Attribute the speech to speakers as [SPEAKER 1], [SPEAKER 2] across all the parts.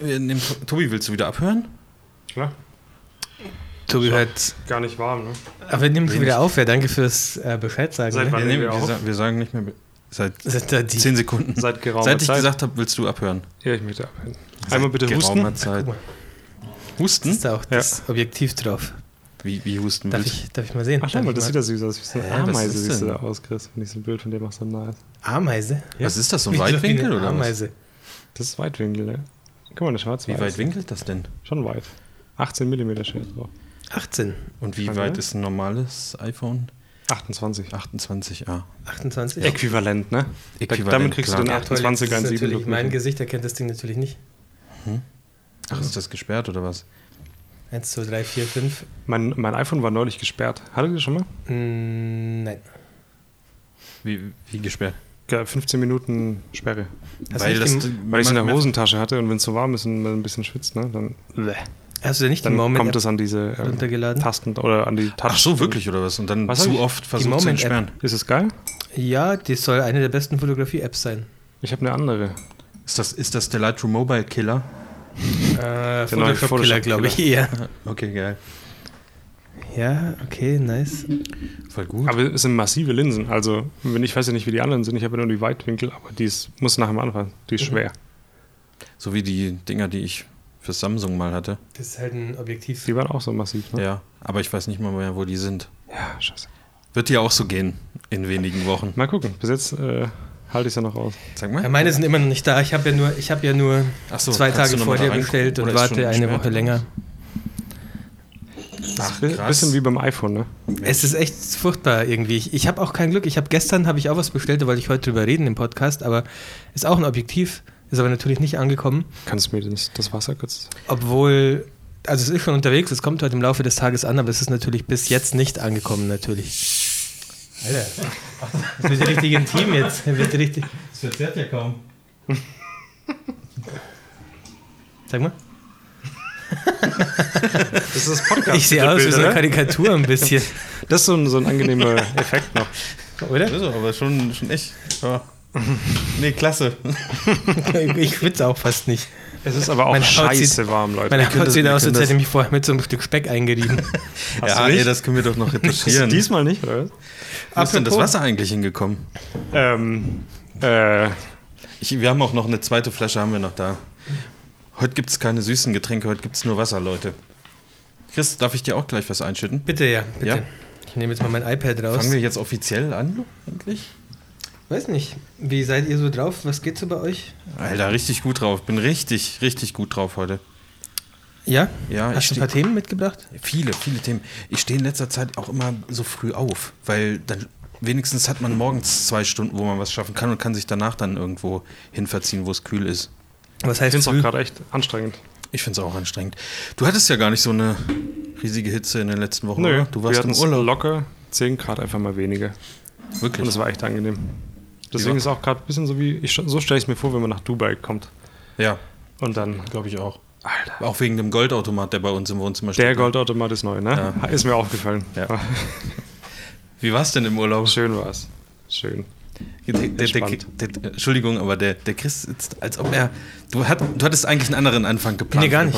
[SPEAKER 1] Wir nehmen- Tobi, willst du wieder abhören?
[SPEAKER 2] Klar,
[SPEAKER 3] Tobi hört.
[SPEAKER 2] gar nicht warm, ne?
[SPEAKER 3] Aber wir nehmen es
[SPEAKER 1] Wenig.
[SPEAKER 3] wieder auf, ja. Danke fürs äh, Bescheid sagen.
[SPEAKER 2] Seit
[SPEAKER 3] ne?
[SPEAKER 2] wann?
[SPEAKER 1] Wir,
[SPEAKER 2] nehmen
[SPEAKER 1] nehmen,
[SPEAKER 2] wir
[SPEAKER 1] wir,
[SPEAKER 2] auf?
[SPEAKER 1] sa- wir sagen nicht mehr seit
[SPEAKER 3] Sind da die-
[SPEAKER 1] 10 Sekunden.
[SPEAKER 2] Seit geraumer
[SPEAKER 1] Seit ich
[SPEAKER 2] Zeit.
[SPEAKER 1] gesagt habe, willst du abhören.
[SPEAKER 2] Ja, ich möchte abhören. Einmal bitte
[SPEAKER 1] geraumer
[SPEAKER 2] husten.
[SPEAKER 1] Zeit.
[SPEAKER 3] Ah, Guck mal,
[SPEAKER 1] Husten?
[SPEAKER 3] ist da
[SPEAKER 2] Hm?
[SPEAKER 3] auch das Objektiv drauf.
[SPEAKER 1] Wie, wie husten
[SPEAKER 3] Darf
[SPEAKER 1] willst
[SPEAKER 3] ich, darf ich mal sehen?
[SPEAKER 2] Ach, schau
[SPEAKER 3] Darf
[SPEAKER 2] mal,
[SPEAKER 3] ich
[SPEAKER 2] das sieht ja süß aus. Wie so eine
[SPEAKER 1] Hä, was
[SPEAKER 2] Ameise
[SPEAKER 1] ist
[SPEAKER 2] siehst du
[SPEAKER 1] denn?
[SPEAKER 2] da aus, Chris. Finde ich so ein Bild von dem auch so nice.
[SPEAKER 3] Ameise?
[SPEAKER 1] du? Was ist das, so
[SPEAKER 3] Wie
[SPEAKER 1] ein
[SPEAKER 3] so eine
[SPEAKER 1] Weitwinkel oder was?
[SPEAKER 3] Ameise.
[SPEAKER 2] Das ist Weitwinkel, ne? Guck mal, eine schwarze
[SPEAKER 1] Wie weit winkelt das denn?
[SPEAKER 2] Schon weit. 18 mm steht drauf.
[SPEAKER 3] 18,
[SPEAKER 1] Und wie
[SPEAKER 2] Danke.
[SPEAKER 1] weit ist ein normales iPhone?
[SPEAKER 2] 28.
[SPEAKER 1] 28a.
[SPEAKER 3] 28.
[SPEAKER 2] Äquivalent, ne?
[SPEAKER 1] Äquivalent,
[SPEAKER 2] Damit kriegst
[SPEAKER 1] klar.
[SPEAKER 2] du den
[SPEAKER 3] Ja, toll, jetzt
[SPEAKER 2] 28
[SPEAKER 3] ist
[SPEAKER 2] an 7
[SPEAKER 3] natürlich,
[SPEAKER 2] Look
[SPEAKER 3] Mein
[SPEAKER 2] mit.
[SPEAKER 3] Gesicht erkennt das Ding natürlich nicht.
[SPEAKER 1] Ach, ist das gesperrt oder was?
[SPEAKER 3] 1, 2, 3, 4, 5.
[SPEAKER 2] mein, mein iPhone war neulich gesperrt. Hattet ihr das schon mal?
[SPEAKER 3] Hm, Nein.
[SPEAKER 1] Wie, wie gesperrt?
[SPEAKER 2] Ja, 15 Minuten Sperre.
[SPEAKER 3] Hast du
[SPEAKER 1] Weil
[SPEAKER 3] nicht
[SPEAKER 1] das
[SPEAKER 3] den-
[SPEAKER 2] Weil ich es in der
[SPEAKER 1] manchmal-
[SPEAKER 2] Hosentasche hatte und wenn es so warm ist und man ein bisschen schwitzt, ne, dann,
[SPEAKER 3] Hast du denn nicht
[SPEAKER 2] dann
[SPEAKER 3] die Moment
[SPEAKER 2] kommt es an diese ähm,
[SPEAKER 3] runtergeladen?
[SPEAKER 2] Tasten oder an die Tasten.
[SPEAKER 1] Ach so, wirklich oder was? Und dann
[SPEAKER 2] Was hab
[SPEAKER 1] zu
[SPEAKER 2] ich?
[SPEAKER 1] oft versucht zu
[SPEAKER 3] Moment-App.
[SPEAKER 1] entsperren.
[SPEAKER 2] Ist es geil?
[SPEAKER 3] Ja, die soll eine der besten Fotografie-Apps sein.
[SPEAKER 2] Ich habe eine andere.
[SPEAKER 1] Ist das, ist das der Lightroom Mobile Killer?
[SPEAKER 2] Genau,
[SPEAKER 3] Äh,
[SPEAKER 2] neue
[SPEAKER 3] Photoshop-Killer, glaube ich, eher.
[SPEAKER 1] Okay, geil.
[SPEAKER 3] Ja, okay, nice.
[SPEAKER 1] Voll gut.
[SPEAKER 2] Aber es sind massive Linsen. Also, wenn ich weiß ja nicht, wie die anderen sind. Ich habe ja nur die Weitwinkel, aber die ist, muss nachher mal anfangen. Die ist
[SPEAKER 3] Mhm.
[SPEAKER 2] schwer.
[SPEAKER 1] so wie die Dinger, die ich für Samsung mal hatte.
[SPEAKER 3] Das ist halt ein Objektiv.
[SPEAKER 2] Die waren auch so massiv, ne?
[SPEAKER 1] Ja, aber ich weiß nicht mal mehr, wo die sind.
[SPEAKER 2] Ja, scheiße.
[SPEAKER 1] Wird dir auch so gehen in wenigen Wochen.
[SPEAKER 2] Mal gucken. Bis jetzt äh, halte ich es ja noch aus.
[SPEAKER 1] Sag
[SPEAKER 3] Ja,
[SPEAKER 1] mal.
[SPEAKER 3] meine sind immer noch nicht da. Ich habe ja nur, ich hab ja nur
[SPEAKER 1] Ach so,
[SPEAKER 3] zwei
[SPEAKER 1] kannst
[SPEAKER 3] Tage
[SPEAKER 1] du noch
[SPEAKER 3] vor
[SPEAKER 1] mal
[SPEAKER 3] dir
[SPEAKER 1] reingucken?
[SPEAKER 3] bestellt und
[SPEAKER 1] Oder ist schon
[SPEAKER 3] warte eine
[SPEAKER 1] gesperrt?
[SPEAKER 3] Woche länger.
[SPEAKER 1] Ach,
[SPEAKER 2] Bi-
[SPEAKER 1] krass.
[SPEAKER 2] Bisschen wie beim iPhone, ne?
[SPEAKER 3] Es ist echt furchtbar irgendwie. Ich, ich habe auch kein Glück. Ich habe gestern habe ich auch was bestellt, da wollte ich heute drüber reden im Podcast, aber ist auch ein Objektiv, ist aber natürlich nicht angekommen,
[SPEAKER 2] Kannst du mir das, das Wasser kurz.
[SPEAKER 3] obwohl also es ist schon unterwegs, es kommt heute im Laufe des Tages an, aber es ist natürlich bis jetzt nicht angekommen natürlich. Alter, das wird richtig intim jetzt. Das, wird richtig, das verzerrt ja kaum. Sag mal.
[SPEAKER 2] Das ist das Podcast.
[SPEAKER 3] Ich sehe aus wie so
[SPEAKER 1] ne?
[SPEAKER 3] eine Karikatur ein bisschen,
[SPEAKER 2] Das ist so ein, so ein angenehmer Effekt noch.
[SPEAKER 3] oder?
[SPEAKER 1] Das ist aber schon, schon echt. Ja. Nee, klasse.
[SPEAKER 3] Ich schwitze auch fast nicht.
[SPEAKER 2] Es ist aber auch
[SPEAKER 3] Meine Haut
[SPEAKER 2] scheiße
[SPEAKER 3] sieht-
[SPEAKER 2] warm, Leute.
[SPEAKER 3] Meine Haut sieht
[SPEAKER 1] wir
[SPEAKER 3] aus,
[SPEAKER 1] können
[SPEAKER 3] als
[SPEAKER 1] das-
[SPEAKER 3] hätte ich mich vorher mit so einem Stück Speck eingerieben.
[SPEAKER 2] Hast du
[SPEAKER 1] Ja,
[SPEAKER 2] nicht?
[SPEAKER 1] nee, das können wir doch noch
[SPEAKER 2] Hast du
[SPEAKER 1] retuschieren.
[SPEAKER 2] diesmal nicht, oder? was?
[SPEAKER 1] Wo ist denn das
[SPEAKER 3] Apropos-
[SPEAKER 1] Wasser eigentlich hingekommen?
[SPEAKER 2] Ähm, äh,
[SPEAKER 1] Ich, wir haben auch noch eine zweite Flasche, haben wir noch da. Heute gibt es keine süßen Getränke, heute gibt es nur Wasser, Leute. Chris, darf ich dir auch gleich was einschütten?
[SPEAKER 3] Bitte, ja, bitte.
[SPEAKER 1] Ja.
[SPEAKER 3] Ich nehme jetzt mal mein iPad raus.
[SPEAKER 1] Fangen wir jetzt offiziell an, endlich?
[SPEAKER 3] Weiß nicht, wie seid ihr so drauf? Was geht so bei euch?
[SPEAKER 1] Alter, richtig gut drauf. Bin richtig, richtig gut drauf heute.
[SPEAKER 3] Ja?
[SPEAKER 1] Ja, ich
[SPEAKER 3] Hast du ein
[SPEAKER 1] steh-
[SPEAKER 3] paar Themen mitgebracht?
[SPEAKER 1] Viele, viele Themen. Ich stehe in letzter Zeit auch immer so früh auf, weil dann wenigstens hat man morgens zwei Stunden, wo man was schaffen kann und kann sich danach dann irgendwo hinverziehen, wo es kühl ist.
[SPEAKER 3] Was
[SPEAKER 2] ich
[SPEAKER 3] heißt
[SPEAKER 2] finde es auch
[SPEAKER 3] früh?
[SPEAKER 2] gerade echt anstrengend.
[SPEAKER 1] Ich finde es auch anstrengend. Du hattest ja gar nicht so eine riesige Hitze in den letzten Wochen, oder? Du
[SPEAKER 2] wir
[SPEAKER 1] warst im
[SPEAKER 2] hatten's
[SPEAKER 1] Urlaub.
[SPEAKER 2] locker 10 Grad einfach mal weniger. Und
[SPEAKER 1] Wirklich.
[SPEAKER 2] das war echt angenehm.
[SPEAKER 1] Ja.
[SPEAKER 2] Deswegen ist auch gerade ein bisschen so wie, ich, so stelle ich es mir vor, wenn man nach Dubai kommt.
[SPEAKER 1] Ja,
[SPEAKER 2] Und dann,
[SPEAKER 1] glaube ich auch.
[SPEAKER 2] Alter,
[SPEAKER 1] Auch wegen dem Goldautomat, der bei uns im Wohnzimmer steht.
[SPEAKER 2] der Goldautomat ist neu, ne?
[SPEAKER 1] Ja.
[SPEAKER 2] Ist mir aufgefallen.
[SPEAKER 1] Ja. Wie war es denn im Urlaub?
[SPEAKER 2] Schön war es. Schön.
[SPEAKER 1] Der, der, der,
[SPEAKER 2] Entspannt.
[SPEAKER 1] der, der, Entschuldigung, aber der, der Chris sitzt, als ob er. Du, hat, du hattest eigentlich einen anderen Anfang geplant.
[SPEAKER 3] Nee, gar nicht.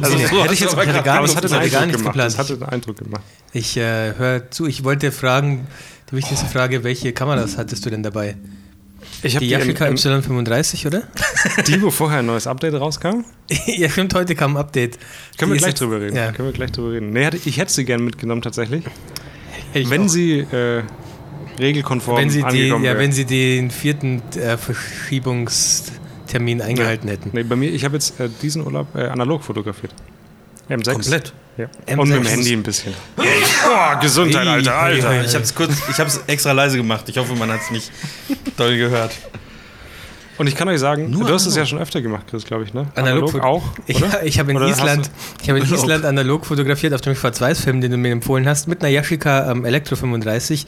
[SPEAKER 1] Ach so,
[SPEAKER 3] nee, hätte ich jetzt gerade gar
[SPEAKER 2] Aber es
[SPEAKER 3] nicht-
[SPEAKER 2] hatte
[SPEAKER 3] das
[SPEAKER 2] einen
[SPEAKER 3] hatte
[SPEAKER 2] Eindruck
[SPEAKER 3] gar
[SPEAKER 2] gemacht.
[SPEAKER 3] nichts geplant.
[SPEAKER 2] Es hatte einen Eindruck gemacht.
[SPEAKER 3] Ich äh, höre zu, ich wollte fragen, die wichtigste Frage, welche Kameras hattest du denn dabei?
[SPEAKER 2] Ich habe
[SPEAKER 3] Die
[SPEAKER 2] die, die,
[SPEAKER 3] Yashica
[SPEAKER 2] ähm,
[SPEAKER 3] Y35, oder?
[SPEAKER 2] die, wo vorher ein neues Update rauskam.
[SPEAKER 3] ja, stimmt, heute kam ein Update.
[SPEAKER 2] Können wir
[SPEAKER 3] Die ist
[SPEAKER 2] gleich
[SPEAKER 3] jetzt-
[SPEAKER 2] drüber reden.
[SPEAKER 3] Ja,
[SPEAKER 2] Können wir gleich drüber reden. Nee, hätte- ich hätte sie gern mitgenommen tatsächlich.
[SPEAKER 3] ich
[SPEAKER 2] wenn
[SPEAKER 3] auch.
[SPEAKER 2] sie äh, regelkonform
[SPEAKER 3] wenn sie die,
[SPEAKER 2] angekommen
[SPEAKER 3] ja,
[SPEAKER 2] wäre.
[SPEAKER 3] wenn sie den vierten äh, Verschiebungstermin eingehalten hätten.
[SPEAKER 2] Nee, bei mir, ich habe jetzt äh, diesen Urlaub äh, analog fotografiert. M6.
[SPEAKER 1] Komplett.
[SPEAKER 2] Ja.
[SPEAKER 3] M6.
[SPEAKER 2] Und mit dem Handy ein bisschen. Boah, Gesundheit, Alter, Alter.
[SPEAKER 1] Ich hab's kurz, ich hab's extra leise gemacht. Ich hoffe, man hat's nicht doll gehört.
[SPEAKER 2] Und ich kann euch sagen,
[SPEAKER 1] Nur
[SPEAKER 2] du hast es ja
[SPEAKER 1] analog.
[SPEAKER 2] schon öfter gemacht, Chris, glaube ich, ne?
[SPEAKER 3] Analog Fot-
[SPEAKER 2] auch,
[SPEAKER 3] Ich,
[SPEAKER 2] oder?
[SPEAKER 3] ich habe in,
[SPEAKER 2] Oder hast Oh.
[SPEAKER 3] Island, ich hab in
[SPEAKER 1] Urlaub.
[SPEAKER 3] Island analog fotografiert auf dem Schwarz-Weiß-Film, den du mir empfohlen hast, mit einer Yashica ähm, Electro 35.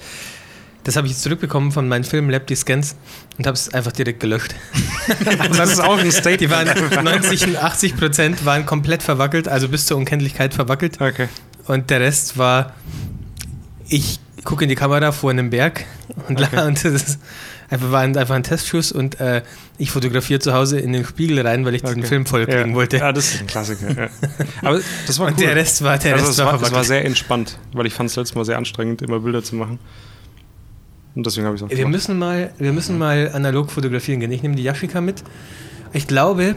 [SPEAKER 3] Das habe ich jetzt zurückbekommen von meinen Film Lab die Scans und habe es einfach direkt gelöscht.
[SPEAKER 2] du- Das ist auch ein Statement.
[SPEAKER 3] Die waren 90 und 80 Prozent waren komplett verwackelt, also bis zur Unkenntlichkeit verwackelt.
[SPEAKER 2] Okay.
[SPEAKER 3] Und der Rest war, ich gucke in die Kamera vor einem Berg und, la- und das ist einfach, war ein, einfach ein Testschuss und äh, ich fotografiere zu Hause in den Spiegel rein, weil ich den
[SPEAKER 2] Okay.
[SPEAKER 3] Film voll kriegen
[SPEAKER 2] ja. Ah,
[SPEAKER 3] wollte.
[SPEAKER 2] Ja, das ist ein Klassiker. Ja. Aber das war cool.
[SPEAKER 3] Und der Rest war der
[SPEAKER 2] also
[SPEAKER 3] Rest
[SPEAKER 2] es war, es
[SPEAKER 3] verwackelt.
[SPEAKER 2] war sehr entspannt, weil ich fand es letztes Mal sehr anstrengend, immer Bilder zu machen. Und deswegen habe ich es auch
[SPEAKER 3] Wir
[SPEAKER 2] gemacht.
[SPEAKER 3] müssen mal, wir müssen mal analog fotografieren gehen. Ich nehme die Yashica mit. Ich glaube,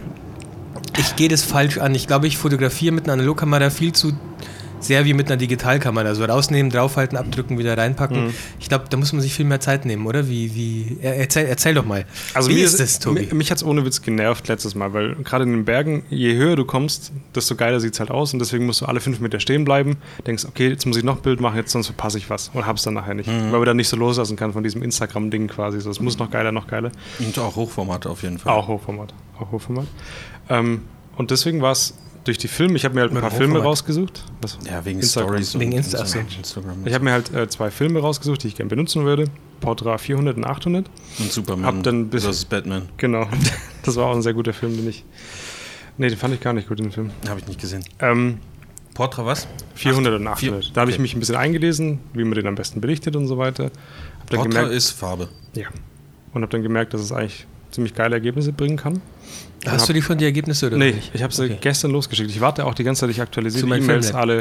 [SPEAKER 3] ich gehe das falsch an. Ich glaube, ich fotografiere mit einer Analogkamera viel zu sehr wie mit einer Digitalkamera. So rausnehmen, draufhalten, abdrücken, wieder
[SPEAKER 2] Mhm.
[SPEAKER 3] reinpacken. Ich glaube, da muss man sich viel mehr Zeit nehmen, oder? Wie, wie, er- erzähl, erzähl doch mal.
[SPEAKER 2] Also
[SPEAKER 3] wie
[SPEAKER 2] mir
[SPEAKER 3] ist das, Tobi?
[SPEAKER 2] mi- Mich hat es ohne Witz genervt letztes Mal, weil gerade in den Bergen, je höher du kommst, desto geiler sieht es halt aus und deswegen musst du alle fünf Meter stehen bleiben, denkst, okay, jetzt muss ich noch ein Bild machen, jetzt sonst verpasse ich was und hab's dann nachher nicht.
[SPEAKER 3] Mhm.
[SPEAKER 2] Weil man dann nicht so loslassen kann von diesem Instagram-Ding quasi. So, es muss noch geiler, noch geiler.
[SPEAKER 1] Und auch Hochformate auf jeden Fall.
[SPEAKER 2] Auch Hochformat. Auch Hochformat. Ähm, und deswegen war es durch die Filme, ich habe mir halt ein
[SPEAKER 3] Mit
[SPEAKER 2] paar
[SPEAKER 3] Hochformat.
[SPEAKER 2] Filme rausgesucht. Was?
[SPEAKER 1] Ja, wegen
[SPEAKER 2] Instagram.
[SPEAKER 1] Stories
[SPEAKER 3] Wegen
[SPEAKER 1] und
[SPEAKER 3] Insta-
[SPEAKER 1] und so.
[SPEAKER 3] ach so.
[SPEAKER 1] Instagram
[SPEAKER 2] Ich habe mir halt äh, zwei Filme rausgesucht, die ich gerne benutzen würde. Portra 400 und 800.
[SPEAKER 1] und Superman
[SPEAKER 2] hab dann ein bisschen-
[SPEAKER 1] versus Batman.
[SPEAKER 2] Genau. Das war auch ein sehr guter Film, den ich. Nee, den fand ich gar nicht gut, den Film.
[SPEAKER 1] Habe ich nicht gesehen.
[SPEAKER 2] Ähm,
[SPEAKER 1] Portra was?
[SPEAKER 2] 400 und 800.
[SPEAKER 1] vier-
[SPEAKER 2] Da habe ich
[SPEAKER 1] okay.
[SPEAKER 2] mich ein bisschen eingelesen, wie man den am besten belichtet und so weiter. Hab dann
[SPEAKER 1] Portra
[SPEAKER 2] gemerkt,
[SPEAKER 1] ist Farbe.
[SPEAKER 2] ja. Und habe dann gemerkt, dass es eigentlich ziemlich geile Ergebnisse bringen kann.
[SPEAKER 3] Hast du die schon die Ergebnisse oder
[SPEAKER 2] Nee,
[SPEAKER 3] nicht?
[SPEAKER 2] ich habe sie
[SPEAKER 3] Okay.
[SPEAKER 2] gestern losgeschickt. Ich warte auch die ganze Zeit, ich aktualisiere
[SPEAKER 3] Zu
[SPEAKER 2] die
[SPEAKER 3] meinem
[SPEAKER 2] E-Mails
[SPEAKER 3] Filmlab.
[SPEAKER 2] alle,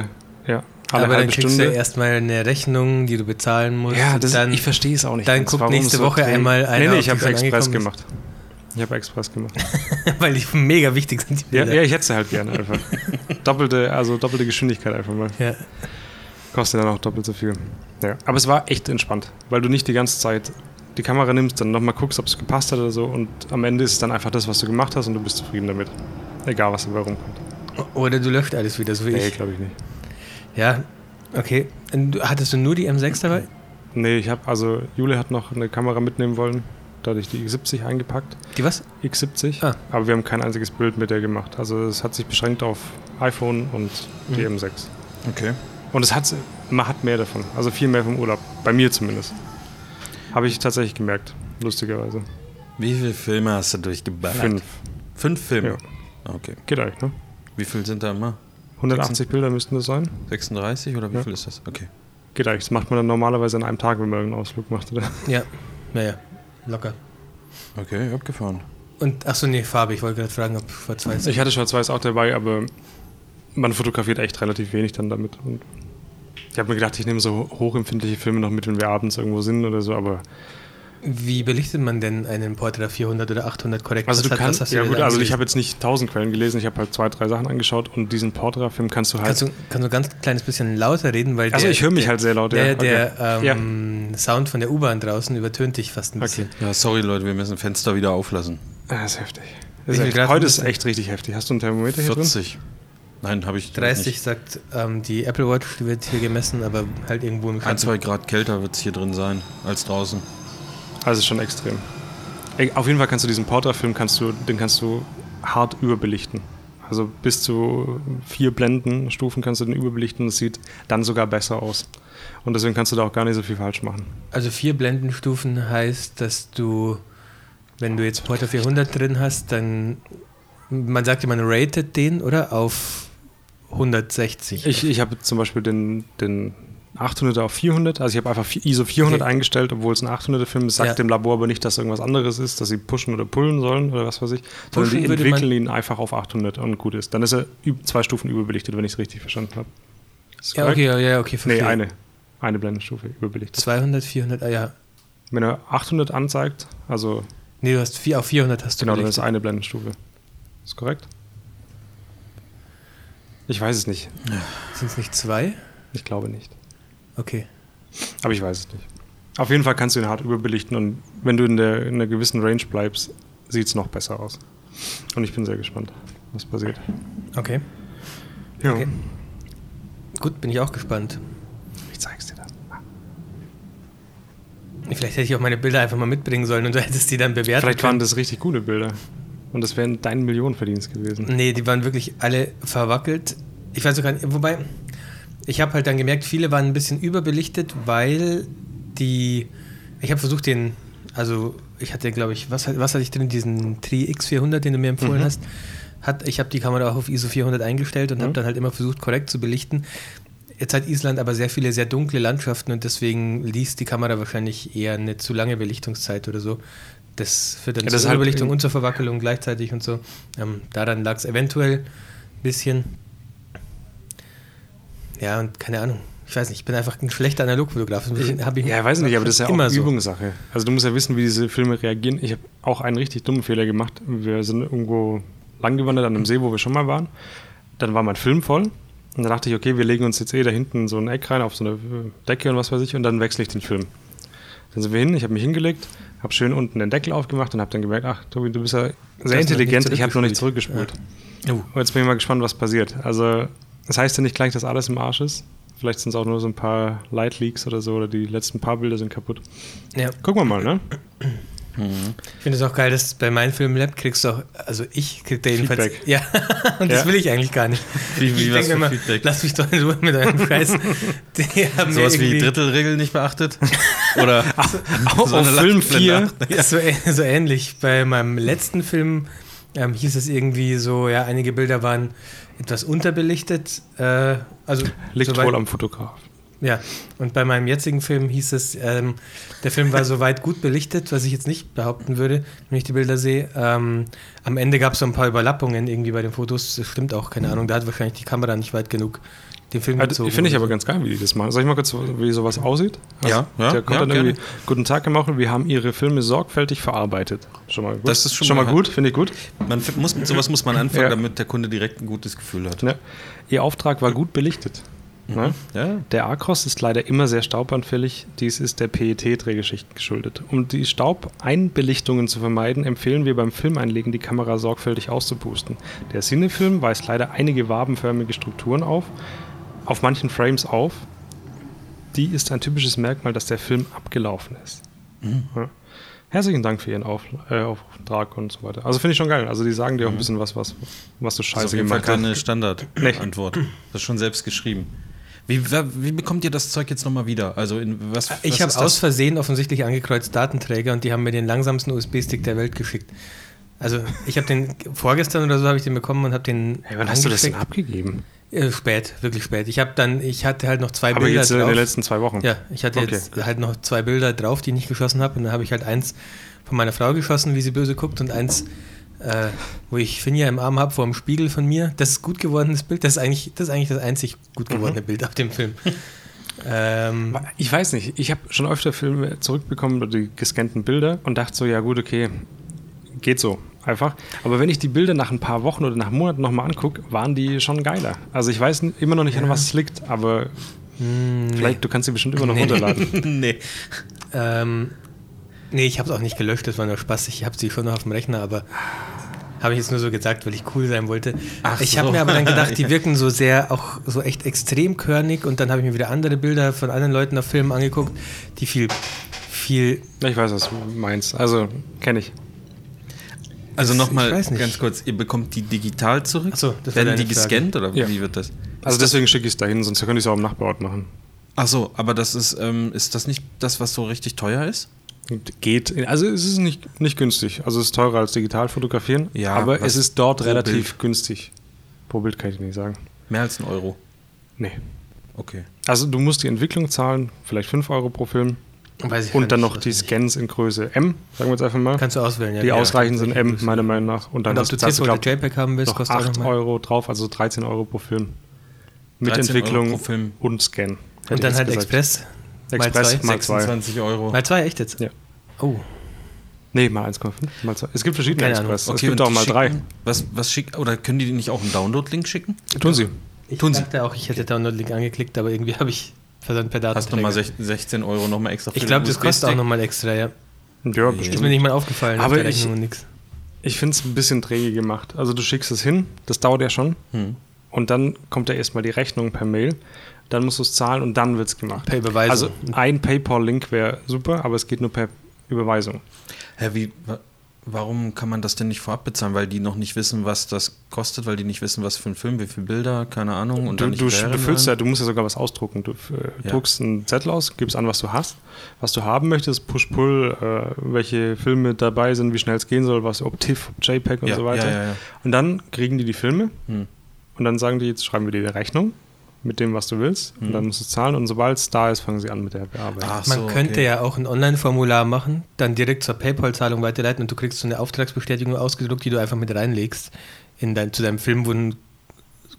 [SPEAKER 2] ja, alle
[SPEAKER 3] Aber dann
[SPEAKER 2] halbe
[SPEAKER 3] kriegst
[SPEAKER 2] Stunde.
[SPEAKER 3] du erstmal eine Rechnung, die du bezahlen musst.
[SPEAKER 2] ja,
[SPEAKER 3] und
[SPEAKER 2] das,
[SPEAKER 3] dann,
[SPEAKER 2] ich verstehe es auch nicht.
[SPEAKER 3] dann
[SPEAKER 2] ganz,
[SPEAKER 3] guckt
[SPEAKER 2] warum
[SPEAKER 3] nächste
[SPEAKER 2] es so
[SPEAKER 3] Woche
[SPEAKER 2] träge-
[SPEAKER 3] einmal
[SPEAKER 2] Nee,
[SPEAKER 3] einer,
[SPEAKER 2] nee,
[SPEAKER 3] ob
[SPEAKER 2] ich
[SPEAKER 3] die
[SPEAKER 2] habe
[SPEAKER 3] schon
[SPEAKER 2] Express
[SPEAKER 3] angekommen
[SPEAKER 2] gemacht. Ich habe Express gemacht.
[SPEAKER 3] weil die mega wichtig sind, die
[SPEAKER 2] Ja,
[SPEAKER 3] Bilder.
[SPEAKER 2] ja, ich hätte sie halt gerne einfach. doppelte, also doppelte Geschwindigkeit einfach mal.
[SPEAKER 3] ja.
[SPEAKER 2] Kostet dann auch doppelt so viel. Ja. Aber es war echt entspannt, weil du nicht die ganze Zeit die Kamera nimmst, dann nochmal guckst, ob es gepasst hat oder so und am Ende ist es dann einfach das, was du gemacht hast und du bist zufrieden damit. Egal, was dabei rumkommt.
[SPEAKER 3] Oder du löscht alles wieder, so wie
[SPEAKER 2] Nee,
[SPEAKER 3] ich.
[SPEAKER 2] glaube ich nicht.
[SPEAKER 3] Ja, okay. Und du- hattest du nur die M6 dabei?
[SPEAKER 2] Nee, ich habe, also Jule hat noch eine Kamera mitnehmen wollen, da hatte ich die X70 eingepackt.
[SPEAKER 3] Die was?
[SPEAKER 2] X70,
[SPEAKER 3] Ah.
[SPEAKER 2] aber wir haben kein einziges Bild mit der gemacht. Also es hat sich beschränkt auf iPhone und die M6.
[SPEAKER 1] Okay.
[SPEAKER 2] Und es hat, man hat mehr davon, also viel mehr vom Urlaub, bei mir zumindest. Habe ich tatsächlich gemerkt, lustigerweise.
[SPEAKER 1] Wie viele Filme hast du durchgeballert?
[SPEAKER 2] Fünf.
[SPEAKER 1] Fünf Filme?
[SPEAKER 2] Ja.
[SPEAKER 1] Okay.
[SPEAKER 2] Geht eigentlich, ne?
[SPEAKER 1] Wie viel sind da immer?
[SPEAKER 2] 180 Bilder müssten das sein.
[SPEAKER 1] 36 oder wie
[SPEAKER 2] Ja.
[SPEAKER 1] viel ist das? Okay.
[SPEAKER 2] Geht eigentlich. Das macht man dann normalerweise an einem Tag, wenn man einen Ausflug macht. Oder?
[SPEAKER 3] Ja, naja, locker.
[SPEAKER 1] Okay, abgefahren.
[SPEAKER 3] Und, achso, nee, Farbe, ich wollte gerade fragen, ob vor zwei
[SPEAKER 2] Ich hatte Schwarz-Weiß auch dabei, aber man fotografiert echt relativ wenig dann damit. Und ich habe mir gedacht, ich nehme so hochempfindliche Filme noch mit, wenn wir abends irgendwo sind oder so, aber.
[SPEAKER 3] Wie belichtet man denn einen Portra 400 oder 800 korrekt?
[SPEAKER 2] Also
[SPEAKER 3] Was
[SPEAKER 2] du
[SPEAKER 3] hat- was
[SPEAKER 2] kannst.
[SPEAKER 3] hast
[SPEAKER 2] ja
[SPEAKER 3] dir
[SPEAKER 2] gut,
[SPEAKER 3] da
[SPEAKER 2] also ich
[SPEAKER 3] angelesen?
[SPEAKER 2] habe jetzt nicht tausend Quellen gelesen, ich habe halt zwei, drei Sachen angeschaut und diesen Portra-Film kannst du halt.
[SPEAKER 3] Kannst du, kannst du ganz kleines bisschen lauter reden, weil
[SPEAKER 2] also
[SPEAKER 3] der,
[SPEAKER 2] ich höre mich halt sehr laut.
[SPEAKER 3] der,
[SPEAKER 2] ja.
[SPEAKER 3] der
[SPEAKER 2] okay.
[SPEAKER 3] ähm, Sound von der U-Bahn draußen übertönt dich fast ein
[SPEAKER 2] Okay.
[SPEAKER 3] bisschen.
[SPEAKER 1] Ja, sorry Leute, wir müssen Fenster wieder auflassen.
[SPEAKER 2] ja. Das Ah, ist heftig.
[SPEAKER 3] Wie
[SPEAKER 2] Das
[SPEAKER 3] viel
[SPEAKER 2] ist
[SPEAKER 3] Grad
[SPEAKER 2] echt, heute
[SPEAKER 3] ist
[SPEAKER 2] ist
[SPEAKER 3] das?
[SPEAKER 2] echt richtig heftig. Hast du einen Thermometer hier drin?
[SPEAKER 1] 40. Nein, habe ich
[SPEAKER 3] 30
[SPEAKER 1] nicht.
[SPEAKER 3] sagt ähm, die Apple Watch, die wird hier gemessen, aber halt irgendwo im
[SPEAKER 1] Ein,
[SPEAKER 3] Schatten.
[SPEAKER 1] zwei Grad kälter wird es hier drin sein als draußen.
[SPEAKER 2] Also schon extrem. Ey, Auf jeden Fall kannst du diesen Portra-Film, kannst du, den kannst du hart überbelichten. Also bis zu vier Blendenstufen kannst du den überbelichten und es sieht dann sogar besser aus. Und deswegen kannst du da auch gar nicht so viel falsch machen.
[SPEAKER 3] Also vier Blendenstufen heißt, dass du, wenn du jetzt Porter 400 drin hast, dann, man sagt ja, man rated den, oder? Auf 160.
[SPEAKER 2] Ich, ich habe zum Beispiel den, den 800er auf 400, also ich habe einfach vi- ISO 400
[SPEAKER 3] Okay.
[SPEAKER 2] eingestellt, obwohl es ein 800er Film ist, sagt
[SPEAKER 3] Ja.
[SPEAKER 2] dem Labor aber nicht, dass irgendwas anderes ist, dass sie pushen oder pullen sollen oder was weiß ich, sondern
[SPEAKER 3] Pushen
[SPEAKER 2] die
[SPEAKER 3] würde man-
[SPEAKER 2] entwickeln ihn einfach auf 800 und gut ist. Dann ist er üb- zwei Stufen überbelichtet, wenn ich es richtig verstanden habe. Ist
[SPEAKER 3] ja,
[SPEAKER 2] korrekt?
[SPEAKER 3] okay, ja, ja, okay,
[SPEAKER 2] Nee,
[SPEAKER 3] verstehe.
[SPEAKER 2] eine. Eine Blendenstufe überbelichtet.
[SPEAKER 3] 200, 400, ah ja.
[SPEAKER 2] Wenn er 800 anzeigt, also
[SPEAKER 3] Nee, du hast vier, auf 400 hast du
[SPEAKER 2] genau, dann ist
[SPEAKER 3] belichtet.
[SPEAKER 2] eine Blendenstufe. Ist korrekt? Ich weiß es nicht.
[SPEAKER 3] Sind es nicht zwei?
[SPEAKER 2] Ich glaube nicht.
[SPEAKER 3] Okay.
[SPEAKER 2] Aber ich weiß es nicht. Auf jeden Fall kannst du ihn hart überbelichten und wenn du in, der, in einer gewissen Range bleibst, sieht es noch besser aus. Und ich bin sehr gespannt, was passiert.
[SPEAKER 3] Okay.
[SPEAKER 2] Ja,
[SPEAKER 3] Okay. Gut, bin ich auch gespannt.
[SPEAKER 2] ich zeig's dir dann.
[SPEAKER 3] Vielleicht hätte ich auch meine Bilder einfach mal mitbringen sollen und du hättest die dann bewertet.
[SPEAKER 2] Vielleicht waren das richtig coole Bilder. Und das wären dein Millionenverdienst gewesen.
[SPEAKER 3] Nee, die waren wirklich alle verwackelt. Ich weiß auch gar nicht, wobei, ich habe halt dann gemerkt, viele waren ein bisschen überbelichtet, weil die, ich habe versucht den, also ich hatte glaube ich, was, hat- was hatte ich drin, diesen Tri X400, den du mir empfohlen
[SPEAKER 2] Mhm.
[SPEAKER 3] hast,
[SPEAKER 2] Mhm.
[SPEAKER 3] hat, ich habe die Kamera auch auf ISO 400 eingestellt und habe dann halt immer versucht korrekt zu belichten. Jetzt hat Island aber sehr viele sehr dunkle Landschaften und deswegen liest die Kamera wahrscheinlich eher eine zu lange Belichtungszeit oder so. Das führt dann
[SPEAKER 2] Ja,
[SPEAKER 3] zur
[SPEAKER 2] das ist halt-
[SPEAKER 3] Überbelichtung und zur Verwackelung gleichzeitig und so. Ähm, daran lag es eventuell ein bisschen. Ja, und keine Ahnung. Ich weiß nicht, ich bin einfach ein schlechter Analogfotograf. Das hab ich-
[SPEAKER 2] Ja, weiß nicht, aber das ist ja
[SPEAKER 3] immer
[SPEAKER 2] auch
[SPEAKER 3] so.
[SPEAKER 2] Übungssache. Also du musst ja wissen, wie diese Filme reagieren. Ich habe auch einen richtig dummen Fehler gemacht. Wir sind irgendwo langgewandert an einem See, wo wir schon mal waren. Dann war mein Film voll. Und dann dachte ich, okay, wir legen uns jetzt eh da hinten in so ein Eck rein, auf so eine Decke und was weiß ich. Und dann wechsle ich den Film. Dann sind wir hin, ich habe mich hingelegt, habe schön unten den Deckel aufgemacht und habe dann gemerkt, ach Tobi, du bist ja sehr
[SPEAKER 3] nicht
[SPEAKER 2] intelligent, ich habe noch nicht
[SPEAKER 3] zurückgespult.
[SPEAKER 2] zurückgespult.
[SPEAKER 3] Oh.
[SPEAKER 2] Und jetzt bin ich mal gespannt, was passiert. Also, das heißt ja nicht gleich, dass alles im Arsch ist. Vielleicht sind es auch nur so ein paar Light Leaks oder so, oder die letzten paar Bilder sind kaputt.
[SPEAKER 3] Ja.
[SPEAKER 2] Gucken wir mal, ne?
[SPEAKER 3] Ich finde es auch geil, dass bei meinem Film Lab kriegst du auch, also ich krieg da jedenfalls.
[SPEAKER 2] Feedback.
[SPEAKER 3] Ja, und das
[SPEAKER 2] Ja.
[SPEAKER 3] will ich eigentlich gar nicht.
[SPEAKER 1] Wie- wie,
[SPEAKER 3] ich
[SPEAKER 1] was
[SPEAKER 3] denk
[SPEAKER 1] für
[SPEAKER 3] immer,
[SPEAKER 1] Feedback?
[SPEAKER 3] Lass mich doch in Ruhe mit deinem Preis. Die haben mir
[SPEAKER 1] Sowas wie die
[SPEAKER 3] irgendwie-
[SPEAKER 1] Drittelregel nicht beachtet? Oder
[SPEAKER 2] Auf,
[SPEAKER 1] so eine
[SPEAKER 2] auf Film
[SPEAKER 1] Lachblende
[SPEAKER 2] 4.
[SPEAKER 1] achten?
[SPEAKER 3] So, ä- so ähnlich. Bei meinem letzten Film ähm, hieß es irgendwie so, ja, einige Bilder waren etwas unterbelichtet. Äh, also
[SPEAKER 2] Liegt
[SPEAKER 3] soweit-
[SPEAKER 2] wohl am Fotograf.
[SPEAKER 3] Ja, und bei meinem jetzigen Film hieß es, ähm, der Film war soweit gut belichtet, was ich jetzt nicht behaupten würde, wenn ich die Bilder sehe. Ähm, am Ende gab es so ein paar Überlappungen irgendwie bei den Fotos. Das stimmt auch, keine Ahnung. Da hat wahrscheinlich die Kamera nicht weit genug den Film
[SPEAKER 2] Mhm. Also, Finde ich aber ganz geil, wie die das machen. Soll ich mal kurz, wie sowas aussieht? Also,
[SPEAKER 1] Ja, ja,
[SPEAKER 2] der kommt
[SPEAKER 1] ja,
[SPEAKER 2] dann irgendwie,
[SPEAKER 1] gerne.
[SPEAKER 2] Guten Tag, Herr Mauchel, wir haben Ihre Filme sorgfältig verarbeitet. Schon mal gut.
[SPEAKER 1] Das ist schon
[SPEAKER 2] mal
[SPEAKER 1] mal- halt
[SPEAKER 2] gut, finde ich gut.
[SPEAKER 1] man f- muss, mit sowas muss man anfangen,
[SPEAKER 2] Ja.
[SPEAKER 1] damit der Kunde direkt ein gutes Gefühl hat.
[SPEAKER 2] Ja. Ne? Ihr Auftrag war gut belichtet.
[SPEAKER 1] Mhm.
[SPEAKER 2] Ne?
[SPEAKER 3] Also
[SPEAKER 1] Ja,
[SPEAKER 2] Der Acros ist leider immer sehr staubanfällig. Dies ist der PET-Trägerschicht geschuldet. Um die Staubeinbelichtungen zu vermeiden, empfehlen wir beim Filmeinlegen, die Kamera sorgfältig auszupusten. Der Cinefilm weist leider einige wabenförmige Strukturen auf, auf manchen Frames auf. Die ist ein typisches Merkmal, dass der Film abgelaufen ist.
[SPEAKER 1] Mhm.
[SPEAKER 2] Ja. Herzlichen Dank für Ihren auf äh, Auftrag und so weiter. Also finde ich schon geil. Also die sagen dir auch ein bisschen was, was, was
[SPEAKER 1] das ist Mhm. Also
[SPEAKER 2] du
[SPEAKER 1] auf
[SPEAKER 2] scheiße
[SPEAKER 1] jeden Fall
[SPEAKER 2] gemacht hast.
[SPEAKER 1] keine Standardantwort. Das ist schon selbst geschrieben. Wie, wa- wie bekommt ihr das Zeug jetzt nochmal wieder? Also in was? was
[SPEAKER 3] Ich habe
[SPEAKER 1] ist das?
[SPEAKER 3] aus Versehen offensichtlich angekreuzt Datenträger und die haben mir den langsamsten USB-Stick der Welt geschickt. Also ich habe den vorgestern oder so habe ich den bekommen und habe den.
[SPEAKER 2] Hey, wann hast du das denn
[SPEAKER 3] angesteckt.
[SPEAKER 2] abgegeben?
[SPEAKER 3] Äh, spät, wirklich spät. Ich habe dann, ich hatte halt noch zwei
[SPEAKER 2] Aber
[SPEAKER 3] Bilder
[SPEAKER 2] jetzt äh, in den
[SPEAKER 3] drauf.
[SPEAKER 2] letzten zwei Wochen.
[SPEAKER 3] Ja, ich hatte
[SPEAKER 2] Okay,
[SPEAKER 3] jetzt halt noch zwei Bilder drauf, die ich nicht geschossen habe. Und dann habe ich halt eins von meiner Frau geschossen, wie sie böse guckt, und eins, äh, wo ich Finja im Arm habe vor dem Spiegel von mir. Das ist gut gewordenes Bild. Das ist eigentlich das, ist eigentlich das einzig gut gewordene Bild auf dem Film. ähm,
[SPEAKER 2] Ich weiß nicht, ich habe schon öfter Filme zurückbekommen oder die gescannten Bilder und dachte so, ja gut, okay, geht so einfach. Aber wenn ich die Bilder nach ein paar Wochen oder nach Monaten nochmal angucke, waren die schon geiler. Also ich weiß n- immer noch nicht, an was es liegt, aber
[SPEAKER 1] Hm,
[SPEAKER 2] vielleicht, du kannst sie bestimmt immer noch runterladen.
[SPEAKER 1] nee.
[SPEAKER 3] ähm, nee, ich habe es auch nicht gelöscht, das war nur Spaß. Ich habe sie schon noch auf dem Rechner, aber habe ich jetzt nur so gesagt, weil ich cool sein wollte.
[SPEAKER 1] Ach
[SPEAKER 3] ich
[SPEAKER 1] so.
[SPEAKER 3] habe mir aber dann gedacht, die wirken so sehr, auch so echt extrem körnig. Und dann habe ich mir wieder andere Bilder von anderen Leuten auf Filmen angeguckt, die viel, viel
[SPEAKER 2] Ich weiß, was du meinst. Also, kenne ich.
[SPEAKER 1] Also nochmal
[SPEAKER 3] Ich weiß nicht.
[SPEAKER 1] ganz kurz, ihr bekommt die digital zurück?
[SPEAKER 3] Ach so, das war
[SPEAKER 1] Werden die
[SPEAKER 3] deine Frage.
[SPEAKER 1] gescannt oder
[SPEAKER 2] Ja.
[SPEAKER 1] wie wird das?
[SPEAKER 2] Also deswegen schicke ich es dahin, sonst könnte ich es auch am Nachbarort machen.
[SPEAKER 1] Ach so, aber das ist, ähm, ist das nicht das, was so richtig teuer ist?
[SPEAKER 2] Geht. Also es ist nicht, nicht günstig. Also es ist teurer als digital fotografieren,
[SPEAKER 1] Ja,
[SPEAKER 2] aber
[SPEAKER 1] was-
[SPEAKER 2] es ist dort
[SPEAKER 1] pro
[SPEAKER 2] relativ günstig. Pro Bild kann ich dir nicht sagen.
[SPEAKER 1] Mehr als ein Euro.
[SPEAKER 2] Nee.
[SPEAKER 1] Okay.
[SPEAKER 2] Also du musst die Entwicklung zahlen, vielleicht 5 Euro pro Film.
[SPEAKER 3] Weiß ich gar
[SPEAKER 2] Und dann
[SPEAKER 3] nicht,
[SPEAKER 2] noch
[SPEAKER 3] weiß
[SPEAKER 2] die
[SPEAKER 3] ich nicht.
[SPEAKER 2] Scans in Größe M, sagen wir jetzt einfach mal.
[SPEAKER 3] Kannst du auswählen, ja.
[SPEAKER 2] die
[SPEAKER 3] genau.
[SPEAKER 2] ausreichend sind M, meiner Meinung nach. Und dann
[SPEAKER 3] Und ob
[SPEAKER 2] hast
[SPEAKER 3] du
[SPEAKER 2] zahlst
[SPEAKER 3] 10 oder
[SPEAKER 2] glaub,
[SPEAKER 3] JPEG haben willst,
[SPEAKER 2] noch
[SPEAKER 3] kostet auch
[SPEAKER 2] 8
[SPEAKER 3] nochmal.
[SPEAKER 2] Euro drauf, also 13 Euro pro Film. Mit
[SPEAKER 1] 13 Euro
[SPEAKER 2] Entwicklung
[SPEAKER 1] pro Film.
[SPEAKER 2] und Scan. hätte ich
[SPEAKER 3] Und dann
[SPEAKER 2] jetzt
[SPEAKER 3] halt
[SPEAKER 2] gesagt.
[SPEAKER 3] Express. mal
[SPEAKER 2] Express
[SPEAKER 3] zwei.
[SPEAKER 2] mal 2.
[SPEAKER 1] 26 Euro.
[SPEAKER 3] Mal zwei, echt jetzt?
[SPEAKER 2] Ja.
[SPEAKER 3] Oh,
[SPEAKER 2] Nee, mal 1,5. Mal 2. Es gibt verschiedene
[SPEAKER 3] Keine Ahnung.
[SPEAKER 2] Express.
[SPEAKER 1] Okay,
[SPEAKER 2] es gibt
[SPEAKER 1] und
[SPEAKER 2] auch mal
[SPEAKER 1] schicken-
[SPEAKER 2] 3.
[SPEAKER 1] Was, was schick, oder können die nicht auch einen Download-Link schicken?
[SPEAKER 2] Tun sie.
[SPEAKER 3] ich
[SPEAKER 1] Tun Sie.
[SPEAKER 3] dachte auch, ich hätte Download-Link angeklickt, aber irgendwie habe ich versandt per Daten.
[SPEAKER 1] Hast du mal sech- 16 Euro nochmal extra für
[SPEAKER 3] Ich
[SPEAKER 1] den
[SPEAKER 3] glaube, das kostet auch
[SPEAKER 1] USB-Stick?
[SPEAKER 3] nochmal extra, ja.
[SPEAKER 2] Ja,
[SPEAKER 3] Ist
[SPEAKER 2] bestimmt.
[SPEAKER 3] mir nicht mal aufgefallen
[SPEAKER 2] Aber
[SPEAKER 3] der
[SPEAKER 2] ich-
[SPEAKER 3] Rechnung und nix.
[SPEAKER 2] Ich finde es ein bisschen träge gemacht. Also du schickst es hin, das dauert ja schon.
[SPEAKER 1] Hm.
[SPEAKER 2] Und dann kommt ja erstmal die Rechnung per Mail. Dann musst du es zahlen und dann wird es gemacht.
[SPEAKER 3] Per Überweisung.
[SPEAKER 2] Also ein PayPal-Link wäre super, aber es geht nur per Überweisung.
[SPEAKER 1] Hä, wie, wa- warum kann man das denn nicht vorab bezahlen? Weil die noch nicht wissen, was das kostet, weil die nicht wissen, was für ein Film, wie viele Bilder, keine Ahnung. Und
[SPEAKER 2] Du,
[SPEAKER 1] dann nicht
[SPEAKER 2] du
[SPEAKER 1] wären
[SPEAKER 2] befüllst ja,
[SPEAKER 1] wollen?
[SPEAKER 2] du musst ja sogar was ausdrucken. Du äh,
[SPEAKER 1] Ja.
[SPEAKER 2] druckst einen Zettel aus, gibst an, was du hast, was du haben möchtest, Push-Pull, äh, welche Filme dabei sind, wie schnell es gehen soll, was, ob TIFF, ob JPEG und
[SPEAKER 1] ja,
[SPEAKER 2] so weiter.
[SPEAKER 1] Ja, ja, ja.
[SPEAKER 2] Und dann kriegen die die Filme
[SPEAKER 1] Hm.
[SPEAKER 2] und dann sagen die, jetzt schreiben wir dir die Rechnung mit dem, was du willst. Und dann musst du zahlen. Und sobald es da ist, fangen sie an mit der Bearbeitung.
[SPEAKER 1] Hm. Ach
[SPEAKER 3] Man
[SPEAKER 1] so,
[SPEAKER 3] könnte
[SPEAKER 1] okay.
[SPEAKER 3] ja auch ein Online-Formular machen, dann direkt zur PayPal-Zahlung weiterleiten und du kriegst so eine Auftragsbestätigung ausgedruckt, die du einfach mit reinlegst in dein, zu deinem Film, wo ein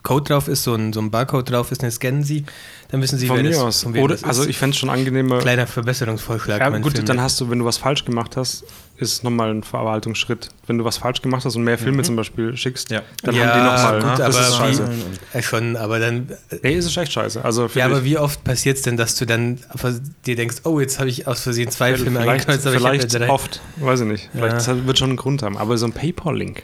[SPEAKER 3] Code drauf ist, so ein, so ein Barcode drauf ist, dann scannen sie, dann wissen sie,
[SPEAKER 2] Von
[SPEAKER 3] wer
[SPEAKER 2] mir
[SPEAKER 3] das,
[SPEAKER 2] aus.
[SPEAKER 3] von wem
[SPEAKER 2] Oder,
[SPEAKER 3] das ist.
[SPEAKER 2] also ich fände es schon angenehmer.
[SPEAKER 3] Kleiner Verbesserungsvorschlag.
[SPEAKER 2] Ja,
[SPEAKER 3] mein
[SPEAKER 2] gut,
[SPEAKER 3] Film.
[SPEAKER 2] dann hast du, wenn du was falsch gemacht hast, ist nochmal ein Verwaltungsschritt. Wenn du was falsch gemacht hast und mehr Filme zum Beispiel schickst,
[SPEAKER 1] Ja.
[SPEAKER 2] dann
[SPEAKER 3] Ja,
[SPEAKER 2] haben die
[SPEAKER 3] gut,
[SPEAKER 2] nochmal. Das
[SPEAKER 3] aber
[SPEAKER 2] ist
[SPEAKER 3] wie-
[SPEAKER 2] scheiße.
[SPEAKER 3] Äh, schon, aber dann.
[SPEAKER 2] Nee, es ist echt scheiße. Also
[SPEAKER 3] Ja,
[SPEAKER 2] finde
[SPEAKER 3] aber
[SPEAKER 2] ich,
[SPEAKER 3] wie oft passiert es denn, dass du dann vers- dir denkst, oh, jetzt habe ich aus Versehen zwei Filme
[SPEAKER 2] vielleicht,
[SPEAKER 3] angekreuzt, aber
[SPEAKER 2] vielleicht
[SPEAKER 3] also ich habe ja drei.
[SPEAKER 2] oft, weiß ich nicht. Vielleicht
[SPEAKER 3] Ja.
[SPEAKER 2] das hat- wird schon einen Grund haben. Aber so ein PayPal-Link.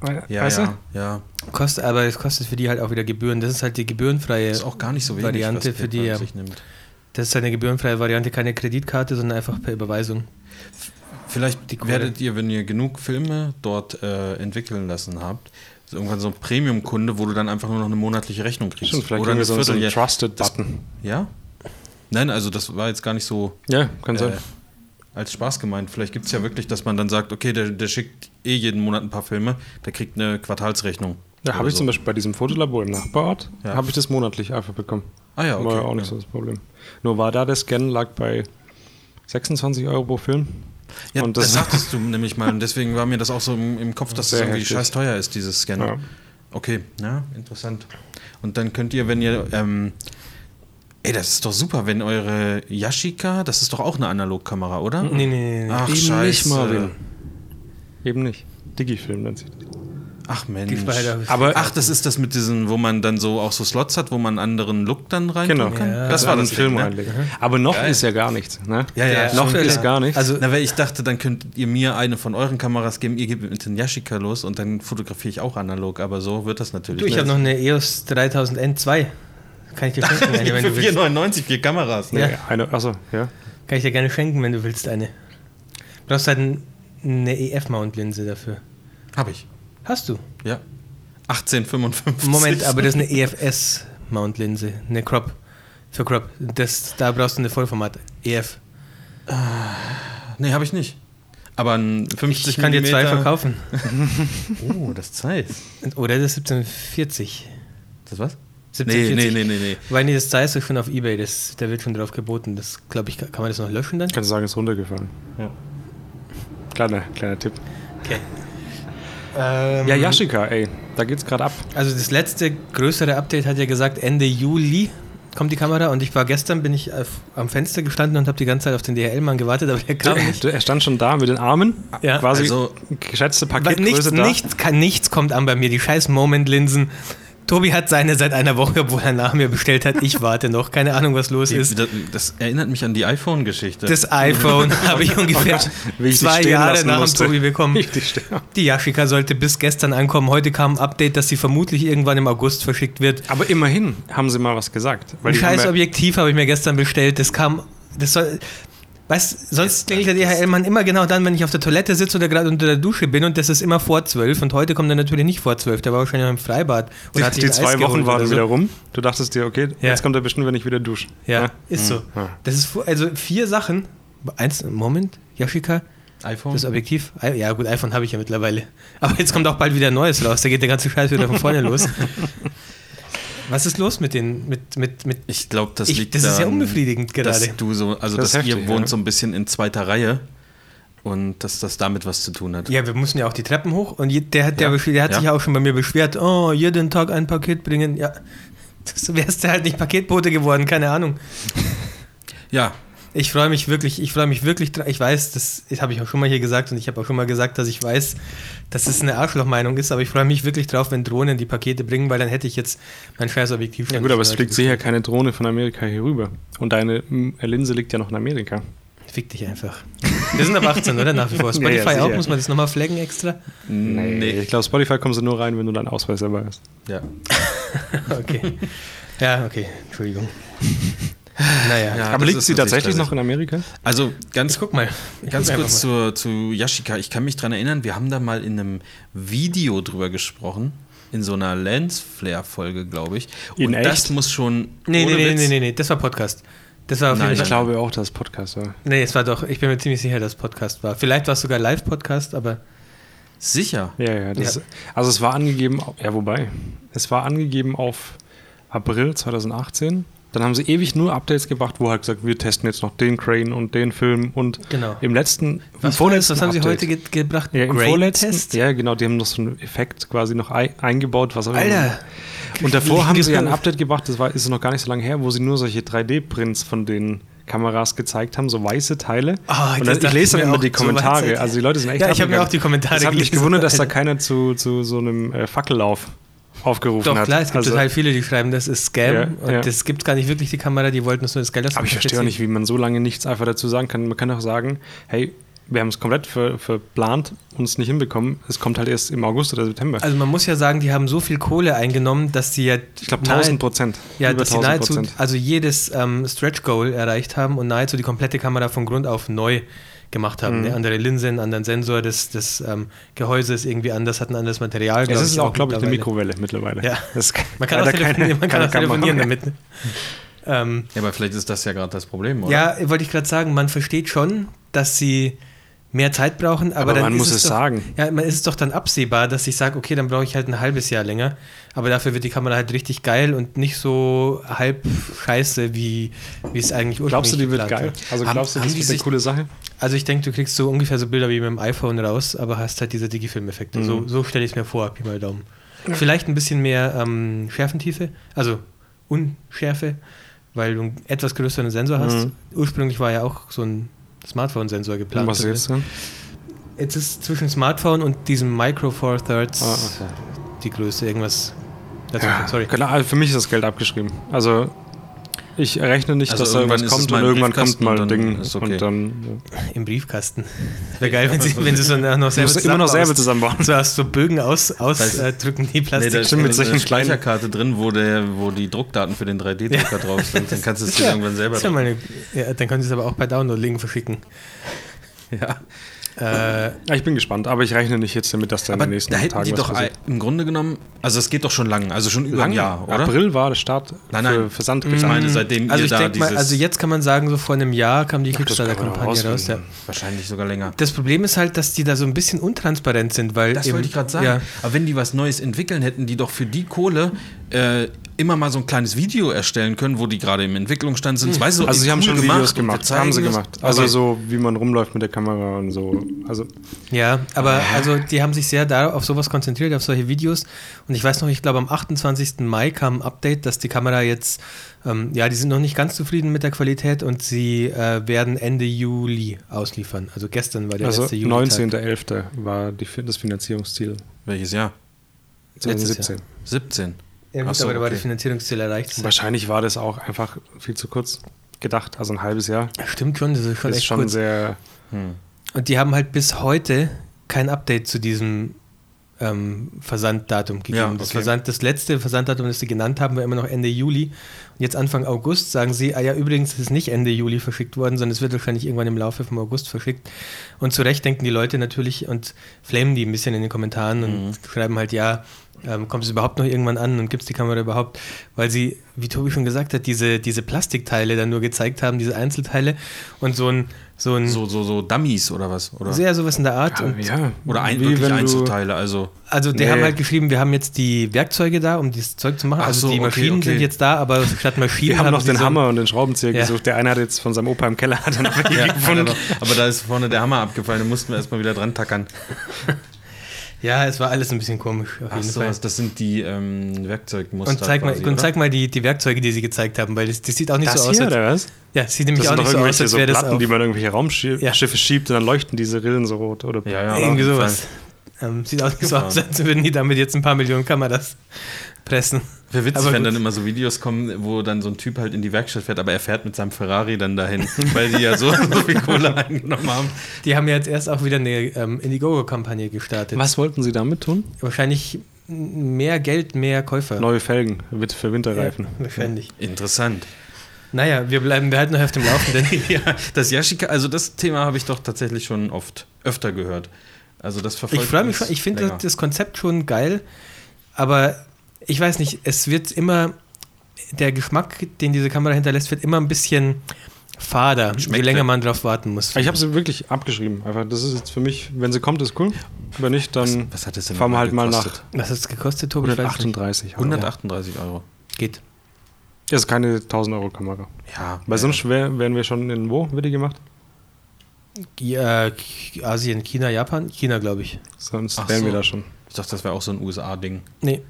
[SPEAKER 2] We-
[SPEAKER 1] Ja,
[SPEAKER 2] weißt
[SPEAKER 1] ja,
[SPEAKER 2] du?
[SPEAKER 1] ja.
[SPEAKER 3] Kostet, aber es kostet für die halt auch wieder Gebühren. Das ist halt die gebührenfreie.
[SPEAKER 1] Ist auch gar nicht so wenig,
[SPEAKER 3] Variante für die, ähm,
[SPEAKER 1] PayPal
[SPEAKER 3] ja.
[SPEAKER 1] sich nimmt.
[SPEAKER 3] Das ist eine gebührenfreie Variante, keine Kreditkarte, sondern einfach per Überweisung.
[SPEAKER 1] Vielleicht
[SPEAKER 3] Die Kohle.
[SPEAKER 1] werdet ihr, wenn ihr genug Filme dort äh, entwickeln lassen habt, so irgendwann so ein Premium-Kunde, wo du dann einfach nur noch eine monatliche Rechnung kriegst.
[SPEAKER 2] Stimmt, vielleicht
[SPEAKER 1] Oder eine
[SPEAKER 2] kriegen wir so, so einen
[SPEAKER 1] Vierteljahr-
[SPEAKER 2] Trusted-Button.
[SPEAKER 1] Ja? Nein, also das war jetzt gar nicht so
[SPEAKER 2] Ja, kann
[SPEAKER 1] äh,
[SPEAKER 2] sein.
[SPEAKER 1] als Spaß gemeint. Vielleicht gibt es ja wirklich, dass man dann sagt, okay, der, der schickt eh jeden Monat ein paar Filme, der kriegt eine Quartalsrechnung.
[SPEAKER 2] Da habe
[SPEAKER 1] Oder
[SPEAKER 2] ich
[SPEAKER 1] so.
[SPEAKER 2] zum Beispiel bei diesem Fotolabor im Nachbarort,
[SPEAKER 1] Ja.
[SPEAKER 2] habe ich das monatlich einfach bekommen.
[SPEAKER 1] Ah ja, okay.
[SPEAKER 2] War ja auch nicht so das Problem. Nur war da der Scan, lag bei 26 Euro pro Film.
[SPEAKER 1] Ja,
[SPEAKER 2] Und
[SPEAKER 1] das,
[SPEAKER 2] das-
[SPEAKER 1] sagtest du nämlich mal und deswegen war mir das auch so im, im Kopf, dass das
[SPEAKER 2] Sehr
[SPEAKER 1] irgendwie
[SPEAKER 2] heftig.
[SPEAKER 1] scheiß teuer ist, dieses Scanner.
[SPEAKER 2] Ja.
[SPEAKER 1] Okay, ja, interessant. Und dann könnt ihr, wenn ihr, ähm, ey, das ist doch super, wenn eure Yashica, das ist doch auch eine Analogkamera, oder?
[SPEAKER 3] Nee, nee, nee. nee.
[SPEAKER 1] Ach, scheiße.
[SPEAKER 2] Eben nicht. Digifilm nennt sich das.
[SPEAKER 1] Ach Mensch.
[SPEAKER 3] Die Spider-
[SPEAKER 2] Aber
[SPEAKER 1] Ach, das ist das mit diesen, wo man dann so auch so Slots hat, wo man einen anderen Look dann rein
[SPEAKER 2] genau.
[SPEAKER 1] tun kann.
[SPEAKER 3] Ja.
[SPEAKER 1] Das war
[SPEAKER 2] Einen
[SPEAKER 1] das
[SPEAKER 2] Film
[SPEAKER 1] Ding, ne?
[SPEAKER 2] reinlegen. Aber noch
[SPEAKER 1] Geil.
[SPEAKER 2] ist ja gar nichts. Ne?
[SPEAKER 1] Ja, ja,
[SPEAKER 3] Der-
[SPEAKER 2] Noch
[SPEAKER 3] stimmt,
[SPEAKER 2] ist
[SPEAKER 3] Mhm. ja.
[SPEAKER 2] gar nichts.
[SPEAKER 3] Also,
[SPEAKER 1] Na, weil ich dachte, dann könnt ihr mir eine von euren Kameras geben, ihr gebt mit den Yashica los und dann fotografiere ich auch analog, aber so wird das natürlich.
[SPEAKER 3] du, ich
[SPEAKER 1] ne?
[SPEAKER 3] habe noch eine E EOS 3000 N2. Kann ich dir schenken, eine, wenn
[SPEAKER 1] Für
[SPEAKER 3] du willst.
[SPEAKER 1] 4,99 vier Kameras. Ne?
[SPEAKER 3] Ja.
[SPEAKER 2] Ja, Eine, achso, ja.
[SPEAKER 3] Kann ich dir gerne schenken, wenn du willst, eine. Brauchst halt ein- eine EF-Mount-Linse dafür.
[SPEAKER 1] Hab ich.
[SPEAKER 3] Hast du.
[SPEAKER 1] Ja. 1855.
[SPEAKER 3] Moment, aber das ist eine EFS-Mount-Linse. Eine Crop. Für Crop. Das, da brauchst du eine Vollformat. E EF.
[SPEAKER 1] Nee, habe ich nicht. Aber ein 50
[SPEAKER 3] Ich kann dir zwei
[SPEAKER 1] Millimeter-
[SPEAKER 3] verkaufen.
[SPEAKER 1] Oh, das zeigt.
[SPEAKER 3] Oder das 1740.
[SPEAKER 1] Das was? Nee,
[SPEAKER 3] 1740.
[SPEAKER 1] nee, nee, nee, nee.
[SPEAKER 3] Weil nee, das Zeiss ist schon auf Ebay. Das, da wird schon drauf geboten. Das glaube ich, kann kann man das noch löschen dann?
[SPEAKER 2] Kannst du sagen, ist runtergefallen.
[SPEAKER 1] Ja.
[SPEAKER 2] Kleiner, kleiner Tipp.
[SPEAKER 3] Okay. Mhm.
[SPEAKER 2] Ja, Yashica, ey, da geht's gerade ab.
[SPEAKER 3] Also das letzte größere Update hat ja gesagt, Ende Juli kommt die Kamera und ich war gestern, bin ich auf, am Fenster gestanden und habe die ganze Zeit auf den DHL-Mann gewartet, aber der kam nicht.
[SPEAKER 2] Du, er stand schon da mit den Armen,
[SPEAKER 3] Ja.
[SPEAKER 2] quasi
[SPEAKER 1] Also-
[SPEAKER 2] geschätzte
[SPEAKER 3] Weil nichts,
[SPEAKER 2] Paketgröße da.
[SPEAKER 3] nichts, kann, nichts kommt an bei mir, die scheiß Moment-Linsen. Tobi hat seine seit einer Woche, obwohl er nach mir bestellt hat. Ich warte noch, keine Ahnung, was los ist.
[SPEAKER 1] Das, das erinnert mich an die iPhone-Geschichte.
[SPEAKER 3] Das iPhone habe ich ungefähr
[SPEAKER 2] wie ich dich
[SPEAKER 3] zwei
[SPEAKER 2] stehen
[SPEAKER 3] Jahre
[SPEAKER 2] lassen
[SPEAKER 3] nach dem
[SPEAKER 2] musste.
[SPEAKER 3] Tobi bekommen.
[SPEAKER 2] Die Stirn.
[SPEAKER 3] Die Yashica sollte bis gestern ankommen. Heute kam ein Update, dass sie vermutlich irgendwann im August verschickt wird.
[SPEAKER 2] Aber immerhin haben sie mal was gesagt. Weil
[SPEAKER 3] Ein
[SPEAKER 2] die haben
[SPEAKER 3] scheiß
[SPEAKER 2] ja-
[SPEAKER 3] Objektiv habe ich mir gestern bestellt. Das kam. Das soll, weißt sonst klingelt der DHL-Mann immer genau dann, wenn ich auf der Toilette sitze oder gerade unter der Dusche bin und das ist immer vor zwölf. Und heute kommt er natürlich nicht vor zwölf. Der war wahrscheinlich noch im Freibad. Oder
[SPEAKER 2] Die,
[SPEAKER 3] hat sich
[SPEAKER 2] die
[SPEAKER 3] ein
[SPEAKER 2] zwei Wochen
[SPEAKER 3] Eis geholt
[SPEAKER 2] waren
[SPEAKER 3] oder so.
[SPEAKER 2] wieder rum. Du dachtest dir, okay,
[SPEAKER 3] Ja.
[SPEAKER 2] jetzt kommt er bestimmt, wenn ich wieder dusche. Ja.
[SPEAKER 3] Ja,
[SPEAKER 2] Mhm.
[SPEAKER 3] ist so.
[SPEAKER 2] Ja.
[SPEAKER 3] Das ist fu- also vier Sachen. Eins, Moment, Yoshika,
[SPEAKER 1] iPhone?
[SPEAKER 2] Mhm.
[SPEAKER 3] das Objektiv. I- Ja, gut, iPhone habe ich ja mittlerweile. Aber jetzt kommt auch bald wieder ein neues raus. Da geht der ganze Scheiß wieder von vorne los. Was ist los mit den, mit, mit, mit,
[SPEAKER 1] ich glaube, das
[SPEAKER 3] Ich-
[SPEAKER 1] liegt
[SPEAKER 3] das ist ja
[SPEAKER 1] daran,
[SPEAKER 3] unbefriedigend gerade.
[SPEAKER 1] Dass du so, also
[SPEAKER 2] Das ist
[SPEAKER 1] dass ihr
[SPEAKER 2] heftig,
[SPEAKER 1] wohnt
[SPEAKER 2] ja.
[SPEAKER 1] so ein bisschen in zweiter Reihe und dass das damit was zu tun hat.
[SPEAKER 3] Ja, wir müssen ja auch die Treppen hoch und je- der hat, der,
[SPEAKER 1] Ja.
[SPEAKER 3] beschw- der hat
[SPEAKER 1] Ja.
[SPEAKER 3] sich ja auch schon bei mir beschwert, oh, jeden Tag ein Paket bringen. Ja, das wärst du halt nicht Paketbote geworden, keine Ahnung.
[SPEAKER 1] ja.
[SPEAKER 3] Ich freue mich wirklich, ich freue mich wirklich, dra- ich weiß, das habe ich auch schon mal hier gesagt und ich habe auch schon mal gesagt, dass ich weiß, dass es eine Arschlochmeinung ist, aber ich freue mich wirklich drauf, wenn Drohnen die Pakete bringen, weil dann hätte ich jetzt mein scheiß Objektiv.
[SPEAKER 2] Ja gut, aber es fliegt sicher keine Drohne von Amerika hier rüber. Und deine mm, Linse liegt ja noch in Amerika.
[SPEAKER 3] Fick dich einfach. Wir sind ab 18, oder? Nach wie vor.
[SPEAKER 2] Ja, ja,
[SPEAKER 3] Spotify auch,
[SPEAKER 2] sicher.
[SPEAKER 3] muss man das nochmal flaggen extra?
[SPEAKER 2] Ich glaube, Spotify kommst du nur rein, wenn du deinen Ausweis dabei hast.
[SPEAKER 1] Ja.
[SPEAKER 3] Okay. Ja, okay, Entschuldigung. Naja,
[SPEAKER 1] Ja,
[SPEAKER 2] aber
[SPEAKER 1] das
[SPEAKER 2] liegt
[SPEAKER 1] ist
[SPEAKER 2] sie tatsächlich
[SPEAKER 1] tatsächlich-
[SPEAKER 2] noch in Amerika?
[SPEAKER 1] Also ganz
[SPEAKER 3] ich guck mal. Ich
[SPEAKER 1] Ganz
[SPEAKER 3] guck
[SPEAKER 1] kurz
[SPEAKER 3] einfach mal.
[SPEAKER 1] zu, zu Yashica. Ich kann mich dran erinnern, wir haben da mal in einem Video drüber gesprochen. In so einer Lensflare-Folge, glaube ich.
[SPEAKER 2] In
[SPEAKER 1] Und
[SPEAKER 2] echt?
[SPEAKER 1] das muss schon.
[SPEAKER 3] Nee, nee,
[SPEAKER 1] ohne
[SPEAKER 3] nee,
[SPEAKER 1] Witz-
[SPEAKER 3] nee, nee, nee, das war Podcast. Das war auf
[SPEAKER 1] Nein,
[SPEAKER 3] jeden
[SPEAKER 1] ich
[SPEAKER 3] Fall.
[SPEAKER 2] glaube auch, dass Podcast war.
[SPEAKER 3] Nee, es war doch, ich bin mir ziemlich sicher, dass Podcast war. Vielleicht war es sogar Live-Podcast, aber
[SPEAKER 1] Sicher.
[SPEAKER 2] Ja, ja. Das
[SPEAKER 3] Ja.
[SPEAKER 2] Also es war angegeben, auf- ja wobei, es war angegeben auf April 2018. Dann haben sie ewig nur Updates gebracht, wo halt gesagt, wir testen jetzt noch den Crane und den Film und
[SPEAKER 3] Genau.
[SPEAKER 2] im letzten, im
[SPEAKER 3] Was,
[SPEAKER 2] vorletzten
[SPEAKER 3] was haben sie
[SPEAKER 2] Update.
[SPEAKER 3] heute ge gebracht?
[SPEAKER 2] ja, im
[SPEAKER 3] Grey
[SPEAKER 2] vorletzten,
[SPEAKER 3] Test?
[SPEAKER 2] ja genau, die haben noch so einen Effekt quasi noch ei eingebaut, was auch immer.
[SPEAKER 3] Alter.
[SPEAKER 2] Und davor haben sie ja ein
[SPEAKER 3] Ab
[SPEAKER 2] Update gebracht, das war, ist noch gar nicht so lange her, wo sie nur solche 3D-Prints von den Kameras gezeigt haben, so weiße Teile.
[SPEAKER 3] Ah,
[SPEAKER 2] und
[SPEAKER 3] das
[SPEAKER 2] dann, ich
[SPEAKER 3] dachte
[SPEAKER 2] lese
[SPEAKER 3] ich
[SPEAKER 2] dann
[SPEAKER 3] mir
[SPEAKER 2] immer
[SPEAKER 3] auch,
[SPEAKER 2] die
[SPEAKER 3] so weit
[SPEAKER 2] Kommentare.
[SPEAKER 3] seid ihr.
[SPEAKER 2] also die Leute sind echt
[SPEAKER 3] Ja, ich hab mir
[SPEAKER 2] abgegangen.
[SPEAKER 3] auch die Kommentare
[SPEAKER 2] Ich habe mich
[SPEAKER 3] gelesen.
[SPEAKER 2] gewundert, dass da keiner zu, zu so einem äh, Fackellauf aufgerufen
[SPEAKER 3] Doch,
[SPEAKER 2] hat.
[SPEAKER 3] klar, es gibt
[SPEAKER 2] also,
[SPEAKER 3] total viele, die schreiben, das ist Scam.
[SPEAKER 2] Ja,
[SPEAKER 3] und
[SPEAKER 2] ja.
[SPEAKER 3] das gibt gar nicht wirklich die Kamera, die wollten uns nur das Geld aus dem
[SPEAKER 2] Aber ich
[SPEAKER 3] Pocket
[SPEAKER 2] verstehe auch
[SPEAKER 3] ziehen.
[SPEAKER 2] nicht, wie man so lange nichts einfach dazu sagen kann. Man kann auch sagen, hey, wir haben es komplett ver, verplant und es nicht hinbekommen. Es kommt halt erst im August oder September.
[SPEAKER 3] Also man muss ja sagen, die haben so viel Kohle eingenommen, dass die ja...
[SPEAKER 2] ich glaube,
[SPEAKER 3] nahe-
[SPEAKER 2] 1000 Prozent.
[SPEAKER 3] Ja,
[SPEAKER 2] über
[SPEAKER 3] dass sie
[SPEAKER 2] 1000
[SPEAKER 3] nahezu,
[SPEAKER 2] Prozent.
[SPEAKER 3] also jedes ähm, Stretch-Goal erreicht haben und nahezu die komplette Kamera von Grund auf neu gemacht haben.
[SPEAKER 2] Mhm.
[SPEAKER 3] Ne? Andere Linsen, anderen Sensor, das, das ähm, Gehäuse ist irgendwie anders, hat ein anderes Material.
[SPEAKER 2] Es
[SPEAKER 3] glaub
[SPEAKER 2] ist auch, glaube ich, eine
[SPEAKER 3] mittlerweile.
[SPEAKER 2] Mikrowelle mittlerweile.
[SPEAKER 3] Ja.
[SPEAKER 2] Das ist
[SPEAKER 3] Man kann auch
[SPEAKER 2] leider
[SPEAKER 3] telefonieren, man kann auch
[SPEAKER 2] keine Kamera.
[SPEAKER 3] telefonieren damit. ne? ähm,
[SPEAKER 1] Ja, aber vielleicht ist das ja gerade das Problem, oder?
[SPEAKER 3] ja, wollte ich gerade sagen, man versteht schon, dass sie mehr Zeit brauchen, aber,
[SPEAKER 2] Aber
[SPEAKER 3] dann
[SPEAKER 2] man
[SPEAKER 3] ist
[SPEAKER 2] muss es
[SPEAKER 3] doch,
[SPEAKER 2] sagen.
[SPEAKER 3] Ja, man ist es doch dann absehbar, dass ich sage, okay, dann brauche ich halt ein halbes Jahr länger, aber dafür wird die Kamera halt richtig geil und nicht so halb scheiße, wie, wie es eigentlich ursprünglich
[SPEAKER 2] Glaubst du, die wird
[SPEAKER 3] geplant
[SPEAKER 2] geil?
[SPEAKER 3] war.
[SPEAKER 2] Also
[SPEAKER 1] Haben-
[SPEAKER 2] glaubst du,
[SPEAKER 1] haben
[SPEAKER 2] das
[SPEAKER 1] die
[SPEAKER 2] ist eine
[SPEAKER 1] sich-
[SPEAKER 2] coole Sache?
[SPEAKER 3] Also ich denke, du kriegst so ungefähr so Bilder wie mit dem iPhone raus, aber hast halt diese Digifilm-Effekte.
[SPEAKER 2] Mhm.
[SPEAKER 3] So, so stelle ich es mir vor, Pi mal Daumen. Vielleicht ein bisschen mehr ähm, Schärfentiefe, also Unschärfe, weil du einen etwas größeren Sensor hast.
[SPEAKER 2] Mhm.
[SPEAKER 3] Ursprünglich war ja auch so ein Smartphone-Sensor geplant.
[SPEAKER 2] Was ist
[SPEAKER 3] drin.
[SPEAKER 2] jetzt ne? drin?
[SPEAKER 3] Jetzt ist zwischen Smartphone und diesem Micro Four Thirds
[SPEAKER 2] Ah, okay.
[SPEAKER 3] die Größe, irgendwas. Dazu,
[SPEAKER 2] Ja,
[SPEAKER 3] sorry.
[SPEAKER 2] Klar, also für mich ist das Geld abgeschrieben. Also ich rechne nicht,
[SPEAKER 1] Also
[SPEAKER 2] dass da
[SPEAKER 1] irgendwann
[SPEAKER 2] irgendwas
[SPEAKER 1] ist es
[SPEAKER 2] kommt
[SPEAKER 1] mal im
[SPEAKER 2] und irgendwann kommt
[SPEAKER 1] Briefkasten
[SPEAKER 2] mal
[SPEAKER 1] und
[SPEAKER 2] ein Ding.
[SPEAKER 1] dann ist okay.
[SPEAKER 2] Und dann
[SPEAKER 3] Im Briefkasten. Wäre geil, wenn sie, wenn sie so noch
[SPEAKER 2] ja.
[SPEAKER 3] selber
[SPEAKER 2] musst du immer noch selber zusammenbauen.
[SPEAKER 3] so aus so Bögen aus,
[SPEAKER 1] Weiß-
[SPEAKER 3] ausdrücken, die
[SPEAKER 1] Nee,
[SPEAKER 3] Plastik.
[SPEAKER 1] da ist
[SPEAKER 2] Stimmt, mit
[SPEAKER 1] eine,
[SPEAKER 2] solchen
[SPEAKER 1] eine Speicherkarte drin, wo, der, wo die Druckdaten für den 3D-Drucker drauf sind. Dann kannst du es dir
[SPEAKER 3] Ja,
[SPEAKER 1] irgendwann selber
[SPEAKER 3] das ist ja meine, ja, dann können Sie es aber auch bei Download-Link verschicken.
[SPEAKER 1] Ja.
[SPEAKER 3] Äh,
[SPEAKER 2] Ja, ich bin gespannt, aber ich rechne nicht jetzt damit, dass da in
[SPEAKER 1] Aber
[SPEAKER 2] den nächsten
[SPEAKER 1] da hätten
[SPEAKER 2] Tagen
[SPEAKER 1] die
[SPEAKER 2] was
[SPEAKER 1] doch
[SPEAKER 2] passiert.
[SPEAKER 1] ei- im Grunde genommen, also es geht doch schon lang, also schon über ein
[SPEAKER 2] Lange.
[SPEAKER 1] Jahr, oder?
[SPEAKER 2] April war der Start
[SPEAKER 1] Nein, nein.
[SPEAKER 2] für Versand
[SPEAKER 1] Ich
[SPEAKER 2] geplant.
[SPEAKER 1] meine, seitdem
[SPEAKER 3] also
[SPEAKER 1] ihr
[SPEAKER 3] ich
[SPEAKER 1] da
[SPEAKER 3] denke
[SPEAKER 1] dieses,
[SPEAKER 3] mal, also jetzt kann man sagen, so vor einem Jahr kam die
[SPEAKER 2] das kann man
[SPEAKER 3] Kickstarter-Kampagne
[SPEAKER 2] doch
[SPEAKER 3] raus. Ja.
[SPEAKER 2] rausfinden.
[SPEAKER 1] wahrscheinlich sogar länger.
[SPEAKER 3] Das Problem ist halt, dass die da so ein bisschen untransparent sind, weil
[SPEAKER 1] Das
[SPEAKER 3] eben-
[SPEAKER 1] wollte ich gerade sagen.
[SPEAKER 3] Ja,
[SPEAKER 1] Aber wenn die was Neues entwickeln, hätten die doch für die Kohle äh, immer mal so ein kleines Video erstellen können, wo die gerade im Entwicklungsstand sind. Weißt du,
[SPEAKER 2] Also sie
[SPEAKER 1] ey,
[SPEAKER 2] haben
[SPEAKER 1] cool
[SPEAKER 2] schon Videos
[SPEAKER 1] und wir
[SPEAKER 2] gemacht,
[SPEAKER 1] zeigen
[SPEAKER 2] haben sie
[SPEAKER 1] es.
[SPEAKER 2] gemacht. Also
[SPEAKER 1] Aber-
[SPEAKER 2] so, wie man rumläuft mit der Kamera und so. Also
[SPEAKER 3] ja, aber also die haben sich sehr da auf sowas konzentriert, auf solche Videos. Und ich weiß noch, ich glaube am 28. Mai kam ein Update, dass die Kamera jetzt, ähm, ja, die sind noch nicht ganz zufrieden mit der Qualität und sie äh, werden Ende Juli ausliefern. Also gestern war der
[SPEAKER 2] Also
[SPEAKER 3] letzte Juli.
[SPEAKER 2] 19.11. war die, Fin- das Finanzierungsziel.
[SPEAKER 1] Welches Jahr?
[SPEAKER 2] 2017.
[SPEAKER 1] 17.
[SPEAKER 3] Ja, gut,
[SPEAKER 1] Ach so,
[SPEAKER 3] aber da war
[SPEAKER 1] okay.
[SPEAKER 3] das Finanzierungsziel erreicht.
[SPEAKER 2] Wahrscheinlich war das auch einfach viel zu kurz gedacht, also ein halbes Jahr.
[SPEAKER 3] Stimmt schon, das ist
[SPEAKER 2] Das
[SPEAKER 3] schon
[SPEAKER 2] ist
[SPEAKER 3] echt
[SPEAKER 2] schon
[SPEAKER 3] kurz.
[SPEAKER 2] sehr.
[SPEAKER 3] Und die haben halt bis heute kein Update zu diesem ähm, Versanddatum gegeben.
[SPEAKER 1] Ja,
[SPEAKER 3] das,
[SPEAKER 1] okay.
[SPEAKER 3] Versand, das letzte Versanddatum, das sie genannt haben, war immer noch Ende Juli. Und jetzt Anfang August sagen sie, ah ja, übrigens, es ist nicht Ende Juli verschickt worden, sondern es wird wahrscheinlich irgendwann im Laufe vom August verschickt. Und zu Recht denken die Leute natürlich und flamen die ein bisschen in den Kommentaren
[SPEAKER 1] Mhm.
[SPEAKER 3] und schreiben halt, ja, ähm, kommt es überhaupt noch irgendwann an und gibt es die Kamera überhaupt? Weil sie, wie Tobi schon gesagt hat, diese, diese Plastikteile dann nur gezeigt haben, diese Einzelteile und so ein, so ein
[SPEAKER 1] So, so, so Dummies oder was? Oder,
[SPEAKER 3] sehr sowas in der Art.
[SPEAKER 2] Ja,
[SPEAKER 3] Und
[SPEAKER 2] ja.
[SPEAKER 1] oder ein,
[SPEAKER 2] Wie
[SPEAKER 1] wirklich
[SPEAKER 2] wenn du-
[SPEAKER 1] Einzelteile. Also,
[SPEAKER 3] Also die
[SPEAKER 2] Nee.
[SPEAKER 3] haben halt geschrieben, wir haben jetzt die Werkzeuge da, um dieses Zeug zu machen.
[SPEAKER 1] Ach
[SPEAKER 3] also
[SPEAKER 1] so,
[SPEAKER 3] die
[SPEAKER 1] okay,
[SPEAKER 3] Maschinen
[SPEAKER 1] okay.
[SPEAKER 3] sind jetzt da, aber statt Maschinen
[SPEAKER 2] Wir haben noch
[SPEAKER 3] sie
[SPEAKER 2] den
[SPEAKER 3] so-
[SPEAKER 2] Hammer und den Schraubenzieher
[SPEAKER 3] Ja.
[SPEAKER 2] gesucht. Der eine hat jetzt von seinem Opa im Keller hat er noch welche gefunden.
[SPEAKER 1] aber, aber da ist vorne der Hammer abgefallen, da mussten wir erstmal wieder dran tackern.
[SPEAKER 3] Ja, es war alles ein bisschen komisch auf
[SPEAKER 1] Ach
[SPEAKER 3] jeden
[SPEAKER 1] so,
[SPEAKER 3] Fall.
[SPEAKER 1] was, das sind die ähm, Werkzeugmuster.
[SPEAKER 3] Und zeig,
[SPEAKER 1] quasi,
[SPEAKER 3] mal, und
[SPEAKER 1] oder?
[SPEAKER 3] zeig mal die, die Werkzeuge, die sie gezeigt haben, weil das, das sieht auch nicht
[SPEAKER 2] Das
[SPEAKER 3] so aus.
[SPEAKER 2] hier,
[SPEAKER 3] als,
[SPEAKER 2] oder was?
[SPEAKER 3] ja, es sieht nämlich
[SPEAKER 2] Das
[SPEAKER 3] auch
[SPEAKER 2] sind doch
[SPEAKER 3] nicht
[SPEAKER 2] irgendwelche
[SPEAKER 3] so aus, als
[SPEAKER 2] so
[SPEAKER 3] wäre das
[SPEAKER 2] Platten,
[SPEAKER 3] auf,
[SPEAKER 2] die man in irgendwelche Raumschiffe
[SPEAKER 3] Ja.
[SPEAKER 2] schiebt und dann leuchten diese Rillen so rot. Oder
[SPEAKER 1] Ja, ja,
[SPEAKER 3] irgendwie
[SPEAKER 1] auf jeden
[SPEAKER 3] sowas.
[SPEAKER 1] Fall.
[SPEAKER 3] Ähm, sieht auch nicht so aus, als würden die damit jetzt ein paar Millionen Kameras pressen.
[SPEAKER 1] Wäre witzig,
[SPEAKER 3] Aber
[SPEAKER 1] wenn
[SPEAKER 3] gut.
[SPEAKER 1] dann immer so Videos kommen, wo dann so ein Typ halt in die Werkstatt fährt, aber er fährt mit seinem Ferrari dann dahin, weil die ja so, so viel Kohle eingenommen haben.
[SPEAKER 3] Die haben ja jetzt erst auch wieder eine ähm, Indiegogo-Kampagne gestartet.
[SPEAKER 2] Was wollten sie damit tun?
[SPEAKER 3] Wahrscheinlich mehr Geld, mehr Käufer.
[SPEAKER 2] Neue Felgen mit- für
[SPEAKER 3] ja,
[SPEAKER 2] Winterreifen.
[SPEAKER 3] wahrscheinlich.
[SPEAKER 1] Interessant.
[SPEAKER 3] Naja, wir bleiben, wir halten noch auf dem Laufenden.
[SPEAKER 1] Ja, das Yashika, also das Thema habe ich doch tatsächlich schon oft öfter gehört. Also das
[SPEAKER 3] Ich
[SPEAKER 1] verfolgt
[SPEAKER 3] freue mich
[SPEAKER 1] uns
[SPEAKER 3] schon, ich finde
[SPEAKER 1] länger.
[SPEAKER 3] das, Konzept schon geil, aber ich weiß nicht, es wird immer, der Geschmack, den diese Kamera hinterlässt, wird immer ein bisschen fader, je
[SPEAKER 1] Schmeckt
[SPEAKER 3] länger
[SPEAKER 1] der-
[SPEAKER 3] man drauf warten muss.
[SPEAKER 2] Ich habe sie wirklich abgeschrieben. Einfach, das ist jetzt für mich, wenn sie kommt, ist cool. Wenn nicht, dann
[SPEAKER 1] Was hat das denn
[SPEAKER 2] fahren wir halt mal nach
[SPEAKER 1] gekostet?
[SPEAKER 3] Was hat es gekostet, Tobi? Ich weiß
[SPEAKER 2] 138.
[SPEAKER 3] nicht.
[SPEAKER 2] Euro.
[SPEAKER 1] 138 Euro.
[SPEAKER 3] Geht.
[SPEAKER 2] Das ist keine 1000-Euro-Kamera.
[SPEAKER 1] Ja,
[SPEAKER 2] Weil sonst wär, wären wir schon in wo, wird die gemacht?
[SPEAKER 3] Ja, K- äh, Asien, China, Japan? China, glaube ich.
[SPEAKER 2] Sonst
[SPEAKER 1] Ach
[SPEAKER 2] wären wir
[SPEAKER 1] so.
[SPEAKER 2] da schon.
[SPEAKER 1] ich dachte, das wäre auch so ein USA-Ding.
[SPEAKER 3] Nee.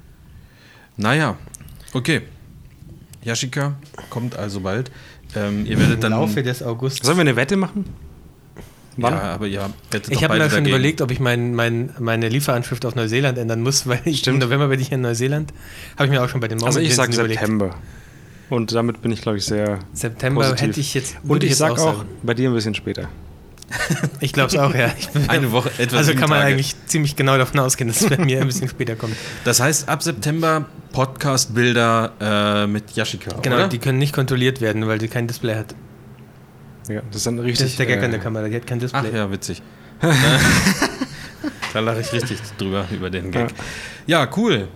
[SPEAKER 1] Naja, okay. Yashika kommt also bald. Ähm, ihr werdet
[SPEAKER 3] Im
[SPEAKER 1] dann.
[SPEAKER 3] Laufe des August.
[SPEAKER 2] Sollen wir eine Wette machen?
[SPEAKER 1] ja,
[SPEAKER 2] Wann?
[SPEAKER 1] aber ihr werdet doch
[SPEAKER 3] Ich habe mir
[SPEAKER 1] beide
[SPEAKER 3] dann schon
[SPEAKER 1] dagegen.
[SPEAKER 3] überlegt, ob ich mein, mein, meine Lieferanschrift auf Neuseeland ändern muss, weil ich
[SPEAKER 2] Stimmt.
[SPEAKER 3] im November bin ich in Neuseeland. Habe ich mir auch schon bei den
[SPEAKER 2] Also ich
[SPEAKER 3] Mormon-Diensten
[SPEAKER 2] sage September. Und damit bin ich, glaube ich, sehr.
[SPEAKER 3] September
[SPEAKER 2] positiv.
[SPEAKER 3] hätte ich jetzt.
[SPEAKER 2] Und
[SPEAKER 3] würde
[SPEAKER 2] ich
[SPEAKER 3] jetzt
[SPEAKER 2] sage auch,
[SPEAKER 3] sagen.
[SPEAKER 2] bei dir ein bisschen später.
[SPEAKER 3] Ich glaube es auch, ja. Ich bin-
[SPEAKER 1] Eine Woche, etwas
[SPEAKER 3] also
[SPEAKER 1] sieben
[SPEAKER 3] kann man
[SPEAKER 1] Tage.
[SPEAKER 3] eigentlich ziemlich genau davon ausgehen, dass es bei mir ein bisschen später kommt.
[SPEAKER 1] Das heißt, ab September Podcast-Bilder äh, mit Yashika.
[SPEAKER 3] Genau,
[SPEAKER 1] oder?
[SPEAKER 3] die können nicht kontrolliert werden, weil sie kein Display hat.
[SPEAKER 2] Ja, das ist dann
[SPEAKER 3] Das
[SPEAKER 2] richtig.
[SPEAKER 3] ist der Gag
[SPEAKER 2] äh,
[SPEAKER 3] an der Kamera, die hat kein
[SPEAKER 1] Ach
[SPEAKER 3] Display.
[SPEAKER 1] ja, witzig. da lache ich richtig drüber, über den Gag. Ja, cool.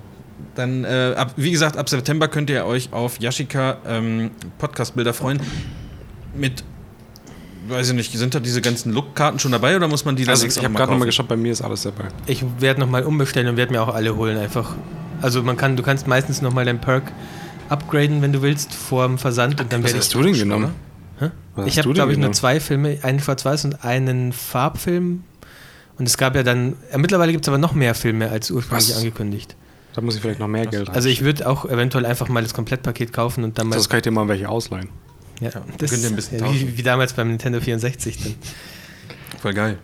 [SPEAKER 1] Dann, äh, ab, wie gesagt, ab September könnt ihr euch auf Yashika ähm, Podcast-Bilder freuen. Mit, weiß ich nicht, sind da diese ganzen Look-Karten schon dabei oder muss man die dann
[SPEAKER 2] Also ich
[SPEAKER 1] extra
[SPEAKER 2] habe
[SPEAKER 1] noch
[SPEAKER 2] gerade nochmal
[SPEAKER 1] kaufen?
[SPEAKER 2] geschaut, bei mir ist alles dabei.
[SPEAKER 3] Ich werde nochmal umbestellen und werde mir auch alle holen einfach. Also man kann, du kannst meistens nochmal deinen Perk upgraden, wenn du willst, vor dem Versand und dann werde ich.
[SPEAKER 2] du denn genommen?
[SPEAKER 3] Hä?
[SPEAKER 2] Was
[SPEAKER 3] Ich
[SPEAKER 2] hast
[SPEAKER 3] habe,
[SPEAKER 2] du denn
[SPEAKER 3] glaube ich, nur
[SPEAKER 2] genommen?
[SPEAKER 3] zwei Filme, einen Schwarz-Weiß und einen Farbfilm. Und es gab ja dann, ja, mittlerweile gibt es aber noch mehr Filme als ursprünglich
[SPEAKER 2] Was?
[SPEAKER 3] angekündigt.
[SPEAKER 2] Da muss ich vielleicht noch mehr Geld rein.
[SPEAKER 3] Also ich würde auch eventuell einfach mal das Komplettpaket kaufen und dann mal.
[SPEAKER 2] das kann ich dir mal welche ausleihen.
[SPEAKER 3] ja,
[SPEAKER 1] ja,
[SPEAKER 3] das,
[SPEAKER 1] könnt ihr ein bisschen
[SPEAKER 3] ja, wie,
[SPEAKER 1] tauschen.
[SPEAKER 3] wie damals beim Nintendo 64 dann.
[SPEAKER 1] Voll geil.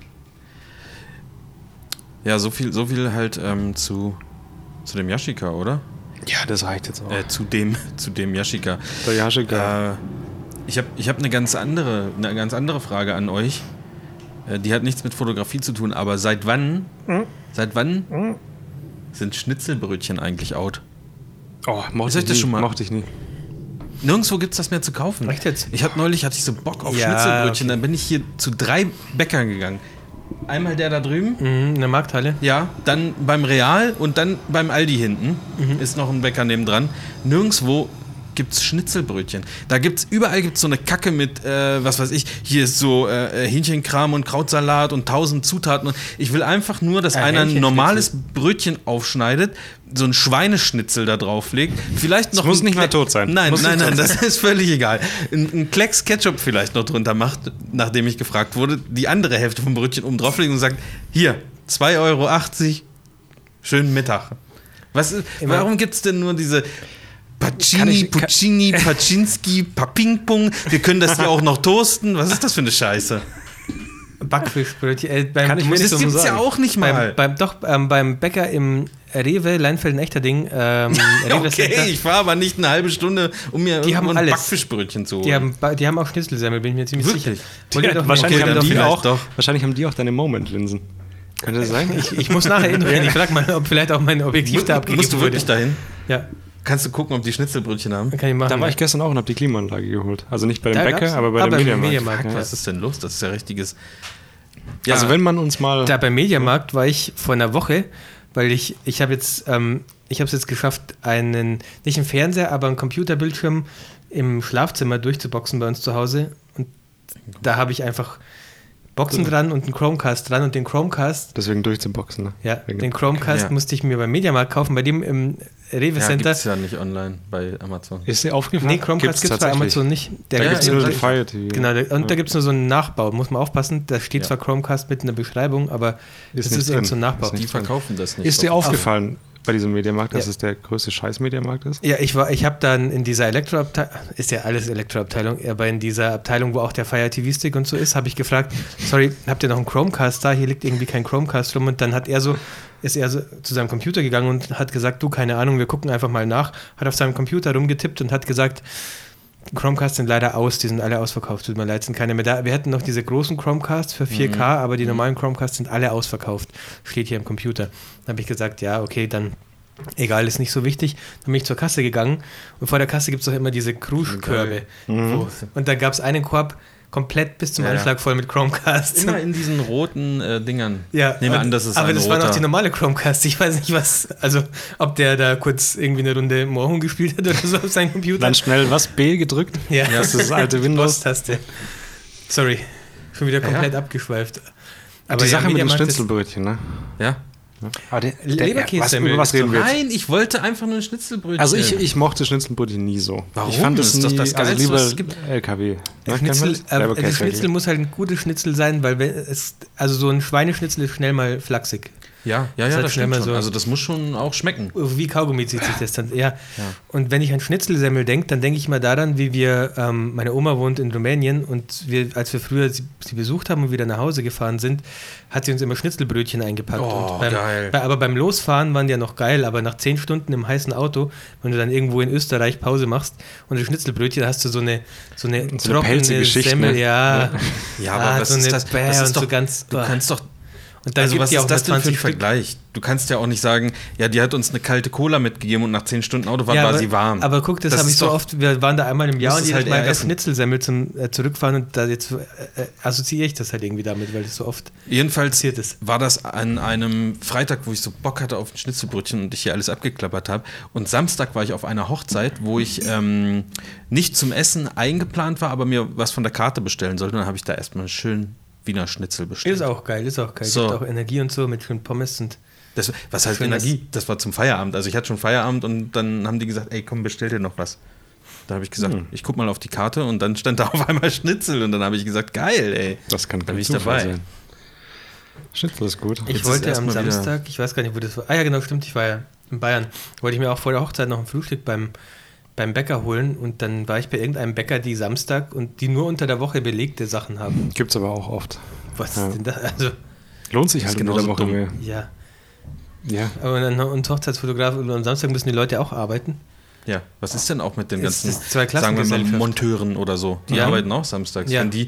[SPEAKER 1] Ja, so viel, so viel halt ähm, zu, zu dem Yashika, oder?
[SPEAKER 2] Ja, das reicht jetzt auch.
[SPEAKER 1] Äh, zu dem, zu dem Yashika.
[SPEAKER 2] der Jaschika.
[SPEAKER 1] Äh, ich habe ich hab eine, ganz andere, eine ganz andere Frage an euch. Äh, die hat nichts mit Fotografie zu tun, aber seit wann,
[SPEAKER 3] Hm?
[SPEAKER 1] seit wann sind Schnitzelbrötchen eigentlich out?
[SPEAKER 2] oh,
[SPEAKER 1] soll
[SPEAKER 2] mochte
[SPEAKER 1] ich
[SPEAKER 2] ich,
[SPEAKER 1] das
[SPEAKER 2] nie,
[SPEAKER 1] schon mal-
[SPEAKER 2] mochte ich nie.
[SPEAKER 1] Nirgendwo gibt es das mehr zu kaufen.
[SPEAKER 3] Echt jetzt?
[SPEAKER 1] Ich habe neulich hatte ich so Bock auf
[SPEAKER 3] Ja,
[SPEAKER 1] Schnitzelbrötchen.
[SPEAKER 3] okay.
[SPEAKER 1] Dann bin ich hier zu drei Bäckern gegangen. Einmal der da drüben,
[SPEAKER 3] Mhm, in der Markthalle.
[SPEAKER 1] ja, dann beim Real und dann beim Aldi hinten. Ist noch ein Bäcker nebendran. Nirgendwo gibt's Schnitzelbrötchen. Da gibt's überall gibt's so eine Kacke mit, äh, was weiß ich, hier ist so äh, Hähnchenkram und Krautsalat und tausend Zutaten. Und ich will einfach nur, dass
[SPEAKER 3] Ja,
[SPEAKER 1] einer ein
[SPEAKER 3] Hähnchenschnitzel.
[SPEAKER 1] normales Brötchen aufschneidet, so ein Schweineschnitzel da drauflegt. Vielleicht noch.
[SPEAKER 2] muss
[SPEAKER 1] ein
[SPEAKER 2] nicht mal
[SPEAKER 1] Kle-
[SPEAKER 2] tot sein.
[SPEAKER 1] Nein,
[SPEAKER 2] Muss
[SPEAKER 1] nein,
[SPEAKER 2] nicht
[SPEAKER 1] nein,
[SPEAKER 2] tot
[SPEAKER 1] das ist völlig egal. Ein, ein Klecks Ketchup vielleicht noch drunter macht, nachdem ich gefragt wurde, die andere Hälfte vom Brötchen oben drauflegen und sagt: Hier, 2,80 Euro, schönen Mittag. Was, ist-
[SPEAKER 3] Immer-
[SPEAKER 1] warum gibt es denn nur diese.
[SPEAKER 2] Kann
[SPEAKER 1] Pacini,
[SPEAKER 2] ich- kann-
[SPEAKER 1] Puccini, Paczynski, Papingpung. Wir können das hier auch noch toasten. Was ist das für eine Scheiße?
[SPEAKER 3] Backfischbrötchen. Äh, beim,
[SPEAKER 2] Kann ich
[SPEAKER 3] du
[SPEAKER 2] mir
[SPEAKER 3] musst
[SPEAKER 2] nicht
[SPEAKER 1] Das
[SPEAKER 2] so
[SPEAKER 3] zum-
[SPEAKER 1] gibt's ja
[SPEAKER 2] sagen.
[SPEAKER 1] auch nicht mal.
[SPEAKER 3] beim, beim, Doch, ähm, beim Bäcker im Rewe, Leinfelden, Echterding. Ähm, Rewe Center,
[SPEAKER 1] okay, ich fahre aber nicht eine halbe Stunde, um mir
[SPEAKER 3] Die haben
[SPEAKER 1] irgendwo ein
[SPEAKER 3] alles.
[SPEAKER 1] Backfischbrötchen zu holen.
[SPEAKER 3] Die haben, ba- die haben auch Schnitzelsemmel, bin ich mir ziemlich
[SPEAKER 1] Wirklich?
[SPEAKER 3] sicher. Hol dir doch-
[SPEAKER 2] wahrscheinlich,
[SPEAKER 3] okay,
[SPEAKER 1] dann
[SPEAKER 2] haben die
[SPEAKER 1] vielleicht
[SPEAKER 2] auch,
[SPEAKER 1] doch.
[SPEAKER 2] wahrscheinlich haben die auch deine Moment-Linsen. Könnte das sein?
[SPEAKER 3] Ich, ich muss nachher hinrennen. Ich frage mal, ob vielleicht auch mein Objektiv da abgegeben
[SPEAKER 1] Musst du wirklich
[SPEAKER 3] wurde.
[SPEAKER 1] dahin?
[SPEAKER 3] Ja,
[SPEAKER 1] Kannst du gucken, ob die Schnitzelbrötchen haben?
[SPEAKER 3] kann ich machen.
[SPEAKER 2] da war ich gestern auch und habe die Klimaanlage geholt. Also nicht bei dem
[SPEAKER 3] Da gab's-
[SPEAKER 2] Bäcker, aber bei
[SPEAKER 3] ah,
[SPEAKER 2] dem
[SPEAKER 3] beim
[SPEAKER 2] Mediamarkt.
[SPEAKER 3] Mediamarkt.
[SPEAKER 2] Ja.
[SPEAKER 1] Was ist denn los? Das ist ja richtiges. Ja,
[SPEAKER 2] Also wenn man uns mal...
[SPEAKER 3] Da beim Mediamarkt war ich vor einer Woche, weil ich, ich habe jetzt, ähm, ich habe es jetzt geschafft, einen, nicht einen Fernseher, aber einen Computerbildschirm im Schlafzimmer durchzuboxen bei uns zu Hause. Und da habe ich einfach Boxen dran und einen Chromecast dran und den Chromecast,
[SPEAKER 2] Deswegen durchzuboxen. Ne?
[SPEAKER 3] ja,
[SPEAKER 2] Wegen
[SPEAKER 3] den Chromecast
[SPEAKER 1] Ja.
[SPEAKER 3] musste ich mir beim Mediamarkt kaufen, bei dem im Rewe
[SPEAKER 1] ja,
[SPEAKER 3] Center.
[SPEAKER 1] gibt's ja nicht online bei Amazon.
[SPEAKER 2] Ist dir aufgefallen?
[SPEAKER 3] Nee, Chromecast gibt es bei
[SPEAKER 2] tatsächlich.
[SPEAKER 3] Amazon nicht. Der
[SPEAKER 2] Da
[SPEAKER 1] Ja,
[SPEAKER 2] gibt es
[SPEAKER 1] ja,
[SPEAKER 2] nur den
[SPEAKER 1] tatsächlich.
[SPEAKER 2] Fire TV.
[SPEAKER 3] Genau, da- und da gibt es nur so einen Nachbau, muss man aufpassen. Da steht
[SPEAKER 1] Ja.
[SPEAKER 3] zwar Chromecast mit in der Beschreibung, aber
[SPEAKER 2] Ist
[SPEAKER 3] es
[SPEAKER 2] nicht
[SPEAKER 3] ist irgend
[SPEAKER 2] drin.
[SPEAKER 3] so ein Nachbau.
[SPEAKER 2] Ist nicht
[SPEAKER 1] Die verkaufen das nicht.
[SPEAKER 2] Ist dir
[SPEAKER 1] auf-
[SPEAKER 2] aufgefallen bei diesem Mediamarkt, dass
[SPEAKER 3] Ja.
[SPEAKER 2] es der größte Scheiß-Mediamarkt ist?
[SPEAKER 3] Ja, ich war, ich habe dann in dieser Elektroabteilung, ist ja alles Elektroabteilung, aber in dieser Abteilung, wo auch der Fire TV Stick und so ist, habe ich gefragt, sorry, habt ihr noch einen Chromecast da? Hier liegt irgendwie kein Chromecast rum und dann hat er so, ist er so zu seinem Computer gegangen und hat gesagt, du keine Ahnung, wir gucken einfach mal nach, hat auf seinem Computer rumgetippt und hat gesagt, Chromecasts sind leider aus, die sind alle ausverkauft, tut mir leid, sind keine mehr da. Wir hätten noch diese großen Chromecasts für 4K,
[SPEAKER 1] Mhm.
[SPEAKER 3] aber die normalen Chromecasts sind alle ausverkauft, steht hier im Computer. Dann habe ich gesagt, ja, okay, dann egal, ist nicht so wichtig. Dann bin ich zur Kasse gegangen und vor der Kasse gibt es doch immer diese Kruschkörbe. wo- Und da gab es einen Korb komplett bis zum
[SPEAKER 1] Mhm. Ja, ja.
[SPEAKER 3] Anschlag voll mit Chromecasts.
[SPEAKER 1] Immer in diesen roten äh, Dingern.
[SPEAKER 3] Ja,
[SPEAKER 1] Nehme
[SPEAKER 3] und-
[SPEAKER 1] an, das ist
[SPEAKER 3] aber
[SPEAKER 1] ein
[SPEAKER 3] das
[SPEAKER 1] roter.
[SPEAKER 3] waren auch die normale Chromecast. Ich weiß nicht, was, also ob der da kurz irgendwie eine Runde Morhun gespielt hat oder so auf seinem Computer.
[SPEAKER 2] Dann schnell was B gedrückt.
[SPEAKER 3] Ja.
[SPEAKER 2] Das ist das alte Windows.
[SPEAKER 3] Taste. Sorry, schon wieder
[SPEAKER 1] ja.
[SPEAKER 3] komplett abgeschweift. Aber
[SPEAKER 2] die
[SPEAKER 3] ja,
[SPEAKER 2] Sache mit dem
[SPEAKER 3] Mediamarkt ist- Ah,
[SPEAKER 2] Schnitzelbrötchen, ne?
[SPEAKER 1] ja?
[SPEAKER 2] Aber der,
[SPEAKER 3] Leberkäse,
[SPEAKER 2] was,
[SPEAKER 3] Müll.
[SPEAKER 2] über was reden wir jetzt?
[SPEAKER 1] Nein, ich wollte einfach nur ein Schnitzelbrötchen.
[SPEAKER 2] Also ich, ich mochte Schnitzelbrötchen nie so.
[SPEAKER 1] Warum?
[SPEAKER 2] Ich fand es
[SPEAKER 1] Ist doch
[SPEAKER 2] nie,
[SPEAKER 1] das
[SPEAKER 2] also
[SPEAKER 1] Geilste,
[SPEAKER 2] lieber
[SPEAKER 1] was es gibt.
[SPEAKER 2] LKW. Ne?
[SPEAKER 3] Schnitzel,
[SPEAKER 2] Kennt man
[SPEAKER 3] äh,
[SPEAKER 2] das?
[SPEAKER 3] das
[SPEAKER 2] LKW.
[SPEAKER 3] Schnitzel muss halt ein gutes Schnitzel sein, weil wenn es, also so ein Schweineschnitzel ist schnell mal flachsig.
[SPEAKER 1] ja, ja,
[SPEAKER 3] Das
[SPEAKER 1] ja,
[SPEAKER 3] hat
[SPEAKER 1] das
[SPEAKER 3] schnell
[SPEAKER 1] stimmt
[SPEAKER 3] mal
[SPEAKER 1] schon.
[SPEAKER 3] so-
[SPEAKER 1] Also das muss schon auch schmecken.
[SPEAKER 3] Wie Kaugummi zieht sich das dann eher. Und wenn ich an Schnitzelsemmel denke, dann denke ich mal daran, wie wir, ähm, meine Oma wohnt in Rumänien und wir, als wir früher sie, sie besucht haben und wieder nach Hause gefahren sind, hat sie uns immer Schnitzelbrötchen eingepackt.
[SPEAKER 1] Oh,
[SPEAKER 3] und beim,
[SPEAKER 1] geil.
[SPEAKER 3] Bei, aber beim Losfahren waren die ja noch geil, aber nach zehn Stunden im heißen Auto, wenn du dann irgendwo in Österreich Pause machst und ein Schnitzelbrötchen, da hast du so eine, so eine
[SPEAKER 2] So eine
[SPEAKER 3] trockene
[SPEAKER 2] pelzige Schicht,
[SPEAKER 3] Semmel,
[SPEAKER 2] ne?
[SPEAKER 3] ja.
[SPEAKER 1] Ja, aber
[SPEAKER 3] Ah,
[SPEAKER 1] was
[SPEAKER 3] so
[SPEAKER 1] ist
[SPEAKER 3] eine
[SPEAKER 1] das?
[SPEAKER 3] Bär
[SPEAKER 1] das
[SPEAKER 3] und
[SPEAKER 1] ist doch,
[SPEAKER 3] so ganz- Ah.
[SPEAKER 1] du
[SPEAKER 3] Boah.
[SPEAKER 1] kannst doch
[SPEAKER 3] Und dann
[SPEAKER 1] also
[SPEAKER 3] gibt
[SPEAKER 1] was
[SPEAKER 3] die auch
[SPEAKER 1] ist das denn
[SPEAKER 3] mal
[SPEAKER 1] für ein
[SPEAKER 3] 20 Stück.
[SPEAKER 1] Vergleich? Du kannst ja auch nicht sagen, ja, die hat uns eine kalte Cola mitgegeben und nach 10 Stunden Autofahrt war
[SPEAKER 3] aber,
[SPEAKER 1] sie warm.
[SPEAKER 3] Aber guck, das, habe
[SPEAKER 1] ist
[SPEAKER 3] ich so
[SPEAKER 1] doch-
[SPEAKER 3] oft, wir waren da einmal im Jahr
[SPEAKER 1] Muss
[SPEAKER 3] und
[SPEAKER 1] es
[SPEAKER 3] jedes
[SPEAKER 1] halt
[SPEAKER 3] Mal
[SPEAKER 1] eher
[SPEAKER 3] gab
[SPEAKER 1] essen.
[SPEAKER 3] Schnitzel-Semmel zum äh, Zurückfahren und da jetzt äh, äh, assoziiere ich das halt irgendwie damit, weil das so oft.
[SPEAKER 1] Jedenfalls
[SPEAKER 3] passiert ist.
[SPEAKER 1] war das an einem Freitag, wo ich so Bock hatte auf ein Schnitzelbrötchen und ich hier alles abgeklappert habe. Und Samstag war ich auf einer Hochzeit, wo ich ähm, nicht zum Essen eingeplant war, aber mir was von der Karte bestellen sollte. Und dann habe ich da erstmal einen schönen Wiener Schnitzel bestellt.
[SPEAKER 3] Ist auch geil, ist auch geil.
[SPEAKER 1] So.
[SPEAKER 3] Gibt auch Energie und halt so mit schönen Pommes und.
[SPEAKER 1] Das, was heißt
[SPEAKER 3] Schöne
[SPEAKER 1] Energie?
[SPEAKER 3] Energie.
[SPEAKER 1] Das, das war zum Feierabend. Also ich hatte schon Feierabend und dann haben die gesagt, ey, komm, bestell dir noch was. Da habe ich gesagt,
[SPEAKER 2] Hm.
[SPEAKER 1] ich guck mal auf die Karte und dann stand da auf einmal Schnitzel und dann habe ich gesagt, geil, ey.
[SPEAKER 2] Das kann
[SPEAKER 1] Da bin
[SPEAKER 2] kein
[SPEAKER 1] ich
[SPEAKER 2] Zufall
[SPEAKER 1] dabei.
[SPEAKER 2] sein. Schnitzel ist gut.
[SPEAKER 3] Ich
[SPEAKER 1] Jetzt ist
[SPEAKER 3] wollte am
[SPEAKER 1] erstmal wieder-
[SPEAKER 3] Samstag, ich weiß gar nicht, wo das war. Ah ja, genau, stimmt, ich war ja in Bayern. Wollte ich mir auch vor der Hochzeit noch ein Frühstück beim, beim Bäcker holen und dann war ich bei irgendeinem Bäcker, die Samstag und die nur unter der Woche belegte Sachen haben.
[SPEAKER 2] Gibt es aber auch oft.
[SPEAKER 3] Was
[SPEAKER 2] Ja.
[SPEAKER 3] ist denn das? Also,
[SPEAKER 2] Lohnt sich
[SPEAKER 1] Ist
[SPEAKER 2] halt
[SPEAKER 1] genauso
[SPEAKER 2] unter der Woche
[SPEAKER 1] dumm.
[SPEAKER 2] mehr.
[SPEAKER 3] ja.
[SPEAKER 2] Ja.
[SPEAKER 3] Aber dann, und Hochzeitsfotograf, und am Samstag müssen die Leute auch arbeiten.
[SPEAKER 1] Ja, was ist denn auch mit den
[SPEAKER 3] Ist
[SPEAKER 1] ganzen,
[SPEAKER 3] das
[SPEAKER 1] sagen
[SPEAKER 3] Zweiklassengesellschaft?
[SPEAKER 1] wir mal, Monteuren oder so? Die
[SPEAKER 3] Ja.
[SPEAKER 1] arbeiten auch samstags.
[SPEAKER 3] Ja.
[SPEAKER 1] Wenn die,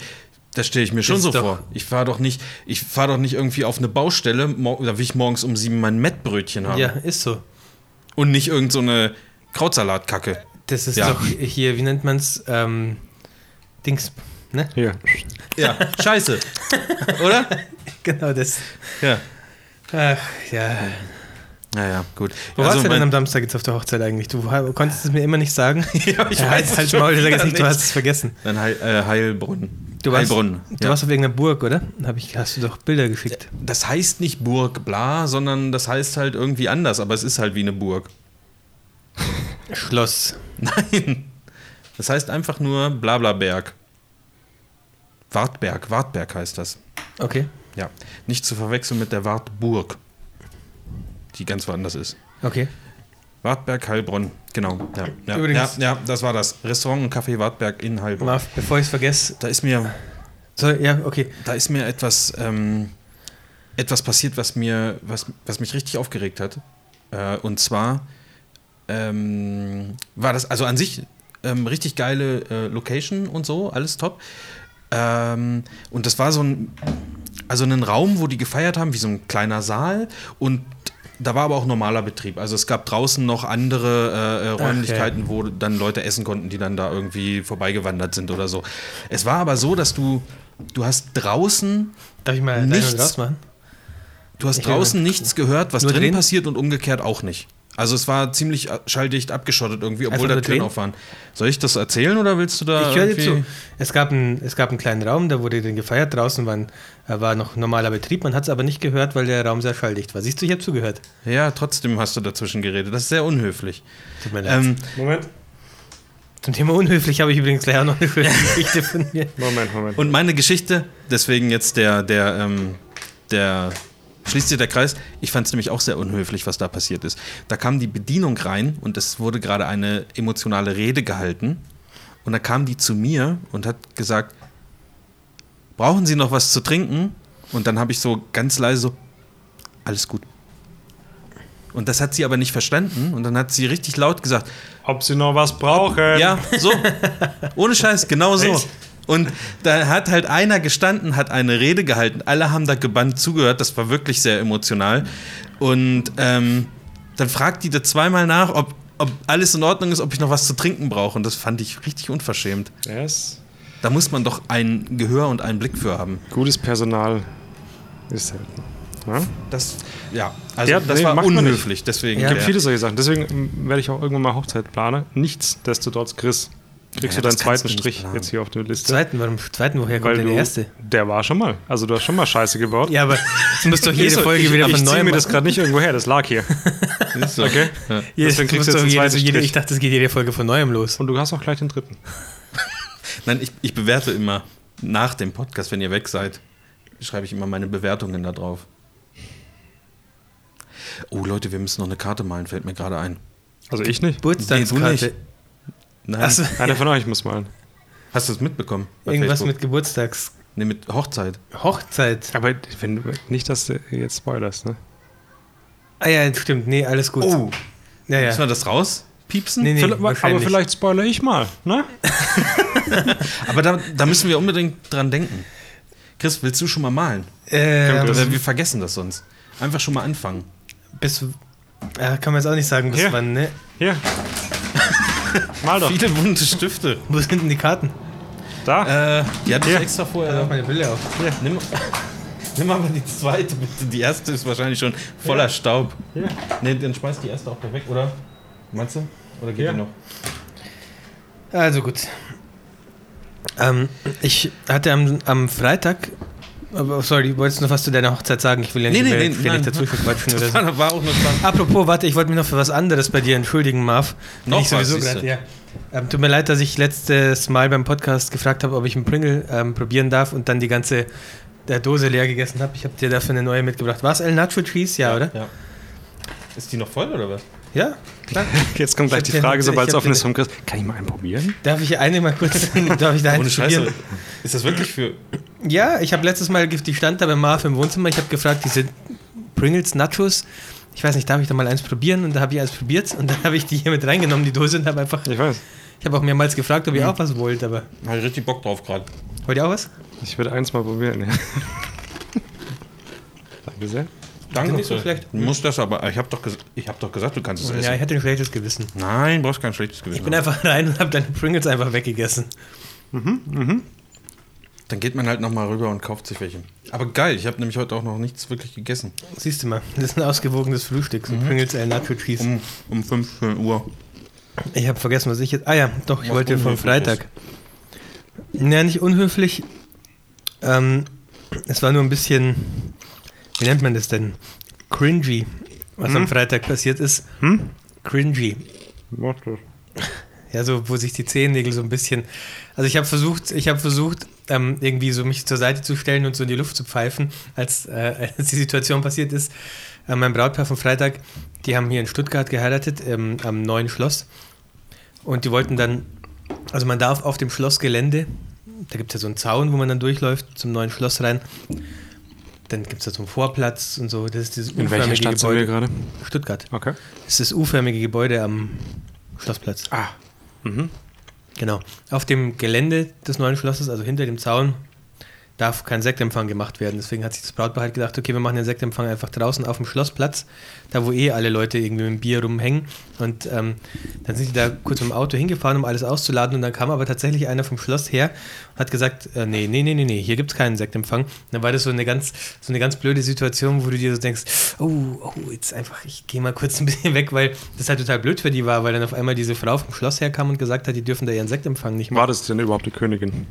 [SPEAKER 1] das stelle ich mir schon
[SPEAKER 3] Ist
[SPEAKER 1] so
[SPEAKER 3] doch-
[SPEAKER 1] vor. Ich fahre doch nicht, ich fahre doch nicht irgendwie auf eine Baustelle, mor- da will ich morgens um sieben mein Mettbrötchen haben.
[SPEAKER 3] Ja, ist so.
[SPEAKER 1] Und nicht irgend so eine Krautsalatkacke.
[SPEAKER 3] Das ist
[SPEAKER 1] Ja.
[SPEAKER 3] doch hier, wie nennt man es? Ähm, Dings, ne?
[SPEAKER 2] Hier.
[SPEAKER 1] Ja, scheiße. oder?
[SPEAKER 3] Genau das.
[SPEAKER 1] Ja.
[SPEAKER 3] Ach, ja.
[SPEAKER 1] Naja, gut.
[SPEAKER 3] Wo
[SPEAKER 1] Also
[SPEAKER 3] warst du denn
[SPEAKER 1] mein-
[SPEAKER 3] am Samstag jetzt auf der Hochzeit eigentlich? Du ha- konntest es mir immer nicht sagen.
[SPEAKER 1] Ja, ich
[SPEAKER 3] Ja,
[SPEAKER 1] weiß
[SPEAKER 3] halt, halt
[SPEAKER 1] schon
[SPEAKER 3] Maul, sag
[SPEAKER 1] wieder
[SPEAKER 3] jetzt nicht, du
[SPEAKER 1] nicht.
[SPEAKER 3] hast es vergessen.
[SPEAKER 1] Dann Heil, äh, Heilbronn.
[SPEAKER 3] Du warst,
[SPEAKER 1] Heilbronn.
[SPEAKER 3] du
[SPEAKER 1] ja.
[SPEAKER 3] warst auf irgendeiner Burg, oder? Hab ich, hast du doch Bilder geschickt.
[SPEAKER 1] das heißt nicht Burg bla, sondern das heißt halt irgendwie anders, aber es ist halt wie eine Burg.
[SPEAKER 3] Schloss.
[SPEAKER 1] Nein. Das heißt einfach nur Blablaberg. Wartberg, Wartberg heißt das.
[SPEAKER 3] Okay.
[SPEAKER 1] Ja. Nicht zu verwechseln mit der Wartburg, die ganz woanders ist.
[SPEAKER 3] Okay.
[SPEAKER 1] Wartberg, Heilbronn, genau. Ja, ja,
[SPEAKER 3] Übrigens-
[SPEAKER 1] ja, ja das war das. Restaurant und Café Wartberg in Heilbronn.
[SPEAKER 3] Marv, bevor ich es vergesse.
[SPEAKER 1] Da ist mir
[SPEAKER 3] So, ja, okay.
[SPEAKER 1] da ist mir etwas, ähm, etwas passiert, was, mir, was, was mich richtig aufgeregt hat. Äh, und zwar ähm, war das, also an sich ähm, richtig geile äh, Location und so, alles top. Ähm, und das war so ein, also ein Raum, wo die gefeiert haben, wie so ein kleiner Saal. Und da war aber auch normaler Betrieb. Also es gab draußen noch andere äh, äh,
[SPEAKER 3] ja.
[SPEAKER 1] Räumlichkeiten, wo dann Leute essen konnten, die dann da irgendwie vorbeigewandert sind oder so. Es war aber so, dass du, du hast draußen,
[SPEAKER 3] Darf ich mal
[SPEAKER 1] Nichts.
[SPEAKER 3] deinen machen?
[SPEAKER 1] du hast
[SPEAKER 3] Ich
[SPEAKER 1] draußen nichts gehört, was
[SPEAKER 3] Nur
[SPEAKER 1] drin
[SPEAKER 3] drehen?
[SPEAKER 1] passiert und umgekehrt auch nicht. Also es war ziemlich äh, schalldicht abgeschottet irgendwie, obwohl
[SPEAKER 3] Einfach
[SPEAKER 1] da
[SPEAKER 3] nur
[SPEAKER 1] Türen
[SPEAKER 3] drehen?
[SPEAKER 1] auf waren. Soll ich das erzählen oder willst du da
[SPEAKER 3] Ich höre dir
[SPEAKER 1] irgendwie-
[SPEAKER 3] zu. Es gab, einen, es gab einen kleinen Raum, da wurde dann gefeiert. Draußen waren, äh, war noch normaler Betrieb. Man hat es aber nicht gehört, weil der Raum sehr schalldicht war. Siehst du, ich habe zugehört.
[SPEAKER 1] Ja, trotzdem hast du dazwischen geredet. Das ist sehr unhöflich.
[SPEAKER 3] Tut mir leid.
[SPEAKER 1] Ähm,
[SPEAKER 2] Moment.
[SPEAKER 3] Zum Thema unhöflich habe ich übrigens gleich auch noch eine schöne Geschichte von mir.
[SPEAKER 2] Moment, Moment.
[SPEAKER 1] Und meine Geschichte, deswegen jetzt der, der, ähm, der schließt sich der Kreis. Ich fand es nämlich auch sehr unhöflich, was da passiert ist. Da kam die Bedienung rein und es wurde gerade eine emotionale Rede gehalten. Und da kam die zu mir und hat gesagt, brauchen Sie noch was zu trinken? Und dann habe ich so ganz leise so, alles gut. Und das hat sie aber nicht verstanden. Und dann hat sie richtig laut gesagt,
[SPEAKER 2] Ob Sie noch was brauchen?
[SPEAKER 1] ja, so. Ohne Scheiß, genau so.
[SPEAKER 2] Ähm. Echt?
[SPEAKER 1] Und da hat halt einer gestanden, hat eine Rede gehalten. Alle haben da gebannt zugehört. Das war wirklich sehr emotional. Und ähm, dann fragt die da zweimal nach, ob, ob alles in Ordnung ist, ob ich noch was zu trinken brauche. Und das fand ich richtig unverschämt.
[SPEAKER 2] Yes.
[SPEAKER 1] Da muss man doch ein Gehör und einen Blick für haben.
[SPEAKER 2] Gutes Personal ist selten. Ja?
[SPEAKER 1] Das, ja, also
[SPEAKER 2] Ja,
[SPEAKER 1] das
[SPEAKER 2] nee,
[SPEAKER 1] war
[SPEAKER 2] macht man nicht.
[SPEAKER 1] unhöflich. Deswegen,
[SPEAKER 2] Es
[SPEAKER 1] ja.
[SPEAKER 2] gibt viele solche Sachen. Deswegen mm, werde ich auch irgendwann mal Hochzeit planen. Nichtsdestotrotz, Chris, kriegst
[SPEAKER 1] Ja,
[SPEAKER 2] du
[SPEAKER 1] das
[SPEAKER 2] deinen
[SPEAKER 1] kannst
[SPEAKER 2] zweiten
[SPEAKER 1] du nicht
[SPEAKER 2] Strich
[SPEAKER 1] planen.
[SPEAKER 2] jetzt hier auf der Liste.
[SPEAKER 3] Zweiten, warum zweiten, woher
[SPEAKER 2] weil
[SPEAKER 3] kommt denn
[SPEAKER 2] du,
[SPEAKER 3] der erste?
[SPEAKER 2] Der war schon mal. Also du hast schon mal Scheiße gebaut.
[SPEAKER 3] Ja, aber jetzt musst du doch jede
[SPEAKER 2] Ist so,
[SPEAKER 3] Folge
[SPEAKER 2] ich,
[SPEAKER 3] wieder
[SPEAKER 2] ich
[SPEAKER 3] von
[SPEAKER 2] ziehe
[SPEAKER 3] neuem
[SPEAKER 2] mir das gerade nicht irgendwo her, das lag hier.
[SPEAKER 1] Ist so. Okay. Ja.
[SPEAKER 3] Jede-
[SPEAKER 2] deswegen kriegst
[SPEAKER 3] musst
[SPEAKER 2] du
[SPEAKER 3] doch
[SPEAKER 2] jetzt einen
[SPEAKER 3] jede,
[SPEAKER 2] zweiten
[SPEAKER 3] jede,
[SPEAKER 2] Strich.
[SPEAKER 3] Ich dachte, es geht jede Folge von neuem los.
[SPEAKER 2] Und du hast auch gleich den dritten.
[SPEAKER 1] Nein, ich, ich bewerte immer nach dem Podcast, wenn ihr weg seid, schreibe ich immer meine Bewertungen da drauf. Oh Leute, wir müssen noch eine Karte malen, fällt mir gerade ein.
[SPEAKER 2] Also ich nicht.
[SPEAKER 1] Nee, du
[SPEAKER 3] Geburtstagskarte.
[SPEAKER 1] nicht. Nein.
[SPEAKER 3] Ach so,
[SPEAKER 2] Einer von euch muss malen.
[SPEAKER 1] Hast du es mitbekommen? bei
[SPEAKER 3] irgendwas
[SPEAKER 1] Facebook?
[SPEAKER 3] mit Geburtstags.
[SPEAKER 1] Nee, mit Hochzeit.
[SPEAKER 3] Hochzeit.
[SPEAKER 2] Aber wenn du, nicht, dass du jetzt spoilerst, ne?
[SPEAKER 3] Ah ja, stimmt. Nee, alles gut.
[SPEAKER 2] Oh.
[SPEAKER 3] ja,
[SPEAKER 1] Müssen wir
[SPEAKER 3] ja.
[SPEAKER 1] das rauspiepsen?
[SPEAKER 3] Oh. Nee, nee,
[SPEAKER 2] Vielleicht- aber
[SPEAKER 3] wahrscheinlich.
[SPEAKER 2] vielleicht spoilere ich mal, ne?
[SPEAKER 1] Aber da, da müssen wir unbedingt dran denken. Chris, willst du schon mal malen?
[SPEAKER 3] Ähm,
[SPEAKER 1] Oder wir vergessen das sonst. Einfach schon mal anfangen.
[SPEAKER 3] bis, ja, kann man jetzt auch nicht sagen, bis
[SPEAKER 2] Ja.
[SPEAKER 3] wann, ne?
[SPEAKER 2] Hier. Mal doch.
[SPEAKER 1] Viele bunte Stifte.
[SPEAKER 3] Wo sind denn die Karten?
[SPEAKER 2] Da.
[SPEAKER 1] Äh, die hatte ich
[SPEAKER 2] Ja.
[SPEAKER 1] extra vorher.
[SPEAKER 3] Pass auf meine Brille auf.
[SPEAKER 1] Ja, nimm, nimm aber die zweite bitte. Die erste ist wahrscheinlich schon voller Staub.
[SPEAKER 2] Ja.
[SPEAKER 1] Nee, dann schmeiß die erste auch gleich weg, oder? Meinst du? Oder geht
[SPEAKER 2] Ja.
[SPEAKER 1] die noch?
[SPEAKER 3] Also gut. Ähm, ich hatte am, am Freitag. Aber, sorry, wolltest du noch was zu deiner Hochzeit sagen? Ich will ja
[SPEAKER 1] Nee,
[SPEAKER 3] nicht,
[SPEAKER 1] nee,
[SPEAKER 3] mehr,
[SPEAKER 1] nee,
[SPEAKER 3] ich will
[SPEAKER 1] nein.
[SPEAKER 3] nicht dazu verquatschen oder so.
[SPEAKER 1] war, war auch nur Spaß.
[SPEAKER 3] Apropos, warte, ich wollte mich noch für was anderes bei dir entschuldigen, Marv. Wenn
[SPEAKER 1] Noch
[SPEAKER 3] ich sowieso
[SPEAKER 1] was, siehste.
[SPEAKER 3] grad, ja. ähm, Tut mir leid, dass ich letztes Mal beim Podcast gefragt habe, ob ich einen Pringle ähm, probieren darf und dann die ganze der Dose leer gegessen habe. Ich habe dir dafür eine neue mitgebracht. War es El Nacho Cheese? Ja, oder?
[SPEAKER 1] Ja. Ist die noch voll oder was?
[SPEAKER 3] Ja, klar.
[SPEAKER 2] Jetzt kommt gleich
[SPEAKER 3] Ich
[SPEAKER 2] die
[SPEAKER 3] hab den-
[SPEAKER 2] Frage,
[SPEAKER 3] ich
[SPEAKER 2] sobald es
[SPEAKER 3] hab
[SPEAKER 2] offen
[SPEAKER 3] den-
[SPEAKER 2] ist vom Chris. Kann ich mal einen probieren?
[SPEAKER 3] Darf ich eine mal kurz, darf ich da einen
[SPEAKER 1] Ohne
[SPEAKER 3] probieren?
[SPEAKER 1] Scheiße. Ist das wirklich für.
[SPEAKER 3] Ja, ich habe letztes Mal, die stand da bei Marv im Wohnzimmer, ich habe gefragt, diese Pringles Nachos, ich weiß nicht, darf ich da mal eins probieren? Und da habe ich eins probiert und dann habe ich die hier mit reingenommen, die Dose, und habe einfach,
[SPEAKER 2] Ich weiß.
[SPEAKER 3] ich habe auch mehrmals gefragt, ob
[SPEAKER 1] Mhm.
[SPEAKER 3] ihr auch was wollt, aber
[SPEAKER 1] Hab ich richtig Bock drauf gerade.
[SPEAKER 3] wollt ihr auch was?
[SPEAKER 2] Ich würde eins mal probieren, ja. Danke sehr.
[SPEAKER 1] Danke.
[SPEAKER 3] nicht so schlecht.
[SPEAKER 1] Du musst das aber. Ich habe doch, ges- ich hab doch gesagt, du kannst es essen.
[SPEAKER 3] Ja, ich hatte ein schlechtes Gewissen.
[SPEAKER 1] Nein, brauchst kein schlechtes
[SPEAKER 3] Ich
[SPEAKER 1] Gewissen.
[SPEAKER 3] bin einfach rein und habe deine Pringles einfach weggegessen.
[SPEAKER 1] Dann geht man halt nochmal rüber und kauft sich welche. Aber geil, ich habe nämlich heute auch noch nichts wirklich gegessen.
[SPEAKER 3] Siehst du mal, das ist ein ausgewogenes Frühstück, so
[SPEAKER 1] Mhm.
[SPEAKER 3] Pringles äh, El Nacho Cheese.
[SPEAKER 1] Um, um 15 Uhr.
[SPEAKER 3] Ich habe vergessen, was ich jetzt. Ah ja, doch, ich
[SPEAKER 1] Was
[SPEAKER 3] wollte vom
[SPEAKER 1] unhöflich
[SPEAKER 3] Freitag. Naja, nicht unhöflich. Ähm, es war nur ein bisschen. Wie nennt man das denn? Cringy, was am Freitag passiert ist.
[SPEAKER 2] Hm?
[SPEAKER 3] Cringy.
[SPEAKER 2] Mach das.
[SPEAKER 3] Ja, so, wo sich die Zehennägel so ein bisschen. Also, ich habe versucht, ich habe versucht, ähm, irgendwie so mich zur Seite zu stellen und so in die Luft zu pfeifen, als, äh, als die Situation passiert ist. Äh, mein Brautpaar vom Freitag, die haben hier in Stuttgart geheiratet, ähm, am neuen Schloss. Und die wollten dann, also man darf auf dem Schlossgelände, da gibt es ja so einen Zaun, wo man dann durchläuft zum neuen Schloss rein. Dann gibt es da so einen Vorplatz und so. Das ist dieses
[SPEAKER 2] In welcher Stadt sind wir
[SPEAKER 3] Gebäude.
[SPEAKER 2] gerade?
[SPEAKER 3] Stuttgart.
[SPEAKER 2] Okay.
[SPEAKER 3] Das ist das U-förmige Gebäude am Schlossplatz.
[SPEAKER 2] Ah. Mhm.
[SPEAKER 3] Genau. Auf dem Gelände des neuen Schlosses, also hinter dem Zaun, darf kein Sektempfang gemacht werden. Deswegen hat sich das Brautpaar halt gedacht, okay, wir machen den Sektempfang einfach draußen auf dem Schlossplatz, da wo eh alle Leute irgendwie mit dem Bier rumhängen. Und ähm, dann sind die da kurz mit dem Auto hingefahren, um alles auszuladen. Und dann kam aber tatsächlich einer vom Schloss her und hat gesagt, äh, nee, nee, nee, nee, nee, hier gibt es keinen Sektempfang. Und dann war das so eine ganz, so eine ganz blöde Situation, wo du dir so denkst, oh, oh, jetzt einfach, ich gehe mal kurz ein bisschen weg, weil das halt total blöd für die war, weil dann auf einmal diese Frau vom Schloss herkam und gesagt hat, die dürfen da ihren Sektempfang nicht machen.
[SPEAKER 2] War das denn überhaupt die Königin?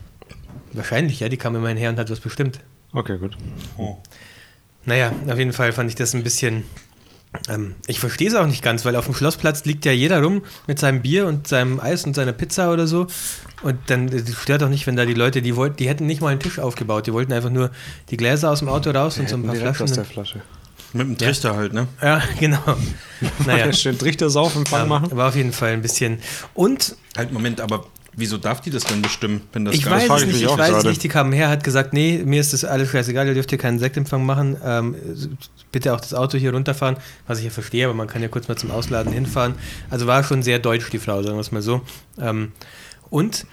[SPEAKER 3] Wahrscheinlich, ja, die kam immerhin her und hat was bestimmt.
[SPEAKER 2] Okay, gut.
[SPEAKER 1] Oh.
[SPEAKER 3] Naja, auf jeden Fall fand ich das ein bisschen. Ähm, ich verstehe es auch nicht ganz, weil auf dem Schlossplatz liegt ja jeder rum mit seinem Bier und seinem Eis und seiner Pizza oder so. Und dann äh, das stört doch nicht, wenn da die Leute, die wollten, die hätten nicht mal einen Tisch aufgebaut, die wollten einfach nur die Gläser aus dem Auto raus und so ein paar
[SPEAKER 2] Direkt aus der
[SPEAKER 3] Flaschen.
[SPEAKER 2] Flasche.
[SPEAKER 1] Mit dem Trichter halt, ne?
[SPEAKER 3] Ja, genau. Naja,
[SPEAKER 2] Schön Trichter Saufempfang
[SPEAKER 3] ähm,
[SPEAKER 2] machen.
[SPEAKER 3] war auf jeden Fall ein bisschen. Und
[SPEAKER 1] Halt, Moment, aber wieso darf die das denn bestimmen, wenn das
[SPEAKER 3] ich
[SPEAKER 1] gar
[SPEAKER 3] weiß
[SPEAKER 2] frage
[SPEAKER 3] es
[SPEAKER 2] ich
[SPEAKER 3] nicht,
[SPEAKER 2] mich
[SPEAKER 3] ich
[SPEAKER 2] auch
[SPEAKER 3] weiß es
[SPEAKER 2] gerade.
[SPEAKER 3] nicht. Die kamen her, hat gesagt, nee, mir ist das alles scheißegal, ihr dürft hier keinen Sektempfang machen. Ähm, bitte auch das Auto hier runterfahren, was ich ja verstehe, aber man kann ja kurz mal zum Ausladen hinfahren. Also war schon sehr deutsch, die Frau, sagen wir es mal so. Ähm, und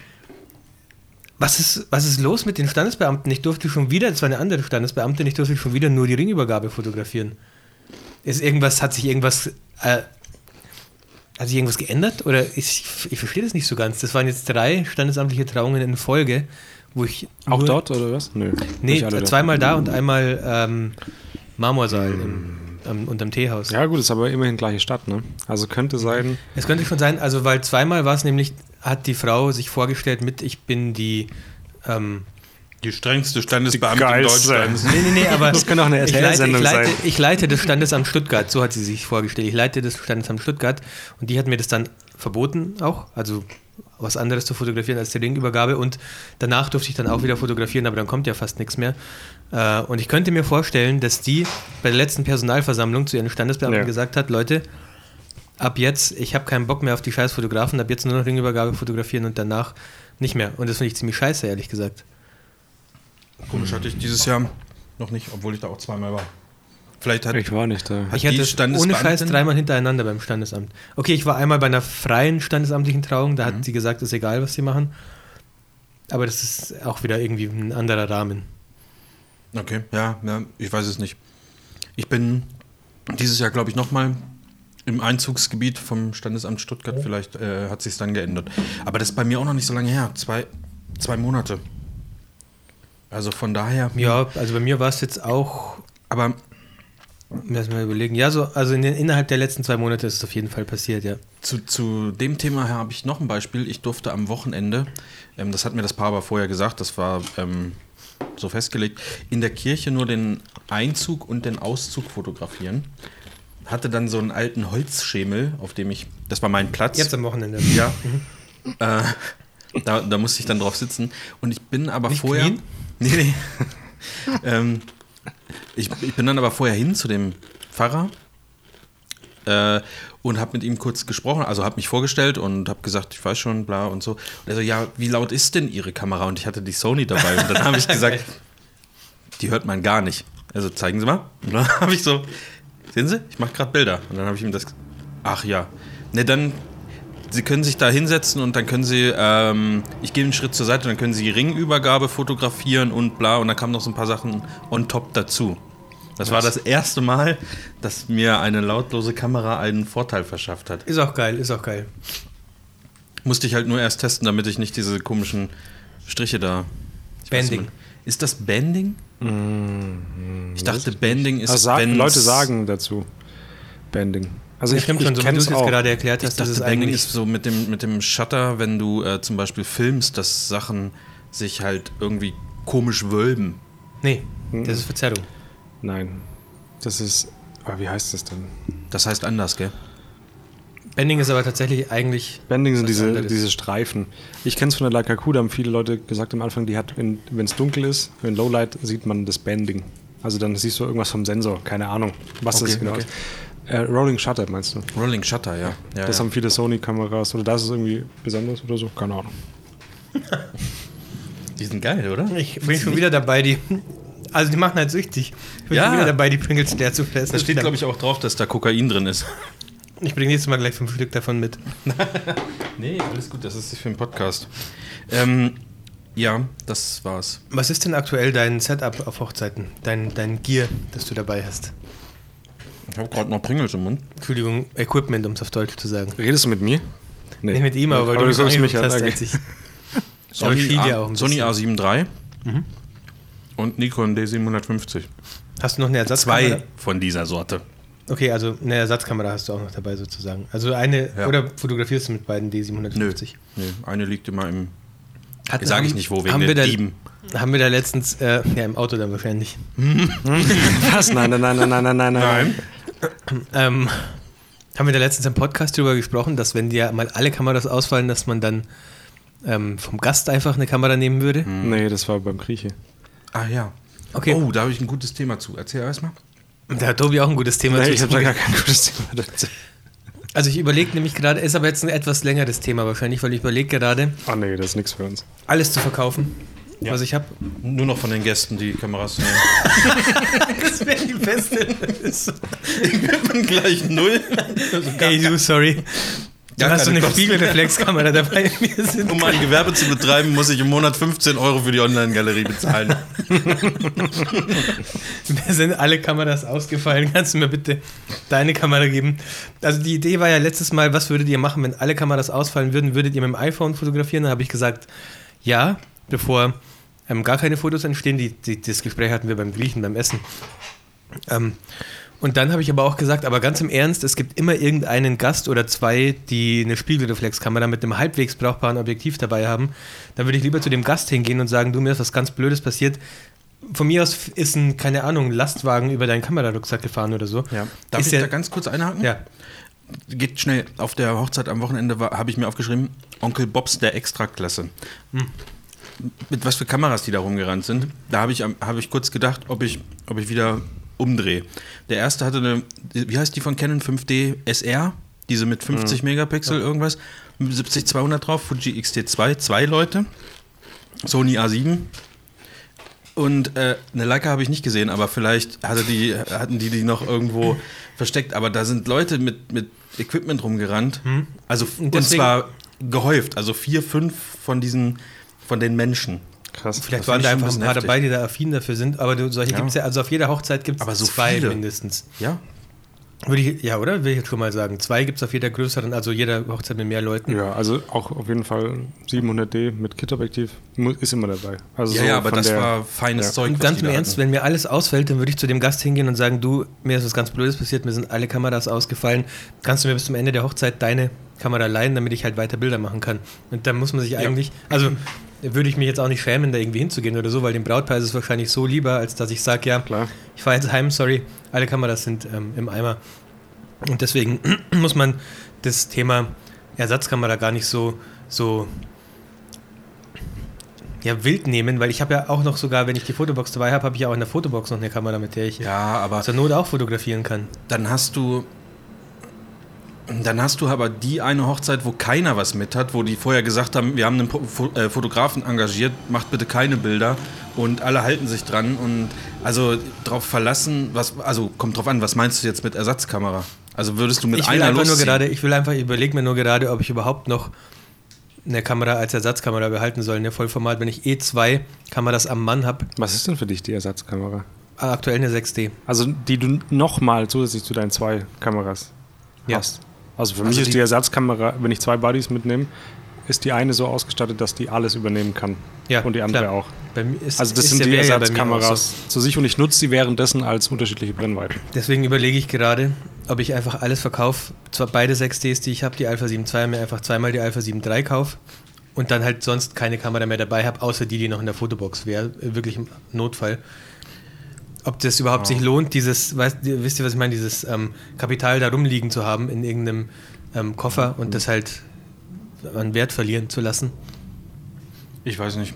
[SPEAKER 3] was ist, was ist los mit den Standesbeamten? Ich durfte schon wieder, das war eine andere Standesbeamtin, ich durfte schon wieder nur die Ringübergabe fotografieren. Ist irgendwas, hat sich irgendwas, äh, hat sich irgendwas geändert? Oder ich, ich verstehe das nicht so ganz. Das waren jetzt drei standesamtliche Trauungen in Folge, wo ich.
[SPEAKER 2] Auch
[SPEAKER 3] nur-
[SPEAKER 2] dort oder was? Nö.
[SPEAKER 3] Nee,
[SPEAKER 2] nicht alle dort.
[SPEAKER 3] zweimal da und einmal ähm, Marmorsaal im, am, unterm Teehaus.
[SPEAKER 2] Ja, gut, ist aber immerhin gleiche Stadt, ne? Also könnte sein.
[SPEAKER 3] Es könnte schon sein, also weil zweimal war es nämlich hat die Frau sich vorgestellt mit, ich bin die. Ähm,
[SPEAKER 1] Die strengste Standesbeamte in
[SPEAKER 2] Geilste.
[SPEAKER 1] Deutschland.
[SPEAKER 3] nee, nee, nee, aber.
[SPEAKER 2] Das kann auch eine
[SPEAKER 3] ich leite, ich,
[SPEAKER 2] RTL-Sendung
[SPEAKER 3] leite,
[SPEAKER 2] sein.
[SPEAKER 3] ich leite das Standesamt Stuttgart, so hat sie sich vorgestellt. Ich leite das Standesamt Stuttgart und die hat mir das dann verboten auch, also was anderes zu fotografieren als die Ringübergabe und danach durfte ich dann auch wieder fotografieren, aber dann kommt ja fast nichts mehr. Äh, Und ich könnte mir vorstellen, dass die bei der letzten Personalversammlung zu ihren Standesbeamten
[SPEAKER 2] Ja.
[SPEAKER 3] gesagt hat, Leute, ab jetzt, ich habe keinen Bock mehr auf die scheiß Fotografen, ab jetzt nur noch Ringübergabe fotografieren und danach nicht mehr. Und das finde ich ziemlich scheiße, ehrlich gesagt.
[SPEAKER 1] Komisch hatte ich dieses Jahr noch nicht, obwohl ich da auch zweimal war. Vielleicht hat.
[SPEAKER 2] Ich war nicht da.
[SPEAKER 1] Hat
[SPEAKER 3] Ich hatte
[SPEAKER 1] die
[SPEAKER 3] es ohne Scheiß
[SPEAKER 1] Standesbeamtin-
[SPEAKER 3] dreimal hintereinander beim Standesamt. Okay, ich war einmal bei einer freien standesamtlichen Trauung,
[SPEAKER 2] Mhm.
[SPEAKER 3] da hat sie gesagt, ist egal, was sie machen. Aber das ist auch wieder irgendwie ein anderer Rahmen.
[SPEAKER 1] Okay, ja, ja, ich weiß es nicht. Ich bin dieses Jahr, glaube ich, nochmal im Einzugsgebiet vom Standesamt Stuttgart. Vielleicht äh, hat sich dann geändert. Aber das ist bei mir auch noch nicht so lange her. Zwei, zwei Monate. Also von daher.
[SPEAKER 2] Mhm.
[SPEAKER 3] Ja, also bei mir war es jetzt auch,
[SPEAKER 1] Aber
[SPEAKER 3] lass mal überlegen, ja, so, also in, den- innerhalb der letzten zwei Monate ist es auf jeden Fall passiert, ja.
[SPEAKER 1] Zu, zu dem Thema her habe ich noch ein Beispiel. Ich durfte am Wochenende, ähm, das hat mir das Paar aber vorher gesagt, das war ähm, so festgelegt, in der Kirche nur den Einzug und den Auszug fotografieren. Hatte dann so einen alten Holzschemel, auf dem ich, das war mein Platz.
[SPEAKER 3] Jetzt am Wochenende. Mhm.
[SPEAKER 1] ja. Äh, da, da musste ich dann drauf sitzen. Und ich bin aber
[SPEAKER 3] Nicht
[SPEAKER 1] vorher.
[SPEAKER 3] knien?
[SPEAKER 1] Nee, nee. ähm, ich, ich bin dann aber vorher hin zu dem Pfarrer äh, und habe mit ihm kurz gesprochen, also habe mich vorgestellt und habe gesagt, ich weiß schon, bla und so. Und er so, ja, wie laut ist denn Ihre Kamera? Und ich hatte die Sony dabei und dann habe ich gesagt, die hört man gar nicht. Also zeigen Sie mal. Und dann habe ich so, sehen Sie, ich mache gerade Bilder. Und dann habe ich ihm das, ach ja, ne dann, Sie können sich da hinsetzen und dann können Sie, ähm, ich gehe einen Schritt zur Seite, dann können Sie die Ringübergabe fotografieren und bla. Und dann kamen noch so ein paar Sachen on top dazu. Das war das erste Mal, dass mir eine lautlose Kamera einen Vorteil verschafft hat.
[SPEAKER 3] Ist auch geil, ist auch geil.
[SPEAKER 1] Musste ich halt nur erst testen, damit ich nicht diese komischen Striche da. Ich weiß
[SPEAKER 3] Banding.
[SPEAKER 1] nicht. Ist das Banding? ich dachte, Banding ist.
[SPEAKER 2] Mhm. Also sagen,
[SPEAKER 1] wenn's-
[SPEAKER 2] Leute sagen dazu Banding. Also
[SPEAKER 3] Das
[SPEAKER 2] ich,
[SPEAKER 3] stimmt
[SPEAKER 2] ich
[SPEAKER 3] schon, so wie du
[SPEAKER 2] kenn's
[SPEAKER 3] es jetzt
[SPEAKER 2] auch.
[SPEAKER 3] gerade erklärt
[SPEAKER 1] Ich
[SPEAKER 3] hast, das
[SPEAKER 1] dachte,
[SPEAKER 3] ist
[SPEAKER 1] Banding
[SPEAKER 3] eigentlich
[SPEAKER 1] ist so mit dem, mit dem Shutter, wenn du äh, zum Beispiel filmst, dass Sachen sich halt irgendwie komisch wölben.
[SPEAKER 3] Nee,
[SPEAKER 2] Hm?
[SPEAKER 3] das ist Verzerrung.
[SPEAKER 2] Nein. Das ist. Ah, wie heißt das denn?
[SPEAKER 1] Das heißt anders, gell?
[SPEAKER 3] Bending ist aber tatsächlich eigentlich.
[SPEAKER 2] Bending sind
[SPEAKER 3] Was
[SPEAKER 2] diese,
[SPEAKER 3] anderes.
[SPEAKER 2] diese Streifen. Ich kenne es von der Lakakuda, haben viele Leute gesagt am Anfang, die hat, wenn es dunkel ist, wenn Lowlight, sieht man das Bending. Also dann siehst du irgendwas vom Sensor, keine Ahnung, was
[SPEAKER 1] Okay,
[SPEAKER 2] das genau
[SPEAKER 1] okay.
[SPEAKER 2] ist. Äh, Rolling Shutter meinst du?
[SPEAKER 1] Rolling Shutter, ja. ja
[SPEAKER 2] das
[SPEAKER 1] ja.
[SPEAKER 2] haben viele Sony-Kameras oder das ist irgendwie besonders oder so, keine Ahnung.
[SPEAKER 1] Die sind geil, oder?
[SPEAKER 3] Ich bin schon wieder dabei, die. Also die machen halt süchtig. Ich bin
[SPEAKER 1] Ja.
[SPEAKER 3] schon wieder dabei, die Pringles leer zu fressen.
[SPEAKER 1] Da steht, glaube ich, auch drauf, dass da Kokain drin ist.
[SPEAKER 3] Ich bringe nächstes Mal gleich fünf Stück davon mit.
[SPEAKER 1] Nee, alles gut, das ist für einen Podcast. Ähm, ja, das war's.
[SPEAKER 3] Was ist denn aktuell dein Setup auf Hochzeiten? Dein, dein Gear, das du dabei hast?
[SPEAKER 1] Ich habe gerade noch Pringles im Mund.
[SPEAKER 3] Entschuldigung, Equipment, um es auf Deutsch zu sagen.
[SPEAKER 2] Redest du mit mir? Nee,
[SPEAKER 3] Nicht mit ihm, aber,
[SPEAKER 2] aber du
[SPEAKER 3] mich
[SPEAKER 2] guckst mich an.
[SPEAKER 3] angeguckt
[SPEAKER 2] Okay.
[SPEAKER 3] als ich- Aber ich
[SPEAKER 1] Sony,
[SPEAKER 3] schiel
[SPEAKER 1] A,
[SPEAKER 3] ja auch ein
[SPEAKER 1] Sony
[SPEAKER 3] bisschen.
[SPEAKER 1] A7 III Mhm. und Nikon D750.
[SPEAKER 3] Hast du noch eine
[SPEAKER 1] Zwei
[SPEAKER 3] Ersatzkamera?
[SPEAKER 1] von dieser Sorte.
[SPEAKER 3] Okay, also eine Ersatzkamera hast du auch noch dabei sozusagen. Also eine,
[SPEAKER 1] Ja.
[SPEAKER 3] oder fotografierst du mit beiden D750?
[SPEAKER 1] Nö, eine liegt immer im.
[SPEAKER 3] Hatten-
[SPEAKER 1] Sag ich
[SPEAKER 3] haben-
[SPEAKER 1] nicht wo, wegen
[SPEAKER 3] haben
[SPEAKER 1] den
[SPEAKER 3] wir da,
[SPEAKER 1] Dieben.
[SPEAKER 3] Haben wir da letztens, äh, ja im Auto dann wahrscheinlich,
[SPEAKER 2] Was? Nein, nein, nein, nein, nein, nein, nein. nein.
[SPEAKER 3] ähm, haben wir da letztens im Podcast drüber gesprochen, dass wenn dir mal alle Kameras ausfallen, dass man dann ähm, vom Gast einfach eine Kamera nehmen würde?
[SPEAKER 2] Nee, das war beim Grieche.
[SPEAKER 1] Ah ja.
[SPEAKER 3] Okay.
[SPEAKER 1] Oh, da habe ich ein gutes Thema zu. Erzähl erstmal.
[SPEAKER 3] Da hat Tobi auch ein gutes Thema.
[SPEAKER 2] Nee,
[SPEAKER 3] zu
[SPEAKER 2] ich habe da
[SPEAKER 3] zuge-
[SPEAKER 2] gar kein gutes Thema dazu.
[SPEAKER 3] also ich überlege nämlich gerade, ist aber jetzt ein etwas längeres Thema wahrscheinlich, weil ich überlege gerade,
[SPEAKER 2] Ah nee, das ist nichts für uns.
[SPEAKER 3] alles zu verkaufen, was ich habe.
[SPEAKER 1] Nur noch von den Gästen die Kameras zu nehmen.
[SPEAKER 3] Das wäre die beste.
[SPEAKER 1] Gleich null. Also
[SPEAKER 3] Ey, du, sorry. Du
[SPEAKER 1] Gar
[SPEAKER 3] hast so
[SPEAKER 1] keine
[SPEAKER 3] eine
[SPEAKER 1] Kosten.
[SPEAKER 3] Spiegelreflexkamera dabei. Wir sind
[SPEAKER 1] Um ein Gewerbe zu betreiben, muss ich im Monat 15 Euro für die Online-Galerie bezahlen.
[SPEAKER 3] Mir sind alle Kameras ausgefallen. Kannst du mir bitte deine Kamera geben? Also die Idee war ja letztes Mal, was würdet ihr machen, wenn alle Kameras ausfallen würden? Würdet ihr mit dem iPhone fotografieren? Da habe ich gesagt, ja, bevor ähm, gar keine Fotos entstehen. Die, die, das Gespräch hatten wir beim Griechen, beim Essen. Ähm, und dann habe ich aber auch gesagt, aber ganz im Ernst, es gibt immer irgendeinen Gast oder zwei, die eine Spiegelreflexkamera mit einem halbwegs brauchbaren Objektiv dabei haben. Dann würde ich lieber zu dem Gast hingehen und sagen, du, mir ist was ganz Blödes passiert. Von mir aus ist ein, keine Ahnung, ein Lastwagen über deinen Kamerarucksack gefahren oder so.
[SPEAKER 1] Ja. Darf
[SPEAKER 3] Ist
[SPEAKER 1] ich
[SPEAKER 3] ja-
[SPEAKER 1] da ganz kurz einhaken?
[SPEAKER 3] Ja,
[SPEAKER 1] Geht schnell. Auf der Hochzeit am Wochenende war- habe ich mir aufgeschrieben, Onkel Bobs der Extraklasse. Mit was für Kameras die da rumgerannt sind. Da habe ich, am- habe ich kurz gedacht, ob ich, ob ich wieder umdrehe. Der erste hatte eine, wie heißt die von Canon 5D SR? Diese mit 50 Megapixel irgendwas. mit 70-200 drauf, Fuji XT2, zwei Leute. Sony A7. Und äh, eine Leica habe ich nicht gesehen, aber vielleicht hatte die, hatten die die noch irgendwo versteckt. Aber da sind Leute mit, mit Equipment rumgerannt. Also, und,
[SPEAKER 3] deswegen-
[SPEAKER 1] zwar gehäuft. Also vier, fünf von diesen, von den Menschen.
[SPEAKER 2] Krass.
[SPEAKER 3] vielleicht
[SPEAKER 1] Das
[SPEAKER 3] waren
[SPEAKER 1] finde
[SPEAKER 3] da
[SPEAKER 1] ich
[SPEAKER 3] einfach
[SPEAKER 1] schon
[SPEAKER 3] ein paar
[SPEAKER 1] heftig.
[SPEAKER 3] dabei, die da affin dafür sind, aber du- solche
[SPEAKER 1] Ja.
[SPEAKER 3] gibt es ja, also auf jeder Hochzeit gibt
[SPEAKER 1] Aber
[SPEAKER 3] es
[SPEAKER 1] so
[SPEAKER 3] zwei
[SPEAKER 1] viele.
[SPEAKER 3] mindestens.
[SPEAKER 1] Ja?
[SPEAKER 3] Würde ich, ja, oder? Will ich jetzt schon mal sagen. Zwei gibt es auf jeder größeren, also jeder Hochzeit mit mehr Leuten.
[SPEAKER 2] Ja, also auch auf jeden Fall 700D mit Kit-Objektiv mu- ist immer dabei. Also
[SPEAKER 1] ja,
[SPEAKER 2] so
[SPEAKER 1] ja, aber
[SPEAKER 2] von
[SPEAKER 1] das
[SPEAKER 2] der-
[SPEAKER 1] war feines
[SPEAKER 2] ja.
[SPEAKER 1] Zeug.
[SPEAKER 3] Und
[SPEAKER 1] was
[SPEAKER 3] ganz
[SPEAKER 1] die
[SPEAKER 3] im
[SPEAKER 1] da
[SPEAKER 3] Ernst,
[SPEAKER 1] hatten.
[SPEAKER 3] wenn mir alles ausfällt, dann würde ich zu dem Gast hingehen und sagen, du, mir ist was ganz Blödes passiert, mir sind alle Kameras ausgefallen, kannst du mir bis zum Ende der Hochzeit deine Kamera leihen, damit ich halt weiter Bilder machen kann. Und da muss man sich eigentlich, also würde ich mich jetzt auch nicht schämen, da irgendwie hinzugehen oder so, weil dem Brautpaar ist es wahrscheinlich so lieber, als dass ich sage, ja,
[SPEAKER 2] Klar.
[SPEAKER 3] ich fahre jetzt heim, sorry, alle Kameras sind ähm, im Eimer. Und deswegen muss man das Thema Ersatzkamera gar nicht so, so ja, wild nehmen, weil ich habe ja auch noch sogar, wenn ich die Fotobox dabei habe, habe ich ja auch in der Fotobox noch eine Kamera, mit der ich
[SPEAKER 1] Ja, aber
[SPEAKER 3] zur Not auch fotografieren kann.
[SPEAKER 1] dann hast du. Dann hast du aber die eine Hochzeit, wo keiner was mit hat, wo die vorher gesagt haben, wir haben einen Po- Fo- äh, Fotografen engagiert, macht bitte keine Bilder und alle halten sich dran und also drauf verlassen, was also kommt drauf an, was meinst du jetzt mit Ersatzkamera? Also würdest du mit
[SPEAKER 3] ich will
[SPEAKER 1] einer
[SPEAKER 3] einfach nur
[SPEAKER 1] losziehen?
[SPEAKER 3] gerade, ich will einfach, ich überlege mir nur gerade, ob ich überhaupt noch eine Kamera als Ersatzkamera behalten soll, eine Vollformat, wenn ich eh zwei Kameras am Mann habe,
[SPEAKER 2] Was ist denn für dich die Ersatzkamera?
[SPEAKER 3] aktuell eine 6D.
[SPEAKER 2] Also die du nochmal zusätzlich zu deinen zwei Kameras
[SPEAKER 3] Ja.
[SPEAKER 2] hast. Also für
[SPEAKER 1] Also
[SPEAKER 2] mich ist
[SPEAKER 1] die-
[SPEAKER 2] die Ersatzkamera, wenn ich zwei Buddies mitnehme, ist die eine so ausgestattet, dass die alles übernehmen kann.
[SPEAKER 3] Ja,
[SPEAKER 2] und die andere
[SPEAKER 3] klar.
[SPEAKER 2] auch.
[SPEAKER 3] Bei mir ist,
[SPEAKER 2] Also das
[SPEAKER 3] ist
[SPEAKER 2] sind
[SPEAKER 3] der
[SPEAKER 2] die
[SPEAKER 3] Bär ja bei mir auch so.
[SPEAKER 2] Ersatzkameras zu sich und ich nutze sie währenddessen als unterschiedliche Brennweiten.
[SPEAKER 3] Deswegen überlege ich gerade, ob ich einfach alles verkaufe. Zwar beide 6Ds, die ich habe, die Alpha 7 II, mir einfach zweimal die Alpha 7 III kaufe und dann halt sonst keine Kamera mehr dabei habe, außer die, die noch in der Fotobox wäre, äh, wirklich im Notfall. Ob das überhaupt sich lohnt, dieses, weißt, ihr- wisst ihr, was ich meine, dieses ähm, Kapital da rumliegen zu haben in irgendeinem ähm, Koffer und das halt an Wert verlieren zu lassen.
[SPEAKER 1] Ich weiß nicht.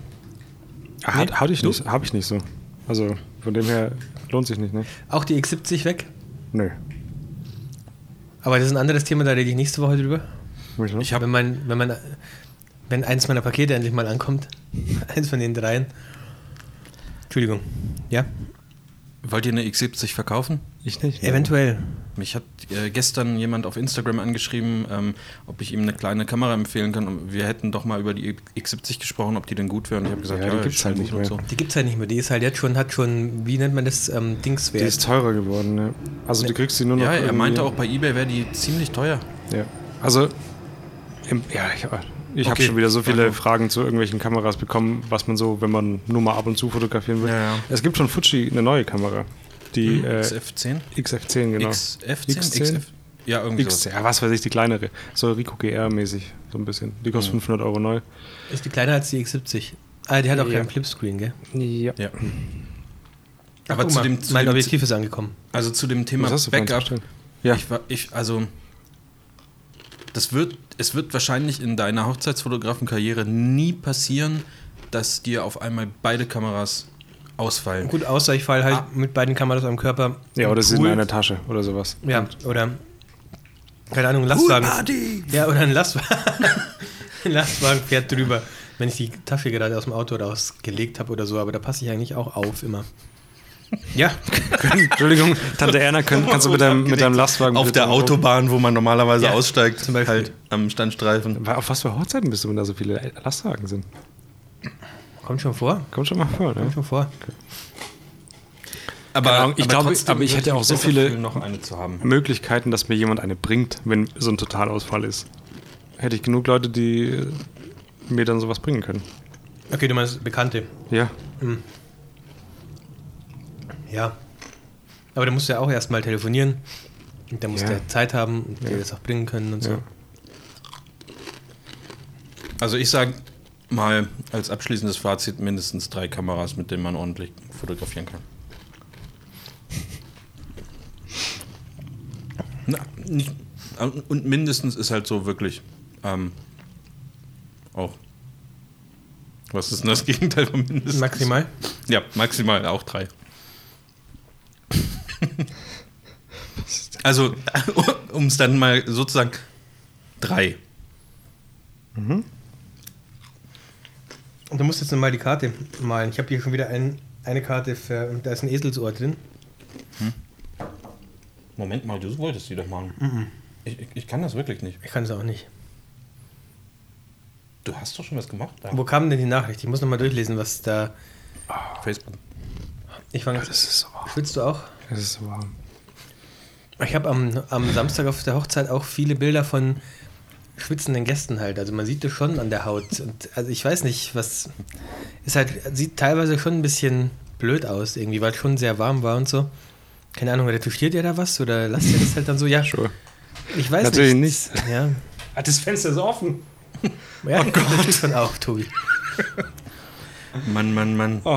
[SPEAKER 2] Hat-
[SPEAKER 3] Nee,
[SPEAKER 2] Hatte ich
[SPEAKER 3] du?
[SPEAKER 2] nicht, habe ich nicht so. Also von dem her lohnt sich nicht, ne?
[SPEAKER 3] Auch die X70 weg,
[SPEAKER 2] Nö.
[SPEAKER 3] aber das ist ein anderes Thema, da rede ich nächste Woche drüber.
[SPEAKER 2] Mich noch?
[SPEAKER 1] Ich hab-
[SPEAKER 3] Ne? wenn man, wenn man, wenn eins meiner Pakete endlich mal ankommt, eins von den dreien. Entschuldigung. Ja?
[SPEAKER 1] Wollt ihr eine X70 verkaufen?
[SPEAKER 2] Ich nicht. ne?
[SPEAKER 3] Eventuell.
[SPEAKER 1] Mich hat äh, gestern jemand auf Instagram angeschrieben, ähm, ob ich ihm eine kleine Kamera empfehlen kann. Und wir hätten doch mal über die X70 gesprochen, ob die denn gut wäre. Und ich habe gesagt,
[SPEAKER 2] Ja,
[SPEAKER 1] ja,
[SPEAKER 2] die
[SPEAKER 1] die
[SPEAKER 2] gibt's
[SPEAKER 1] ist
[SPEAKER 2] halt
[SPEAKER 1] schon
[SPEAKER 2] nicht
[SPEAKER 1] gut
[SPEAKER 2] mehr.
[SPEAKER 1] und
[SPEAKER 3] Die gibt's halt nicht mehr. Die ist halt jetzt schon, hat schon, wie nennt man das, ähm, Dingswert.
[SPEAKER 2] Die ist teurer geworden, ne? Also du kriegst sie nur
[SPEAKER 1] so.
[SPEAKER 2] noch.
[SPEAKER 1] Ja, er
[SPEAKER 2] irgendwie-
[SPEAKER 1] meinte auch, bei eBay wäre die ziemlich teuer.
[SPEAKER 2] Ja. Also, im, ja, ich, äh, ich habe
[SPEAKER 1] Okay.
[SPEAKER 2] schon wieder so viele
[SPEAKER 1] Danke.
[SPEAKER 2] Fragen zu irgendwelchen Kameras bekommen, was man so, wenn man nur mal ab und zu fotografieren will.
[SPEAKER 1] Ja, Hm, ja.
[SPEAKER 2] Es gibt von Fuji eine neue Kamera. Die äh,
[SPEAKER 1] XF10?
[SPEAKER 2] XF10, genau.
[SPEAKER 1] XF10?
[SPEAKER 2] X10?
[SPEAKER 1] XF? Ja, irgendwie
[SPEAKER 2] X,
[SPEAKER 1] so.
[SPEAKER 2] ja, was weiß ich, die kleinere. So Rico GR-mäßig, so ein bisschen. Die kostet
[SPEAKER 1] Hm.
[SPEAKER 2] 500 Euro neu.
[SPEAKER 3] Ist die kleiner als die X70? Ah, die hat auch
[SPEAKER 2] Ja.
[SPEAKER 3] keinen Flipscreen, gell?
[SPEAKER 2] Ja.
[SPEAKER 1] Ja.
[SPEAKER 3] Ach,
[SPEAKER 1] Aber
[SPEAKER 3] guck
[SPEAKER 1] zu
[SPEAKER 3] mal,
[SPEAKER 1] dem, zu
[SPEAKER 3] mein
[SPEAKER 1] dem,
[SPEAKER 3] Objektiv ist angekommen.
[SPEAKER 1] also zu dem Thema
[SPEAKER 2] Was hast du für eins
[SPEAKER 1] Backup,
[SPEAKER 2] bestellt? Ja.
[SPEAKER 1] Ich, war- ich, also, das wird, es wird wahrscheinlich in deiner Hochzeitsfotografenkarriere nie passieren, dass dir auf einmal beide Kameras ausfallen.
[SPEAKER 3] Gut, außer ich fall halt
[SPEAKER 1] Ah.
[SPEAKER 3] mit beiden Kameras am Körper.
[SPEAKER 2] Ja,
[SPEAKER 3] im
[SPEAKER 2] oder sie sind in
[SPEAKER 3] Pool.
[SPEAKER 2] einer Tasche oder sowas.
[SPEAKER 3] Ja, oder. Keine Ahnung, Lastwagen. Ja, oder ein Lastwagen. ein Lastwagen fährt drüber, wenn ich die Tasche gerade aus dem Auto rausgelegt habe oder so, aber da passe ich eigentlich auch auf immer. Ja,
[SPEAKER 2] Entschuldigung, Tante Erna, können, kannst du mit deinem, mit deinem Lastwagen.
[SPEAKER 1] Auf
[SPEAKER 2] bitte
[SPEAKER 1] der
[SPEAKER 2] mal gucken?
[SPEAKER 1] Autobahn, wo man normalerweise
[SPEAKER 3] Ja,
[SPEAKER 1] aussteigt,
[SPEAKER 3] zum Beispiel.
[SPEAKER 1] halt am Standstreifen.
[SPEAKER 2] Auf was für Hochzeiten bist du, wenn da so viele Lastwagen sind?
[SPEAKER 3] kommt schon vor.
[SPEAKER 2] Kommt schon mal vor, ne?
[SPEAKER 3] Kommt schon vor.
[SPEAKER 1] Aber,
[SPEAKER 2] Ahnung, ich glaube,
[SPEAKER 1] trotzdem
[SPEAKER 2] aber ich
[SPEAKER 1] würde
[SPEAKER 2] hätte auch
[SPEAKER 1] mich
[SPEAKER 2] so
[SPEAKER 1] besser
[SPEAKER 2] viele-
[SPEAKER 1] fühlen, noch eine zu haben.
[SPEAKER 2] Möglichkeiten, dass mir jemand eine bringt, wenn so ein Totalausfall ist. Hätte ich genug Leute, die äh, mir dann sowas bringen können.
[SPEAKER 3] Okay, du meinst Bekannte.
[SPEAKER 2] Ja.
[SPEAKER 3] Ja. Aber da musst du ja auch erstmal telefonieren. Und da musst du
[SPEAKER 2] Ja.
[SPEAKER 3] ja Zeit haben und dir
[SPEAKER 2] Ja.
[SPEAKER 3] das auch bringen können und so.
[SPEAKER 2] Ja.
[SPEAKER 1] Also ich sage mal als abschließendes Fazit mindestens drei Kameras, mit denen man ordentlich fotografieren kann. Na, nicht, ähm, und mindestens ist halt so wirklich ähm, auch. Was ist denn das Gegenteil von mindestens?
[SPEAKER 3] Maximal.
[SPEAKER 1] Ja, maximal auch drei. also, um es dann mal sozusagen drei.
[SPEAKER 3] Und du musst jetzt nochmal die Karte malen. Ich habe hier schon wieder ein, eine Karte, für, da ist ein Eselsohr drin.
[SPEAKER 1] Moment mal, du wolltest die doch machen.
[SPEAKER 3] Mhm.
[SPEAKER 1] Ich, ich, ich kann das wirklich nicht.
[SPEAKER 3] Ich kann es auch nicht.
[SPEAKER 1] Du hast doch schon was gemacht. Da.
[SPEAKER 3] Wo kam denn die Nachricht? Ich muss nochmal durchlesen, was da.
[SPEAKER 1] Facebook.
[SPEAKER 3] Ich fange
[SPEAKER 2] Das ist so warm.
[SPEAKER 3] Schwitzt du auch?
[SPEAKER 2] Das ist so warm.
[SPEAKER 3] Ich habe am, am Samstag auf der Hochzeit auch viele Bilder von schwitzenden Gästen halt. Also man sieht das schon an der Haut. Und also ich weiß nicht, was. Ist halt, sieht teilweise schon ein bisschen blöd aus, irgendwie, weil es schon sehr warm war und so. Keine Ahnung, retuschiert ihr da was oder lasst ihr das halt dann so? Ja,
[SPEAKER 2] Sure.
[SPEAKER 3] ich weiß
[SPEAKER 2] Natürlich
[SPEAKER 3] nicht. Ja.
[SPEAKER 2] Ah, das Fenster ist offen.
[SPEAKER 3] ja oh Gott. Das ist schon auch, Tobi.
[SPEAKER 1] Mann, Mann, Mann.
[SPEAKER 2] Oh.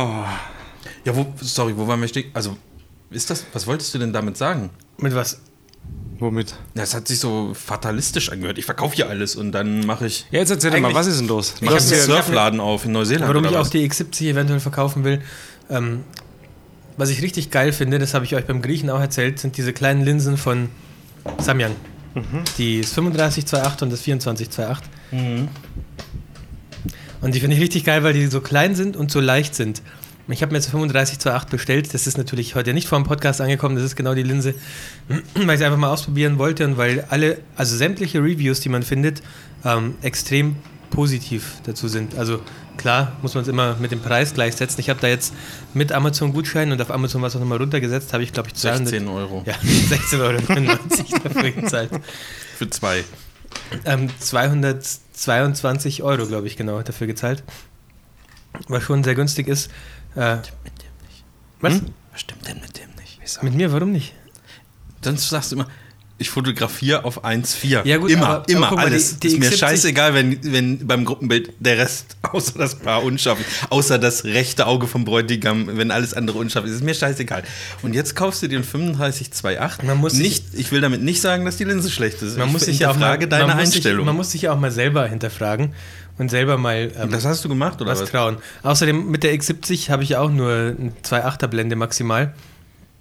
[SPEAKER 1] Ja, wo, sorry, wo waren wir stehen? Also, ist das, was wolltest du denn damit sagen?
[SPEAKER 3] Mit was?
[SPEAKER 2] Womit?
[SPEAKER 1] Das hat sich so fatalistisch angehört. Ich verkaufe hier alles und dann mache ich
[SPEAKER 2] Ja, jetzt erzähl doch mal,
[SPEAKER 1] Eigentlich-
[SPEAKER 2] was ist denn los?
[SPEAKER 1] mach einen
[SPEAKER 2] Machst du hier-
[SPEAKER 1] Surfladen auf in Neuseeland.
[SPEAKER 3] Warum ich
[SPEAKER 1] oder
[SPEAKER 3] auch
[SPEAKER 1] was?
[SPEAKER 3] die X70 eventuell verkaufen will. Ähm, was ich richtig geil finde, das habe ich euch beim Griechen auch erzählt, sind diese kleinen Linsen von Samyang. Die ist 3528 und das 2428. Und die finde ich richtig geil, weil die so klein sind und so leicht sind. Ich habe mir jetzt 3528 bestellt. Das ist natürlich heute nicht vor dem Podcast angekommen. Das ist genau die Linse, weil ich es einfach mal ausprobieren wollte und weil alle, also sämtliche Reviews, die man findet, ähm, extrem positiv dazu sind. Also klar muss man es immer mit dem Preis gleichsetzen. Ich habe da jetzt mit Amazon Gutschein und auf Amazon was auch nochmal runtergesetzt, habe ich glaube ich 200
[SPEAKER 1] 16 Euro
[SPEAKER 3] ja, 16,99 Euro dafür gezahlt.
[SPEAKER 1] für zwei.
[SPEAKER 3] Ähm, 222 Euro, glaube ich, genau, dafür gezahlt. Was schon sehr günstig ist. Äh, was?
[SPEAKER 1] Hm? Was stimmt denn mit dem nicht?
[SPEAKER 3] Mit mir, warum nicht?
[SPEAKER 1] Sonst sagst du immer, ich fotografiere auf 1,4.
[SPEAKER 3] Ja, gut,
[SPEAKER 1] immer,
[SPEAKER 3] aber-
[SPEAKER 1] immer,
[SPEAKER 3] aber guck mal,
[SPEAKER 1] alles.
[SPEAKER 3] die- die
[SPEAKER 1] ist mir
[SPEAKER 3] X70
[SPEAKER 1] scheißegal, wenn, wenn beim Gruppenbild der Rest außer das Paar unscharf ist. Außer das rechte Auge vom Bräutigam, wenn alles andere unscharf ist. Ist mir scheißegal. Und jetzt kaufst du den 3528.
[SPEAKER 3] Man muss sich-
[SPEAKER 1] nicht, ich will damit nicht sagen, dass die Linse schlecht ist.
[SPEAKER 3] Man
[SPEAKER 1] ich
[SPEAKER 3] muss sich ja auch mal,
[SPEAKER 1] hinterfrage deine
[SPEAKER 3] man muss Sich,
[SPEAKER 1] Einstellung.
[SPEAKER 3] man muss sich ja auch mal selber hinterfragen und selber mal ähm,
[SPEAKER 1] das hast du gemacht, oder
[SPEAKER 3] was,
[SPEAKER 1] was?
[SPEAKER 3] trauen. Außerdem mit der X70 habe ich auch nur eine 2,8er Blende maximal.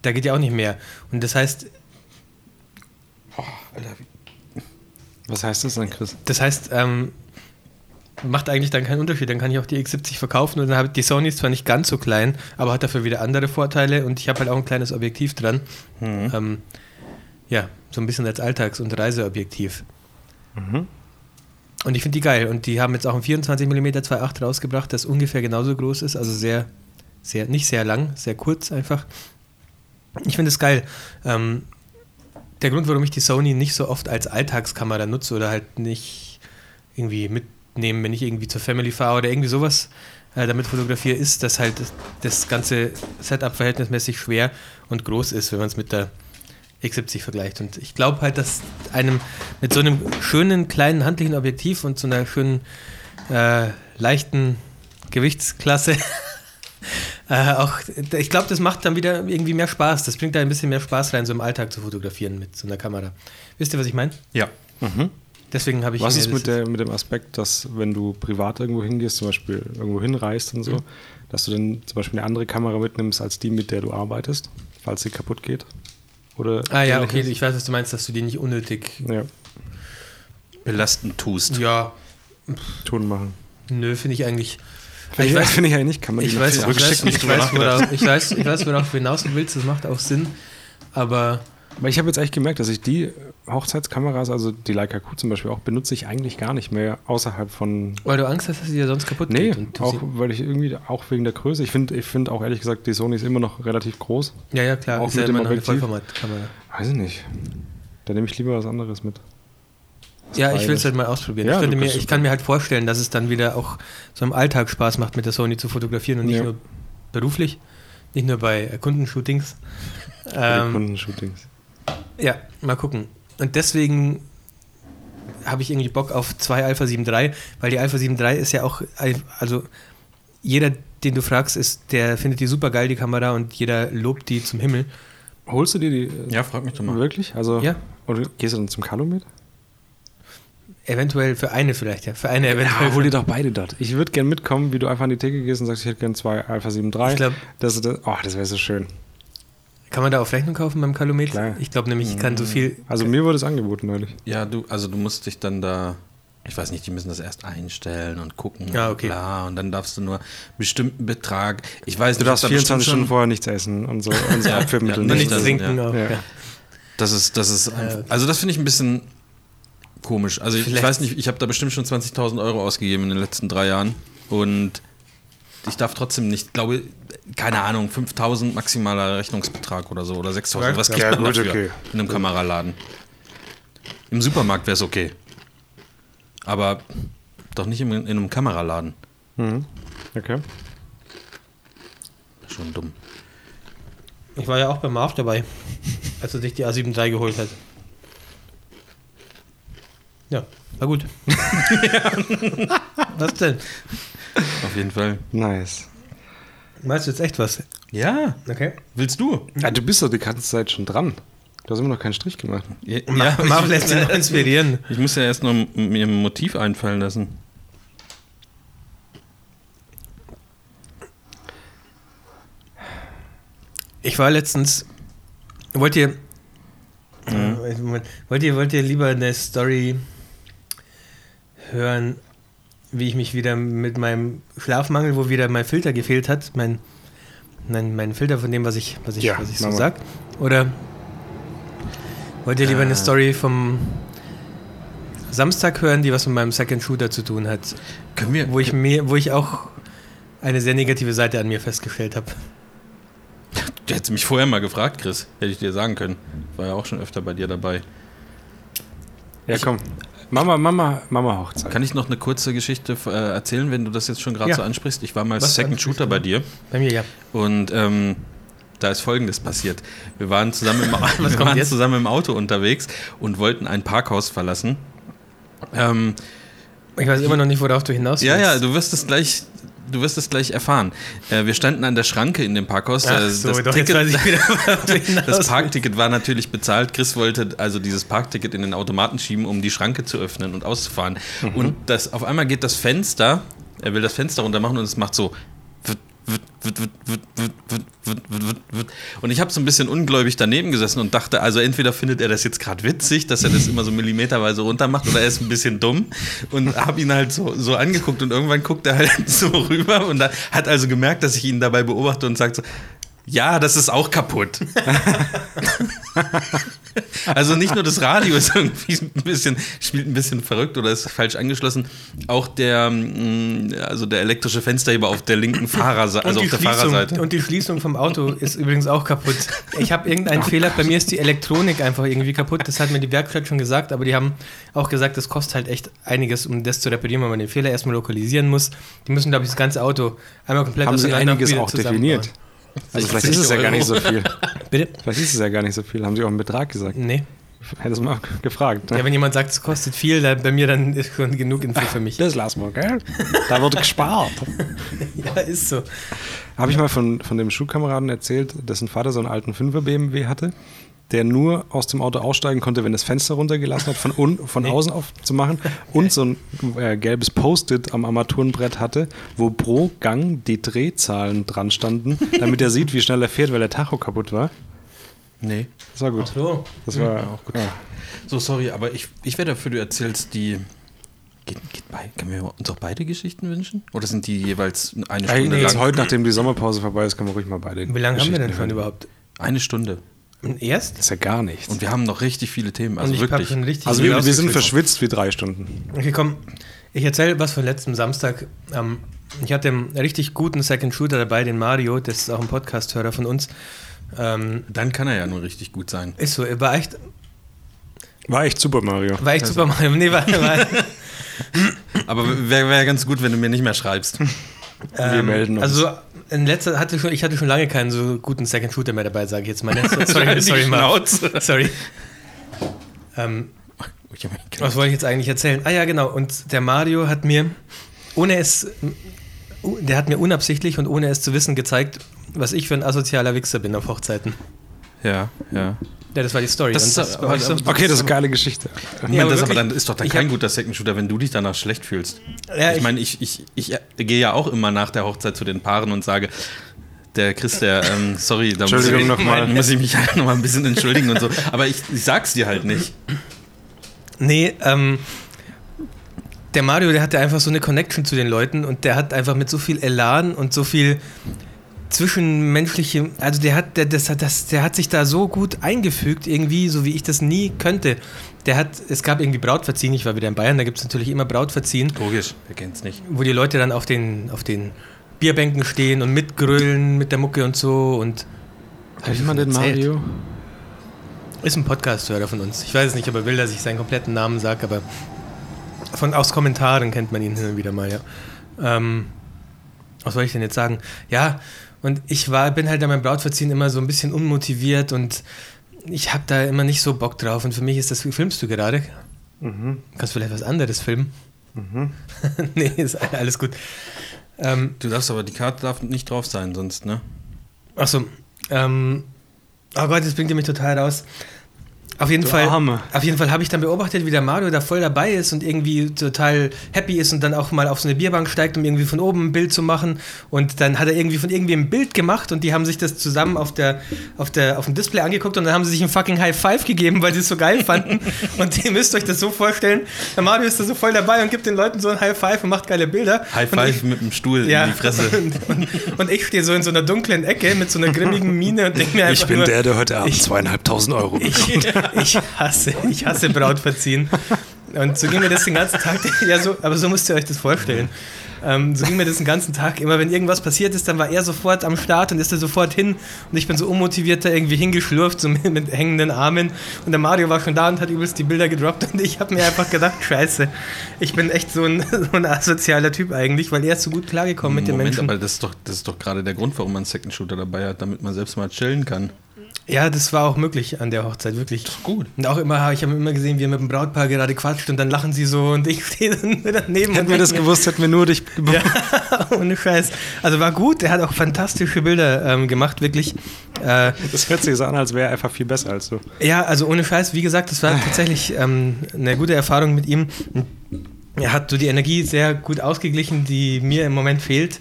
[SPEAKER 3] Da geht ja auch nicht mehr. Und das heißt,
[SPEAKER 2] Was heißt das denn, Chris?
[SPEAKER 3] Das heißt, ähm, macht eigentlich dann keinen Unterschied. Dann kann ich auch die X70 verkaufen und dann habe ich die Sony ist zwar nicht ganz so klein, aber hat dafür wieder andere Vorteile und ich habe halt auch ein kleines Objektiv dran. Ähm, ja, so ein bisschen als Alltags- und Reiseobjektiv. Und ich finde die geil. Und die haben jetzt auch ein 24 mm 2.8 rausgebracht, das ungefähr genauso groß ist, also sehr, sehr, nicht sehr lang, sehr kurz einfach. Ich finde es geil. Ähm, der Grund, warum ich die Sony nicht so oft als Alltagskamera nutze oder halt nicht irgendwie mitnehmen, wenn ich irgendwie zur Family fahre oder irgendwie sowas äh, damit fotografiere, ist, dass halt das ganze Setup verhältnismäßig schwer und groß ist, wenn man es mit der X70 vergleicht. Und ich glaube halt, dass einem mit so einem schönen kleinen handlichen Objektiv und so einer schönen äh, leichten Gewichtsklasse äh, auch, ich glaube, das macht dann wieder irgendwie mehr Spaß. Das bringt da ein bisschen mehr Spaß rein, so im Alltag zu fotografieren mit so einer Kamera. Wisst ihr, was ich meine?
[SPEAKER 1] Ja.
[SPEAKER 3] Deswegen habe ich.
[SPEAKER 2] Was
[SPEAKER 3] mir
[SPEAKER 2] ist
[SPEAKER 3] das
[SPEAKER 2] mit, der, mit dem Aspekt, dass wenn du privat irgendwo hingehst, zum Beispiel irgendwo hinreist und so, dass du dann zum Beispiel eine andere Kamera mitnimmst als die, mit der du arbeitest, falls sie kaputt geht? Oder
[SPEAKER 3] Ah ja, okay,
[SPEAKER 2] ähnliches?
[SPEAKER 3] ich weiß, was du meinst, dass du die nicht unnötig.
[SPEAKER 2] Ja,
[SPEAKER 1] Belastend tust.
[SPEAKER 3] Ja,
[SPEAKER 2] tun machen.
[SPEAKER 3] nö, finde ich eigentlich.
[SPEAKER 2] Finde ich,
[SPEAKER 3] ich weiß-
[SPEAKER 2] finde ich eigentlich nicht, kann man die
[SPEAKER 3] Ich
[SPEAKER 2] noch
[SPEAKER 3] weiß, ich weiß,
[SPEAKER 2] zurückschicken.
[SPEAKER 3] ich weiß, worauf, ich weiß, ich weiß, worauf du hinaus willst, das macht auch Sinn. Aber
[SPEAKER 2] Aber ich habe jetzt echt gemerkt, dass ich die Hochzeitskameras, also die Leica Q zum Beispiel, auch benutze ich eigentlich gar nicht mehr außerhalb von
[SPEAKER 3] weil du Angst hast, dass sie dir sonst kaputt
[SPEAKER 2] Nee,
[SPEAKER 3] geht. und du
[SPEAKER 2] auch
[SPEAKER 3] sie-
[SPEAKER 2] weil ich irgendwie, auch wegen der Größe, ich finde ich find auch ehrlich gesagt, die Sony ist immer noch relativ groß.
[SPEAKER 3] ja, ja, klar,
[SPEAKER 2] auch
[SPEAKER 3] ist ja
[SPEAKER 2] mit dem
[SPEAKER 3] immer noch eine
[SPEAKER 2] Objektiv.
[SPEAKER 3] Vollformatkamera.
[SPEAKER 2] Weiß ich nicht. Da nehme ich lieber was anderes mit.
[SPEAKER 3] Ja, ich will
[SPEAKER 2] Beides.
[SPEAKER 3] es halt mal ausprobieren.
[SPEAKER 2] Ja,
[SPEAKER 3] ich, könnte
[SPEAKER 2] du
[SPEAKER 3] mir,
[SPEAKER 2] kannst-
[SPEAKER 3] ich kann mir halt vorstellen, dass es dann wieder auch so im Alltag Spaß macht, mit der Sony zu fotografieren und nicht
[SPEAKER 2] Ja.
[SPEAKER 3] nur beruflich. Nicht nur bei äh, Kundenshootings.
[SPEAKER 2] Bei den
[SPEAKER 3] Ähm,
[SPEAKER 2] Kundenshootings.
[SPEAKER 3] Ja, mal gucken. Und deswegen habe ich irgendwie Bock auf zwei Alpha 7.3, weil die Alpha 7.3 ist ja auch, ein- also jeder, den du fragst, ist, der findet die super geil, die Kamera, und jeder lobt die zum Himmel.
[SPEAKER 2] Holst du dir die äh,
[SPEAKER 1] Ja, frag mich doch mal.
[SPEAKER 2] wirklich? Also,
[SPEAKER 3] Ja.
[SPEAKER 2] Oder gehst du dann zum Kalo mit?
[SPEAKER 3] Eventuell für eine vielleicht, ja. Für eine eventuell.
[SPEAKER 2] Äh, hol dir doch beide dort. Ich würde gerne mitkommen, wie du einfach an die Theke gehst und sagst, ich hätte gerne zwei Alpha 7.3.
[SPEAKER 3] Ich glaub-
[SPEAKER 2] das, das, oh, das wäre so schön.
[SPEAKER 3] Kann man da auf Rechnung kaufen beim Kalumet?
[SPEAKER 2] Klar.
[SPEAKER 3] Ich glaube nämlich, ich kann so viel.
[SPEAKER 2] Also mir wurde es angeboten neulich.
[SPEAKER 1] Ja, du, also du musst dich dann da, ich weiß nicht, die müssen das erst einstellen und gucken.
[SPEAKER 2] Ah,
[SPEAKER 3] Ja,
[SPEAKER 1] und
[SPEAKER 3] okay.
[SPEAKER 1] Bla, und dann darfst du nur bestimmten Betrag. Ich weiß
[SPEAKER 2] Du
[SPEAKER 1] nicht, ob
[SPEAKER 2] darfst
[SPEAKER 1] da bestimmt
[SPEAKER 2] 24 Stunden
[SPEAKER 1] schon-
[SPEAKER 2] vorher nichts essen und so, und so
[SPEAKER 1] Ja,
[SPEAKER 2] Abführmittel
[SPEAKER 1] ja,
[SPEAKER 3] Nur
[SPEAKER 1] nicht
[SPEAKER 3] nichts
[SPEAKER 1] das-
[SPEAKER 3] trinken.
[SPEAKER 1] ja.
[SPEAKER 3] Auch,
[SPEAKER 2] Ja.
[SPEAKER 3] ja.
[SPEAKER 1] Das ist, das ist,
[SPEAKER 3] Ja, okay.
[SPEAKER 1] also das finde ich ein bisschen komisch. Also ich, ich
[SPEAKER 3] Vielleicht-
[SPEAKER 1] weiß nicht, ich habe da bestimmt schon 20.000 Euro ausgegeben in den letzten drei Jahren und ich darf trotzdem nicht, glaube, keine Ahnung, 5.000 maximaler Rechnungsbetrag oder so oder 6.000. Was
[SPEAKER 3] Ja,
[SPEAKER 1] kriegt man
[SPEAKER 2] gut,
[SPEAKER 1] dafür
[SPEAKER 2] okay.
[SPEAKER 1] in einem Kameraladen? Im Supermarkt wäre es okay, aber doch nicht in, in einem Kameraladen.
[SPEAKER 2] Okay.
[SPEAKER 1] Schon dumm.
[SPEAKER 3] Ich war ja auch beim Marv dabei, als er sich die A7 III geholt hat. Ja, war gut. was denn?
[SPEAKER 1] Auf jeden Fall.
[SPEAKER 2] Nice.
[SPEAKER 3] Meinst du jetzt echt was?
[SPEAKER 1] Ja,
[SPEAKER 3] Okay.
[SPEAKER 1] willst du?
[SPEAKER 2] Ah, du bist doch die ganze Zeit schon dran. Du hast immer noch keinen Strich gemacht.
[SPEAKER 1] Ja,
[SPEAKER 3] Ja,
[SPEAKER 1] ich-
[SPEAKER 3] Marv lässt sich noch inspirieren.
[SPEAKER 1] Ich muss ja erst noch m- mir ein Motiv einfallen lassen.
[SPEAKER 3] Ich war letztens. Wollt ihr. Äh, Moment. Wollt ihr, wollt ihr lieber eine Story hören, wie ich mich wieder mit meinem Schlafmangel, wo wieder mein Filter gefehlt hat, mein, mein, mein Filter von dem, was ich, was ich,
[SPEAKER 2] Ja,
[SPEAKER 3] was ich so
[SPEAKER 2] machen wir.
[SPEAKER 3] sag? Oder wollt ihr lieber eine Story vom Samstag hören, die was mit meinem Second Shooter zu tun hat,
[SPEAKER 1] Können wir,
[SPEAKER 3] wo ich mir, wo ich auch eine sehr negative Seite an mir festgestellt habe?
[SPEAKER 1] Du hättest mich vorher mal gefragt, Chris. Hätte ich dir sagen können. War ja auch schon öfter bei dir dabei.
[SPEAKER 2] Ja, komm. Mama, Mama, Mama Hochzeit.
[SPEAKER 1] Kann ich noch eine kurze Geschichte äh, erzählen, wenn du das jetzt schon gerade
[SPEAKER 3] Ja.
[SPEAKER 1] so ansprichst? Ich war mal
[SPEAKER 3] Was
[SPEAKER 1] Second
[SPEAKER 3] ansprichst
[SPEAKER 1] Shooter
[SPEAKER 3] du?
[SPEAKER 1] bei dir
[SPEAKER 3] Bei mir ja.
[SPEAKER 1] und ähm, da ist Folgendes passiert. Wir waren, zusammen im,
[SPEAKER 3] kommt
[SPEAKER 1] wir waren
[SPEAKER 3] jetzt?
[SPEAKER 1] zusammen im Auto unterwegs und wollten ein Parkhaus verlassen. Ähm,
[SPEAKER 3] Ich weiß immer noch nicht, worauf du hinaus
[SPEAKER 1] Ja,
[SPEAKER 3] willst.
[SPEAKER 1] ja, du wirst es gleich, du wirst es gleich erfahren. Äh, wir standen an der Schranke in dem Parkhaus.
[SPEAKER 3] Ach
[SPEAKER 1] äh,
[SPEAKER 3] so,
[SPEAKER 1] das,
[SPEAKER 3] doch, jetzt
[SPEAKER 1] Ticket,
[SPEAKER 3] weiß ich wieder, worauf du hinaus
[SPEAKER 1] das
[SPEAKER 3] willst.
[SPEAKER 1] Parkticket war natürlich bezahlt. Chris wollte also dieses Parkticket in den Automaten schieben, um die Schranke zu öffnen und auszufahren.
[SPEAKER 3] Mhm.
[SPEAKER 1] Und das, auf einmal geht das Fenster, er will das Fenster runter machen und es macht so. wut, wut, wut, wut, wut, wut, wut, wut, wut, wut, wut. Und ich habe so ein bisschen ungläubig daneben gesessen und dachte, also entweder findet er das jetzt gerade witzig, dass er das immer so millimeterweise runter macht, oder er ist ein bisschen dumm und habe ihn halt so, so angeguckt und irgendwann guckt er halt so rüber und da hat also gemerkt, dass ich ihn dabei beobachte und sagt so, ja, das ist auch kaputt. Also nicht nur das Radio ist irgendwie ein bisschen, spielt ein bisschen verrückt oder ist falsch angeschlossen. Auch der, mm, also der elektrische Fensterheber auf der linken Fahrerseite, also auf der Fahrerseite.
[SPEAKER 3] und die Schließung vom Auto ist übrigens auch kaputt. Ich habe
[SPEAKER 1] Oh
[SPEAKER 3] irgendeinen Fehler. Bei mir ist die Elektronik einfach irgendwie kaputt. Das hat mir die Werkstatt schon gesagt, aber die haben auch gesagt, das kostet halt echt einiges, um das zu reparieren, weil man den Fehler erstmal lokalisieren muss. Die müssen, glaube ich, das ganze Auto einmal komplett
[SPEAKER 2] Haben sie
[SPEAKER 3] auseinander und
[SPEAKER 2] einiges
[SPEAKER 3] wieder
[SPEAKER 2] auch definiert. Also vielleicht ist es ja gar nicht so viel.
[SPEAKER 3] zusammenbauen. Bitte?
[SPEAKER 2] Vielleicht ist es ja gar nicht so viel. Haben sie auch einen Betrag gesagt?
[SPEAKER 3] Nee.
[SPEAKER 2] Hättest du mal gefragt. Ne?
[SPEAKER 3] Hm. Ja, wenn jemand sagt, es kostet viel, dann, bei mir dann ist schon genug Info für mich.
[SPEAKER 2] das lassen wir, gell? Da wird gespart.
[SPEAKER 3] Ja, ist so.
[SPEAKER 2] Habe ich mal von, von dem Schulkameraden erzählt, dessen Vater so einen alten 5er BMW hatte, der nur aus dem Auto aussteigen konnte, wenn das Fenster runtergelassen hat, von, un, von außen aufzumachen und so ein äh, gelbes Post-it am Armaturenbrett hatte, wo pro Gang die Drehzahlen dran standen, damit er sieht, wie schnell er fährt, weil der Tacho kaputt war.
[SPEAKER 1] Nee.
[SPEAKER 2] Das war gut.
[SPEAKER 3] So.
[SPEAKER 2] Das war
[SPEAKER 1] auch gut.
[SPEAKER 2] Ja.
[SPEAKER 1] So, sorry, aber ich, ich wäre dafür, du erzählst die. Geht, geht bei, können wir uns auch beide Geschichten wünschen? Oder sind die jeweils eine Stunde
[SPEAKER 2] Eigentlich jetzt
[SPEAKER 1] lang?
[SPEAKER 2] heute, nachdem die Sommerpause vorbei ist, kann man ruhig mal beide.
[SPEAKER 3] Wie lange haben wir
[SPEAKER 2] Geschichten
[SPEAKER 3] denn schon
[SPEAKER 2] hören.
[SPEAKER 3] überhaupt?
[SPEAKER 1] Eine Stunde.
[SPEAKER 3] Erst?
[SPEAKER 2] Das ist ja gar nichts.
[SPEAKER 1] Und wir haben noch richtig viele Themen. Also
[SPEAKER 3] Und ich habe
[SPEAKER 1] wirklich.
[SPEAKER 3] schon richtig.
[SPEAKER 2] also
[SPEAKER 3] viel
[SPEAKER 2] wir, wir sind
[SPEAKER 3] ausgefüllt.
[SPEAKER 2] verschwitzt wie drei Stunden.
[SPEAKER 3] Okay, komm. Ich erzähle was von letztem Samstag. Ähm, ich hatte einen richtig guten Second Shooter dabei, den Mario. Das ist auch ein Podcast-Hörer von uns. Ähm,
[SPEAKER 1] Dann kann er ja nur richtig gut sein.
[SPEAKER 3] ist so, er war echt,
[SPEAKER 2] War echt super, Mario.
[SPEAKER 3] war echt super. Mario. Nee, war, war,
[SPEAKER 1] Aber wäre wär ganz gut, wenn du mir nicht mehr schreibst.
[SPEAKER 2] Wir melden uns.
[SPEAKER 3] Ähm, Also in letzter hatte schon, ich hatte schon lange keinen so guten Second Shooter mehr dabei, sage ich jetzt mal. Sorry,
[SPEAKER 2] Halt
[SPEAKER 3] sorry, sorry, Marv. sorry. Ähm,
[SPEAKER 1] Oh,
[SPEAKER 3] was wollte ich jetzt eigentlich erzählen? Ah ja, genau. Und der Mario hat mir, ohne es, der hat mir unabsichtlich und ohne es zu wissen gezeigt, was ich für ein asozialer Wichser bin auf Hochzeiten.
[SPEAKER 1] Ja, ja.
[SPEAKER 3] Ja, das war die Story.
[SPEAKER 1] Das
[SPEAKER 3] Und
[SPEAKER 1] ist aber-
[SPEAKER 3] war ich so-
[SPEAKER 2] Okay, das ist eine geile Geschichte.
[SPEAKER 1] Ich meine, das
[SPEAKER 3] aber
[SPEAKER 1] aber
[SPEAKER 3] wirklich,
[SPEAKER 1] dann ist doch dann
[SPEAKER 3] ich
[SPEAKER 1] kein
[SPEAKER 3] hab-
[SPEAKER 1] guter Second Shooter, wenn du dich danach schlecht fühlst.
[SPEAKER 3] Ja,
[SPEAKER 1] ich
[SPEAKER 3] ich-
[SPEAKER 1] meine, ich, ich, ich, äh, gehe ja auch immer nach der Hochzeit zu den Paaren und sage, der Chris, der, ähm, sorry, da muss
[SPEAKER 2] Entschuldigung
[SPEAKER 1] ich-
[SPEAKER 2] nochmal.
[SPEAKER 1] muss ich mich halt nochmal ein bisschen entschuldigen und so. Aber ich, ich sag's dir halt nicht.
[SPEAKER 3] Nee, ähm, der Mario, der hatte einfach so eine Connection zu den Leuten und der hat einfach mit so viel Elan und so viel zwischenmenschlichem, also der hat, der, das, hat- das, der hat sich da so gut eingefügt, irgendwie, so wie ich das nie könnte. Der hat, es gab irgendwie Brautverziehen, ich war wieder in Bayern, da gibt es natürlich immer Brautverziehen,
[SPEAKER 1] Logisch, wer kennt's nicht.
[SPEAKER 3] wo die Leute dann auf den, auf den Bierbänken stehen und mitgrölen mit der Mucke und so und
[SPEAKER 2] Hat jemand den
[SPEAKER 3] erzählt.
[SPEAKER 2] Mario?
[SPEAKER 3] Ist ein Podcast-Hörer von uns. Ich weiß es nicht, ob er will, dass ich seinen kompletten Namen sage, aber von, aus Kommentaren kennt man ihn hin und wieder mal, ja. Ähm, was soll ich denn jetzt sagen? Ja, und ich war, bin halt an meinem Brautverziehen immer so ein bisschen unmotiviert und ich habe da immer nicht so Bock drauf. Und für mich ist das, wie filmst du gerade? Kannst du vielleicht was anderes filmen? nee, ist alles gut. Ähm,
[SPEAKER 1] Du darfst aber, die Karte darf nicht drauf sein, sonst, ne?
[SPEAKER 3] Achso. Ähm, oh Gott, jetzt bringt ihr mich total raus. Auf jeden
[SPEAKER 2] Du
[SPEAKER 3] Fall,
[SPEAKER 2] Arme.
[SPEAKER 3] auf jeden Fall habe ich dann beobachtet, wie der Mario da voll dabei ist und irgendwie total happy ist und dann auch mal auf so eine Bierbank steigt, um irgendwie von oben ein Bild zu machen. Und dann hat er irgendwie von irgendwie ein Bild gemacht und die haben sich das zusammen auf, der, auf, der, auf dem Display angeguckt und dann haben sie sich einen fucking High Five gegeben, weil sie es so geil fanden. und ihr müsst euch das so vorstellen, der Mario ist da so voll dabei und gibt den Leuten so ein High Five und macht geile Bilder.
[SPEAKER 1] High
[SPEAKER 3] Und ich-
[SPEAKER 1] Five mit dem Stuhl
[SPEAKER 3] ja.
[SPEAKER 1] in die Fresse.
[SPEAKER 3] Und, und, und ich stehe so in so einer dunklen Ecke mit so einer grimmigen Miene und denke mir einfach nur,
[SPEAKER 2] der heute Abend
[SPEAKER 3] Ich-
[SPEAKER 2] zweieinhalbtausend Euro
[SPEAKER 3] ich, ich hasse, ich hasse Brautverziehen. Und so ging mir das den ganzen Tag, ja so, aber so müsst ihr euch das vorstellen. Ähm, so ging mir das den ganzen Tag. Immer wenn irgendwas passiert ist, dann war er sofort am Start und ist er sofort hin. Und ich bin so unmotiviert da irgendwie hingeschlurft, so mit, mit hängenden Armen. Und der Mario war schon da und hat übelst die Bilder gedroppt. Und ich habe mir einfach gedacht, scheiße, ich bin echt so ein, so ein asozialer Typ eigentlich, weil er ist so gut klargekommen mit den
[SPEAKER 1] Moment,
[SPEAKER 3] Menschen.
[SPEAKER 1] aber das ist doch, das ist doch gerade der Grund, warum man einen Second Shooter dabei hat, damit man selbst mal chillen kann.
[SPEAKER 3] Ja, das war auch möglich an der Hochzeit, wirklich. Gut. Und auch immer, ich habe immer gesehen, wie er mit dem Brautpaar gerade quatscht und dann lachen sie so und ich stehe dann nur daneben.
[SPEAKER 2] Hätten
[SPEAKER 3] und
[SPEAKER 2] wir das
[SPEAKER 3] denk
[SPEAKER 2] gewusst, hätten wir nur dich
[SPEAKER 3] mir, Ja, ohne Scheiß. Also war gut, er hat auch fantastische Bilder ähm, gemacht, wirklich. Äh,
[SPEAKER 2] Das hört sich so an, als wäre er einfach viel besser als du.
[SPEAKER 3] ja, also ohne Scheiß, wie gesagt, das war tatsächlich ähm, eine gute Erfahrung mit ihm. Er hat so die Energie sehr gut ausgeglichen, die mir im Moment fehlt.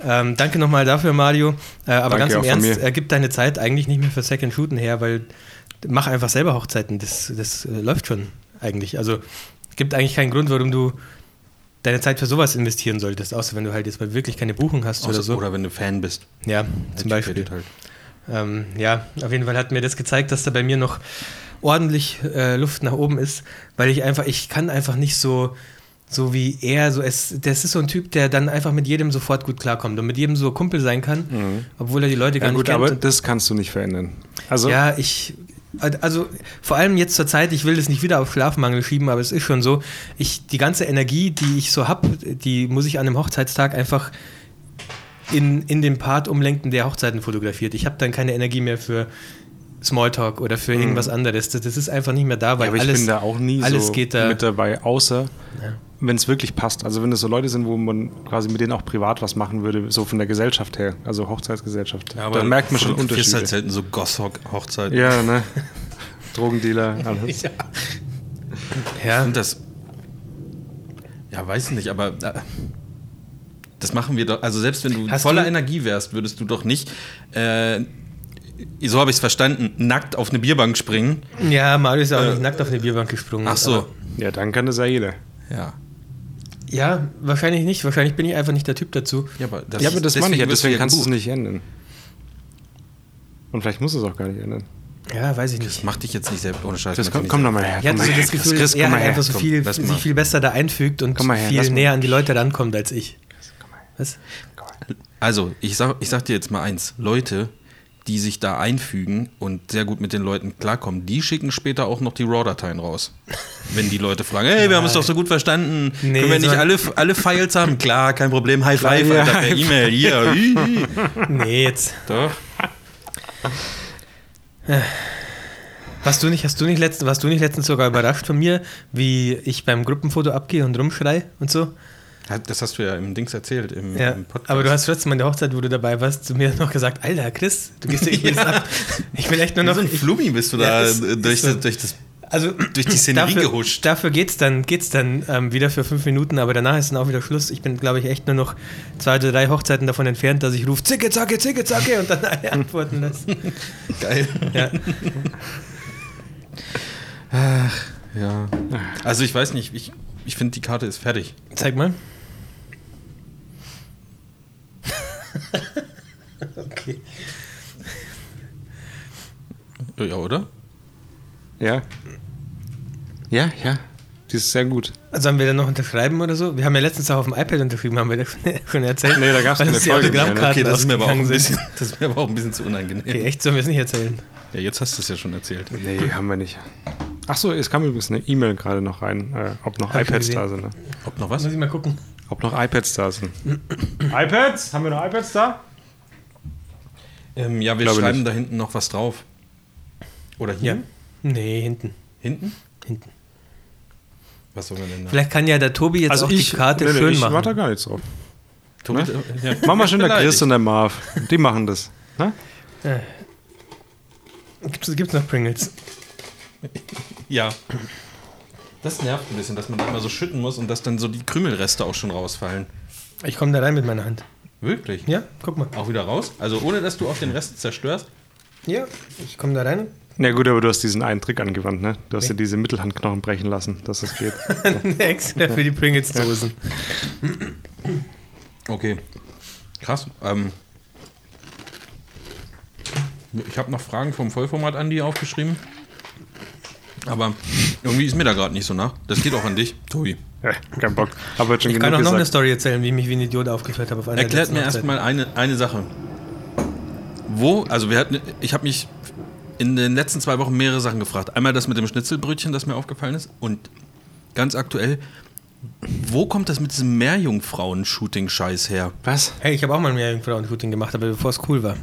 [SPEAKER 3] Ähm, danke nochmal dafür, Mario. Äh,
[SPEAKER 2] Danke
[SPEAKER 3] aber ganz im
[SPEAKER 2] auch von
[SPEAKER 3] Ernst,
[SPEAKER 2] mir.
[SPEAKER 3] äh, gib deine Zeit eigentlich nicht mehr für Second Shooten her, weil mach einfach selber Hochzeiten. Das, das äh, läuft schon eigentlich. Also gibt eigentlich keinen Grund, warum du deine Zeit für sowas investieren solltest, außer wenn du halt jetzt mal wirklich keine Buchung hast oder
[SPEAKER 1] Außer-
[SPEAKER 3] so.
[SPEAKER 1] oder wenn du Fan bist.
[SPEAKER 3] ja, zum Beispiel.
[SPEAKER 1] Halt.
[SPEAKER 3] Ähm, ja, auf jeden Fall hat mir das gezeigt, dass da bei mir noch ordentlich äh, Luft nach oben ist, weil ich einfach, ich kann einfach nicht so, so wie er, so es, das ist so ein Typ, der dann einfach mit jedem sofort gut klarkommt und mit jedem so Kumpel sein kann, obwohl er die Leute gar
[SPEAKER 2] Mhm. Ja
[SPEAKER 3] nicht
[SPEAKER 2] gut,
[SPEAKER 3] kennt.
[SPEAKER 2] aber
[SPEAKER 3] und,
[SPEAKER 2] das kannst du nicht verändern. Also,
[SPEAKER 3] ja, ich, also vor allem jetzt zur Zeit, ich will das nicht wieder auf Schlafmangel schieben, aber es ist schon so, ich, die ganze Energie, die ich so habe, die muss ich an einem Hochzeitstag einfach in, in den Part umlenken, der Hochzeiten fotografiert. Ich habe dann keine Energie mehr für Smalltalk oder für irgendwas anderes. Das, das ist einfach nicht mehr da, weil
[SPEAKER 2] Mhm. aber ich
[SPEAKER 3] alles,
[SPEAKER 2] bin da auch nie
[SPEAKER 3] alles
[SPEAKER 2] so
[SPEAKER 3] geht da.
[SPEAKER 2] mit dabei, außer
[SPEAKER 3] Ja.
[SPEAKER 2] wenn es wirklich passt. Also wenn es so Leute sind, wo man quasi mit denen auch privat was machen würde, so von der Gesellschaft her, also Hochzeitsgesellschaft,
[SPEAKER 1] Ja,
[SPEAKER 2] dann merkt man schon
[SPEAKER 1] du fotografierst
[SPEAKER 2] Unterschiede.
[SPEAKER 1] halt selten so Goshawk-Hochzeiten.
[SPEAKER 2] ja, ne? Drogendealer, alles.
[SPEAKER 3] ja.
[SPEAKER 1] Und das. Ja, weiß nicht, aber. Äh, das machen wir doch. Also, selbst wenn du
[SPEAKER 3] Hast
[SPEAKER 1] voller
[SPEAKER 3] du-
[SPEAKER 1] Energie wärst, würdest du doch nicht. Äh, so habe ich es verstanden, nackt auf eine Bierbank springen.
[SPEAKER 3] ja, Mario ist ja auch
[SPEAKER 1] Äh,
[SPEAKER 3] nicht nackt auf eine Bierbank gesprungen.
[SPEAKER 1] Ach
[SPEAKER 3] aber-
[SPEAKER 1] so.
[SPEAKER 2] Ja, dann kann das ja jeder.
[SPEAKER 1] Ja.
[SPEAKER 3] Ja, wahrscheinlich nicht. Wahrscheinlich bin ich einfach nicht der Typ dazu.
[SPEAKER 1] Ja, aber das,
[SPEAKER 2] ja, aber das meine ich ja,
[SPEAKER 1] wirst du
[SPEAKER 2] deswegen kannst du es
[SPEAKER 1] gebucht.
[SPEAKER 2] nicht ändern. Und vielleicht muss es auch gar nicht ändern.
[SPEAKER 3] Ja, weiß ich nicht.
[SPEAKER 1] Mach dich jetzt nicht selbst ohne Scheiß.
[SPEAKER 2] Das
[SPEAKER 1] mach
[SPEAKER 2] komm,
[SPEAKER 1] dich
[SPEAKER 2] komm
[SPEAKER 1] nicht
[SPEAKER 2] doch mal her.
[SPEAKER 3] Ich hatte
[SPEAKER 2] komm
[SPEAKER 3] so
[SPEAKER 2] mal
[SPEAKER 3] das
[SPEAKER 2] her,
[SPEAKER 3] Gefühl,
[SPEAKER 2] Chris,
[SPEAKER 3] dass
[SPEAKER 2] komm
[SPEAKER 3] er
[SPEAKER 2] mal her,
[SPEAKER 3] einfach so
[SPEAKER 2] komm.
[SPEAKER 3] viel,
[SPEAKER 1] lass
[SPEAKER 3] sich
[SPEAKER 1] mal.
[SPEAKER 3] viel besser da einfügt und
[SPEAKER 2] Komm mal her, lass
[SPEAKER 3] viel
[SPEAKER 2] mal.
[SPEAKER 3] näher an die Leute rankommt als ich.
[SPEAKER 2] Komm mal her,
[SPEAKER 3] Was?
[SPEAKER 2] komm mal her.
[SPEAKER 1] selbst. Also, ich sag, ich sag dir jetzt mal eins. Leute, die sich da einfügen und sehr gut mit den Leuten klarkommen, die schicken später auch noch die RAW-Dateien raus. Wenn die Leute fragen, hey, wir haben uns doch so gut verstanden,
[SPEAKER 3] Nee,
[SPEAKER 1] können wir nicht
[SPEAKER 3] so-
[SPEAKER 1] alle, alle Files haben? Klar, kein Problem, High
[SPEAKER 2] Klar,
[SPEAKER 1] Five,
[SPEAKER 2] ja,
[SPEAKER 1] Alter, per
[SPEAKER 2] High
[SPEAKER 1] E-Mail, hier. hihi.
[SPEAKER 3] Nee, jetzt.
[SPEAKER 1] Doch.
[SPEAKER 3] Warst du nicht, hast du nicht letztens, warst du nicht letztens sogar überrascht von mir, wie ich beim Gruppenfoto abgehe und rumschrei und so?
[SPEAKER 1] Das hast du ja im Dings erzählt, im,
[SPEAKER 3] Ja.
[SPEAKER 1] im Podcast.
[SPEAKER 3] Aber du hast letztes Mal in der Hochzeit, wo du dabei warst, zu mir noch gesagt, Alter, Chris, du gehst ja übelst ab. Ich bin echt nur
[SPEAKER 1] Wie
[SPEAKER 3] noch.
[SPEAKER 1] so ein
[SPEAKER 3] ich-
[SPEAKER 1] Flummi bist du da
[SPEAKER 3] Ja, ist-
[SPEAKER 1] äh,
[SPEAKER 3] ist
[SPEAKER 1] durch,
[SPEAKER 3] so.
[SPEAKER 1] das, durch das
[SPEAKER 3] also
[SPEAKER 1] durch die Szenerie
[SPEAKER 3] dafür,
[SPEAKER 1] gehuscht.
[SPEAKER 3] Dafür geht's dann, geht's dann ähm, wieder für fünf Minuten, aber danach ist dann auch wieder Schluss. Ich bin, glaube ich, echt nur noch zwei oder drei Hochzeiten davon entfernt, dass ich rufe, zicke, zacke, zicke, zacke und dann alle antworten lasse.
[SPEAKER 1] Geil.
[SPEAKER 3] Ja.
[SPEAKER 1] Ja. Also ich weiß nicht, ich, ich finde, die Karte ist fertig.
[SPEAKER 3] Zeig mal. okay.
[SPEAKER 1] Ja, oder?
[SPEAKER 2] Ja. Ja, ja. Die ist sehr gut.
[SPEAKER 3] Also haben wir dann noch unterschreiben oder so? Wir haben ja letztens auch auf dem iPad unterschrieben, haben wir das schon erzählt.
[SPEAKER 2] Nee, da gab's
[SPEAKER 3] Weil
[SPEAKER 2] keine
[SPEAKER 3] uns die
[SPEAKER 2] Folge mehr, ne?
[SPEAKER 3] Autogrammkarten
[SPEAKER 1] Okay, das ist mir aber auch ein
[SPEAKER 3] ausgegangen
[SPEAKER 1] bisschen,
[SPEAKER 3] sind.
[SPEAKER 1] das ist mir aber auch ein bisschen zu unangenehm.
[SPEAKER 3] Okay, echt, sollen wir es nicht erzählen?
[SPEAKER 1] Ja, jetzt hast du es ja schon erzählt.
[SPEAKER 2] Nee, haben wir nicht. Achso, es kam übrigens eine E-Mail gerade noch rein, äh, ob noch
[SPEAKER 3] Hab ich
[SPEAKER 2] iPads
[SPEAKER 3] gesehen.
[SPEAKER 2] da sind. Ne?
[SPEAKER 1] Ob noch
[SPEAKER 3] Muss
[SPEAKER 1] was?
[SPEAKER 3] ich mal gucken.
[SPEAKER 2] Ob noch iPads da sind. iPads? Haben wir noch iPads da?
[SPEAKER 1] Ähm, ja, wir
[SPEAKER 2] Glaube
[SPEAKER 1] schreiben
[SPEAKER 2] nicht.
[SPEAKER 1] da hinten noch was drauf. Oder hier?
[SPEAKER 3] Ja. Nee, hinten.
[SPEAKER 1] Hinten?
[SPEAKER 3] Hm? Hinten.
[SPEAKER 1] Was soll man denn da?
[SPEAKER 3] Vielleicht kann ja der Tobi jetzt auch die Karte
[SPEAKER 2] nee, nee,
[SPEAKER 3] schön
[SPEAKER 2] Also ich
[SPEAKER 3] machen.
[SPEAKER 2] war da gar nichts drauf.
[SPEAKER 1] Tobi,
[SPEAKER 2] Ne?
[SPEAKER 1] ja.
[SPEAKER 2] Mach mal schön der
[SPEAKER 1] Beleidigt.
[SPEAKER 2] Chris und der Marv. Die machen das. Ne?
[SPEAKER 3] Gibt's, gibt's noch Pringles?
[SPEAKER 1] ja. Das nervt ein bisschen, dass man da immer so schütten muss und dass dann so die Krümelreste auch schon rausfallen.
[SPEAKER 3] Ich komme da rein mit meiner Hand.
[SPEAKER 1] Wirklich?
[SPEAKER 3] Ja, guck mal.
[SPEAKER 1] Auch wieder raus? Also ohne, dass du auch den Rest zerstörst?
[SPEAKER 3] Ja, ich komme da rein.
[SPEAKER 2] Na gut, aber du hast diesen einen Trick angewandt, ne? Du hast dir diese Mittelhandknochen brechen lassen, dass das geht.
[SPEAKER 3] Extra für die Pringles-Dosen.
[SPEAKER 1] Okay. Krass. Ähm, ich habe noch Fragen vom Vollformat Andi aufgeschrieben. Aber irgendwie ist mir da gerade nicht so nach. Das geht auch an dich, Tobi.
[SPEAKER 2] Ja, kein Bock. Hab heute schon
[SPEAKER 3] Ich kann
[SPEAKER 2] genug
[SPEAKER 3] auch noch eine
[SPEAKER 2] gesagt.
[SPEAKER 3] Story erzählen, wie ich mich wie ein Idiot aufgeführt habe auf einer
[SPEAKER 1] Erklärt
[SPEAKER 3] letzten
[SPEAKER 1] mir
[SPEAKER 3] Hochzeit.
[SPEAKER 1] erstmal eine, eine Sache. Wo, also wir hatten, ich habe mich in den letzten zwei Wochen mehrere Sachen gefragt. Einmal das mit dem Schnitzelbrötchen, das mir aufgefallen ist. Und ganz aktuell, wo kommt das mit diesem Meerjungfrauen-Shooting-Scheiß her?
[SPEAKER 2] Was?
[SPEAKER 3] Hey, ich habe auch mal mehr Jungfrauen-Shooting gemacht, aber bevor es cool war.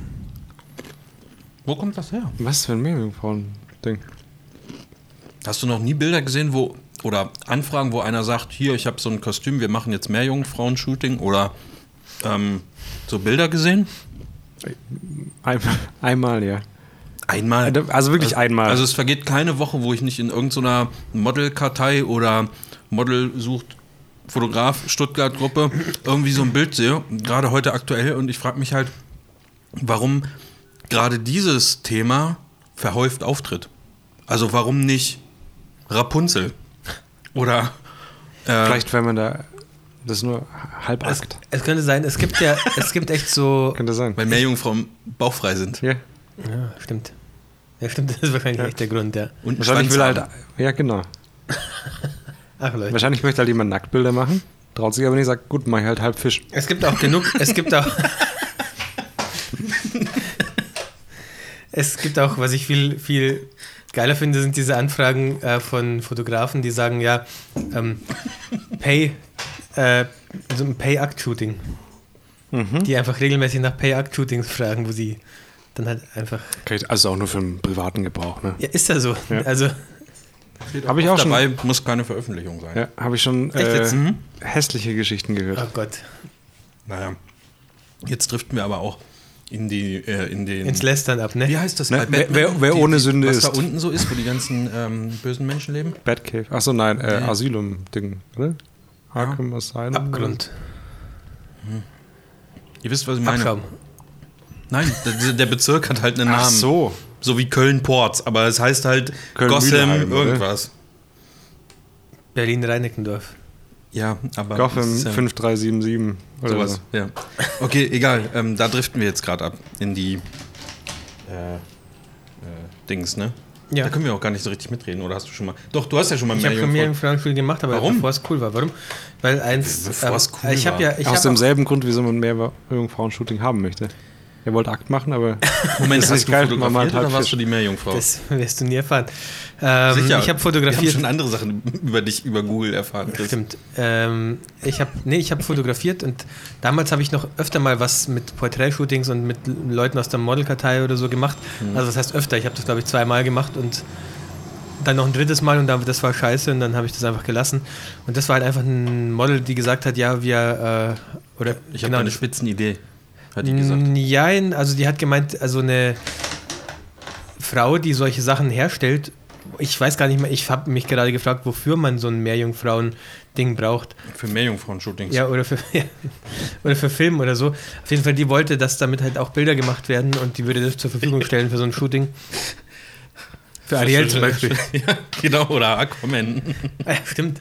[SPEAKER 1] Wo kommt das her?
[SPEAKER 2] Was für ein Meerjungfrauen-Ding?
[SPEAKER 1] Hast du noch nie Bilder gesehen, wo oder Anfragen, wo einer sagt, hier, ich habe so ein Kostüm, wir machen jetzt mehr Jungfrauen-Shooting oder ähm, so Bilder gesehen?
[SPEAKER 2] Einmal, einmal, ja.
[SPEAKER 1] Einmal.
[SPEAKER 2] Also wirklich einmal.
[SPEAKER 1] Also es vergeht keine Woche, wo ich nicht in irgendeiner Modelkartei oder Model sucht Fotograf Stuttgart Gruppe irgendwie so ein Bild sehe, gerade heute aktuell und ich frage mich halt, warum gerade dieses Thema verhäuft auftritt. Also warum nicht Rapunzel oder äh,
[SPEAKER 2] Vielleicht, wenn man da. Das ist nur halbakt.
[SPEAKER 3] Es könnte sein, es gibt ja, es gibt echt so.
[SPEAKER 2] Könnte sein.
[SPEAKER 1] Weil mehr Jungfrauen bauchfrei sind.
[SPEAKER 2] Ja.
[SPEAKER 3] Ja, stimmt. Ja, stimmt, das ist wahrscheinlich echt der Grund, ja.
[SPEAKER 1] Und einen
[SPEAKER 2] Wahrscheinlich
[SPEAKER 1] Schwanz
[SPEAKER 2] will halt.
[SPEAKER 1] haben.
[SPEAKER 2] Ja, genau.
[SPEAKER 3] Ach Leute.
[SPEAKER 2] Wahrscheinlich möchte halt jemand Nacktbilder machen, traut sich aber nicht, sagt, gut, mach ich halt halb Fisch.
[SPEAKER 3] Es gibt auch genug, es gibt auch. es gibt auch, was ich viel, viel geiler finde, sind diese Anfragen äh, von Fotografen, die sagen, ja, ähm, Pay, äh, so ein Pay-Act-Shooting.
[SPEAKER 1] Mhm.
[SPEAKER 3] Die einfach regelmäßig nach Pay-Act-Shootings fragen, wo sie dann halt einfach.
[SPEAKER 2] Also auch nur für den privaten Gebrauch, ne?
[SPEAKER 3] Ja, ist ja so. Also,
[SPEAKER 2] Habe ich auch schon.
[SPEAKER 1] Dabei muss keine Veröffentlichung sein.
[SPEAKER 2] Ja, habe ich schon äh,
[SPEAKER 3] jetzt? Mhm.
[SPEAKER 2] hässliche Geschichten
[SPEAKER 3] oh
[SPEAKER 2] gehört.
[SPEAKER 3] Gott.
[SPEAKER 1] Naja. Jetzt driften wir aber auch in die äh, in den
[SPEAKER 3] Ins Lästern ab, ne?
[SPEAKER 1] Wie heißt das?
[SPEAKER 2] Ne,
[SPEAKER 1] bei
[SPEAKER 2] wer-
[SPEAKER 1] Batman?
[SPEAKER 2] wer- wer
[SPEAKER 1] Die-
[SPEAKER 2] ohne
[SPEAKER 1] die-
[SPEAKER 2] Sünde
[SPEAKER 1] was
[SPEAKER 2] ist.
[SPEAKER 1] Was da unten so ist, wo die ganzen ähm, bösen Menschen leben?
[SPEAKER 2] Batcave. Achso, nein, äh,
[SPEAKER 1] Nee.
[SPEAKER 2] Asylum-Ding, oder? Arkham Asylum.
[SPEAKER 3] Abgrund.
[SPEAKER 1] Ihr wisst, was ich meine.
[SPEAKER 3] Abschaum.
[SPEAKER 1] Nein, der, der Bezirk hat halt einen Namen.
[SPEAKER 2] Ach so.
[SPEAKER 1] So wie Köln-Ports, aber es heißt halt
[SPEAKER 2] Köln-Mühlheim,
[SPEAKER 1] Gotham
[SPEAKER 2] oder?
[SPEAKER 1] irgendwas.
[SPEAKER 3] Berlin-Reinickendorf.
[SPEAKER 1] Ja, aber.
[SPEAKER 2] Gotham
[SPEAKER 1] es ist ja
[SPEAKER 2] 5377 oder
[SPEAKER 1] Sowas,
[SPEAKER 2] so.
[SPEAKER 1] ja. Okay, egal. Ähm, da driften wir jetzt gerade ab. In die. Äh, äh, Dings, ne?
[SPEAKER 3] Ja.
[SPEAKER 1] Da können wir auch gar nicht so richtig mitreden, oder hast du schon mal. Doch, du hast ja schon mal
[SPEAKER 3] Ich habe
[SPEAKER 1] Jungfrauen-
[SPEAKER 3] Premiere in Frankfurt gemacht, aber
[SPEAKER 1] Warum?
[SPEAKER 3] bevor es cool war. Warum? Weil eins.
[SPEAKER 1] Bevor es cool
[SPEAKER 3] ich habe
[SPEAKER 1] war.
[SPEAKER 3] ja, ich
[SPEAKER 2] Aus
[SPEAKER 3] hab auch,
[SPEAKER 2] demselben Grund, wieso man mehr Jungfrauen-Shooting haben möchte. Er wollte Akt machen, aber
[SPEAKER 1] Moment,
[SPEAKER 2] Das
[SPEAKER 1] hast
[SPEAKER 2] ist
[SPEAKER 1] du
[SPEAKER 2] geil,
[SPEAKER 1] fotografiert
[SPEAKER 2] Mama hat
[SPEAKER 1] oder
[SPEAKER 2] halb
[SPEAKER 1] warst
[SPEAKER 2] Fisch.
[SPEAKER 1] du die Meerjungfrau?
[SPEAKER 3] Das wirst du nie erfahren. Ähm, Ich habe
[SPEAKER 1] Wir haben
[SPEAKER 3] fotografiert.
[SPEAKER 1] schon andere Sachen über dich, über Google erfahren. Chris.
[SPEAKER 3] Stimmt. Ähm, ich habe nee, ich hab fotografiert und damals habe ich noch öfter mal was mit Porträtshootings und mit Leuten aus der Modelkartei oder so gemacht.
[SPEAKER 1] Mhm.
[SPEAKER 3] Also das heißt öfter. Ich habe das, glaube ich, zweimal gemacht und dann noch ein drittes Mal und dann, das war scheiße und dann habe ich das einfach gelassen. Und das war halt einfach ein Model, die gesagt hat, ja, wir... Äh, oder,
[SPEAKER 1] Ich habe eine
[SPEAKER 3] das-
[SPEAKER 1] Spitzenidee, hat die
[SPEAKER 3] Mm.
[SPEAKER 1] gesagt.
[SPEAKER 3] Nein, also die hat gemeint, also eine Frau, die solche Sachen herstellt, ich weiß gar nicht mehr, ich habe mich gerade gefragt, wofür man so ein Meerjungfrauen-Ding braucht.
[SPEAKER 1] Für Meerjungfrauen-Shootings.
[SPEAKER 3] Ja, oder für, ja, oder für Film oder so. Auf jeden Fall, die wollte, dass damit halt auch Bilder gemacht werden und die würde das zur Verfügung stellen für so ein Shooting. Für
[SPEAKER 1] halt
[SPEAKER 3] Ariel zum Beispiel.
[SPEAKER 1] Ja, genau, oder Aquaman.
[SPEAKER 3] Ah, ja, stimmt.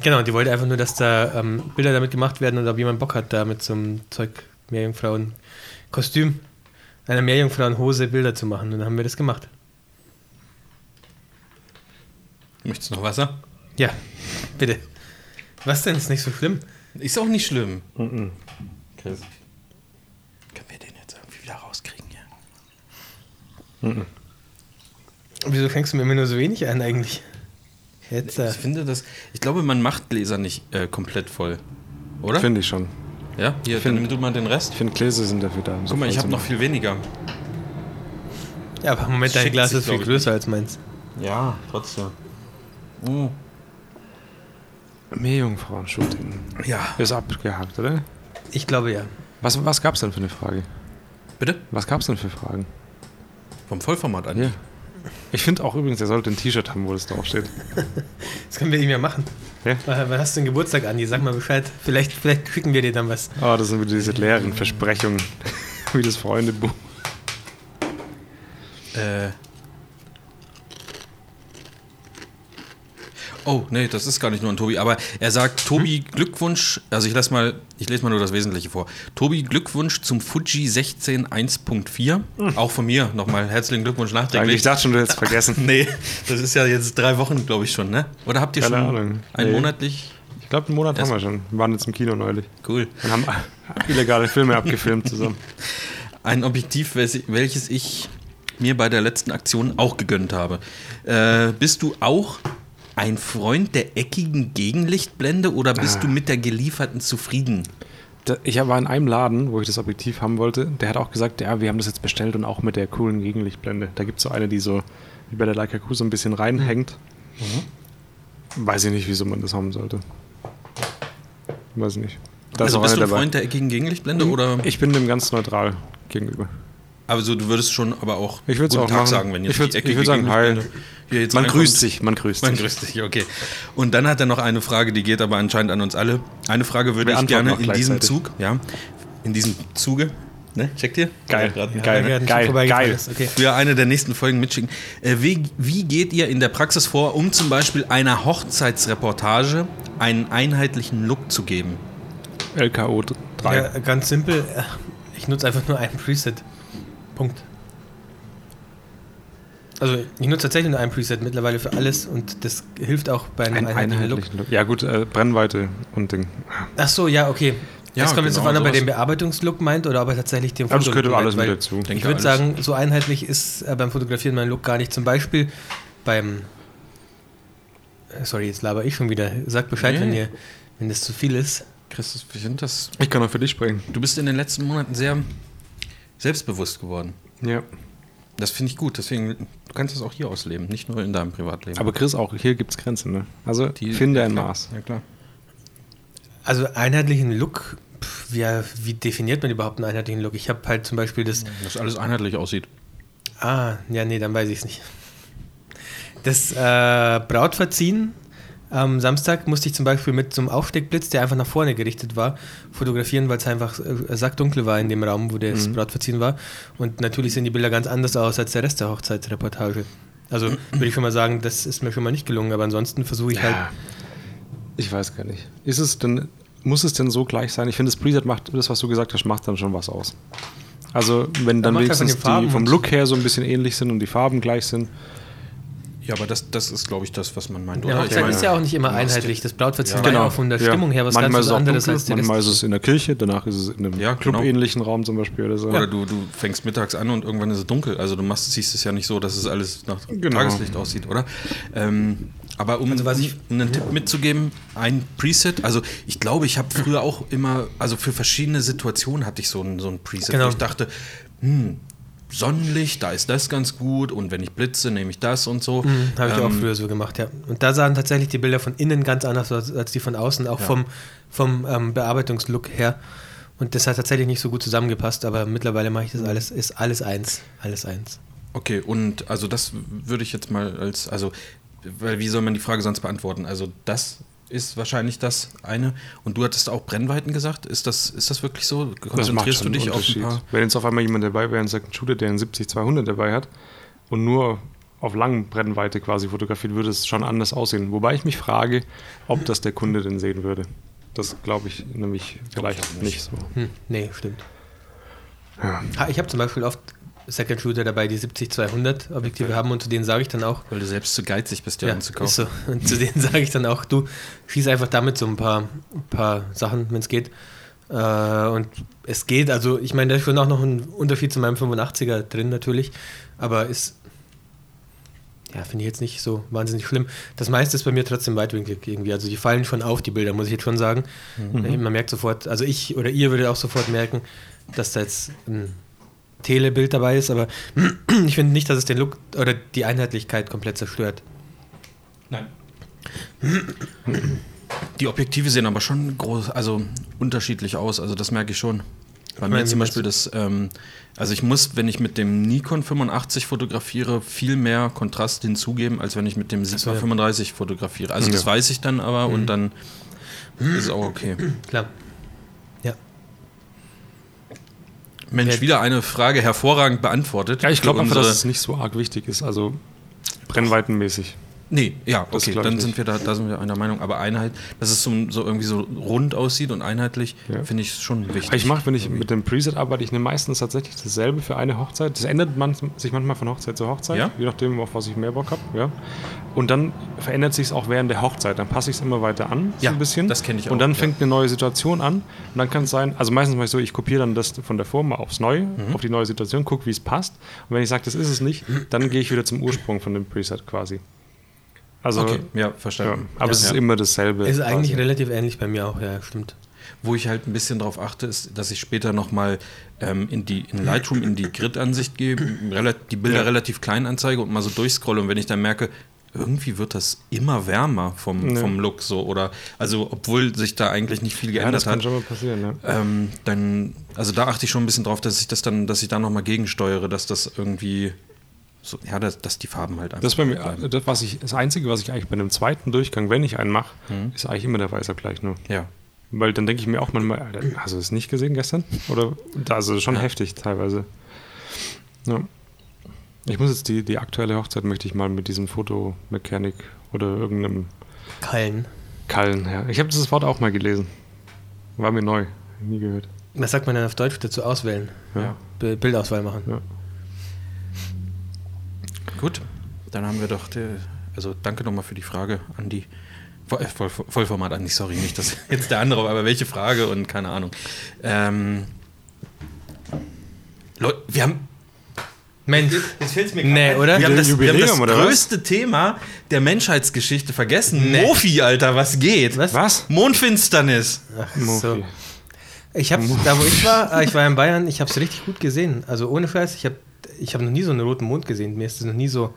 [SPEAKER 3] genau, die wollte einfach nur, dass da ähm, Bilder damit gemacht werden und ob jemand Bock hat, da mit so einem Zeug Meerjungfrauen-Kostüm, einer Meerjungfrauenhose Bilder zu machen. Und dann haben wir das gemacht.
[SPEAKER 1] Möchtest du noch Wasser?
[SPEAKER 3] Ja, bitte. Was denn? Ist nicht so schlimm.
[SPEAKER 1] Ist auch nicht schlimm. Chris. Können wir den jetzt irgendwie wieder rauskriegen, ja?
[SPEAKER 3] Wieso fängst du mir immer nur so wenig an eigentlich? Jetzt, äh,
[SPEAKER 1] Ich finde das. Ich glaube, man macht Gläser nicht äh, komplett voll. Oder?
[SPEAKER 2] Finde ich schon.
[SPEAKER 1] ja, hier, dann nimm du mal den Rest.
[SPEAKER 2] Ich finde, Gläser sind dafür da. um so
[SPEAKER 1] Guck mal,
[SPEAKER 2] voll
[SPEAKER 1] ich
[SPEAKER 2] zu
[SPEAKER 1] habe noch
[SPEAKER 2] machen.
[SPEAKER 1] viel weniger.
[SPEAKER 3] ja, aber Moment, dein
[SPEAKER 1] schickt
[SPEAKER 3] Glas
[SPEAKER 1] sich,
[SPEAKER 3] ist viel
[SPEAKER 1] glaub ich, ne?
[SPEAKER 3] größer als meins.
[SPEAKER 1] Ja, trotzdem. Uh.
[SPEAKER 2] Meerjungfrauen-Shooting.
[SPEAKER 1] Ja.
[SPEAKER 2] Ist abgehakt, oder?
[SPEAKER 3] Ich glaube ja.
[SPEAKER 2] Was, was gab es denn für eine Frage?
[SPEAKER 1] Bitte?
[SPEAKER 2] Was gab es denn für Fragen?
[SPEAKER 1] Vom Vollformat an.
[SPEAKER 2] Ja. Ich finde auch übrigens, er sollte ein T-Shirt haben, wo das draufsteht.
[SPEAKER 3] Das können wir ihm ja machen. Äh,
[SPEAKER 2] Ja.
[SPEAKER 3] Wann wann hast du den Geburtstag, Andi? Sag mal Bescheid. Vielleicht, vielleicht schicken wir dir dann was.
[SPEAKER 2] Oh, das sind wieder diese leeren Versprechungen. Wie das Freundebuch.
[SPEAKER 1] Äh. Oh, nee, das ist gar nicht nur an Tobi, aber er sagt, Tobi, Glückwunsch, also ich lass mal, ich lese mal nur das Wesentliche vor. Tobi, Glückwunsch zum Fuji 16 1.4. Auch von mir nochmal herzlichen Glückwunsch
[SPEAKER 2] Eigentlich, ich
[SPEAKER 1] nachträglich.
[SPEAKER 2] dachte schon, du hättest vergessen.
[SPEAKER 1] Nee, das ist ja jetzt drei Wochen, glaube ich schon, ne? Oder habt ihr
[SPEAKER 2] Keine
[SPEAKER 1] schon
[SPEAKER 2] Ahnung.
[SPEAKER 1] einen
[SPEAKER 2] Nee.
[SPEAKER 1] monatlich?
[SPEAKER 2] Ich glaube, einen Monat haben wir schon. Wir waren jetzt im Kino neulich.
[SPEAKER 1] Cool.
[SPEAKER 2] Und haben illegale Filme abgefilmt zusammen.
[SPEAKER 1] Ein Objektiv, wes- welches ich mir bei der letzten Aktion auch gegönnt habe. Äh, bist du auch ein Freund der eckigen Gegenlichtblende oder bist
[SPEAKER 2] Ah.
[SPEAKER 1] du mit der gelieferten zufrieden?
[SPEAKER 2] Da- Ich war in einem Laden, wo ich das Objektiv haben wollte. Der hat auch gesagt, ja, wir haben das jetzt bestellt und auch mit der coolen Gegenlichtblende. Da gibt es so eine, die so wie bei der Leica Q so ein bisschen reinhängt.
[SPEAKER 1] Mhm.
[SPEAKER 2] Weiß ich nicht, wieso man das haben sollte. Weiß ich nicht. Da ist
[SPEAKER 1] also
[SPEAKER 2] auch
[SPEAKER 1] bist du
[SPEAKER 2] eine Hm.
[SPEAKER 1] ein Freund der eckigen Gegenlichtblende oder?
[SPEAKER 2] Ich bin dem ganz neutral gegenüber.
[SPEAKER 1] Also du würdest schon aber auch
[SPEAKER 2] Ich würd's auch
[SPEAKER 1] Tag
[SPEAKER 2] machen.
[SPEAKER 1] sagen, wenn jetzt
[SPEAKER 2] Ich würd-
[SPEAKER 1] die eckige
[SPEAKER 2] ich würd sagen, hi.
[SPEAKER 1] Gegenlichtblende hier jetzt
[SPEAKER 2] Man
[SPEAKER 1] reinkommt.
[SPEAKER 2] grüßt sich, man grüßt
[SPEAKER 1] Man
[SPEAKER 2] sich.
[SPEAKER 1] grüßt dich, okay. Und dann hat er noch eine Frage, die geht aber anscheinend an uns alle. Eine Frage würde
[SPEAKER 2] Wir
[SPEAKER 1] ich
[SPEAKER 2] antworten
[SPEAKER 1] gerne
[SPEAKER 2] auch
[SPEAKER 1] in diesem
[SPEAKER 2] gleichzeitig.
[SPEAKER 1] Zug, ja, in diesem Zuge, ne, checkt ihr?
[SPEAKER 2] Geil,
[SPEAKER 1] Ja, grad-
[SPEAKER 2] geil,
[SPEAKER 3] Ja, wir hatten schon
[SPEAKER 2] geil,
[SPEAKER 3] vorbeigefahren.
[SPEAKER 2] geil.
[SPEAKER 3] Ist Okay.
[SPEAKER 1] für eine der nächsten Folgen mitschicken. Äh, wie, wie geht ihr in der Praxis vor, um zum Beispiel einer Hochzeitsreportage einen einheitlichen Look zu geben?
[SPEAKER 2] LKO 3.
[SPEAKER 3] Ja, ganz simpel. Ich nutze einfach nur einen Preset. Punkt. Also ich nutze tatsächlich nur einen Preset mittlerweile für alles und das hilft auch bei einem
[SPEAKER 2] Ein
[SPEAKER 3] einheitlichen Look.
[SPEAKER 2] einheitlichen Look. Ja gut, äh, Brennweite und Ding.
[SPEAKER 3] Ach so, ja, okay.
[SPEAKER 1] Ja,
[SPEAKER 3] das kommt jetzt
[SPEAKER 1] genau,
[SPEAKER 3] davon an, ob er
[SPEAKER 1] sowas.
[SPEAKER 3] den Bearbeitungslook meint oder ob er tatsächlich den
[SPEAKER 2] Aber das gehört
[SPEAKER 3] Fotolook
[SPEAKER 2] alles mit
[SPEAKER 3] meint, weil
[SPEAKER 2] dazu.
[SPEAKER 1] Denke
[SPEAKER 3] Ich würde
[SPEAKER 1] alles.
[SPEAKER 3] sagen, so einheitlich ist äh, beim Fotografieren mein Look gar nicht. Zum Beispiel beim äh, Sorry, jetzt laber ich schon wieder. Sagt Bescheid,
[SPEAKER 1] Nee.
[SPEAKER 3] wenn ihr, wenn das zu viel ist.
[SPEAKER 1] Christus, ich finde das.
[SPEAKER 2] Ich kann auch für dich springen.
[SPEAKER 1] Du bist in den letzten Monaten sehr selbstbewusst geworden.
[SPEAKER 2] Ja.
[SPEAKER 1] Das finde ich gut. Deswegen, du kannst das auch hier ausleben, nicht nur in deinem Privatleben.
[SPEAKER 2] Aber Chris, auch hier gibt es Grenzen, ne? Also
[SPEAKER 1] Die-
[SPEAKER 2] finde
[SPEAKER 1] ja,
[SPEAKER 2] ein
[SPEAKER 1] klar.
[SPEAKER 2] Maß.
[SPEAKER 1] Ja, klar.
[SPEAKER 3] Also einheitlichen Look, pf, ja, wie definiert man überhaupt einen einheitlichen Look? Ich habe halt zum Beispiel das,
[SPEAKER 1] Dass alles einheitlich aussieht.
[SPEAKER 3] ah, ja, nee, dann weiß ich es nicht. Das äh, Brautverziehen am Samstag musste ich zum Beispiel mit so einem Aufsteckblitz, der einfach nach vorne gerichtet war, fotografieren, weil es einfach äh, sackdunkel war in dem Raum, wo das Brautverziehen war. Und natürlich sehen die Bilder ganz anders aus als der Rest der Hochzeitsreportage. Also würde ich schon mal sagen, das ist mir schon mal nicht gelungen, aber ansonsten versuche ich halt.
[SPEAKER 2] Ich weiß gar nicht. Ist es denn, muss es denn so gleich sein? Ich finde, das Preset macht, das, was du gesagt hast, macht dann schon was aus. Also, wenn dann
[SPEAKER 3] macht einfach
[SPEAKER 2] wenigstens
[SPEAKER 3] die Farben
[SPEAKER 2] die vom
[SPEAKER 3] und-
[SPEAKER 2] Look her so ein bisschen ähnlich sind und die Farben gleich sind,
[SPEAKER 1] Ja, aber das, das ist, glaube ich, das, was man meint.
[SPEAKER 3] Ja,
[SPEAKER 1] ich
[SPEAKER 3] Hochzeit
[SPEAKER 1] meine,
[SPEAKER 3] ist ja auch nicht immer
[SPEAKER 1] Mastik.
[SPEAKER 3] einheitlich. Das Brautweizen
[SPEAKER 1] Ja.
[SPEAKER 3] war ja
[SPEAKER 2] Genau.
[SPEAKER 3] auch von der
[SPEAKER 2] Ja.
[SPEAKER 3] Stimmung her was
[SPEAKER 2] manchmal
[SPEAKER 3] ganz
[SPEAKER 2] ist es auch
[SPEAKER 3] anderes
[SPEAKER 2] dunkel,
[SPEAKER 3] als die
[SPEAKER 2] Manchmal ist
[SPEAKER 3] restliche.
[SPEAKER 2] es in der Kirche, danach ist es in einem
[SPEAKER 1] Ja, genau.
[SPEAKER 2] clubähnlichen Raum zum Beispiel oder so.
[SPEAKER 1] Oder du, du fängst mittags an und irgendwann ist es dunkel. Also du machst, ziehst es ja nicht so, dass es alles nach
[SPEAKER 2] Genau.
[SPEAKER 1] Tageslicht aussieht, oder? Ähm, aber um
[SPEAKER 3] Also was ich-
[SPEAKER 1] um einen Tipp mitzugeben, ein Preset, also ich glaube, ich habe früher auch immer, also für verschiedene Situationen hatte ich so ein, so ein Preset,
[SPEAKER 3] Genau.
[SPEAKER 1] wo ich dachte, hm, Sonnenlicht, da ist das ganz gut und wenn ich blitze, nehme ich das und so.
[SPEAKER 3] Mhm, Habe ich auch
[SPEAKER 1] Ähm,
[SPEAKER 3] früher so gemacht, ja. Und da sahen tatsächlich die Bilder von innen ganz anders aus als die von außen, auch
[SPEAKER 1] Ja.
[SPEAKER 3] vom, vom ähm, Bearbeitungslook her. Und das hat tatsächlich nicht so gut zusammengepasst, aber mittlerweile mache
[SPEAKER 2] Mhm.
[SPEAKER 3] ich das alles, ist alles eins. Alles eins.
[SPEAKER 1] Okay, und also das würde ich jetzt mal als, also, weil wie soll man die Frage sonst beantworten? Also das ist wahrscheinlich das eine. Und du hattest auch Brennweiten gesagt. Ist das, ist das wirklich so? Konzentrierst du dich auf ein paar?
[SPEAKER 2] Wenn jetzt auf einmal jemand dabei wäre und sagt, ein Shooter, der einen 70-200 dabei hat und nur auf langen Brennweite quasi fotografiert, würde es schon anders aussehen. Wobei ich mich frage, ob das der Kunde denn sehen würde. Das glaube ich nämlich vielleicht
[SPEAKER 1] auch
[SPEAKER 2] nicht.
[SPEAKER 1] nicht.
[SPEAKER 2] so.
[SPEAKER 3] Hm, nee, stimmt.
[SPEAKER 2] Ja.
[SPEAKER 3] Ha, Ich habe zum Beispiel oft Second Shooter dabei, die 70-200 Objektive haben und zu denen sage ich dann auch,
[SPEAKER 1] Weil du selbst zu geizig bist, dir einen zu
[SPEAKER 3] ist
[SPEAKER 1] kaufen.
[SPEAKER 3] so. Und zu denen sage ich dann auch, du schieß einfach damit so ein paar, ein paar Sachen, wenn es geht. Äh, und es geht, also ich meine, da ist schon auch noch ein Unterschied zu meinem 85er drin natürlich, aber ist, ja, finde ich jetzt nicht so wahnsinnig schlimm. Das meiste ist bei mir trotzdem weitwinklig irgendwie, also die fallen schon auf, die Bilder, muss ich jetzt schon sagen. Man merkt sofort, also ich oder ihr würdet auch sofort merken, dass da jetzt ein Telebild dabei ist, aber ich finde nicht, dass es den Look oder die Einheitlichkeit komplett zerstört.
[SPEAKER 1] Nein. Die Objektive sehen aber schon groß, also unterschiedlich aus. Also das merke ich schon. Bei mir
[SPEAKER 3] meine,
[SPEAKER 1] zum
[SPEAKER 3] wie
[SPEAKER 1] Beispiel das, ähm, also ich muss, wenn ich mit dem Nikon 85 fotografiere, viel mehr Kontrast hinzugeben, als wenn ich mit dem Sigma
[SPEAKER 3] ja.
[SPEAKER 1] 35 fotografiere. Also das
[SPEAKER 2] Ja. Mhm.
[SPEAKER 1] weiß ich dann aber und dann ist es auch okay.
[SPEAKER 3] Klar. Ja.
[SPEAKER 1] Mensch,
[SPEAKER 3] Wer-
[SPEAKER 1] wieder eine Frage hervorragend beantwortet.
[SPEAKER 2] Ja, ich glaube
[SPEAKER 1] Für
[SPEAKER 2] einfach, dass
[SPEAKER 1] unsere-
[SPEAKER 2] es nicht so arg wichtig ist. Also brennweitenmäßig.
[SPEAKER 1] Nee, ja,
[SPEAKER 2] Das
[SPEAKER 1] okay,
[SPEAKER 2] glaub ich
[SPEAKER 1] dann
[SPEAKER 2] nicht.
[SPEAKER 1] sind wir da, da sind wir einer Meinung. Aber Einheit, dass es so, so irgendwie so rund aussieht und einheitlich,
[SPEAKER 2] Ja.
[SPEAKER 1] finde ich schon wichtig.
[SPEAKER 2] Ich mache, wenn ich mit dem Preset arbeite, ich nehme meistens tatsächlich dasselbe für eine Hochzeit. Das ändert man, sich manchmal von Hochzeit zu Hochzeit,
[SPEAKER 1] Ja?
[SPEAKER 2] je nachdem, auf was ich mehr Bock habe. Ja. Und dann verändert sich es auch während der Hochzeit. Dann passe ich es immer weiter an, so
[SPEAKER 1] Ja,
[SPEAKER 2] ein bisschen.
[SPEAKER 1] das kenn ich auch,
[SPEAKER 2] Und dann
[SPEAKER 1] ja.
[SPEAKER 2] fängt eine neue Situation an. Und dann kann es sein, also meistens mache ich so, ich kopiere dann das von der Firma aufs Neue,
[SPEAKER 1] Mhm.
[SPEAKER 2] auf die neue Situation, gucke, wie es passt. Und wenn ich sage, das ist es nicht, dann gehe ich wieder zum Ursprung von dem Preset quasi. Also,
[SPEAKER 1] Okay, ja,
[SPEAKER 2] ja,
[SPEAKER 1] verstanden.
[SPEAKER 2] aber es ist
[SPEAKER 1] Ja.
[SPEAKER 2] immer dasselbe.
[SPEAKER 3] Ist eigentlich
[SPEAKER 2] quasi.
[SPEAKER 3] relativ ähnlich bei mir auch, ja, stimmt.
[SPEAKER 1] Wo ich halt ein bisschen drauf achte, ist, dass ich später nochmal ähm, in, die- in Lightroom in die Grid-Ansicht gehe, relat- die Bilder
[SPEAKER 2] Ja.
[SPEAKER 1] relativ klein anzeige und mal so durchscrolle. Und wenn ich dann merke, irgendwie wird das immer wärmer vom,
[SPEAKER 2] Ja.
[SPEAKER 1] vom Look so. Oder also, obwohl sich da eigentlich nicht viel
[SPEAKER 2] ja,
[SPEAKER 1] geändert
[SPEAKER 2] das kann
[SPEAKER 1] hat.
[SPEAKER 2] schon mal passieren, ja.
[SPEAKER 1] Ähm, dann, also da achte ich schon ein bisschen drauf, dass ich das dann, dass ich da nochmal gegensteuere, dass das irgendwie so, ja, dass, dass die Farben halt einfach.
[SPEAKER 2] Das ist bei mir,
[SPEAKER 1] bleiben.
[SPEAKER 2] das, was ich, das Einzige, was ich eigentlich bei einem zweiten Durchgang, wenn ich einen mache, ist eigentlich immer der Weißabgleich nur.
[SPEAKER 1] Ja.
[SPEAKER 2] Weil dann denke ich mir auch manchmal, Alter, hast du das nicht gesehen gestern? Oder, also schon heftig teilweise. Ja. Ich muss jetzt die, die aktuelle Hochzeit möchte ich mal mit diesem Fotomechanik oder irgendeinem
[SPEAKER 3] Kallen.
[SPEAKER 2] Kallen her. Ich habe dieses Wort auch mal gelesen. War mir neu. Nie gehört.
[SPEAKER 3] Was sagt man denn auf Deutsch dazu? Auswählen.
[SPEAKER 2] Ja.
[SPEAKER 3] B Bildauswahl machen.
[SPEAKER 2] Ja.
[SPEAKER 1] Gut, dann haben wir doch, die, also danke nochmal für die Frage, Andi. Voll, äh, Voll, Vollformat Andi, sorry, nicht das jetzt der andere, aber welche Frage und keine Ahnung. Ähm, Leute, wir haben
[SPEAKER 3] Mensch.
[SPEAKER 1] Jetzt fällt's mir grad
[SPEAKER 3] Nee,
[SPEAKER 1] ein.
[SPEAKER 3] oder?
[SPEAKER 1] Wir haben das, wir haben das
[SPEAKER 2] Jubiläum, oder was?
[SPEAKER 1] größte Thema der Menschheitsgeschichte vergessen. Mofi, Alter, was geht?
[SPEAKER 3] Was?
[SPEAKER 2] Was?
[SPEAKER 1] Mondfinsternis.
[SPEAKER 3] Ach,
[SPEAKER 2] Mofi.
[SPEAKER 3] so. Ich hab's, da wo ich war, äh, ich war in Bayern, ich hab's richtig gut gesehen. Also ohne Scheiß, ich hab, ich hab noch nie so einen roten Mond gesehen. Mir ist das noch nie so.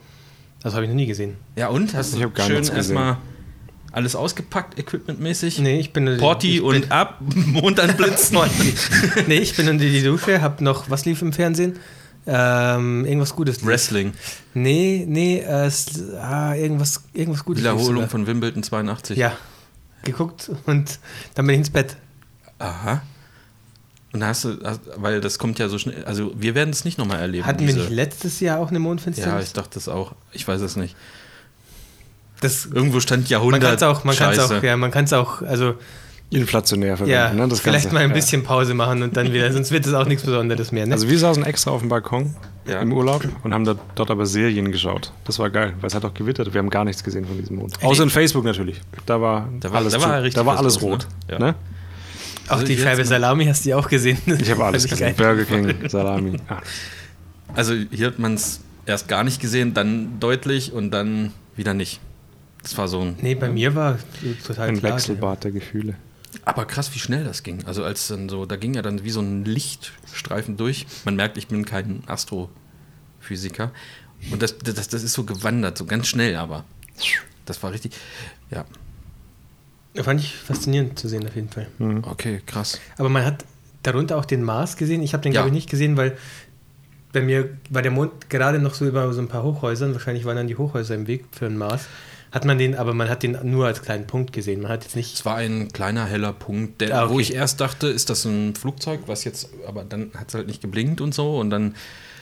[SPEAKER 3] Das habe ich noch nie gesehen.
[SPEAKER 1] Ja und? Hast
[SPEAKER 2] Ich
[SPEAKER 1] du
[SPEAKER 2] hab gar
[SPEAKER 1] schön
[SPEAKER 2] nichts gesehen.
[SPEAKER 1] erstmal alles ausgepackt, equipmentmäßig?
[SPEAKER 3] Nee, ich bin.
[SPEAKER 1] Porti
[SPEAKER 3] ich bin,
[SPEAKER 1] und ab, Mond an Blitz neu.
[SPEAKER 3] Nee, ich bin in die Dusche, hab noch. Was lief im Fernsehen? Ähm, irgendwas Gutes. lief.
[SPEAKER 1] Wrestling.
[SPEAKER 3] Nee, nee, äh, es- ah, irgendwas, irgendwas Gutes. lief
[SPEAKER 1] Wiederholung
[SPEAKER 3] sogar.
[SPEAKER 1] von Wimbledon 82.
[SPEAKER 3] Ja. Geguckt und dann bin ich ins Bett.
[SPEAKER 1] Aha. Und da hast du, hast, weil das kommt ja so schnell, also wir werden es nicht nochmal erleben.
[SPEAKER 3] Hatten wir
[SPEAKER 1] diese-
[SPEAKER 3] nicht letztes Jahr auch eine
[SPEAKER 1] ja,
[SPEAKER 3] Mondfinsternis?
[SPEAKER 1] ich dachte das auch. Ich weiß es nicht.
[SPEAKER 3] das,
[SPEAKER 1] Irgendwo stand
[SPEAKER 3] man
[SPEAKER 1] Jahrhundert.
[SPEAKER 3] kann es auch, man kann es auch,
[SPEAKER 1] Scheiße.
[SPEAKER 3] ja, man kann es auch, also
[SPEAKER 2] Inflationär
[SPEAKER 3] ja,
[SPEAKER 2] verwenden. ne, das
[SPEAKER 3] vielleicht
[SPEAKER 2] Ganze.
[SPEAKER 3] mal ein
[SPEAKER 2] Ja.
[SPEAKER 3] bisschen Pause machen und dann wieder, sonst wird es auch nichts Besonderes mehr. Ne?
[SPEAKER 2] Also wir saßen Also extra auf dem Balkon
[SPEAKER 1] Ja.
[SPEAKER 2] im Urlaub und haben da, dort aber Serien geschaut. Das war geil, weil es hat auch gewittert. Wir haben gar nichts gesehen von diesem Mond. Außer in Facebook natürlich. Da war,
[SPEAKER 1] Da war-
[SPEAKER 2] alles,
[SPEAKER 1] da war
[SPEAKER 2] zu-
[SPEAKER 1] richtig
[SPEAKER 2] da war
[SPEAKER 1] was
[SPEAKER 2] alles
[SPEAKER 1] los,
[SPEAKER 2] rot.
[SPEAKER 1] ne? Ja.
[SPEAKER 2] Ne?
[SPEAKER 3] Auch die
[SPEAKER 1] jetzt
[SPEAKER 3] Scheibe
[SPEAKER 1] mal-
[SPEAKER 3] Salami hast du ja auch gesehen.
[SPEAKER 2] also Ich habe alles
[SPEAKER 3] Völlig
[SPEAKER 2] gesehen.
[SPEAKER 3] geil.
[SPEAKER 2] Burger King, Salami. Ah,
[SPEAKER 1] Also hier hat man es erst gar nicht gesehen, dann deutlich und dann wieder nicht. Das war so ein.
[SPEAKER 3] Nee, bei mir war äh, total
[SPEAKER 2] ein
[SPEAKER 3] klar.
[SPEAKER 2] Wechselbad der Gefühle.
[SPEAKER 1] Aber krass, wie schnell das ging. Also als dann so, da ging ja dann wie so ein Lichtstreifen durch. Man merkt, ich bin kein Astrophysiker. Und das, das, das ist so gewandert, so ganz schnell, aber das war richtig. Ja,
[SPEAKER 3] Ja. Fand ich faszinierend zu sehen, auf jeden Fall.
[SPEAKER 2] Mhm.
[SPEAKER 1] okay, krass.
[SPEAKER 3] Aber man hat darunter auch den Mars gesehen. Ich habe den,
[SPEAKER 1] Ja.
[SPEAKER 3] glaube ich, nicht gesehen, weil bei mir war der Mond gerade noch so über so ein paar Hochhäusern. Wahrscheinlich waren dann die Hochhäuser im Weg für den Mars. Hat man den, aber man hat den nur als kleinen Punkt gesehen. Man hat jetzt nicht.
[SPEAKER 1] Es war ein kleiner heller Punkt, der,
[SPEAKER 3] Ah, okay.
[SPEAKER 1] wo ich erst dachte, ist das ein Flugzeug, was jetzt, aber dann hat es halt nicht geblinkt und so und dann,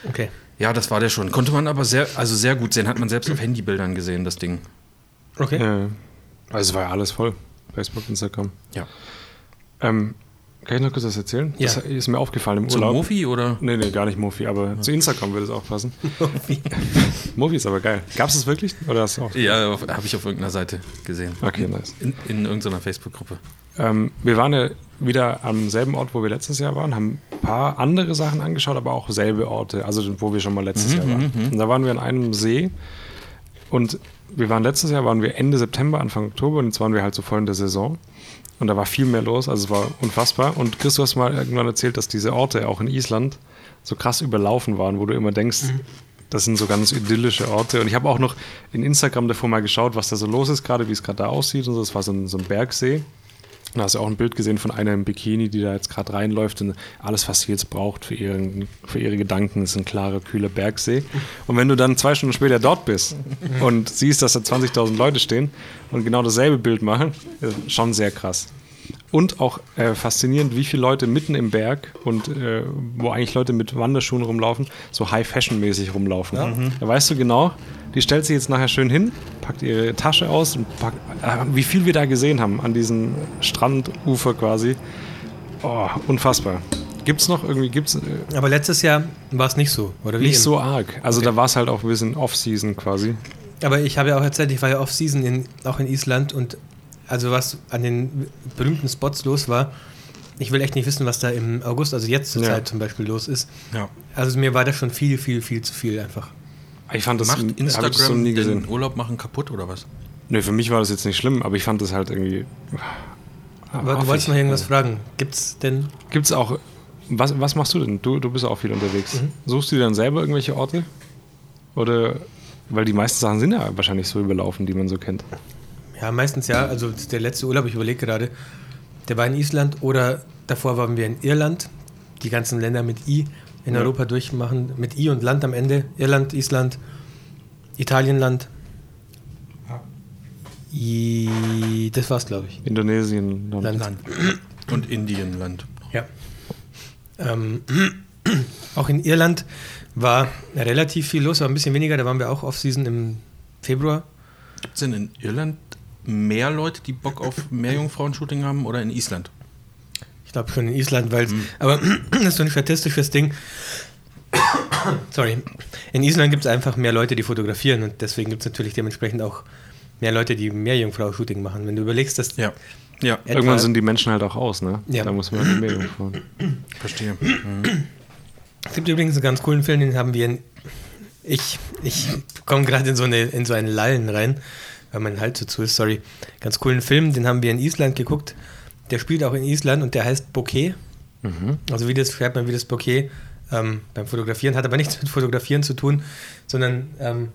[SPEAKER 3] Okay.
[SPEAKER 1] ja, das war der schon. Konnte man aber sehr, also sehr gut sehen, hat man selbst auf Handybildern gesehen, das Ding.
[SPEAKER 3] Okay.
[SPEAKER 2] Ja. Also es war ja alles voll. Facebook, Instagram.
[SPEAKER 1] Ja.
[SPEAKER 2] Ähm, kann ich noch kurz was erzählen?
[SPEAKER 3] Ja.
[SPEAKER 2] Das ist mir aufgefallen im
[SPEAKER 1] Zum
[SPEAKER 2] Urlaub.
[SPEAKER 1] Mofi oder?
[SPEAKER 2] Nee, nee, gar nicht Mofi, aber zu Instagram würde es auch passen. Mofi ist aber geil. Gab es das wirklich? Oder hast du auch?
[SPEAKER 1] Ja, habe ich auf irgendeiner Seite gesehen.
[SPEAKER 2] Okay, nice.
[SPEAKER 1] In, in irgendeiner Facebook-Gruppe.
[SPEAKER 2] Ähm, wir waren ja wieder am selben Ort, wo wir letztes Jahr waren, haben ein paar andere Sachen angeschaut, aber auch selbe Orte, also wo wir schon mal letztes Jahr waren. Und da waren wir an einem See und wir waren letztes Jahr, waren wir Ende September, Anfang Oktober und jetzt waren wir halt so voll in der Saison. Und da war viel mehr los, also es war unfassbar. Und Chris, du hast mal irgendwann erzählt, dass diese Orte auch in Island so krass überlaufen waren, wo du immer denkst, das sind so ganz idyllische Orte. Und ich habe auch noch in Instagram davor mal geschaut, was da so los ist gerade, wie es gerade da aussieht. Und so. das war so ein, so ein Bergsee. Und Da hast du auch ein Bild gesehen von einer im Bikini, die da jetzt gerade reinläuft und alles, was sie jetzt braucht für, ihren, für ihre Gedanken, ist ein klarer, kühler Bergsee. Und wenn du dann zwei Stunden später dort bist und siehst, dass da 20.000 Leute stehen und genau dasselbe Bild machen, ist schon sehr krass. Und auch äh, faszinierend, wie viele Leute mitten im Berg und äh, wo eigentlich Leute mit Wanderschuhen rumlaufen, so High-Fashion-mäßig rumlaufen. Da weißt du genau, die stellt sich jetzt nachher schön hin, packt ihre Tasche aus und packt, äh, wie viel wir da gesehen haben an diesem Strandufer quasi. Oh, unfassbar. Gibt's noch irgendwie, gibt's äh,
[SPEAKER 3] Aber letztes Jahr war es nicht so, oder wie?
[SPEAKER 2] nicht so arg. Also da war es halt auch ein bisschen Off-Season quasi.
[SPEAKER 3] Aber ich habe ja auch erzählt, ich war ja off-season in, auch in Island und also was an den berühmten Spots los war, ich will echt nicht wissen, was da im August, also jetzt zur
[SPEAKER 2] Ja.
[SPEAKER 3] Zeit zum Beispiel los ist.
[SPEAKER 1] Ja.
[SPEAKER 3] Also mir war das schon viel, viel, viel zu viel einfach.
[SPEAKER 2] Ich fand das,
[SPEAKER 1] Macht
[SPEAKER 2] hab
[SPEAKER 1] Instagram
[SPEAKER 2] ich so nie gesehen.
[SPEAKER 1] den Urlaub machen kaputt oder was?
[SPEAKER 2] Nö, für mich war das jetzt nicht schlimm, aber ich fand das halt irgendwie.
[SPEAKER 3] Aber du wolltest noch irgendwas fragen. Gibt's denn?
[SPEAKER 2] Gibt's auch. Was, was machst du denn? Du, du bist ja auch viel unterwegs.
[SPEAKER 3] Mhm.
[SPEAKER 2] Suchst du dir dann selber irgendwelche Orte? Oder. Weil die meisten Sachen sind ja wahrscheinlich so überlaufen, die man so kennt.
[SPEAKER 3] Ja, meistens ja. Also der letzte Urlaub, ich überlege gerade, der war in Island oder davor waren wir in Irland. Die ganzen Länder mit I in
[SPEAKER 2] Ja.
[SPEAKER 3] Europa durchmachen, mit I und Land am Ende. Irland, Island, Italienland. I, das war's, glaube ich.
[SPEAKER 2] Indonesien, dann.
[SPEAKER 3] Land.
[SPEAKER 1] Und Indienland.
[SPEAKER 3] Ja. Ähm, auch in Irland war relativ viel los, aber ein bisschen weniger. Da waren wir auch Off-Season im Februar.
[SPEAKER 1] Gibt es denn in Irland mehr Leute, die Bock auf Meerjungfrauen-Shooting haben oder in Island?
[SPEAKER 3] Ich glaube schon in Island, weil aber das ist so ein statistisches Ding. Sorry. In Island gibt es einfach mehr Leute, die fotografieren und deswegen gibt es natürlich dementsprechend auch mehr Leute, die mehr Jungfrau-Shooting machen. Wenn du überlegst, dass
[SPEAKER 1] Ja. Ja,
[SPEAKER 3] etwa-
[SPEAKER 2] Irgendwann sind die Menschen halt auch aus, ne?
[SPEAKER 3] Ja.
[SPEAKER 2] Da muss man halt mehr fahren.
[SPEAKER 1] verstehe.
[SPEAKER 3] Es gibt übrigens einen ganz coolen Film, den haben wir in. Ich, ich komme gerade in, so eine- in so einen Lallen rein, weil mein Hals so zu ist, sorry. Ganz coolen Film, den haben wir in Island geguckt. Der spielt auch in Island und der heißt Bouquet.
[SPEAKER 2] Mhm.
[SPEAKER 3] Also wie das schreibt man wie das Bouquet ähm, beim Fotografieren, hat aber nichts mit Fotografieren zu tun, sondern ähm,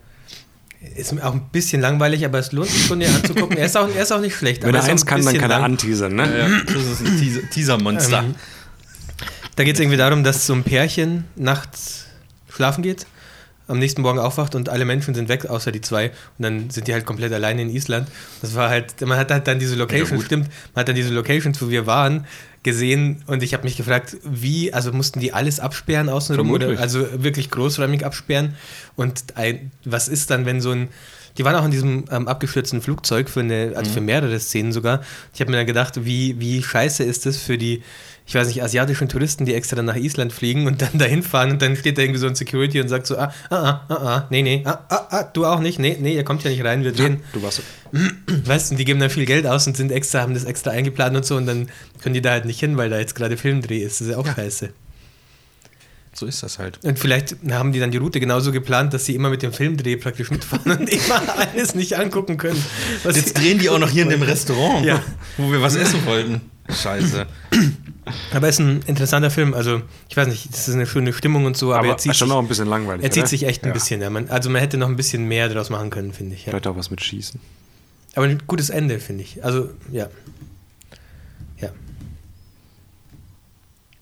[SPEAKER 3] ist auch ein bisschen langweilig, aber es lohnt sich schon, den anzugucken. Er ist auch, er ist auch nicht schlecht.
[SPEAKER 2] Wenn
[SPEAKER 3] aber
[SPEAKER 2] er
[SPEAKER 3] ist auch
[SPEAKER 2] eins
[SPEAKER 3] ein
[SPEAKER 2] kann, dann
[SPEAKER 3] bisschen
[SPEAKER 2] kann er
[SPEAKER 3] lang.
[SPEAKER 2] anteasern, ne?
[SPEAKER 1] Ja, das ist ein Teaser- Teaser-Monster.
[SPEAKER 3] Ähm, da geht es irgendwie darum, dass so ein Pärchen nachts schlafen geht, am nächsten Morgen aufwacht und alle Menschen sind weg, außer die zwei. Und dann sind die halt komplett alleine in Island. Das war halt, man hat halt dann diese Location,
[SPEAKER 1] gut.
[SPEAKER 3] stimmt, man hat dann diese Locations, wo wir waren, gesehen und ich habe mich gefragt, wie, also mussten die alles absperren außenrum oder
[SPEAKER 2] Vermutlich.
[SPEAKER 3] also wirklich großräumig absperren und ein, was ist dann, wenn so ein Die waren auch in diesem ähm, abgestürzten Flugzeug für eine, also für mehrere Szenen sogar. Ich habe mir dann gedacht, wie, wie scheiße ist das für die, ich weiß nicht, asiatischen Touristen, die extra dann nach Island fliegen und dann dahin fahren und dann steht da irgendwie so ein Security und sagt so, ah, ah, ah, ah, nee, nee, ah, ah, ah, du auch nicht, nee, nee, ihr kommt ja nicht rein, wir drehen.
[SPEAKER 2] Du warst.
[SPEAKER 3] Weißt du, die geben dann viel Geld aus und sind extra, haben das extra eingeplant und so und dann können die da halt nicht hin, weil da jetzt gerade Filmdreh ist. Das ist ja auch scheiße.
[SPEAKER 1] So ist das halt.
[SPEAKER 3] Und vielleicht haben die dann die Route genauso geplant, dass sie immer mit dem Filmdreh praktisch mitfahren und immer alles nicht angucken können. was sie-
[SPEAKER 1] Jetzt drehen die auch noch hier in dem Restaurant,
[SPEAKER 3] Ja.
[SPEAKER 1] wo wir was essen wollten. Scheiße.
[SPEAKER 3] Aber ist ein interessanter Film. Also, ich weiß nicht, das ist eine schöne Stimmung und so, aber,
[SPEAKER 2] Aber
[SPEAKER 3] er, zieht
[SPEAKER 2] schon
[SPEAKER 3] sich,
[SPEAKER 2] auch ein bisschen langweilig.
[SPEAKER 3] er zieht
[SPEAKER 2] oder?
[SPEAKER 3] sich echt ein
[SPEAKER 2] Ja.
[SPEAKER 3] bisschen. Ja. Man, also, man hätte noch ein bisschen mehr draus machen können, finde ich. Ja.
[SPEAKER 2] Vielleicht auch was mit Schießen.
[SPEAKER 3] Aber ein gutes Ende, finde ich. Also, ja. Ja.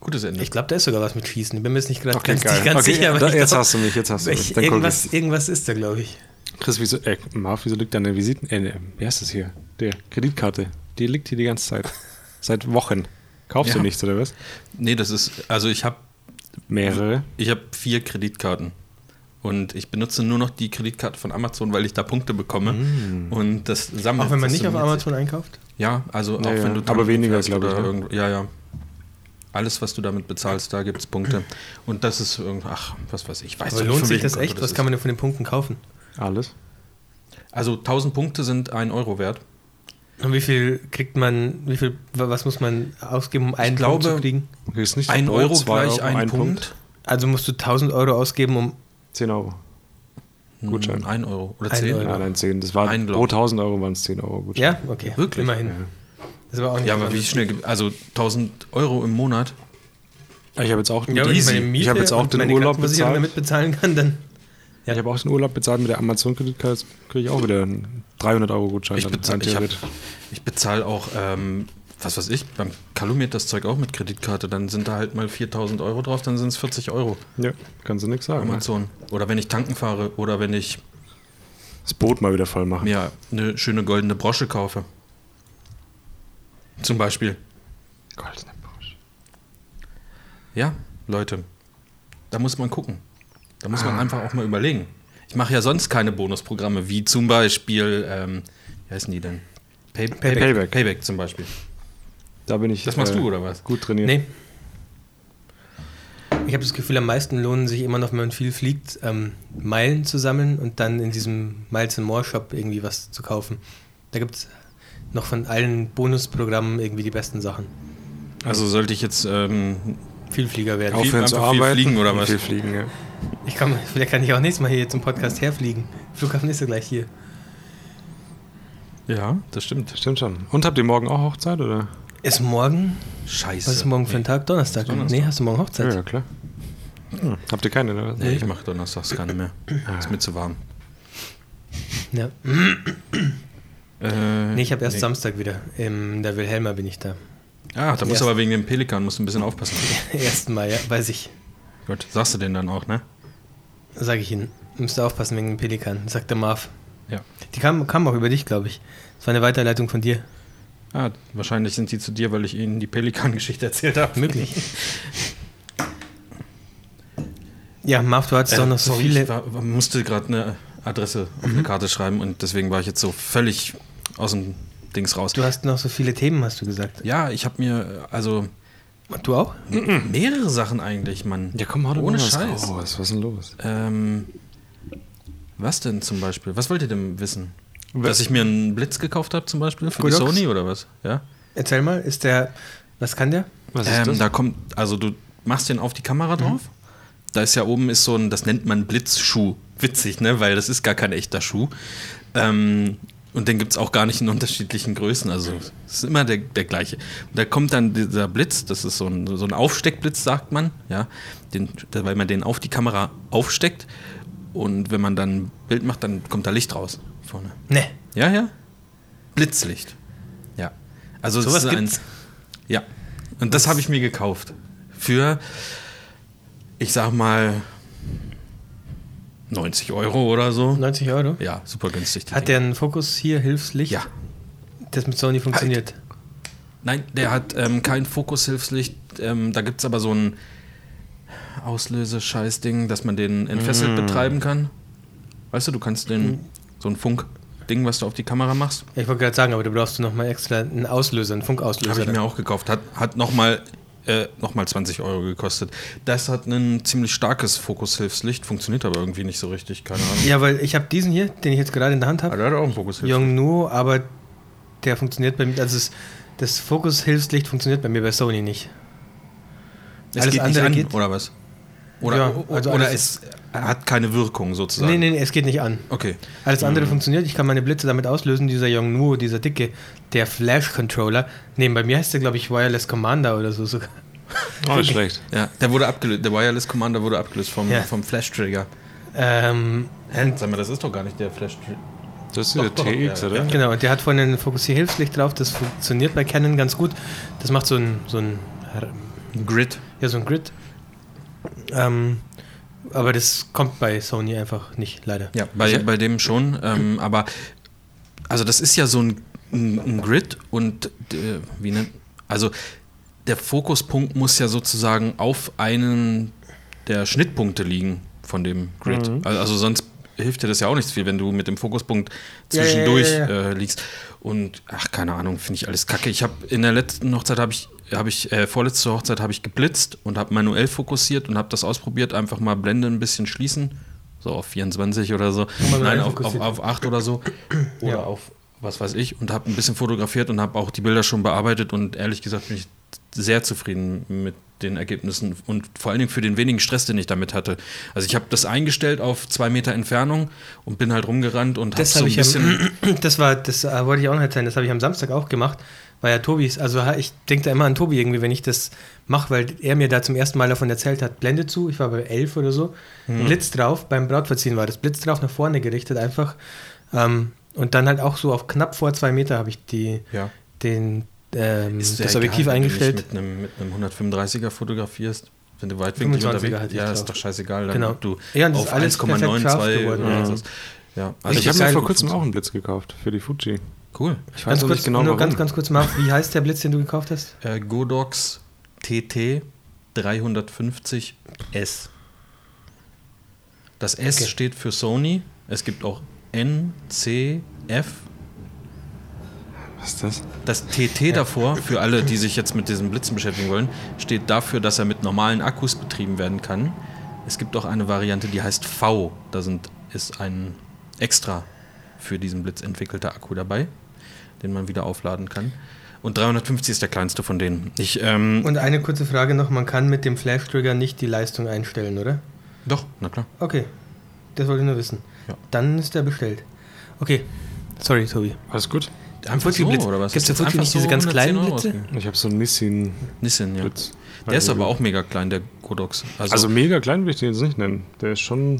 [SPEAKER 1] Gutes Ende.
[SPEAKER 3] Ich glaube, da ist sogar was mit Schießen. Ich bin mir jetzt nicht gerade
[SPEAKER 2] Okay,
[SPEAKER 3] ganz,
[SPEAKER 2] geil.
[SPEAKER 3] nicht ganz
[SPEAKER 2] Okay,
[SPEAKER 3] sicher.
[SPEAKER 2] da-
[SPEAKER 3] ich
[SPEAKER 2] jetzt
[SPEAKER 3] glaub,
[SPEAKER 2] hast du mich, jetzt hast du mich.
[SPEAKER 3] ich,
[SPEAKER 2] Dann guck
[SPEAKER 3] irgendwas,
[SPEAKER 2] ich.
[SPEAKER 3] irgendwas ist da, glaube ich.
[SPEAKER 2] Chris, wieso, äh, Marv, wieso liegt deine Visiten, äh, wie heißt das hier? Der Kreditkarte, die liegt hier die ganze Zeit. Seit Wochen. Kaufst
[SPEAKER 1] Ja.
[SPEAKER 2] du nichts, oder was?
[SPEAKER 1] Nee, das ist, also ich habe
[SPEAKER 2] Mehrere.
[SPEAKER 1] ich hab vier Kreditkarten. Und ich benutze nur noch die Kreditkarte von Amazon, weil ich da Punkte bekomme. Und das sammelt
[SPEAKER 3] Auch wenn man
[SPEAKER 1] sich
[SPEAKER 3] nicht auf
[SPEAKER 1] summiert sich.
[SPEAKER 3] Amazon einkauft.
[SPEAKER 1] Ja, also auch
[SPEAKER 2] Ja, ja.
[SPEAKER 1] wenn du
[SPEAKER 2] Aber
[SPEAKER 1] tanken
[SPEAKER 2] weniger,
[SPEAKER 1] fährst
[SPEAKER 2] glaub ich,
[SPEAKER 1] oder
[SPEAKER 2] ne?
[SPEAKER 1] irgend- Ja, ja. Alles, was du damit bezahlst, da gibt es Punkte. Und das ist irgendwie, ach, was weiß ich. ich Weiß
[SPEAKER 3] Aber
[SPEAKER 1] doch nicht,
[SPEAKER 3] lohnt
[SPEAKER 1] von
[SPEAKER 3] sich
[SPEAKER 1] welchem
[SPEAKER 3] das
[SPEAKER 1] Konto
[SPEAKER 3] echt? Was kann man denn von den Punkten kaufen?
[SPEAKER 2] Alles.
[SPEAKER 1] ist. Also 1000 Punkte sind 1 Euro wert.
[SPEAKER 3] Und wie viel kriegt man, wie viel, was muss man ausgeben, um einen Punkt
[SPEAKER 1] glaube,
[SPEAKER 3] zu kriegen?
[SPEAKER 2] Du kriegst nicht
[SPEAKER 1] 1
[SPEAKER 2] Brot,
[SPEAKER 1] Euro
[SPEAKER 2] zwei
[SPEAKER 1] gleich 1 Punkt.
[SPEAKER 3] Also musst du 1000 Euro ausgeben, um.
[SPEAKER 2] 10 Euro. Gutschein.
[SPEAKER 1] 1 Hm. Euro oder
[SPEAKER 3] Ein
[SPEAKER 1] 10
[SPEAKER 3] Euro.
[SPEAKER 2] Nein, nein, 10. Das war,
[SPEAKER 1] Ein, glaub
[SPEAKER 2] pro
[SPEAKER 1] ich.
[SPEAKER 2] 1000 Euro waren es 10 Euro Gutschein.
[SPEAKER 3] Ja, okay.
[SPEAKER 1] Wirklich?
[SPEAKER 3] Immerhin. Das war auch nicht
[SPEAKER 1] Ja, aber
[SPEAKER 3] dran.
[SPEAKER 1] wie schnell, gibt- also 1000 Euro im Monat.
[SPEAKER 2] Ich habe jetzt auch
[SPEAKER 3] Ja, wenn ich meine Miete
[SPEAKER 2] ich habe jetzt auch
[SPEAKER 3] und
[SPEAKER 2] den
[SPEAKER 3] meine
[SPEAKER 2] Urlaub
[SPEAKER 3] Krankenversicherung
[SPEAKER 2] bezahlt.
[SPEAKER 3] damit bezahlen kann, dann.
[SPEAKER 2] Ja, ich habe auch den Urlaub bezahlt mit der Amazon-Kreditkarte. kriege ich auch wieder einen 300 Euro Gutschein.
[SPEAKER 1] Ich
[SPEAKER 2] dann,
[SPEAKER 1] bezahle
[SPEAKER 2] rein
[SPEAKER 1] ich hab-
[SPEAKER 2] theoretisch.
[SPEAKER 1] ich bezahl auch, ähm, was weiß ich, beim Kalumet das Zeug auch mit Kreditkarte. Dann sind da halt mal 4000 Euro drauf, dann sind es 40 Euro.
[SPEAKER 2] Ja, kannst du nichts sagen. Ne?
[SPEAKER 1] Amazon. Oder wenn ich tanken fahre oder wenn ich
[SPEAKER 2] Das Boot mal wieder voll machen.
[SPEAKER 1] mir eine schöne goldene Brosche kaufe. Zum Beispiel.
[SPEAKER 2] Goldene Porsche.
[SPEAKER 1] Ja, Leute, da muss man gucken. Da muss
[SPEAKER 2] Ah.
[SPEAKER 1] man einfach auch mal überlegen. Ich mache ja sonst keine Bonusprogramme, wie zum Beispiel, ähm, wie heißen die denn? Pay Payback.
[SPEAKER 2] Payback.
[SPEAKER 1] Payback zum Beispiel.
[SPEAKER 2] Da bin ich.
[SPEAKER 1] Das machst
[SPEAKER 2] äh,
[SPEAKER 1] du, oder was?
[SPEAKER 2] Gut trainiert.
[SPEAKER 3] Nee. Ich habe das Gefühl, am meisten lohnen sich immer noch, wenn man viel fliegt, ähm, Meilen zu sammeln und dann in diesem Miles and More Shop irgendwie was zu kaufen. Da gibt es noch von allen Bonusprogrammen irgendwie die besten Sachen.
[SPEAKER 1] Also sollte ich jetzt ähm,
[SPEAKER 3] Vielflieger werden.
[SPEAKER 1] Auf-
[SPEAKER 2] Aufhören zu
[SPEAKER 1] einfach viel
[SPEAKER 2] arbeiten.
[SPEAKER 1] fliegen, oder
[SPEAKER 2] und
[SPEAKER 1] was?
[SPEAKER 2] Viel fliegen, ja.
[SPEAKER 3] Ich kann, vielleicht kann ich auch nächstes Mal hier zum Podcast herfliegen. Flughafen ist ja gleich hier.
[SPEAKER 1] Ja, das stimmt.
[SPEAKER 2] Das stimmt schon. Und habt ihr morgen auch Hochzeit, oder?
[SPEAKER 3] Ist morgen?
[SPEAKER 1] Scheiße.
[SPEAKER 3] Was ist morgen für ein Tag? Donnerstag?
[SPEAKER 1] Donnerstag.
[SPEAKER 3] Nee, hast du morgen Hochzeit?
[SPEAKER 2] Ja, klar. Hm. Habt ihr keine, oder? was?
[SPEAKER 1] Nee, ich mache donnerstags keine mehr.
[SPEAKER 2] Ah.
[SPEAKER 1] Ist mir zu warm.
[SPEAKER 3] Ja.
[SPEAKER 1] Äh,
[SPEAKER 3] Nee, ich habe erst Samstag wieder. In der Wilhelma bin ich da.
[SPEAKER 1] Ah, da musst
[SPEAKER 3] Erst-
[SPEAKER 1] du aber wegen dem Pelikan musst du ein bisschen aufpassen.
[SPEAKER 3] Ersten Mal, ja, weiß ich.
[SPEAKER 1] Gut, sagst du den dann auch, ne?
[SPEAKER 3] Sag ich Ihnen. Müsst ihr aufpassen wegen dem Pelikan, sagt der Marv.
[SPEAKER 1] Ja.
[SPEAKER 3] Die kam, kam auch über dich, glaube ich. Das war eine Weiterleitung von dir.
[SPEAKER 1] Ah, wahrscheinlich sind die zu dir, weil ich ihnen die Pelikan-Geschichte erzählt habe.
[SPEAKER 3] Möglich. Ja, Marv, du hattest
[SPEAKER 1] Äh,
[SPEAKER 3] doch noch so
[SPEAKER 1] sorry,
[SPEAKER 3] viele.
[SPEAKER 1] Ich war, war- musste gerade eine Adresse auf
[SPEAKER 2] Mhm.
[SPEAKER 1] eine Karte schreiben und deswegen war ich jetzt so völlig aus dem Dings raus.
[SPEAKER 3] Du hast noch so viele Themen, hast du gesagt.
[SPEAKER 1] ja, ich habe mir äh, also
[SPEAKER 3] Und du auch?
[SPEAKER 1] mehrere Sachen eigentlich, Mann.
[SPEAKER 2] Ja, komm, hau doch
[SPEAKER 1] Ohne
[SPEAKER 2] mal was
[SPEAKER 1] Scheiß.
[SPEAKER 2] raus. Was ist denn los?
[SPEAKER 1] Ähm, was denn zum Beispiel? Was wollt ihr denn wissen?
[SPEAKER 2] Was-
[SPEAKER 1] Dass ich mir einen Blitz gekauft habe zum Beispiel für
[SPEAKER 3] Godox?
[SPEAKER 1] die Sony oder was? Ja.
[SPEAKER 3] Erzähl mal, ist der. Was kann der?
[SPEAKER 2] Was
[SPEAKER 1] ähm, Da kommt, also du machst den auf die Kamera drauf. Da ist ja oben ist so ein, das nennt man Blitzschuh. Witzig, ne? Weil das ist gar kein echter Schuh. Ähm, und den gibt es auch gar nicht in unterschiedlichen Größen. Also es ist immer der, der gleiche. Und da kommt dann dieser Blitz, das ist so ein, so ein Aufsteckblitz, sagt man, ja. Den, weil man den auf die Kamera aufsteckt. Und wenn man dann ein Bild macht, dann kommt da Licht raus vorne.
[SPEAKER 3] Ne.
[SPEAKER 1] Ja, ja. Blitzlicht. Ja. Also es
[SPEAKER 3] Sowas
[SPEAKER 1] ist
[SPEAKER 3] gibt's?
[SPEAKER 1] eins. Ja. Und das habe ich mir gekauft. Für, ich sag mal, 90 Euro oder so.
[SPEAKER 3] 90 Euro?
[SPEAKER 1] Ja, super günstig. die
[SPEAKER 3] Hat
[SPEAKER 1] Dinger.
[SPEAKER 3] der einen Fokus hier, Hilfslicht?
[SPEAKER 1] Ja.
[SPEAKER 3] Das mit Sony funktioniert.
[SPEAKER 1] Nein, der hat ähm, kein Fokushilfslicht. Ähm, da gibt es aber so ein
[SPEAKER 3] Mm.
[SPEAKER 1] Auslösescheißding, dass man den entfesselt betreiben kann. Weißt du, du kannst den. So ein Funkding, was du auf die Kamera machst.
[SPEAKER 3] Ja, ich wollte gerade sagen, aber da brauchst du nochmal extra einen Auslöser, einen
[SPEAKER 1] Habe
[SPEAKER 3] Funkauslöser.
[SPEAKER 1] ich mir auch gekauft. Hat, hat nochmal äh, noch mal 20 Euro gekostet. Das hat ein ziemlich starkes Fokushilfslicht, funktioniert aber irgendwie nicht so richtig, keine Ahnung.
[SPEAKER 3] ja, weil ich habe diesen hier, den ich jetzt gerade in der Hand habe,
[SPEAKER 1] Aber der hat auch ein Fokushilfslicht.
[SPEAKER 3] Yongnuo, aber der funktioniert bei mir, also es, das Fokushilfslicht funktioniert bei mir bei Sony nicht.
[SPEAKER 1] Es
[SPEAKER 3] alles
[SPEAKER 1] geht nicht
[SPEAKER 3] andere
[SPEAKER 1] an,
[SPEAKER 3] geht-
[SPEAKER 1] oder was? Oder,
[SPEAKER 3] Ja, also
[SPEAKER 1] oder
[SPEAKER 3] alles-
[SPEAKER 1] es hat keine Wirkung sozusagen.
[SPEAKER 3] Nee, nee, nee, es geht nicht an.
[SPEAKER 1] Okay.
[SPEAKER 3] Alles andere
[SPEAKER 1] Mhm.
[SPEAKER 3] funktioniert, ich kann meine Blitze damit auslösen, dieser Yongnuo, dieser dicke, der Flash-Controller. Nee, bei mir heißt der, glaube ich, Wireless Commander oder so sogar.
[SPEAKER 1] Äh,
[SPEAKER 2] Auch nicht schlecht.
[SPEAKER 1] Ja, der wurde abgelöst. Der Wireless Commander wurde abgelöst vom,
[SPEAKER 3] Ja.
[SPEAKER 1] vom Flash Trigger.
[SPEAKER 3] Ähm,
[SPEAKER 1] Hä? Sag mal, das ist doch gar nicht der Flash Trigger.
[SPEAKER 2] Das ist der
[SPEAKER 1] Doch, doch,
[SPEAKER 2] TX,
[SPEAKER 1] ja,
[SPEAKER 2] oder?
[SPEAKER 1] ja.
[SPEAKER 3] Genau, und der hat vorne ein Fokussierhilfslicht drauf, das funktioniert bei Canon ganz gut. Das macht so ein, so ein,
[SPEAKER 1] Grid.
[SPEAKER 3] ja, so ein Grid. Ähm, aber das kommt bei Sony einfach nicht, leider.
[SPEAKER 1] Ja, bei, bei dem schon. Ähm, aber also das ist ja so ein, ein, ein Grid und äh, wie nennt also der Fokuspunkt muss ja sozusagen auf einen der Schnittpunkte liegen von dem Grid. Also, also sonst hilft dir das ja auch nichts viel, wenn du mit dem Fokuspunkt
[SPEAKER 3] Mhm. Ja, ja, ja,
[SPEAKER 1] zwischendurch
[SPEAKER 3] ja,
[SPEAKER 1] Äh, liegst. Und ach keine Ahnung, finde ich alles kacke. Ich habe in der letzten Hochzeit habe ich habe ich äh, vorletzte Hochzeit habe ich geblitzt und habe manuell fokussiert und habe das ausprobiert, einfach mal Blende ein bisschen schließen, so auf 24 oder so.
[SPEAKER 3] Manuell
[SPEAKER 1] Nein, auf, auf,
[SPEAKER 3] fokussiert.
[SPEAKER 1] auf 8 oder so. Oder
[SPEAKER 3] Ja.
[SPEAKER 1] auf was weiß ich. Und habe ein bisschen fotografiert und habe auch die Bilder schon bearbeitet. Und ehrlich gesagt bin ich sehr zufrieden mit den Ergebnissen und vor allen Dingen für den wenigen Stress, den ich damit hatte. Also ich habe das eingestellt auf zwei Meter Entfernung und bin halt rumgerannt und habe
[SPEAKER 3] Das
[SPEAKER 1] so
[SPEAKER 3] habe
[SPEAKER 1] ein
[SPEAKER 3] ich am,
[SPEAKER 1] bisschen...
[SPEAKER 3] das war, das äh, wollte ich auch noch erzählen, das habe ich am Samstag auch gemacht, weil ja Tobis, also ha- ich denke da immer an Tobi irgendwie, wenn ich das mache, weil er mir da zum ersten Mal davon erzählt hat, Blende zu, ich war bei 11 oder so,
[SPEAKER 1] Hm.
[SPEAKER 3] Blitz drauf, beim Brautverziehen war das, Blitz drauf, nach vorne gerichtet einfach ähm, und dann halt auch so auf knapp vor zwei Meter habe ich die,
[SPEAKER 1] Ja.
[SPEAKER 3] den, ähm,
[SPEAKER 1] Ist
[SPEAKER 3] das
[SPEAKER 1] ja
[SPEAKER 3] Objektiv
[SPEAKER 1] egal, wenn du
[SPEAKER 3] eingestellt.
[SPEAKER 1] nicht Mit einem, mit einem 135er fotografierst, wenn du weitwinklig
[SPEAKER 3] 25er
[SPEAKER 1] unterwegs
[SPEAKER 3] hatte ich
[SPEAKER 1] ja, ist
[SPEAKER 3] halt drauf.
[SPEAKER 1] doch scheißegal, dann
[SPEAKER 3] Genau.
[SPEAKER 1] ob du
[SPEAKER 3] Ja, und das ist
[SPEAKER 1] auf
[SPEAKER 3] alles perfekt scharf
[SPEAKER 1] 1,92
[SPEAKER 3] geworden.
[SPEAKER 1] oder
[SPEAKER 3] Ja.
[SPEAKER 1] sowas. Ja,
[SPEAKER 2] Also ich
[SPEAKER 3] Richtig
[SPEAKER 2] habe mir
[SPEAKER 3] geil
[SPEAKER 2] vor kurzem auch einen Blitz gekauft für die Fuji.
[SPEAKER 1] Cool.
[SPEAKER 2] Ich
[SPEAKER 3] Ganz
[SPEAKER 2] auch
[SPEAKER 3] kurz, nur
[SPEAKER 1] genau,
[SPEAKER 2] genau warum.
[SPEAKER 3] ganz, ganz kurz mal, wie heißt der Blitz, den du gekauft hast?
[SPEAKER 1] Äh, Godox TT 350S. Das S
[SPEAKER 3] Okay.
[SPEAKER 1] steht für Sony. Es gibt auch N, C, F.
[SPEAKER 2] Was ist das?
[SPEAKER 1] Das TT davor, für alle, die sich jetzt mit diesen Blitzen beschäftigen wollen, steht dafür, dass er mit normalen Akkus betrieben werden kann. Es gibt auch eine Variante, die heißt V. Da sind, ist ein extra für diesen Blitz entwickelter Akku dabei, den man wieder aufladen kann. Und 350 ist der kleinste von denen. Ich, ähm,
[SPEAKER 3] Und eine kurze Frage noch, man kann mit dem Flash-Trigger nicht die Leistung einstellen, oder?
[SPEAKER 1] doch, na klar.
[SPEAKER 3] Okay, das wollte ich nur wissen.
[SPEAKER 1] Ja.
[SPEAKER 3] Dann ist er bestellt. Okay, sorry, Tobi.
[SPEAKER 2] Alles gut.
[SPEAKER 1] Einfach so,
[SPEAKER 3] Fuji-Blitz.
[SPEAKER 1] oder was?
[SPEAKER 3] Gibt's da
[SPEAKER 1] Jetzt einfach
[SPEAKER 3] Fuji nicht diese ganz
[SPEAKER 1] 110
[SPEAKER 3] kleinen
[SPEAKER 1] Euro
[SPEAKER 3] Blitze?
[SPEAKER 1] ausgegeben.
[SPEAKER 2] Ich habe so einen Nissin-Blitz.
[SPEAKER 1] Nissan, ja. Der ist aber auch mega klein, der Godox. Also,
[SPEAKER 2] Also mega klein würde ich den jetzt nicht nennen. Der ist schon.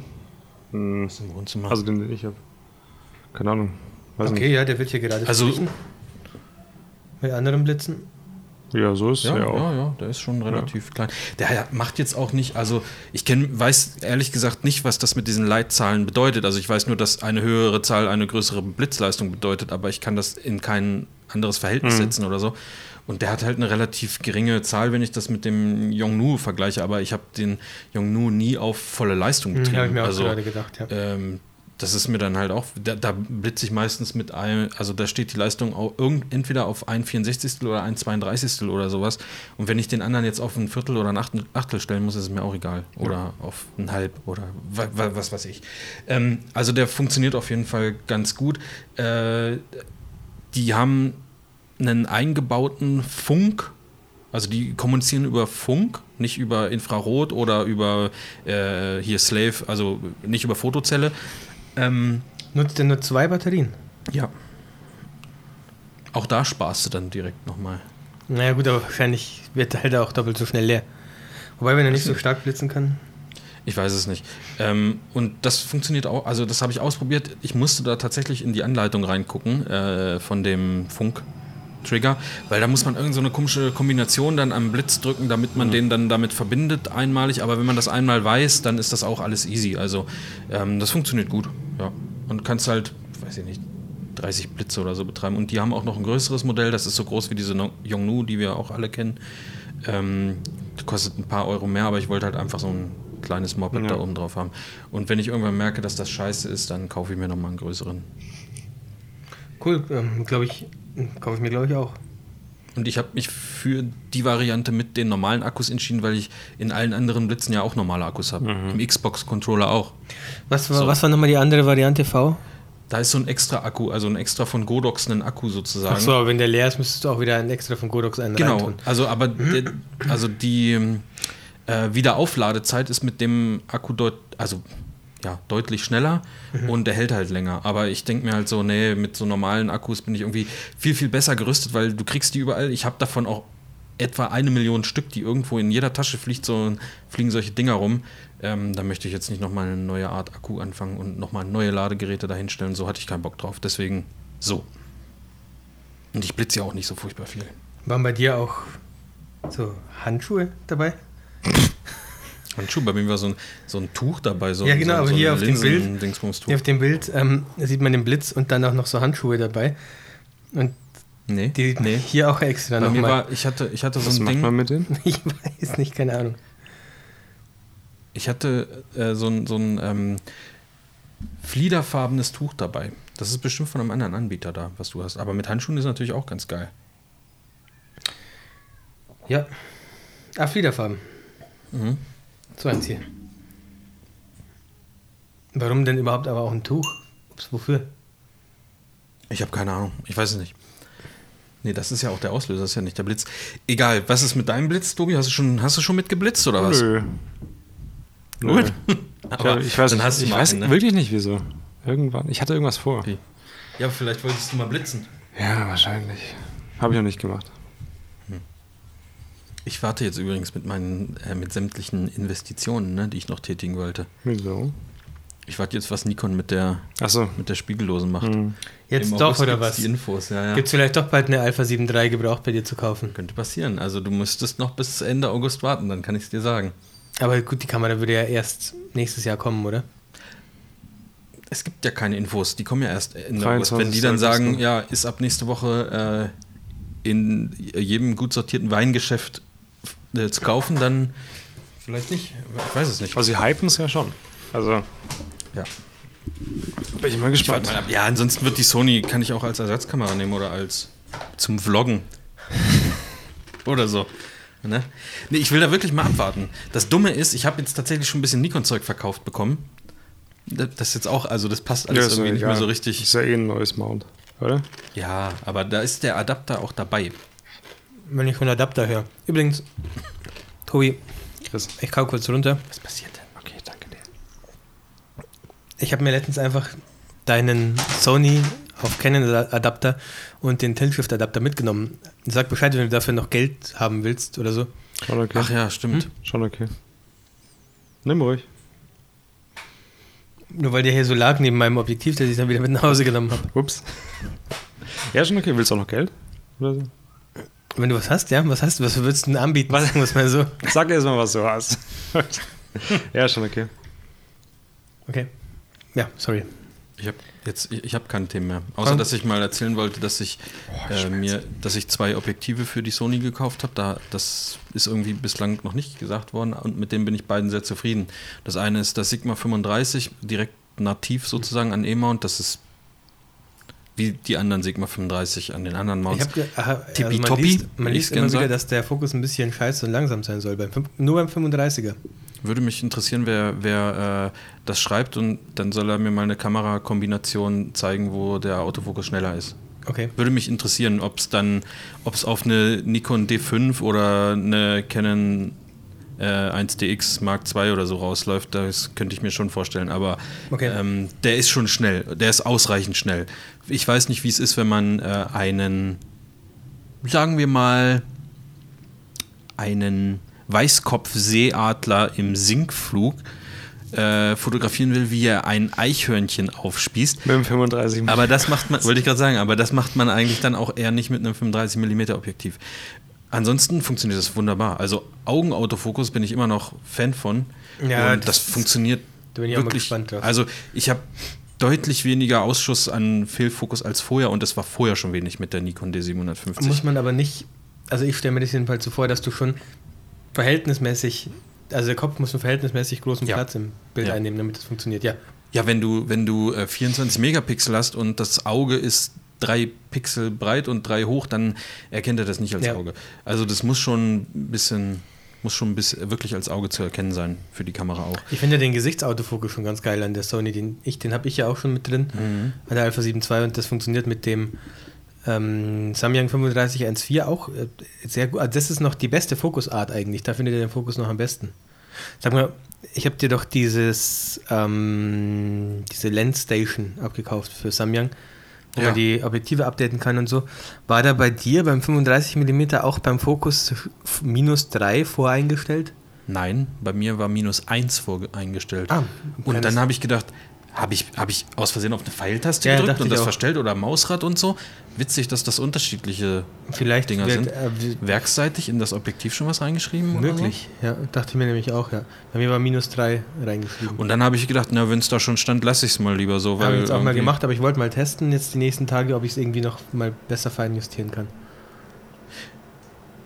[SPEAKER 2] mh,
[SPEAKER 1] im Wohnzimmer.
[SPEAKER 2] Also den, den ich habe. Keine Ahnung. Weiß
[SPEAKER 3] Okay, ja, der wird hier gerade
[SPEAKER 1] Also-
[SPEAKER 3] verglichen. Mit anderen Blitzen.
[SPEAKER 2] nicht. Ja, so ist
[SPEAKER 1] ja,
[SPEAKER 2] er
[SPEAKER 1] ja,
[SPEAKER 2] auch.
[SPEAKER 1] ja, der ist schon relativ klein. Der macht jetzt auch nicht, also ich kenn, weiß ehrlich gesagt nicht, was das mit diesen Leitzahlen bedeutet. Also ich weiß nur, dass eine höhere Zahl eine größere Blitzleistung bedeutet, aber ich kann das in kein anderes Verhältnis setzen oder so. Und der hat halt eine relativ geringe Zahl, wenn ich das mit dem Yongnu vergleiche, aber ich habe den Yongnu nie auf volle Leistung
[SPEAKER 3] Hm,
[SPEAKER 1] betrieben.
[SPEAKER 3] Habe ich mir auch
[SPEAKER 1] also,
[SPEAKER 3] gerade gedacht. Ja.
[SPEAKER 1] ähm, das ist mir dann halt auch, da, da blitze ich meistens mit einem, also da steht die Leistung au- irgend, entweder auf ein 64. oder ein 32. oder sowas. Und wenn ich den anderen jetzt auf ein Viertel oder ein Achtel, Achtel stellen muss, ist es mir auch egal. Oder auf ein Halb oder wa, wa, was weiß ich. Ähm, also der funktioniert auf jeden Fall ganz gut. Äh, die haben einen eingebauten Funk. Also die kommunizieren über Funk, nicht über Infrarot oder über äh, hier Slave, also nicht über Fotozelle. Ähm,
[SPEAKER 3] Nutzt er nur zwei Batterien?
[SPEAKER 1] ja. Auch da sparst du dann direkt nochmal.
[SPEAKER 3] Naja gut, aber wahrscheinlich wird er halt auch doppelt so schnell leer. Wobei, wenn er nicht so stark blitzen kann.
[SPEAKER 1] Ich weiß es nicht. Ähm, und das funktioniert auch, also das habe ich ausprobiert. Ich musste da tatsächlich in die Anleitung reingucken äh, von dem Funk-Trigger, weil da muss man irgendeine so eine komische Kombination dann am Blitz drücken, damit man den dann damit verbindet einmalig. Aber wenn man das einmal weiß, dann ist das auch alles easy. Also ähm, das funktioniert gut. Ja. Und kannst halt, weiß ich nicht, 30 Blitze oder so betreiben. Und die haben auch noch ein größeres Modell, das ist so groß wie diese No- Yongnu, die wir auch alle kennen. Ähm, kostet ein paar Euro mehr, aber ich wollte halt einfach so ein kleines Moped
[SPEAKER 2] Ja.
[SPEAKER 1] da oben drauf haben. Und wenn ich irgendwann merke, dass das scheiße ist, dann kaufe ich mir nochmal einen größeren.
[SPEAKER 3] Cool, ähm, glaube ich, kaufe ich mir, glaube ich, auch.
[SPEAKER 1] Und ich habe mich für die Variante mit den normalen Akkus entschieden, weil ich in allen anderen Blitzen ja auch normale Akkus habe. Im Xbox-Controller auch.
[SPEAKER 3] Was, war-
[SPEAKER 1] So.
[SPEAKER 3] was war nochmal die andere Variante V?
[SPEAKER 1] Da ist so ein extra Akku, also ein extra von Godox einen Akku sozusagen.
[SPEAKER 3] Achso, aber wenn der leer ist, müsstest du auch wieder einen extra von Godox einen
[SPEAKER 1] Genau,
[SPEAKER 3] reintun.
[SPEAKER 1] also aber der, also die ähm, äh, Wiederaufladezeit ist mit dem Akku deut also ja, deutlich schneller und der hält halt länger. Aber ich denke mir halt so, nee, mit so normalen Akkus bin ich irgendwie viel, viel besser gerüstet, weil du kriegst die überall. Ich habe davon auch etwa eine Million Stück, die irgendwo in jeder Tasche fliegt, so, fliegen solche Dinger rum. Ähm, da möchte ich jetzt nicht nochmal eine neue Art Akku anfangen und nochmal neue Ladegeräte dahinstellen. So hatte ich keinen Bock drauf. Deswegen so. Und ich blitze ja auch nicht so furchtbar viel.
[SPEAKER 3] Waren bei dir auch so Handschuhe dabei?
[SPEAKER 1] Und Schuh, bei mir war so ein, so ein Tuch dabei. So
[SPEAKER 3] Ja,
[SPEAKER 1] ein-
[SPEAKER 3] genau,
[SPEAKER 1] so,
[SPEAKER 3] aber
[SPEAKER 1] so
[SPEAKER 3] hier
[SPEAKER 1] ein
[SPEAKER 3] auf dem Bild-
[SPEAKER 1] Linsen- Dingsbums-Tuch.
[SPEAKER 3] Hier auf dem Bild ähm, sieht man den Blitz und dann auch noch so Handschuhe dabei. Und
[SPEAKER 1] Nee,
[SPEAKER 3] die sieht man
[SPEAKER 1] nee.
[SPEAKER 3] hier auch extra
[SPEAKER 1] Bei mir
[SPEAKER 3] nochmal.
[SPEAKER 1] war, ich hatte, ich hatte so
[SPEAKER 2] Was
[SPEAKER 1] ein
[SPEAKER 2] macht
[SPEAKER 1] Ding,
[SPEAKER 2] man mit denen?
[SPEAKER 3] Ich weiß nicht, keine Ahnung.
[SPEAKER 1] ich hatte äh, so ein, so ein ähm, fliederfarbenes Tuch dabei. Das ist bestimmt von einem anderen Anbieter da, was du hast. Aber mit Handschuhen ist natürlich auch ganz geil.
[SPEAKER 3] Ja. Ah, Fliederfarben.
[SPEAKER 1] Mhm.
[SPEAKER 3] So eins hier. Warum denn überhaupt aber auch ein Tuch? Ups, wofür?
[SPEAKER 1] Ich habe keine Ahnung. Ich weiß es nicht. Nee, das ist ja auch der Auslöser, das ist ja nicht der Blitz. Egal, was ist mit deinem Blitz, Tobi? Hast du schon, hast du schon mitgeblitzt oder was?
[SPEAKER 2] Nö. Nö.
[SPEAKER 1] Gut.
[SPEAKER 2] Aber ich weiß,
[SPEAKER 1] dann hast du
[SPEAKER 2] ich
[SPEAKER 1] mal
[SPEAKER 2] weiß
[SPEAKER 1] einen, ne?
[SPEAKER 2] wirklich nicht wieso. Irgendwann. Ich hatte irgendwas vor.
[SPEAKER 1] Okay. Ja, vielleicht wolltest du mal blitzen.
[SPEAKER 2] Ja, wahrscheinlich. Habe ich noch nicht gemacht.
[SPEAKER 1] Ich warte jetzt übrigens mit meinen, äh, mit sämtlichen Investitionen, ne, die ich noch tätigen wollte.
[SPEAKER 2] Wieso?
[SPEAKER 1] Ich warte jetzt, was Nikon mit der,
[SPEAKER 2] Achso.
[SPEAKER 1] mit der Spiegellosen macht.
[SPEAKER 3] Hm. Jetzt
[SPEAKER 1] Im
[SPEAKER 3] doch,
[SPEAKER 1] August
[SPEAKER 3] oder
[SPEAKER 1] gibt's
[SPEAKER 3] was?
[SPEAKER 1] Die Infos, ja, ja.
[SPEAKER 3] Gibt es vielleicht doch bald eine Alpha 7.3 gebraucht bei dir zu kaufen?
[SPEAKER 1] Könnte passieren. Also du müsstest noch bis Ende August warten, dann kann ich es dir sagen.
[SPEAKER 3] Aber gut, die Kamera würde ja erst nächstes Jahr kommen, oder?
[SPEAKER 1] Es gibt ja keine Infos, die kommen ja erst Ende
[SPEAKER 2] 23.
[SPEAKER 1] August. Wenn die dann sagen,
[SPEAKER 2] August, ne?
[SPEAKER 1] ja, ist ab nächste Woche äh, in jedem gut sortierten Weingeschäft äh, zu kaufen, dann vielleicht nicht. Ich weiß es nicht.
[SPEAKER 2] Also sie hypen es ja schon. Also
[SPEAKER 1] Ja.
[SPEAKER 2] bin ich mal gespannt.
[SPEAKER 1] Ja, ansonsten wird die Sony, kann ich auch als Ersatzkamera nehmen oder als zum Vloggen. oder so. Ne? Nee, ich will da wirklich mal abwarten. Das Dumme ist, ich habe jetzt tatsächlich schon ein bisschen Nikon-Zeug verkauft bekommen. Da- Das ist jetzt auch, also das passt alles
[SPEAKER 2] ist mir
[SPEAKER 1] irgendwie nicht
[SPEAKER 2] egal.
[SPEAKER 1] mehr so richtig.
[SPEAKER 2] Ist ja eh ein neues Mount, oder?
[SPEAKER 1] Ja, aber da ist der Adapter auch dabei.
[SPEAKER 3] Wenn ich einen Adapter höre. Übrigens, Tobi,
[SPEAKER 2] Chris.
[SPEAKER 3] ich kau kurz runter.
[SPEAKER 1] Was passiert denn?
[SPEAKER 2] Okay, danke dir.
[SPEAKER 3] Ich habe mir letztens einfach deinen Sony auf Canon Adapter und den Tilt-Shift Adapter mitgenommen. Sag Bescheid, wenn du dafür noch Geld haben willst oder so.
[SPEAKER 2] Schon okay.
[SPEAKER 1] Ach ja, stimmt.
[SPEAKER 2] Schon okay. Nimm ruhig.
[SPEAKER 3] Nur weil der hier so lag neben meinem Objektiv, das ich dann wieder mit nach Hause genommen habe.
[SPEAKER 2] Ups. ja, schon okay. Willst du auch noch Geld? Oder so?
[SPEAKER 3] Wenn du was hast, ja, was hast du, was würdest du denn anbieten? Was muss man so?
[SPEAKER 2] Sag erst mal, was du hast. ja, schon okay.
[SPEAKER 3] Okay. Ja, sorry.
[SPEAKER 1] Ich habe jetzt, ich, ich habe kein Thema mehr. Außer
[SPEAKER 3] Komm.
[SPEAKER 1] dass ich mal erzählen wollte, dass ich äh, mir, dass ich zwei Objektive für die Sony gekauft habe. Da, das ist irgendwie bislang noch nicht gesagt worden und mit dem bin ich beiden sehr zufrieden. Das eine ist das Sigma 35 direkt nativ sozusagen an E-Mount. Das ist wie die anderen Sigma 35 an den anderen
[SPEAKER 3] Ich
[SPEAKER 1] Mounts.
[SPEAKER 3] hab, ge- aha, also man
[SPEAKER 1] Tippitoppi,
[SPEAKER 3] liest, man
[SPEAKER 1] wie
[SPEAKER 3] liest
[SPEAKER 1] ich's gern
[SPEAKER 3] immer wieder,
[SPEAKER 1] sag.
[SPEAKER 3] dass der Fokus ein bisschen scheiße und langsam sein soll. Beim, fünf- nur beim 35er.
[SPEAKER 1] Würde mich interessieren, wer, wer äh, das schreibt und dann soll er mir mal eine Kamerakombination zeigen, wo der Autofokus schneller ist.
[SPEAKER 3] Okay.
[SPEAKER 1] Würde mich interessieren, ob es dann, ob es auf eine Nikon D5 oder eine Canon äh, 1DX Mark II oder so rausläuft, das könnte ich mir schon vorstellen. Aber
[SPEAKER 3] Okay.
[SPEAKER 1] ähm, der ist schon schnell, der ist ausreichend schnell. Ich weiß nicht, wie es ist, wenn man äh, einen, sagen wir mal, einen Weißkopfseeadler im Sinkflug äh, fotografieren will, wie er ein Eichhörnchen aufspießt.
[SPEAKER 2] Mit dem 35.
[SPEAKER 1] Aber das macht man, wollte ich gerade sagen, aber das macht man eigentlich dann auch eher nicht mit einem 35 mm Objektiv. Ansonsten funktioniert das wunderbar. Also Augenautofokus bin ich immer noch Fan von.
[SPEAKER 3] Ja,
[SPEAKER 1] und das,
[SPEAKER 3] das-
[SPEAKER 1] funktioniert
[SPEAKER 3] da bin ich auch mal
[SPEAKER 1] wirklich.
[SPEAKER 3] gespannt drauf.
[SPEAKER 1] Also ich habe deutlich weniger Ausschuss an Fehlfokus als vorher und das war vorher schon wenig mit der Nikon D750.
[SPEAKER 3] Muss man aber nicht, also ich stelle mir das jedenfalls so vor, dass du schon verhältnismäßig also der Kopf muss einen verhältnismäßig großen
[SPEAKER 1] Ja.
[SPEAKER 3] Platz im Bild
[SPEAKER 1] Ja.
[SPEAKER 3] einnehmen, damit das funktioniert. Ja,
[SPEAKER 1] Ja, wenn du, wenn du äh, 24 Megapixel hast und das Auge ist drei Pixel breit und drei hoch, dann erkennt er das nicht als
[SPEAKER 3] Ja.
[SPEAKER 1] Auge. Also das muss schon ein bisschen, muss schon ein bisschen wirklich als Auge zu erkennen sein, für die Kamera auch.
[SPEAKER 3] ich finde ja den Gesichtsautofokus schon ganz geil an der Sony. Den, ich, den habe ich ja auch schon mit drin,
[SPEAKER 1] Mhm.
[SPEAKER 3] an der Alpha 7 II und das funktioniert mit dem ähm, Samyang 3514 auch äh, sehr gut. Also das ist noch die beste Fokusart eigentlich. Da findet ihr den Fokus noch am besten. Sag mal, ich habe dir doch dieses ähm, diese Lens Station abgekauft für Samyang, wo
[SPEAKER 1] Ja.
[SPEAKER 3] man die Objektive updaten kann und so. War da bei dir beim 35 mm auch beim Fokus f- minus 3 voreingestellt?
[SPEAKER 1] Nein, bei mir war minus 1 eingestellt.
[SPEAKER 3] Ah,
[SPEAKER 1] und
[SPEAKER 3] kleines-
[SPEAKER 1] dann habe ich gedacht, habe ich, hab ich aus Versehen auf eine Pfeiltaste
[SPEAKER 3] Ja,
[SPEAKER 1] gedrückt
[SPEAKER 3] dachte
[SPEAKER 1] und
[SPEAKER 3] ich
[SPEAKER 1] das
[SPEAKER 3] auch.
[SPEAKER 1] verstellt oder Mausrad und so. Witzig, dass das unterschiedliche
[SPEAKER 3] Vielleicht
[SPEAKER 1] Dinger
[SPEAKER 3] wird,
[SPEAKER 1] sind.
[SPEAKER 3] äh,
[SPEAKER 1] Werksseitig in das Objektiv schon was reingeschrieben? oder so?
[SPEAKER 3] Möglich, ja, dachte ich mir nämlich auch, ja. Bei mir war minus 3 reingeschrieben.
[SPEAKER 1] Und dann habe ich gedacht, na, wenn es da schon stand, lasse ich es mal lieber so. Weil
[SPEAKER 3] Habe ich jetzt auch mal
[SPEAKER 1] irgendwie-
[SPEAKER 3] gemacht, aber ich wollte mal testen jetzt die nächsten Tage, ob ich es irgendwie noch mal besser feinjustieren kann.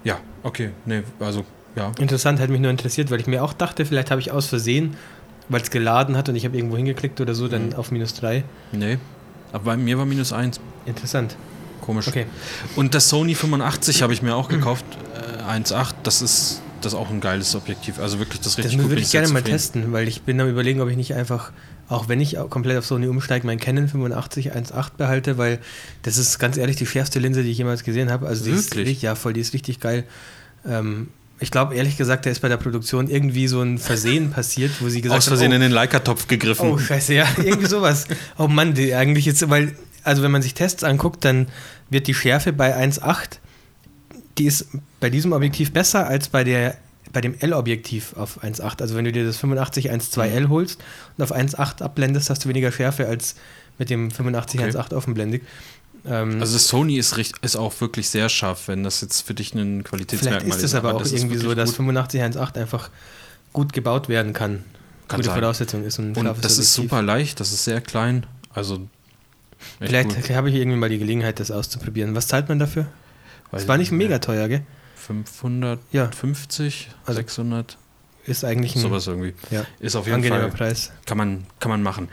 [SPEAKER 1] Ja, okay. Nee, also, ja.
[SPEAKER 3] Interessant, hat mich nur interessiert, weil ich mir auch dachte, vielleicht habe ich aus Versehen, weil es geladen hat und ich habe irgendwo hingeklickt oder so, dann
[SPEAKER 1] Mhm.
[SPEAKER 3] auf minus 3.
[SPEAKER 1] Nee. Aber bei mir war minus eins.
[SPEAKER 3] Interessant.
[SPEAKER 1] Komisch.
[SPEAKER 3] Okay.
[SPEAKER 1] Und das Sony 85 habe ich mir auch gekauft. Äh, 1.8. Das ist das ist auch ein geiles Objektiv. Also wirklich, das ist
[SPEAKER 3] Das
[SPEAKER 1] richtig
[SPEAKER 3] würde
[SPEAKER 1] bin
[SPEAKER 3] ich
[SPEAKER 1] sehr
[SPEAKER 3] gerne mal
[SPEAKER 1] zufrieden.
[SPEAKER 3] testen, weil ich bin am überlegen, ob ich nicht einfach, auch wenn ich auch komplett auf Sony umsteige, mein Canon 85 1.8 behalte, weil das ist ganz ehrlich die schärfste Linse, die ich jemals gesehen habe. Also die ist
[SPEAKER 1] Wirklich?
[SPEAKER 3] richtig- ja voll, die ist richtig geil. Ähm, ich glaube ehrlich gesagt, da ist bei der Produktion irgendwie so ein Versehen passiert, wo sie gesagt
[SPEAKER 1] Aus Versehen
[SPEAKER 3] haben,
[SPEAKER 1] in den Leica-Topf gegriffen.
[SPEAKER 3] Oh, scheiße, ja, irgendwie sowas. Oh Mann, die eigentlich jetzt, weil, also wenn man sich Tests anguckt, dann wird die Schärfe bei 1,8, die ist bei diesem Objektiv besser als bei der bei dem L-Objektiv auf 1,8. Also wenn du dir das 85 1,2L
[SPEAKER 1] Mhm.
[SPEAKER 3] holst und auf 1,8 abblendest, hast du weniger Schärfe als mit dem 85
[SPEAKER 1] Okay.
[SPEAKER 3] 1,8 offenblendig. Ähm,
[SPEAKER 1] Also das Sony ist, richt- ist auch wirklich sehr scharf, wenn das jetzt für dich ein
[SPEAKER 3] vielleicht
[SPEAKER 1] Qualitätsmerkmal
[SPEAKER 3] ist es aber auch
[SPEAKER 1] das ist
[SPEAKER 3] irgendwie so,
[SPEAKER 1] wirklich
[SPEAKER 3] dass
[SPEAKER 1] gut.
[SPEAKER 3] 85 1,8 einfach gut gebaut werden kann.
[SPEAKER 1] Kann
[SPEAKER 3] Gute
[SPEAKER 1] sein.
[SPEAKER 3] Voraussetzung ist ein
[SPEAKER 1] Und
[SPEAKER 3] scharfes
[SPEAKER 1] das ist
[SPEAKER 3] Objektiv.
[SPEAKER 1] super leicht, das ist sehr klein. Also echt
[SPEAKER 3] Vielleicht
[SPEAKER 1] gut.
[SPEAKER 3] habe ich irgendwie mal die Gelegenheit, das auszuprobieren. Was zahlt man dafür?
[SPEAKER 1] Weiß
[SPEAKER 3] Es war
[SPEAKER 1] ich
[SPEAKER 3] nicht
[SPEAKER 1] mehr.
[SPEAKER 3] mega teuer, gell?
[SPEAKER 1] 550,
[SPEAKER 3] Also-
[SPEAKER 1] 600,
[SPEAKER 3] Ist eigentlich ein
[SPEAKER 1] sowas irgendwie.
[SPEAKER 3] Ja.
[SPEAKER 1] Ist auf jeden
[SPEAKER 3] angenehmer
[SPEAKER 1] Fall,
[SPEAKER 3] Preis.
[SPEAKER 1] kann man, kann man machen.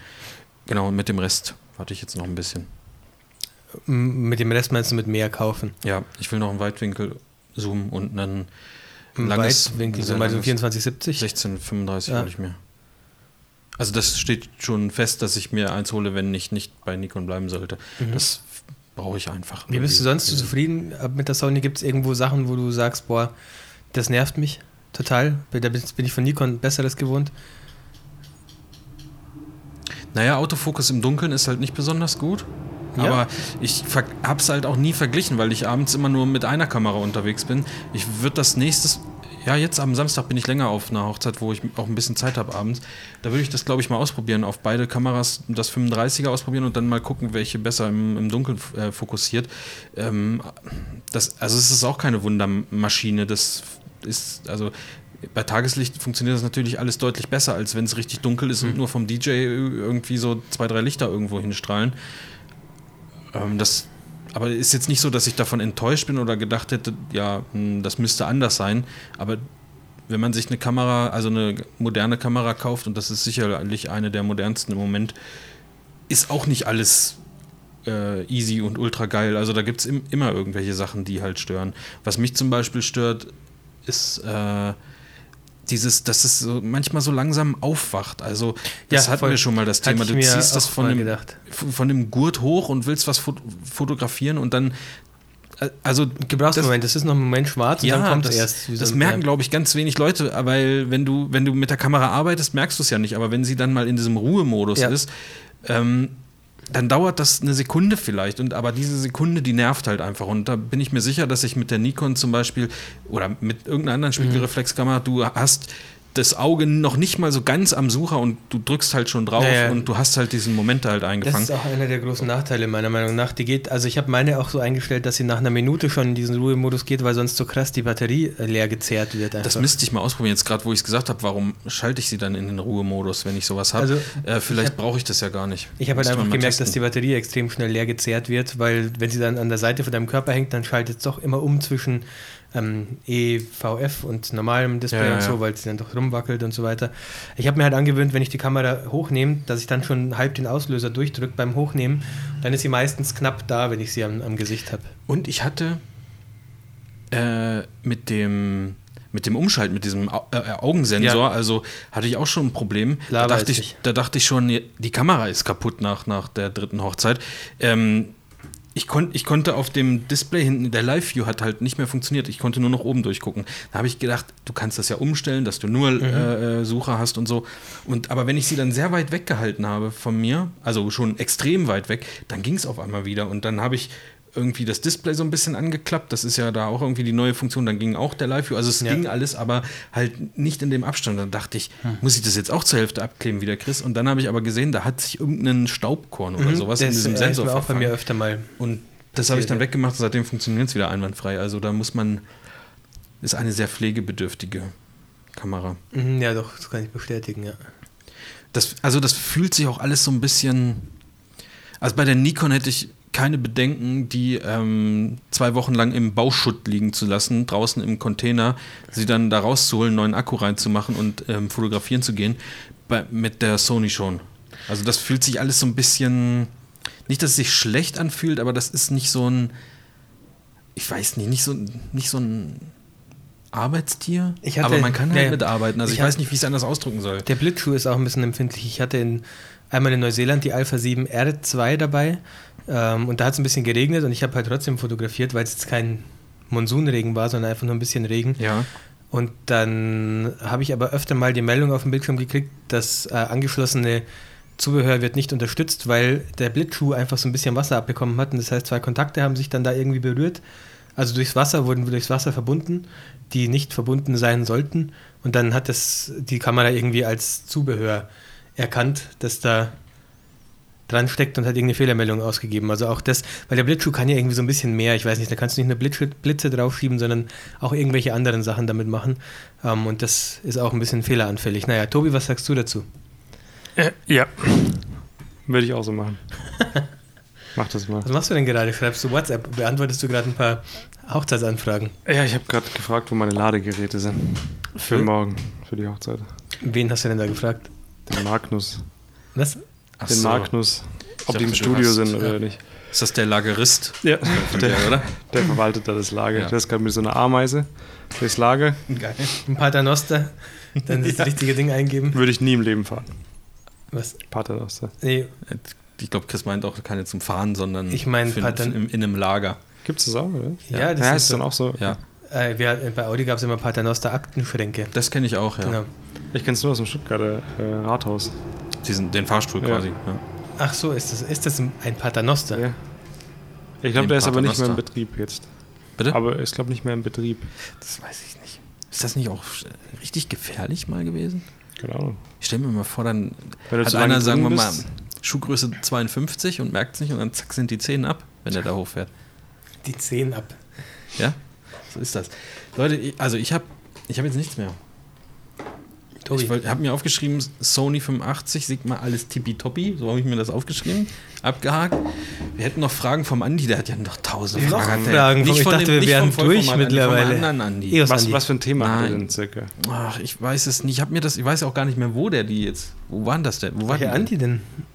[SPEAKER 1] Genau, und mit dem Rest warte ich jetzt noch ein bisschen.
[SPEAKER 3] M mit dem Rest meinst du mit mehr kaufen?
[SPEAKER 1] Ja, ich will noch einen Weitwinkel zoomen und einen
[SPEAKER 3] Ein
[SPEAKER 1] langes,
[SPEAKER 3] Weitwinkel, so
[SPEAKER 1] sehr
[SPEAKER 3] mal so
[SPEAKER 1] langes.
[SPEAKER 3] 2470.
[SPEAKER 1] 1635
[SPEAKER 3] Ja.
[SPEAKER 1] hole ich mir. Also das steht schon fest, dass ich mir eins hole, wenn ich nicht bei Nikon bleiben sollte. Das brauche ich einfach.
[SPEAKER 3] Mhm. Wie bist du sonst zufrieden mit der Sony? Gibt es irgendwo Sachen, wo du sagst, boah, das nervt mich total? Da bin bin ich von Nikon Besseres gewohnt.
[SPEAKER 1] Naja, Autofokus im Dunkeln ist halt nicht besonders gut.
[SPEAKER 3] Ja.
[SPEAKER 1] Aber ich ver- hab's halt auch nie verglichen, weil ich abends immer nur mit einer Kamera unterwegs bin. Ich würde das nächstes. Ja, jetzt am Samstag bin ich länger auf einer Hochzeit, wo ich auch ein bisschen Zeit habe abends. Da würde ich das, glaube ich, mal ausprobieren. Auf beide Kameras das 35er ausprobieren und dann mal gucken, welche besser im, im Dunkeln f- äh, fokussiert. Ähm, das, also es ist auch keine Wundermaschine. Das ist, also bei Tageslicht funktioniert das natürlich alles deutlich besser, als wenn es richtig dunkel ist und nur vom DJ irgendwie so zwei, drei Lichter irgendwo hinstrahlen. Ähm, das, aber ist jetzt nicht so, dass ich davon enttäuscht bin oder gedacht hätte, ja, hm, das müsste anders sein. Aber wenn man sich eine Kamera, also eine moderne Kamera kauft, und das ist sicherlich eine der modernsten im Moment, ist auch nicht alles äh, easy und ultra geil. Also da gibt es im, immer irgendwelche Sachen, die halt stören. Was mich zum Beispiel stört, ist äh, dieses, dass es so manchmal so langsam aufwacht. Also das
[SPEAKER 3] Ja,
[SPEAKER 1] hatten
[SPEAKER 3] voll.
[SPEAKER 1] wir schon mal das
[SPEAKER 3] Hatte
[SPEAKER 1] Thema.
[SPEAKER 3] ich
[SPEAKER 1] Du
[SPEAKER 3] mir
[SPEAKER 1] ziehst das
[SPEAKER 3] auch
[SPEAKER 1] von
[SPEAKER 3] mal
[SPEAKER 1] dem,
[SPEAKER 3] gedacht.
[SPEAKER 1] f- von dem Gurt hoch und willst was fot fotografieren und dann äh, also
[SPEAKER 3] Gebrauchsmoment, das, ist noch ein Moment schwarz und dann kommt
[SPEAKER 1] das,
[SPEAKER 3] es erst. wie so
[SPEAKER 1] das
[SPEAKER 3] ein-
[SPEAKER 1] merken,
[SPEAKER 3] ja.
[SPEAKER 1] glaube ich, ganz wenig Leute, weil wenn du, wenn du mit der Kamera arbeitest, merkst du es ja nicht. Aber wenn sie dann mal in diesem Ruhemodus
[SPEAKER 3] Ja.
[SPEAKER 1] ist, ähm, dann dauert das eine Sekunde vielleicht. Und aber diese Sekunde, die nervt halt einfach. Und da bin ich mir sicher, dass ich mit der Nikon zum Beispiel oder mit irgendeiner anderen
[SPEAKER 3] Mhm.
[SPEAKER 1] Spiegelreflexkamera, du hast das Auge noch nicht mal so ganz am Sucher und du drückst halt schon drauf
[SPEAKER 3] Ja, ja.
[SPEAKER 1] und du hast halt diesen Moment halt
[SPEAKER 3] Das
[SPEAKER 1] eingefangen.
[SPEAKER 3] ist auch einer der großen Nachteile meiner Meinung nach. Die geht, also ich habe meine auch so eingestellt, dass sie nach einer Minute schon in diesen Ruhemodus geht, weil sonst so krass die Batterie äh, leer gezehrt wird. Einfach.
[SPEAKER 1] Das müsste ich mal ausprobieren. Jetzt gerade, wo ich es gesagt habe, warum schalte ich sie dann in den Ruhemodus, wenn ich sowas habe?
[SPEAKER 3] Also,
[SPEAKER 1] äh, vielleicht brauche ich das ja gar nicht.
[SPEAKER 3] ich habe halt
[SPEAKER 1] Müsste
[SPEAKER 3] einfach
[SPEAKER 1] man mal
[SPEAKER 3] gemerkt, dass die
[SPEAKER 1] testen.
[SPEAKER 3] Batterie extrem schnell leer gezehrt wird, weil wenn sie dann an der Seite von deinem Körper hängt, dann schaltet es doch immer um zwischen ähm, EVF und normalem Display
[SPEAKER 1] Ja, ja,
[SPEAKER 3] und so,
[SPEAKER 1] ja.
[SPEAKER 3] weil es dann doch rumwackelt und so weiter. Ich habe mir halt angewöhnt, wenn ich die Kamera hochnehme, dass ich dann schon halb den Auslöser durchdrücke beim Hochnehmen. Dann ist sie meistens knapp da, wenn ich sie am, am Gesicht habe.
[SPEAKER 1] Und ich hatte äh, mit dem mit dem Umschalt, mit diesem Au äh, Augensensor, also hatte ich auch schon ein Problem. Da
[SPEAKER 3] Klar, weiß
[SPEAKER 1] dachte, ich,
[SPEAKER 3] ich.
[SPEAKER 1] da dachte ich schon, die Kamera ist kaputt nach, nach der dritten Hochzeit. Ähm, ich, kon ich konnte auf dem Display hinten, der Live-View hat halt nicht mehr funktioniert. Ich konnte nur noch oben durchgucken. Da habe ich gedacht, du kannst das ja umstellen, dass du
[SPEAKER 3] Mhm.
[SPEAKER 1] nur äh, äh, Suche hast und so. Und, aber wenn ich sie dann sehr weit weggehalten habe von mir, also schon extrem weit weg, dann ging es auf einmal wieder. Und dann habe ich irgendwie das Display so ein bisschen angeklappt. Das ist ja da auch irgendwie die neue Funktion. Dann ging auch der Live-View. Also es
[SPEAKER 3] Ja.
[SPEAKER 1] ging alles, aber halt nicht in dem Abstand. Dann dachte ich,
[SPEAKER 3] Hm.
[SPEAKER 1] muss ich das jetzt auch zur Hälfte abkleben wie der Chris? Und dann habe ich aber gesehen, da hat sich irgendein Staubkorn oder sowas in
[SPEAKER 3] Das,
[SPEAKER 1] diesem
[SPEAKER 3] äh,
[SPEAKER 1] Sensor
[SPEAKER 3] ist mir auch bei
[SPEAKER 1] verfangen.
[SPEAKER 3] mir öfter mal.
[SPEAKER 1] Und das habe ich dann
[SPEAKER 3] Passiert, ja.
[SPEAKER 1] weggemacht und seitdem funktioniert es wieder einwandfrei. Also da muss man, ist eine sehr pflegebedürftige Kamera.
[SPEAKER 3] Mhm, Ja, doch, das kann ich bestätigen, ja.
[SPEAKER 1] Das, also das fühlt sich auch alles so ein bisschen, also bei der Nikon hätte ich keine Bedenken, die ähm, zwei Wochen lang im Bauschutt liegen zu lassen, draußen im Container, sie dann da rauszuholen, neuen Akku reinzumachen und ähm, fotografieren zu gehen, bei, mit der Sony schon. Also das fühlt sich alles so ein bisschen, nicht, dass es sich schlecht anfühlt, aber das ist nicht so ein, ich weiß nicht, nicht so, nicht so ein Arbeitstier,
[SPEAKER 3] Ich hatte-
[SPEAKER 1] aber man kann halt
[SPEAKER 3] ja, ja.
[SPEAKER 1] mitarbeiten. Also ich,
[SPEAKER 3] Ich
[SPEAKER 1] weiß
[SPEAKER 3] hab-
[SPEAKER 1] nicht, wie ich es anders ausdrücken soll.
[SPEAKER 3] Der Blitzschuh ist auch ein bisschen empfindlich. Ich hatte in, einmal in Neuseeland die Alpha 7 R2 dabei ähm, und da hat es ein bisschen geregnet und ich habe halt trotzdem fotografiert, weil es jetzt kein Monsunregen war, sondern einfach nur ein bisschen Regen.
[SPEAKER 1] Ja.
[SPEAKER 3] Und dann habe ich aber öfter mal die Meldung auf dem Bildschirm gekriegt, dass äh, angeschlossene Zubehör wird nicht unterstützt, weil der Blitzschuh einfach so ein bisschen Wasser abbekommen hat. Und das heißt, zwei Kontakte haben sich dann da irgendwie berührt. Also durchs Wasser wurden wir durchs Wasser verbunden, die nicht verbunden sein sollten. Und dann hat das die Kamera irgendwie als Zubehör erkannt, dass da dran steckt und hat irgendeine Fehlermeldung ausgegeben. Also auch das, weil der Blitzschuh kann ja irgendwie so ein bisschen mehr, ich weiß nicht, da kannst du nicht nur Blitze, Blitze draufschieben, sondern auch irgendwelche anderen Sachen damit machen. Ähm, und das ist auch ein bisschen fehleranfällig. Naja, Tobi, was sagst du dazu?
[SPEAKER 2] Äh, ja. Würde ich auch so machen. Mach das mal.
[SPEAKER 3] Was machst du denn gerade? Schreibst du WhatsApp? Beantwortest du gerade ein paar Hochzeitsanfragen?
[SPEAKER 2] Ja, ich habe gerade gefragt, wo meine Ladegeräte sind. Für
[SPEAKER 3] Hm?
[SPEAKER 2] morgen, für die Hochzeit.
[SPEAKER 3] Wen hast du denn da gefragt?
[SPEAKER 2] Den Magnus.
[SPEAKER 3] Was?
[SPEAKER 1] Ach
[SPEAKER 2] Den
[SPEAKER 1] so.
[SPEAKER 2] Magnus. Ob
[SPEAKER 1] dachte,
[SPEAKER 2] die im
[SPEAKER 1] du
[SPEAKER 2] Studio
[SPEAKER 1] hast-
[SPEAKER 2] sind oder nicht.
[SPEAKER 1] Ist das der Lagerist?
[SPEAKER 2] Ja,
[SPEAKER 1] Der, oder?
[SPEAKER 2] der verwaltet da das Lager.
[SPEAKER 1] Ja.
[SPEAKER 2] Der ist gerade mit so einer Ameise durchs Lager.
[SPEAKER 1] Geil.
[SPEAKER 3] Ein Paternoster? Dann das richtige Ding eingeben?
[SPEAKER 2] Würde ich nie im Leben fahren.
[SPEAKER 3] Was?
[SPEAKER 2] Paternoster.
[SPEAKER 3] Nee,
[SPEAKER 1] Ich glaube, Chris meint auch keine zum Fahren, sondern
[SPEAKER 3] Ich mein,
[SPEAKER 1] für-
[SPEAKER 3] Patern-
[SPEAKER 1] in, in einem Lager.
[SPEAKER 2] Gibt's das auch, oder?
[SPEAKER 3] ja,
[SPEAKER 2] Das ja,
[SPEAKER 3] das
[SPEAKER 2] ist
[SPEAKER 3] ist
[SPEAKER 2] dann auch so.
[SPEAKER 1] Ja,
[SPEAKER 3] Äh, wir, bei Audi gab es immer Paternoster-Aktenschränke.
[SPEAKER 1] das kenne ich auch, ja.
[SPEAKER 3] Genau.
[SPEAKER 2] Ich kenn's nur aus dem Stuttgarter äh, Rathaus.
[SPEAKER 1] Diesen, den Fahrstuhl
[SPEAKER 2] Ja.
[SPEAKER 1] quasi. Ja.
[SPEAKER 3] Ach so, ist das, ist das ein Paternoster?
[SPEAKER 2] Ja. Ich glaube,
[SPEAKER 1] Den
[SPEAKER 2] der ist aber nicht mehr
[SPEAKER 1] Paternoster.
[SPEAKER 2] im Betrieb jetzt.
[SPEAKER 1] Bitte?
[SPEAKER 2] Aber ich glaube nicht mehr im Betrieb.
[SPEAKER 1] das weiß ich nicht. Ist das nicht auch äh, richtig gefährlich mal gewesen?
[SPEAKER 2] Keine Ahnung.
[SPEAKER 1] Ich stelle mir mal vor, dann
[SPEAKER 2] Wenn du
[SPEAKER 1] hat
[SPEAKER 2] zu lange
[SPEAKER 1] einer, sagen wir
[SPEAKER 2] drin
[SPEAKER 1] mal,
[SPEAKER 2] bist-
[SPEAKER 1] Schuhgröße 52 und merkt es nicht und dann zack sind die Zehen ab, wenn er da hochfährt.
[SPEAKER 3] Die Zehen ab.
[SPEAKER 1] Ja? So ist das. Leute, ich- also ich habe ich hab jetzt nichts mehr.
[SPEAKER 3] Tobi.
[SPEAKER 1] Ich habe mir aufgeschrieben, Sony 85, Sigma, alles tippitoppi. So habe ich mir das aufgeschrieben, abgehakt. Wir hätten noch Fragen vom Andi, der hat ja noch tausend
[SPEAKER 3] Noch
[SPEAKER 1] Fragen. hat der.
[SPEAKER 3] Fragen?
[SPEAKER 1] nicht
[SPEAKER 3] Ich
[SPEAKER 1] von
[SPEAKER 3] dachte,
[SPEAKER 1] dem,
[SPEAKER 3] wir
[SPEAKER 1] nicht
[SPEAKER 3] wären
[SPEAKER 1] vom Vollformat
[SPEAKER 3] durch
[SPEAKER 1] Andi,
[SPEAKER 3] mittlerweile.
[SPEAKER 1] Vom anderen Andi.
[SPEAKER 3] Eos
[SPEAKER 2] Was,
[SPEAKER 3] Andi.
[SPEAKER 2] was für ein Thema hat er
[SPEAKER 1] Nein.
[SPEAKER 2] denn circa?
[SPEAKER 1] Ach, ich weiß es nicht. Ich habe mir das, ich weiß auch gar nicht mehr, wo der die jetzt. Wo war denn das denn? Wo war die
[SPEAKER 3] Welcher
[SPEAKER 1] denn?
[SPEAKER 3] Andi denn?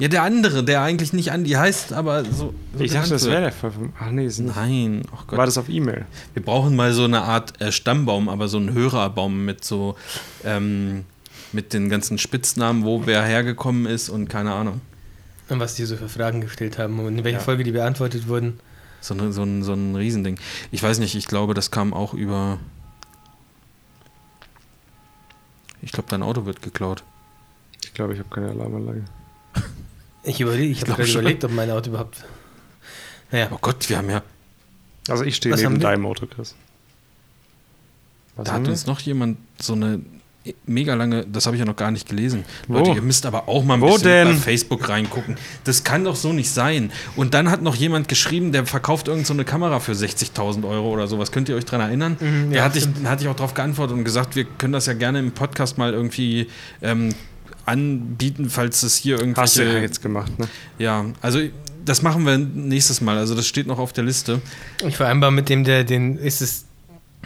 [SPEAKER 1] Ja, der andere, der eigentlich nicht Andi heißt, aber so. so
[SPEAKER 2] Ich dachte,
[SPEAKER 1] genannt
[SPEAKER 2] das
[SPEAKER 1] wird.
[SPEAKER 2] wäre der Fall. vom- Ach nee, ist nicht.
[SPEAKER 1] Nein, oh Gott.
[SPEAKER 2] war das auf E-Mail?
[SPEAKER 1] Wir brauchen mal so eine Art äh, Stammbaum, aber so einen Hörerbaum mit so ähm, mit den ganzen Spitznamen, wo wer hergekommen ist und keine Ahnung.
[SPEAKER 3] Und was die so für Fragen gestellt haben und in welcher
[SPEAKER 1] Ja.
[SPEAKER 3] Folge die beantwortet wurden.
[SPEAKER 1] So, ne, so, ein, so ein Riesending. Ich weiß nicht, ich glaube, das kam auch über. Ich glaube, dein Auto wird geklaut.
[SPEAKER 2] Ich glaube, ich habe keine Alarmanlage.
[SPEAKER 3] Ich überlege, ich,
[SPEAKER 1] glaub
[SPEAKER 3] habe gerade
[SPEAKER 1] schon.
[SPEAKER 3] überlegt, ob mein Auto überhaupt. Naja,
[SPEAKER 1] Oh Gott, wir haben ja.
[SPEAKER 2] Also ich stehe
[SPEAKER 3] Was
[SPEAKER 2] neben
[SPEAKER 3] haben wir?
[SPEAKER 2] deinem Auto, Chris. Was
[SPEAKER 1] Da
[SPEAKER 2] haben
[SPEAKER 1] hat
[SPEAKER 2] wir?
[SPEAKER 1] uns noch jemand so eine e, mega lange, das habe ich ja noch gar nicht gelesen.
[SPEAKER 2] Wo?
[SPEAKER 1] Leute, ihr müsst aber auch mal ein
[SPEAKER 2] Wo
[SPEAKER 1] bisschen
[SPEAKER 2] denn?
[SPEAKER 1] bei Facebook reingucken. Das kann doch so nicht sein. Und dann hat noch jemand geschrieben, der verkauft irgend so eine Kamera für 60.000 Euro oder sowas. Könnt ihr euch dran erinnern?
[SPEAKER 3] Mhm,
[SPEAKER 1] da
[SPEAKER 3] ja,
[SPEAKER 1] hatte ich,
[SPEAKER 3] stimmt.
[SPEAKER 1] hatte ich auch drauf geantwortet und gesagt, wir können das ja gerne im Podcast mal irgendwie ähm, anbieten, falls es hier
[SPEAKER 2] Hast du ja
[SPEAKER 1] irgendwelche...
[SPEAKER 2] jetzt gemacht, ne?
[SPEAKER 1] Ja, also das machen wir nächstes Mal. Also das steht noch auf der Liste.
[SPEAKER 3] Ich vereinbare mit dem, der den, ist es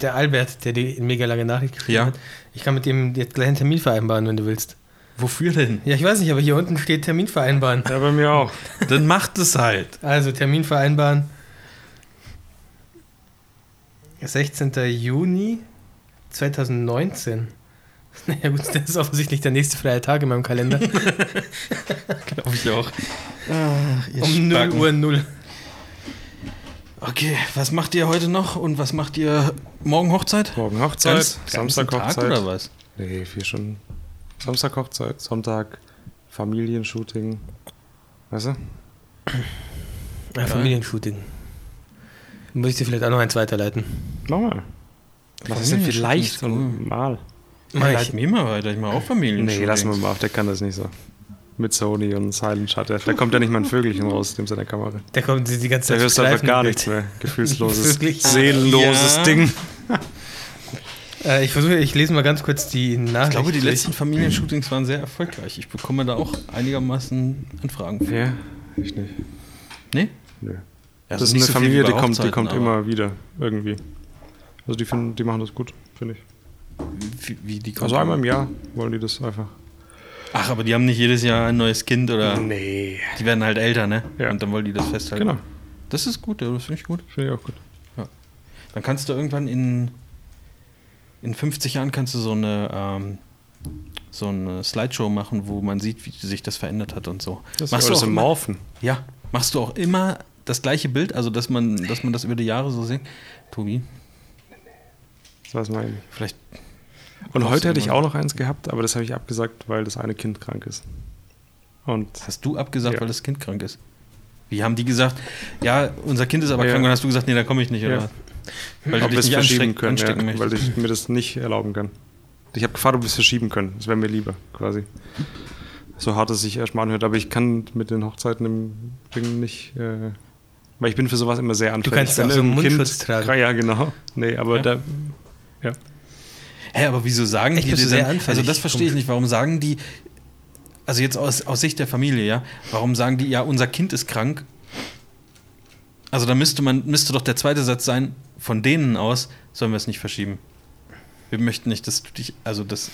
[SPEAKER 3] der Albert, der die mega lange Nachricht geschrieben
[SPEAKER 1] Ja.
[SPEAKER 3] hat. Ich kann mit dem jetzt gleich einen Termin vereinbaren, wenn du willst.
[SPEAKER 1] Wofür denn?
[SPEAKER 3] Ja, ich weiß nicht, aber hier unten steht Termin vereinbaren.
[SPEAKER 2] Ja, bei mir auch.
[SPEAKER 1] Dann macht es halt.
[SPEAKER 3] Also Termin vereinbaren. 16. Juni 2019. Naja gut, das ist offensichtlich der nächste freie Tag in meinem Kalender.
[SPEAKER 1] Glaube ich auch.
[SPEAKER 3] um 0 Uhr 0.
[SPEAKER 1] Okay, was macht ihr heute noch und was macht ihr morgen Hochzeit?
[SPEAKER 2] Morgen Hochzeit,
[SPEAKER 1] Ganz-
[SPEAKER 2] Samstag
[SPEAKER 1] ganzen Tag
[SPEAKER 2] Hochzeit.
[SPEAKER 1] oder was?
[SPEAKER 2] Nee, vier Stunden. Samstag Hochzeit, Sonntag Familienshooting. Weißt du?
[SPEAKER 3] Ja, Familienshooting. Muss ich dir vielleicht auch noch eins weiterleiten?
[SPEAKER 2] Nochmal. Was ist denn
[SPEAKER 1] Familienshooting
[SPEAKER 2] vielleicht
[SPEAKER 1] ist cool.
[SPEAKER 2] und mal?
[SPEAKER 3] Mach
[SPEAKER 1] Leiten mir mal weiter, ich mache auch Familien.
[SPEAKER 2] Nee, lassen wir mal auf, der kann das nicht so. Mit Sony und Silent Shutter. Da kommt ja nicht mal ein Vögelchen raus, neben seiner Kamera.
[SPEAKER 3] Da kommen sie die ganze
[SPEAKER 2] Da
[SPEAKER 3] Zeit
[SPEAKER 2] hörst du einfach
[SPEAKER 3] Schleifen
[SPEAKER 2] gar
[SPEAKER 3] im
[SPEAKER 2] nichts
[SPEAKER 3] Bild.
[SPEAKER 2] mehr. Gefühlsloses,
[SPEAKER 3] Wirklich?
[SPEAKER 2] seelenloses
[SPEAKER 1] Ah, Ja.
[SPEAKER 2] Ding.
[SPEAKER 3] Äh, ich versuche, ich lese mal ganz kurz die Nachricht.
[SPEAKER 1] Ich glaube, die
[SPEAKER 3] durch.
[SPEAKER 2] Hm.
[SPEAKER 1] letzten Familienshootings waren sehr erfolgreich. Ich bekomme da auch einigermaßen Anfragen. für.
[SPEAKER 2] Ja, ich nicht.
[SPEAKER 1] Nee?
[SPEAKER 2] Nö.
[SPEAKER 1] Ja,
[SPEAKER 2] Das,
[SPEAKER 1] also
[SPEAKER 2] ist
[SPEAKER 1] nicht
[SPEAKER 2] eine
[SPEAKER 1] so viel wie
[SPEAKER 2] Familie,
[SPEAKER 1] bei
[SPEAKER 2] die kommt, die
[SPEAKER 1] Hochzeiten,
[SPEAKER 2] kommt
[SPEAKER 1] aber
[SPEAKER 2] immer wieder irgendwie. Also die, finden, die machen das gut, finde ich.
[SPEAKER 1] Wie, wie die kommt
[SPEAKER 2] Also einmal im Jahr wollen die das einfach.
[SPEAKER 1] Ach, aber die haben nicht jedes Jahr ein neues Kind oder
[SPEAKER 2] Nee.
[SPEAKER 1] die werden halt älter, ne?
[SPEAKER 2] Ja.
[SPEAKER 1] Und dann wollen die das festhalten.
[SPEAKER 2] Genau,
[SPEAKER 1] Das ist gut, ja, das finde ich gut.
[SPEAKER 2] finde ich auch gut.
[SPEAKER 1] Dann kannst du irgendwann in, in 50 Jahren kannst du so eine, ähm, so eine Slideshow machen, wo man sieht, wie sich das verändert hat und so.
[SPEAKER 2] Das
[SPEAKER 1] Machst du
[SPEAKER 2] alles
[SPEAKER 1] auch
[SPEAKER 2] im
[SPEAKER 1] immer-
[SPEAKER 2] Morphen.
[SPEAKER 1] Ja. Machst du auch immer das gleiche Bild, also dass man, dass man das über die Jahre so sieht? Tobi,
[SPEAKER 2] Das weiß man eigentlich.
[SPEAKER 1] vielleicht.
[SPEAKER 2] Und
[SPEAKER 1] Brauchst
[SPEAKER 2] heute
[SPEAKER 1] du
[SPEAKER 2] hätte ich
[SPEAKER 1] immer-
[SPEAKER 2] auch noch eins gehabt, aber das habe ich abgesagt, weil das eine Kind krank ist. Und
[SPEAKER 1] Hast du abgesagt,
[SPEAKER 2] Ja.
[SPEAKER 1] weil das Kind krank ist? Wie haben die gesagt, ja, unser Kind ist aber
[SPEAKER 2] Ja.
[SPEAKER 1] krank und hast du gesagt, nee, da komme ich nicht, oder?
[SPEAKER 2] Ja.
[SPEAKER 1] was? Weil du
[SPEAKER 2] ob wir
[SPEAKER 1] dich
[SPEAKER 2] es
[SPEAKER 1] nicht
[SPEAKER 2] verschieben
[SPEAKER 1] anstecken,
[SPEAKER 2] können,
[SPEAKER 1] anstecken
[SPEAKER 2] ja, weil
[SPEAKER 1] möchtest.
[SPEAKER 2] ich mir das nicht erlauben kann. Ich habe gefragt, ob wir es verschieben können. Das wäre mir lieber, quasi. So hart es sich erstmal anhört, aber ich kann mit den Hochzeiten im Ding nicht. Äh, weil ich bin für sowas immer sehr anfällig.
[SPEAKER 3] kannst auch so einen
[SPEAKER 2] irgendein
[SPEAKER 3] Mundschutz tragen.
[SPEAKER 2] Ja, genau. Nee, aber
[SPEAKER 1] Ja.
[SPEAKER 2] da.
[SPEAKER 1] Hä, aber wieso sagen
[SPEAKER 3] Echt,
[SPEAKER 1] die
[SPEAKER 3] bist
[SPEAKER 1] dir
[SPEAKER 3] du sehr
[SPEAKER 1] dann,
[SPEAKER 3] anfällig?
[SPEAKER 1] Also das verstehe ich nicht, warum sagen die, also jetzt aus, aus Sicht der Familie, ja, warum sagen die, ja, unser Kind ist krank? Also da müsste man, müsste doch der zweite Satz sein, von denen aus sollen wir es nicht verschieben. Wir möchten nicht, dass du dich, also das,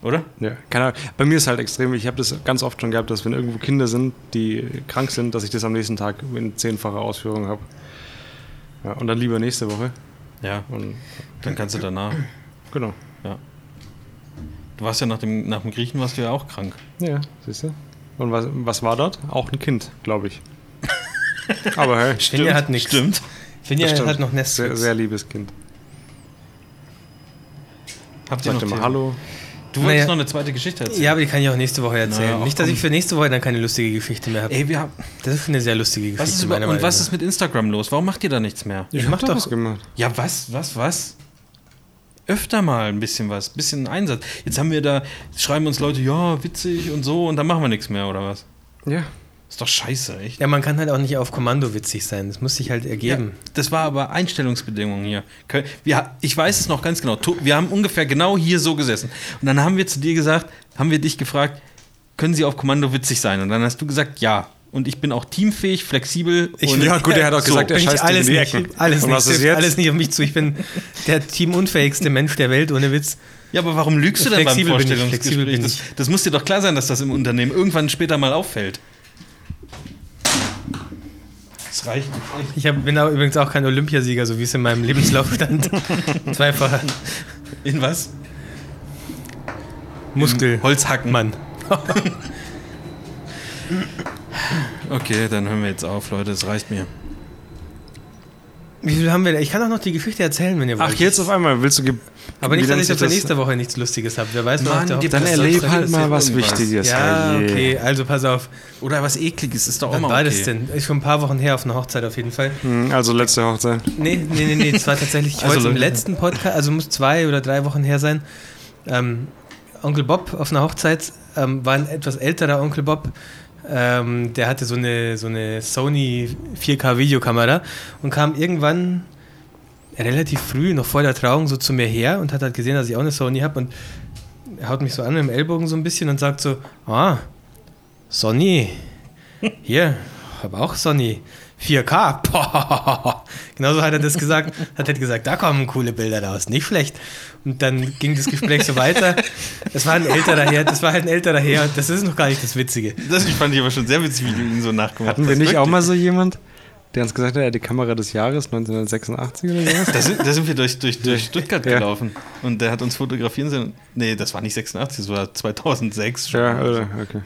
[SPEAKER 1] oder?
[SPEAKER 2] Ja, keine Ahnung. Bei mir ist halt extrem, ich habe das ganz oft schon gehabt, dass wenn irgendwo Kinder sind, die krank sind, dass ich das am nächsten Tag in zehnfacher Ausführung habe. Ja, und dann lieber nächste Woche.
[SPEAKER 1] Ja,
[SPEAKER 2] Und
[SPEAKER 1] dann kannst du danach.
[SPEAKER 2] genau.
[SPEAKER 1] Du warst ja nach dem, nach dem Griechen warst du ja auch krank.
[SPEAKER 2] Ja, siehst du. Und was, was war dort? Auch ein Kind, glaube ich. Aber hey,
[SPEAKER 3] Finja hat nichts.
[SPEAKER 1] Stimmt.
[SPEAKER 3] Finja
[SPEAKER 2] das stimmt.
[SPEAKER 3] hat noch Netflix.
[SPEAKER 2] Sehr, sehr liebes Kind.
[SPEAKER 1] Habt ihr noch
[SPEAKER 2] Sagt immer
[SPEAKER 1] Themen?
[SPEAKER 2] Hallo.
[SPEAKER 1] Du wolltest
[SPEAKER 3] Naja.
[SPEAKER 1] noch eine zweite Geschichte erzählen.
[SPEAKER 3] Ja, aber die kann ich auch nächste Woche erzählen.
[SPEAKER 1] Naja, ach,
[SPEAKER 3] Nicht, dass
[SPEAKER 1] komm.
[SPEAKER 3] ich für nächste Woche dann keine lustige Geschichte mehr habe.
[SPEAKER 1] Ey, wir haben,
[SPEAKER 3] Das ist schon eine sehr lustige Geschichte.
[SPEAKER 1] was ist
[SPEAKER 3] meiner
[SPEAKER 1] über, und
[SPEAKER 3] Meinung
[SPEAKER 1] was
[SPEAKER 3] nach.
[SPEAKER 1] ist mit Instagram los? Warum macht ihr da nichts mehr?
[SPEAKER 3] Ich mach
[SPEAKER 2] hab
[SPEAKER 3] doch-
[SPEAKER 2] was gemacht.
[SPEAKER 1] Ja, was, was, was? Öfter mal ein bisschen was, bisschen Einsatz. Jetzt haben wir da, schreiben uns Leute, ja, witzig und so, und dann machen wir nichts mehr, oder was?
[SPEAKER 2] Ja.
[SPEAKER 1] Ist doch scheiße, echt.
[SPEAKER 3] Ja, man kann halt auch nicht auf Kommando witzig sein. Das muss sich halt ergeben.
[SPEAKER 1] Ja, das war aber Einstellungsbedingungen hier. Kö- Wir, ich weiß es noch ganz genau. To- Wir haben ungefähr genau hier so gesessen. Und dann haben wir zu dir gesagt, haben wir dich gefragt, können Sie auf Kommando witzig sein? Und dann hast du gesagt, ja. Und ich bin auch teamfähig, flexibel.
[SPEAKER 3] Ich-
[SPEAKER 1] und
[SPEAKER 2] ja, gut, er hat auch
[SPEAKER 1] So,
[SPEAKER 2] gesagt, er
[SPEAKER 3] Bin ich
[SPEAKER 2] scheißt
[SPEAKER 3] alles
[SPEAKER 2] in die
[SPEAKER 3] nicht,
[SPEAKER 2] Ecken.
[SPEAKER 3] alles
[SPEAKER 2] und
[SPEAKER 3] nicht,
[SPEAKER 2] was ist
[SPEAKER 3] trifft
[SPEAKER 2] jetzt?
[SPEAKER 3] alles nicht auf mich zu. Ich bin der teamunfähigste Mensch der Welt, ohne Witz.
[SPEAKER 1] Ja, aber warum lügst du denn beim
[SPEAKER 3] Flexibel bin ich, flexibel
[SPEAKER 1] Vorstellungsgespräch?
[SPEAKER 3] bin
[SPEAKER 1] Das,
[SPEAKER 3] ich.
[SPEAKER 1] das muss dir doch klar sein, dass das im Unternehmen irgendwann später mal auffällt. Das reicht.
[SPEAKER 3] Ich hab, bin auch übrigens auch kein Olympiasieger, so wie es in meinem Lebenslauf stand. Zweifacher
[SPEAKER 1] In was?
[SPEAKER 3] Muskel.
[SPEAKER 1] Holzhacken.
[SPEAKER 3] Mann.
[SPEAKER 1] Okay, dann hören wir jetzt auf, Leute. Es reicht mir.
[SPEAKER 3] Wie viel haben wir da? Ich kann auch noch die Geschichte erzählen, wenn ihr wollt.
[SPEAKER 2] Ach, jetzt auf einmal willst du. ge-
[SPEAKER 3] Aber nicht,
[SPEAKER 2] wie
[SPEAKER 3] dass
[SPEAKER 2] nennt
[SPEAKER 3] ich
[SPEAKER 2] sich
[SPEAKER 3] auf der
[SPEAKER 2] das?
[SPEAKER 3] nächste Woche nichts Lustiges habe. Wer weiß,
[SPEAKER 1] Mann,
[SPEAKER 3] noch
[SPEAKER 1] gib
[SPEAKER 2] Dann
[SPEAKER 1] Das
[SPEAKER 2] erleb
[SPEAKER 1] soll's
[SPEAKER 2] halt mal
[SPEAKER 1] sein,
[SPEAKER 2] was
[SPEAKER 1] irgendwas.
[SPEAKER 2] Wichtiges. Ah,
[SPEAKER 3] Ja,
[SPEAKER 2] Oje.
[SPEAKER 3] okay, also pass auf.
[SPEAKER 1] Oder was ekliges ist doch auch
[SPEAKER 3] Wann
[SPEAKER 1] mal
[SPEAKER 3] war
[SPEAKER 1] okay.
[SPEAKER 3] das denn? Ist schon ein paar Wochen her auf einer Hochzeit auf jeden Fall.
[SPEAKER 2] Hm, Also letzte Hochzeit.
[SPEAKER 3] Nee, nee, nee, nee, das war tatsächlich, ich
[SPEAKER 1] Also
[SPEAKER 3] wollte im
[SPEAKER 1] Leute-
[SPEAKER 3] letzten Podcast, also muss zwei oder drei Wochen her sein. Ähm, Onkel Bob auf einer Hochzeit ähm, war ein etwas älterer Onkel Bob. Ähm, der hatte so eine, so eine Sony 4K Videokamera und kam irgendwann relativ früh, noch vor der Trauung, so zu mir her und hat halt gesehen, dass ich auch eine Sony habe und haut mich so an mit dem Ellbogen so ein bisschen und sagt so, ah, Sony, hier, aber auch Sony 4K. Boah. Genauso hat er das gesagt. Hat er gesagt, da kommen coole Bilder raus, nicht schlecht. Und dann ging das Gespräch so weiter. Das war ein älterer Herr, das war halt ein älterer Herr. Das ist noch gar nicht das Witzige.
[SPEAKER 1] Das fand ich aber schon sehr witzig, wie du ihn so nachgemacht
[SPEAKER 2] Hatten wir
[SPEAKER 1] hast.
[SPEAKER 2] nicht auch
[SPEAKER 1] Wirklich.
[SPEAKER 2] mal so jemand, der uns gesagt hat, er hat die Kamera des Jahres 1986 oder sowas?
[SPEAKER 1] Da sind, da sind wir durch, durch, durch Stuttgart
[SPEAKER 2] Ja.
[SPEAKER 1] gelaufen und der hat uns fotografieren sehen. Nee, das war nicht 86, das war 2006 schon.
[SPEAKER 2] ja, also. oder? Okay.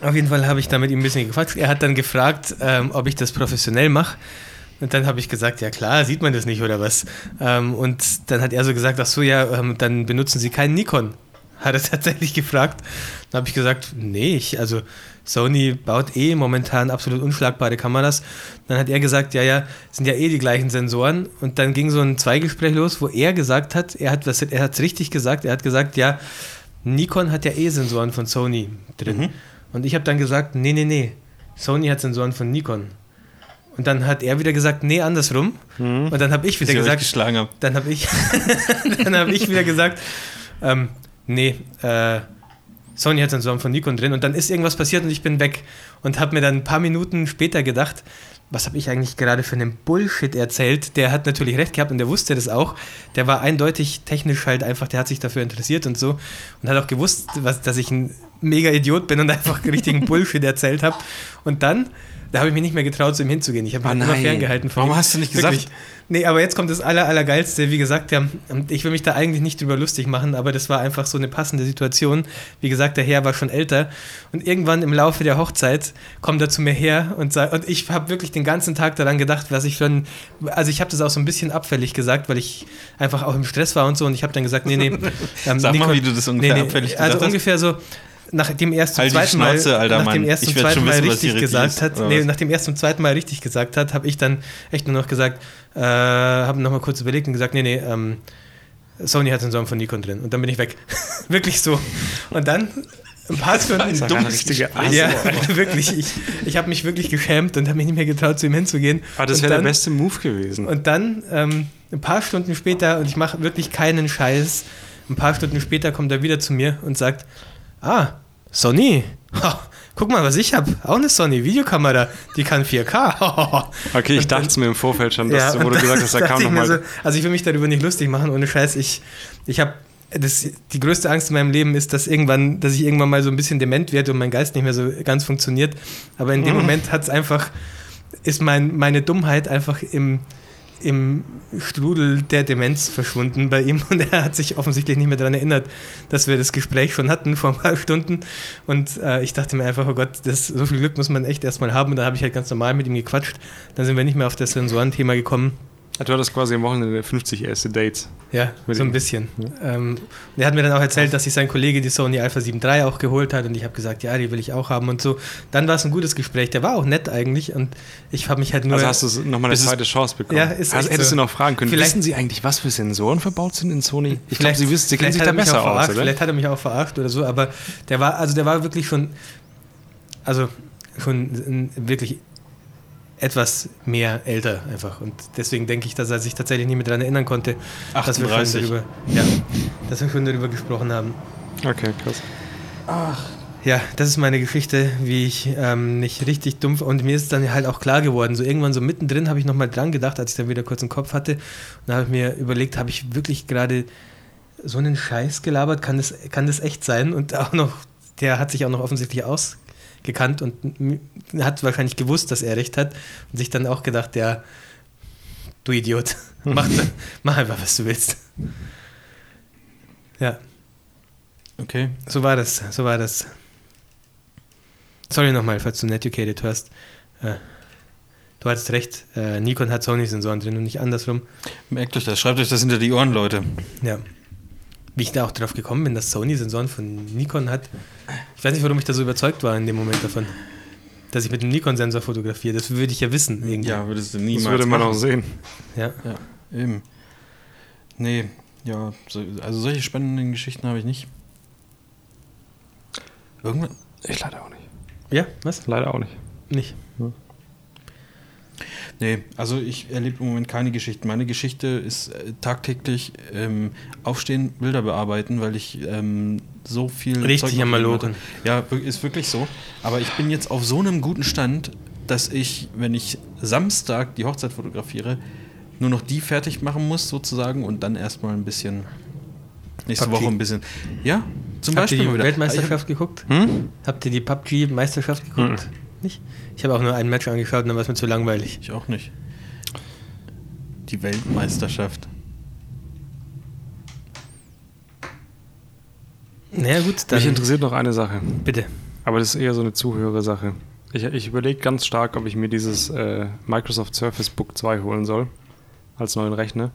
[SPEAKER 3] Auf jeden Fall habe ich da mit ihm ein bisschen gequatscht. Er hat dann gefragt, ähm, ob ich das professionell mache. Und dann habe ich gesagt, ja klar, sieht man das nicht oder was? Ähm, und dann hat er so gesagt, ach so, ja, ähm, dann benutzen Sie keinen Nikon. Hat er tatsächlich gefragt. Dann habe ich gesagt, nee, ich, also Sony baut eh momentan absolut unschlagbare Kameras. Dann hat er gesagt, ja, ja, sind ja eh die gleichen Sensoren. Und dann ging so ein Zweigespräch los, wo er gesagt hat, er hat was, er hat's richtig gesagt, er hat gesagt, ja, Nikon hat ja eh Sensoren von Sony drin. Und ich habe dann gesagt, nee, nee, nee, Sony hat Sensoren von Nikon. Und dann hat er wieder gesagt, nee, andersrum. Und dann habe ich
[SPEAKER 1] Bis
[SPEAKER 3] wieder
[SPEAKER 1] ich euch
[SPEAKER 3] gesagt,
[SPEAKER 1] geschlagen habe.
[SPEAKER 3] dann habe ich, dann habe ich wieder gesagt, ähm, nee, äh, Sony hat Sensoren von Nikon drin und dann ist irgendwas passiert und ich bin weg und habe mir dann ein paar Minuten später gedacht, was habe ich eigentlich gerade für einen Bullshit erzählt? Der hat natürlich recht gehabt und der wusste das auch. Der war eindeutig technisch halt einfach, der hat sich dafür interessiert und so und hat auch gewusst, was, dass ich ein mega Idiot bin und einfach richtigen Bullshit erzählt habe. Und dann, da habe ich mich nicht mehr getraut, zu ihm hinzugehen. Ich habe mich halt
[SPEAKER 2] Oh
[SPEAKER 3] immer
[SPEAKER 2] nein.
[SPEAKER 3] ferngehalten von
[SPEAKER 1] Ah, Warum
[SPEAKER 3] ihm.
[SPEAKER 1] hast du nicht gesagt?
[SPEAKER 3] Wirklich. Nee, aber jetzt kommt das Aller, Allergeilste. Wie gesagt, ja, und ich will mich da eigentlich nicht drüber lustig machen, aber das war einfach so eine passende Situation. Wie gesagt, der Herr war schon älter und irgendwann im Laufe der Hochzeit kommt er zu mir her und sagt, und ich habe wirklich den ganzen Tag daran gedacht, was ich schon, also ich habe das auch so ein bisschen abfällig gesagt, weil ich einfach auch im Stress war und so und ich habe dann gesagt, nee, nee. ähm,
[SPEAKER 1] Sag mal,
[SPEAKER 3] Nico-
[SPEAKER 1] wie du das ungefähr abfällig gesagt
[SPEAKER 3] Also
[SPEAKER 1] hast.
[SPEAKER 3] ungefähr so. Nach dem ersten
[SPEAKER 1] Halt die
[SPEAKER 3] zweiten Mal,
[SPEAKER 1] Schnauze, alter
[SPEAKER 3] nach dem
[SPEAKER 1] Mann. Ich
[SPEAKER 3] ersten und
[SPEAKER 1] werd
[SPEAKER 3] zweiten
[SPEAKER 1] schon
[SPEAKER 3] Mal
[SPEAKER 1] wissen, was
[SPEAKER 3] richtig
[SPEAKER 1] hier richtig
[SPEAKER 3] gesagt
[SPEAKER 1] ist,
[SPEAKER 3] hat,
[SPEAKER 1] oder
[SPEAKER 3] nee,
[SPEAKER 1] was?
[SPEAKER 3] nach dem ersten und zweiten Mal richtig gesagt hat, habe ich dann echt nur noch gesagt, äh, habe nochmal kurz überlegt und gesagt, nee, nee, ähm, Sony hat den Song von Nikon drin. Und dann bin ich weg. Wirklich so. Und dann ein paar Sekunden.
[SPEAKER 2] ein dummes richtiger Gespräch.
[SPEAKER 3] Ja, wirklich. Ich, ich habe mich wirklich geschämt und habe mich nicht mehr getraut, zu ihm hinzugehen.
[SPEAKER 2] Aber Ah,
[SPEAKER 1] Ah,
[SPEAKER 2] das
[SPEAKER 3] Und
[SPEAKER 2] wäre der
[SPEAKER 3] dann-
[SPEAKER 2] beste Move gewesen.
[SPEAKER 3] und dann ähm, ein paar Stunden später, und ich mache wirklich keinen Scheiß, ein paar Stunden später kommt er wieder zu mir und sagt, ah, Sony, ha, guck mal, was ich habe. Auch eine Sony Videokamera, die kann 4K.
[SPEAKER 2] Okay, ich
[SPEAKER 3] Und dann-
[SPEAKER 2] dachte es mir im Vorfeld schon, dass du, wo
[SPEAKER 3] und
[SPEAKER 2] du
[SPEAKER 3] dann
[SPEAKER 2] gesagt hast, da
[SPEAKER 3] dachte
[SPEAKER 2] kam
[SPEAKER 3] ich mir
[SPEAKER 2] nochmal.
[SPEAKER 3] So, also ich will mich darüber nicht lustig machen, ohne Scheiß. Ich, ich habe das, die größte Angst in meinem Leben ist, dass irgendwann, dass ich irgendwann mal so ein bisschen dement werde und mein Geist nicht mehr so ganz funktioniert. Aber in dem
[SPEAKER 2] Mhm.
[SPEAKER 3] Moment hat es einfach, ist mein, meine Dummheit einfach im, im Strudel der Demenz verschwunden bei ihm und er hat sich offensichtlich nicht mehr daran erinnert, dass wir das Gespräch schon hatten vor ein paar Stunden und äh, ich dachte mir einfach, oh Gott, das, so viel Glück muss man echt erstmal haben und dann habe ich halt ganz normal mit ihm gequatscht, dann sind wir nicht mehr auf das Sensorenthema gekommen,
[SPEAKER 2] Ah, Du hattest quasi am Wochenende 50 erste Dates.
[SPEAKER 3] ja,
[SPEAKER 2] Mit
[SPEAKER 3] so ein
[SPEAKER 2] ihm.
[SPEAKER 3] bisschen. Ähm, und er hat mir dann auch erzählt, dass sich sein Kollege die Sony Alpha 7 III auch geholt hat und ich habe gesagt, ja, die will ich auch haben und so. Dann war es ein gutes Gespräch, der war auch nett eigentlich und ich habe mich halt nur...
[SPEAKER 2] Also hast du nochmal eine
[SPEAKER 1] Bis es-
[SPEAKER 2] zweite Chance bekommen.
[SPEAKER 3] Ja, ist
[SPEAKER 2] also
[SPEAKER 3] echt
[SPEAKER 2] hättest
[SPEAKER 3] so.
[SPEAKER 2] du noch fragen können.
[SPEAKER 3] Vielleicht-
[SPEAKER 2] wissen Sie eigentlich, was für Sensoren verbaut sind in Sony? Ich glaube,
[SPEAKER 3] Vielleicht-
[SPEAKER 2] Sie wissen, Sie kennen
[SPEAKER 3] vielleicht
[SPEAKER 2] sich
[SPEAKER 3] hat
[SPEAKER 2] da
[SPEAKER 3] er mich
[SPEAKER 2] besser
[SPEAKER 3] auch verarscht,
[SPEAKER 2] aus, oder?
[SPEAKER 3] Vielleicht hat er mich auch verarscht oder so, aber der war, also der war wirklich schon, also schon ein- wirklich etwas mehr älter einfach. Und deswegen denke ich, dass er sich tatsächlich nie mehr daran erinnern konnte, dass wir, schon
[SPEAKER 1] 38.
[SPEAKER 3] darüber, ja, dass wir schon darüber gesprochen haben.
[SPEAKER 2] Okay, krass.
[SPEAKER 3] Ja, das ist meine Geschichte, wie ich ähm, nicht richtig dumpf und mir ist dann halt auch klar geworden, so irgendwann so mittendrin habe ich nochmal dran gedacht, als ich dann wieder kurz einen Kopf hatte und dann habe ich mir überlegt, habe ich wirklich gerade so einen Scheiß gelabert, kann das, kann das echt sein und auch noch, der hat sich auch noch offensichtlich ausgekannt und m- hat wahrscheinlich gewusst, dass er recht hat und sich dann auch gedacht, ja, du Idiot, mach, mach einfach, was du willst. Ja.
[SPEAKER 1] Okay.
[SPEAKER 3] So war das, so war das. Sorry nochmal, falls du nicht educated hörst. Äh, du hattest recht, äh, Nikon hat Sony-Sensoren drin und nicht andersrum.
[SPEAKER 1] Merkt euch das, schreibt euch das hinter die Ohren, Leute.
[SPEAKER 3] Ja. Wie ich da auch drauf gekommen bin, dass Sony Sensoren von Nikon hat. Ich weiß nicht, warum ich da so überzeugt war in dem Moment davon. Dass ich mit dem Nikon-Sensor fotografiere, das würde ich ja wissen. Irgendwie.
[SPEAKER 1] Ja, würdest du
[SPEAKER 2] Das
[SPEAKER 1] niemals
[SPEAKER 2] würde man auch
[SPEAKER 1] machen.
[SPEAKER 2] sehen.
[SPEAKER 3] ja.
[SPEAKER 1] Eben. Nee, ja, so, also solche spannenden Geschichten habe ich nicht. Irgendwann.
[SPEAKER 2] Ich leider auch nicht.
[SPEAKER 3] Ja, was?
[SPEAKER 2] Leider auch nicht.
[SPEAKER 3] Nicht.
[SPEAKER 1] Nee, also ich erlebe im Moment keine Geschichten. Meine Geschichte ist äh, tagtäglich ähm, aufstehen, Bilder bearbeiten, weil ich ähm, so viel.
[SPEAKER 3] Richtig
[SPEAKER 1] Zeug noch
[SPEAKER 3] am Malochen.
[SPEAKER 1] hatte. Ja, wir- ist wirklich so. Aber ich bin jetzt auf so einem guten Stand, dass ich, wenn ich Samstag die Hochzeit fotografiere, nur noch die fertig machen muss, sozusagen, und dann erstmal ein bisschen. Nächste
[SPEAKER 3] PUBG.
[SPEAKER 1] Woche ein bisschen. Ja, zum
[SPEAKER 3] Habt
[SPEAKER 1] Beispiel Ah,
[SPEAKER 3] ihr
[SPEAKER 1] mal
[SPEAKER 3] die
[SPEAKER 1] wieder.
[SPEAKER 3] Weltmeisterschaft geguckt?
[SPEAKER 2] Hm?
[SPEAKER 3] Habt ihr die PUBG-Meisterschaft geguckt?
[SPEAKER 1] Hm.
[SPEAKER 3] Nicht? Ich habe auch nur ein Match angeschaut und dann war es mir zu langweilig.
[SPEAKER 1] Ich auch nicht. Die Weltmeisterschaft.
[SPEAKER 3] Naja, gut,
[SPEAKER 2] Mich
[SPEAKER 3] dann
[SPEAKER 2] interessiert noch eine Sache.
[SPEAKER 3] bitte.
[SPEAKER 2] Aber das ist eher so eine Zuhörersache. Ich, ich überlege ganz stark, ob ich mir dieses äh, Microsoft Surface Book 2 holen soll. Als neuen Rechner.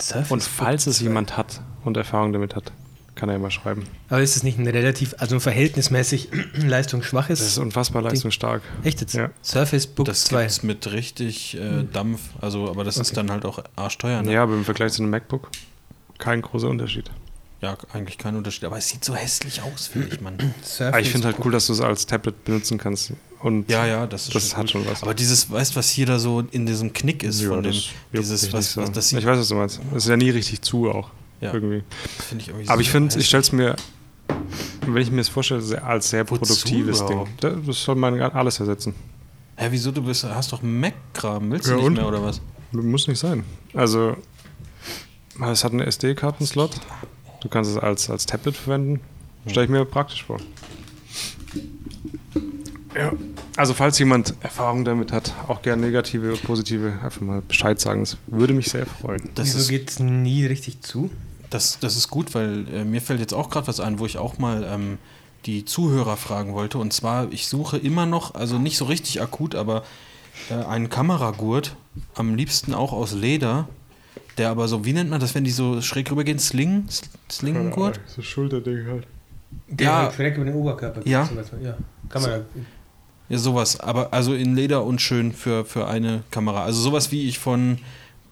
[SPEAKER 3] Surface
[SPEAKER 2] Und falls es
[SPEAKER 3] Book
[SPEAKER 2] jemand hat und Erfahrung damit hat, kann er ja mal schreiben.
[SPEAKER 3] Aber ist es nicht ein relativ, also ein verhältnismäßig
[SPEAKER 2] Das ist
[SPEAKER 3] leistungsschwaches?
[SPEAKER 2] unfassbar leistungsstark.
[SPEAKER 3] Echt jetzt?
[SPEAKER 2] Ja.
[SPEAKER 3] Surface Book
[SPEAKER 1] Das
[SPEAKER 3] 2.
[SPEAKER 1] gibt's mit richtig äh, Dampf. Also, aber das ist
[SPEAKER 3] Hm. Okay.
[SPEAKER 1] dann halt auch arschteuer. Ne?
[SPEAKER 2] Ja, aber im Vergleich zu einem MacBook kein großer Unterschied.
[SPEAKER 1] Ja, eigentlich kein Unterschied. Aber es sieht so hässlich aus, finde ich, Mann.
[SPEAKER 3] Surface
[SPEAKER 2] Aber ich finde es halt cool, dass du es als Tablet benutzen kannst. Und
[SPEAKER 1] Ja, ja, das ist
[SPEAKER 2] Das hat
[SPEAKER 1] gut.
[SPEAKER 2] schon was.
[SPEAKER 1] Aber dieses, weißt du, was hier da so in diesem Knick ist
[SPEAKER 2] Ja,
[SPEAKER 1] von dem,
[SPEAKER 2] das juckt
[SPEAKER 1] dieses,
[SPEAKER 2] mich nicht
[SPEAKER 1] was,
[SPEAKER 2] so.
[SPEAKER 1] was das
[SPEAKER 2] ich
[SPEAKER 1] sieht,
[SPEAKER 2] weiß, was du meinst. Es ist ja nie richtig zu auch.
[SPEAKER 1] Ja.
[SPEAKER 2] Irgendwie.
[SPEAKER 1] finde ich irgendwie
[SPEAKER 2] Aber ich
[SPEAKER 1] so
[SPEAKER 2] finde, ich
[SPEAKER 1] heiß.
[SPEAKER 2] stelle es mir, wenn ich mir das vorstelle, sehr- als sehr
[SPEAKER 1] Wozu
[SPEAKER 2] produktives Ding.
[SPEAKER 1] überhaupt?
[SPEAKER 2] Da- Das soll man alles ersetzen.
[SPEAKER 1] Hä, wieso du bist, hast doch Mac-Kram, willst du
[SPEAKER 2] Ja,
[SPEAKER 1] nicht
[SPEAKER 2] und?
[SPEAKER 1] mehr oder was?
[SPEAKER 2] Muss nicht sein. Also, es hat einen SD-Kartenslot. Du kannst es als, als Tablet verwenden. Stelle ich mir praktisch vor. Ja. Also, falls jemand Erfahrung damit hat, auch gerne negative, positive, einfach mal Bescheid sagen. Das würde mich sehr freuen.
[SPEAKER 1] Das
[SPEAKER 3] Wieso
[SPEAKER 1] ist,
[SPEAKER 3] geht es nie richtig zu?
[SPEAKER 1] das, das ist gut, weil äh, mir fällt jetzt auch gerade was ein, wo ich auch mal ähm, die Zuhörer fragen wollte. Und zwar, ich suche immer noch, also nicht so richtig akut, aber äh, einen Kameragurt, am liebsten auch aus Leder, der aber so, wie nennt man das, wenn die so schräg rübergehen? Sling? Sl- Slinggurt?
[SPEAKER 2] Das ist Schulterding halt.
[SPEAKER 3] Der
[SPEAKER 1] Ja.
[SPEAKER 3] halt direkt über den Oberkörper. geht
[SPEAKER 1] Ja.
[SPEAKER 3] zum Beispiel. ja. Kann man
[SPEAKER 1] Ja, sowas, aber also in Leder und schön für, für eine Kamera. Also sowas wie ich von,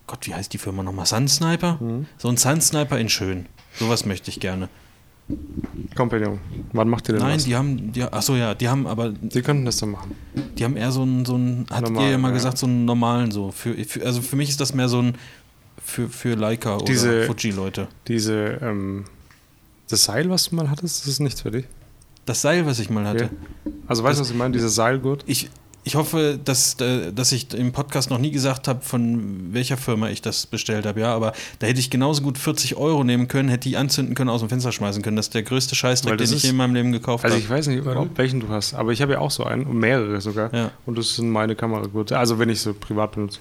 [SPEAKER 1] Gott, wie heißt die Firma nochmal? Sunsniper? So ein Sunsniper in schön. Sowas möchte ich gerne.
[SPEAKER 2] Kompagnon, wann macht ihr denn
[SPEAKER 1] Nein,
[SPEAKER 2] was?
[SPEAKER 1] die haben, die, ach so ja, die haben aber,
[SPEAKER 2] Sie könnten das dann machen.
[SPEAKER 1] die haben eher so einen, so einen hat ihr
[SPEAKER 2] Normal,
[SPEAKER 1] ja mal
[SPEAKER 2] ja.
[SPEAKER 1] gesagt, so einen normalen so. Für, für, also für mich ist das mehr so ein, für, für Leica oder
[SPEAKER 2] Diese-
[SPEAKER 1] Fuji-Leute.
[SPEAKER 2] Diese, ähm, das Seil, was du mal hattest, das ist nichts für dich.
[SPEAKER 1] Das Seil, was ich mal hatte.
[SPEAKER 2] Ja. Also, weißt du, was ich meine? Dieses Seilgurt.
[SPEAKER 1] Ich, ich hoffe, dass, äh, dass ich im Podcast noch nie gesagt habe, von welcher Firma ich das bestellt habe. Ja, aber da hätte ich genauso gut 40 Euro nehmen können, hätte die anzünden können, aus dem Fenster schmeißen können. Das ist der größte Scheißdreck,
[SPEAKER 2] Weil
[SPEAKER 1] den
[SPEAKER 2] das
[SPEAKER 1] ich
[SPEAKER 2] ist-
[SPEAKER 1] je in meinem Leben gekauft
[SPEAKER 2] Also
[SPEAKER 1] habe.
[SPEAKER 2] ich weiß nicht,
[SPEAKER 3] Warum?
[SPEAKER 2] ob welchen du hast, aber ich habe ja auch so einen und mehrere sogar.
[SPEAKER 1] Ja.
[SPEAKER 2] Und das sind meine Kameragurte. Also wenn ich so privat benutze.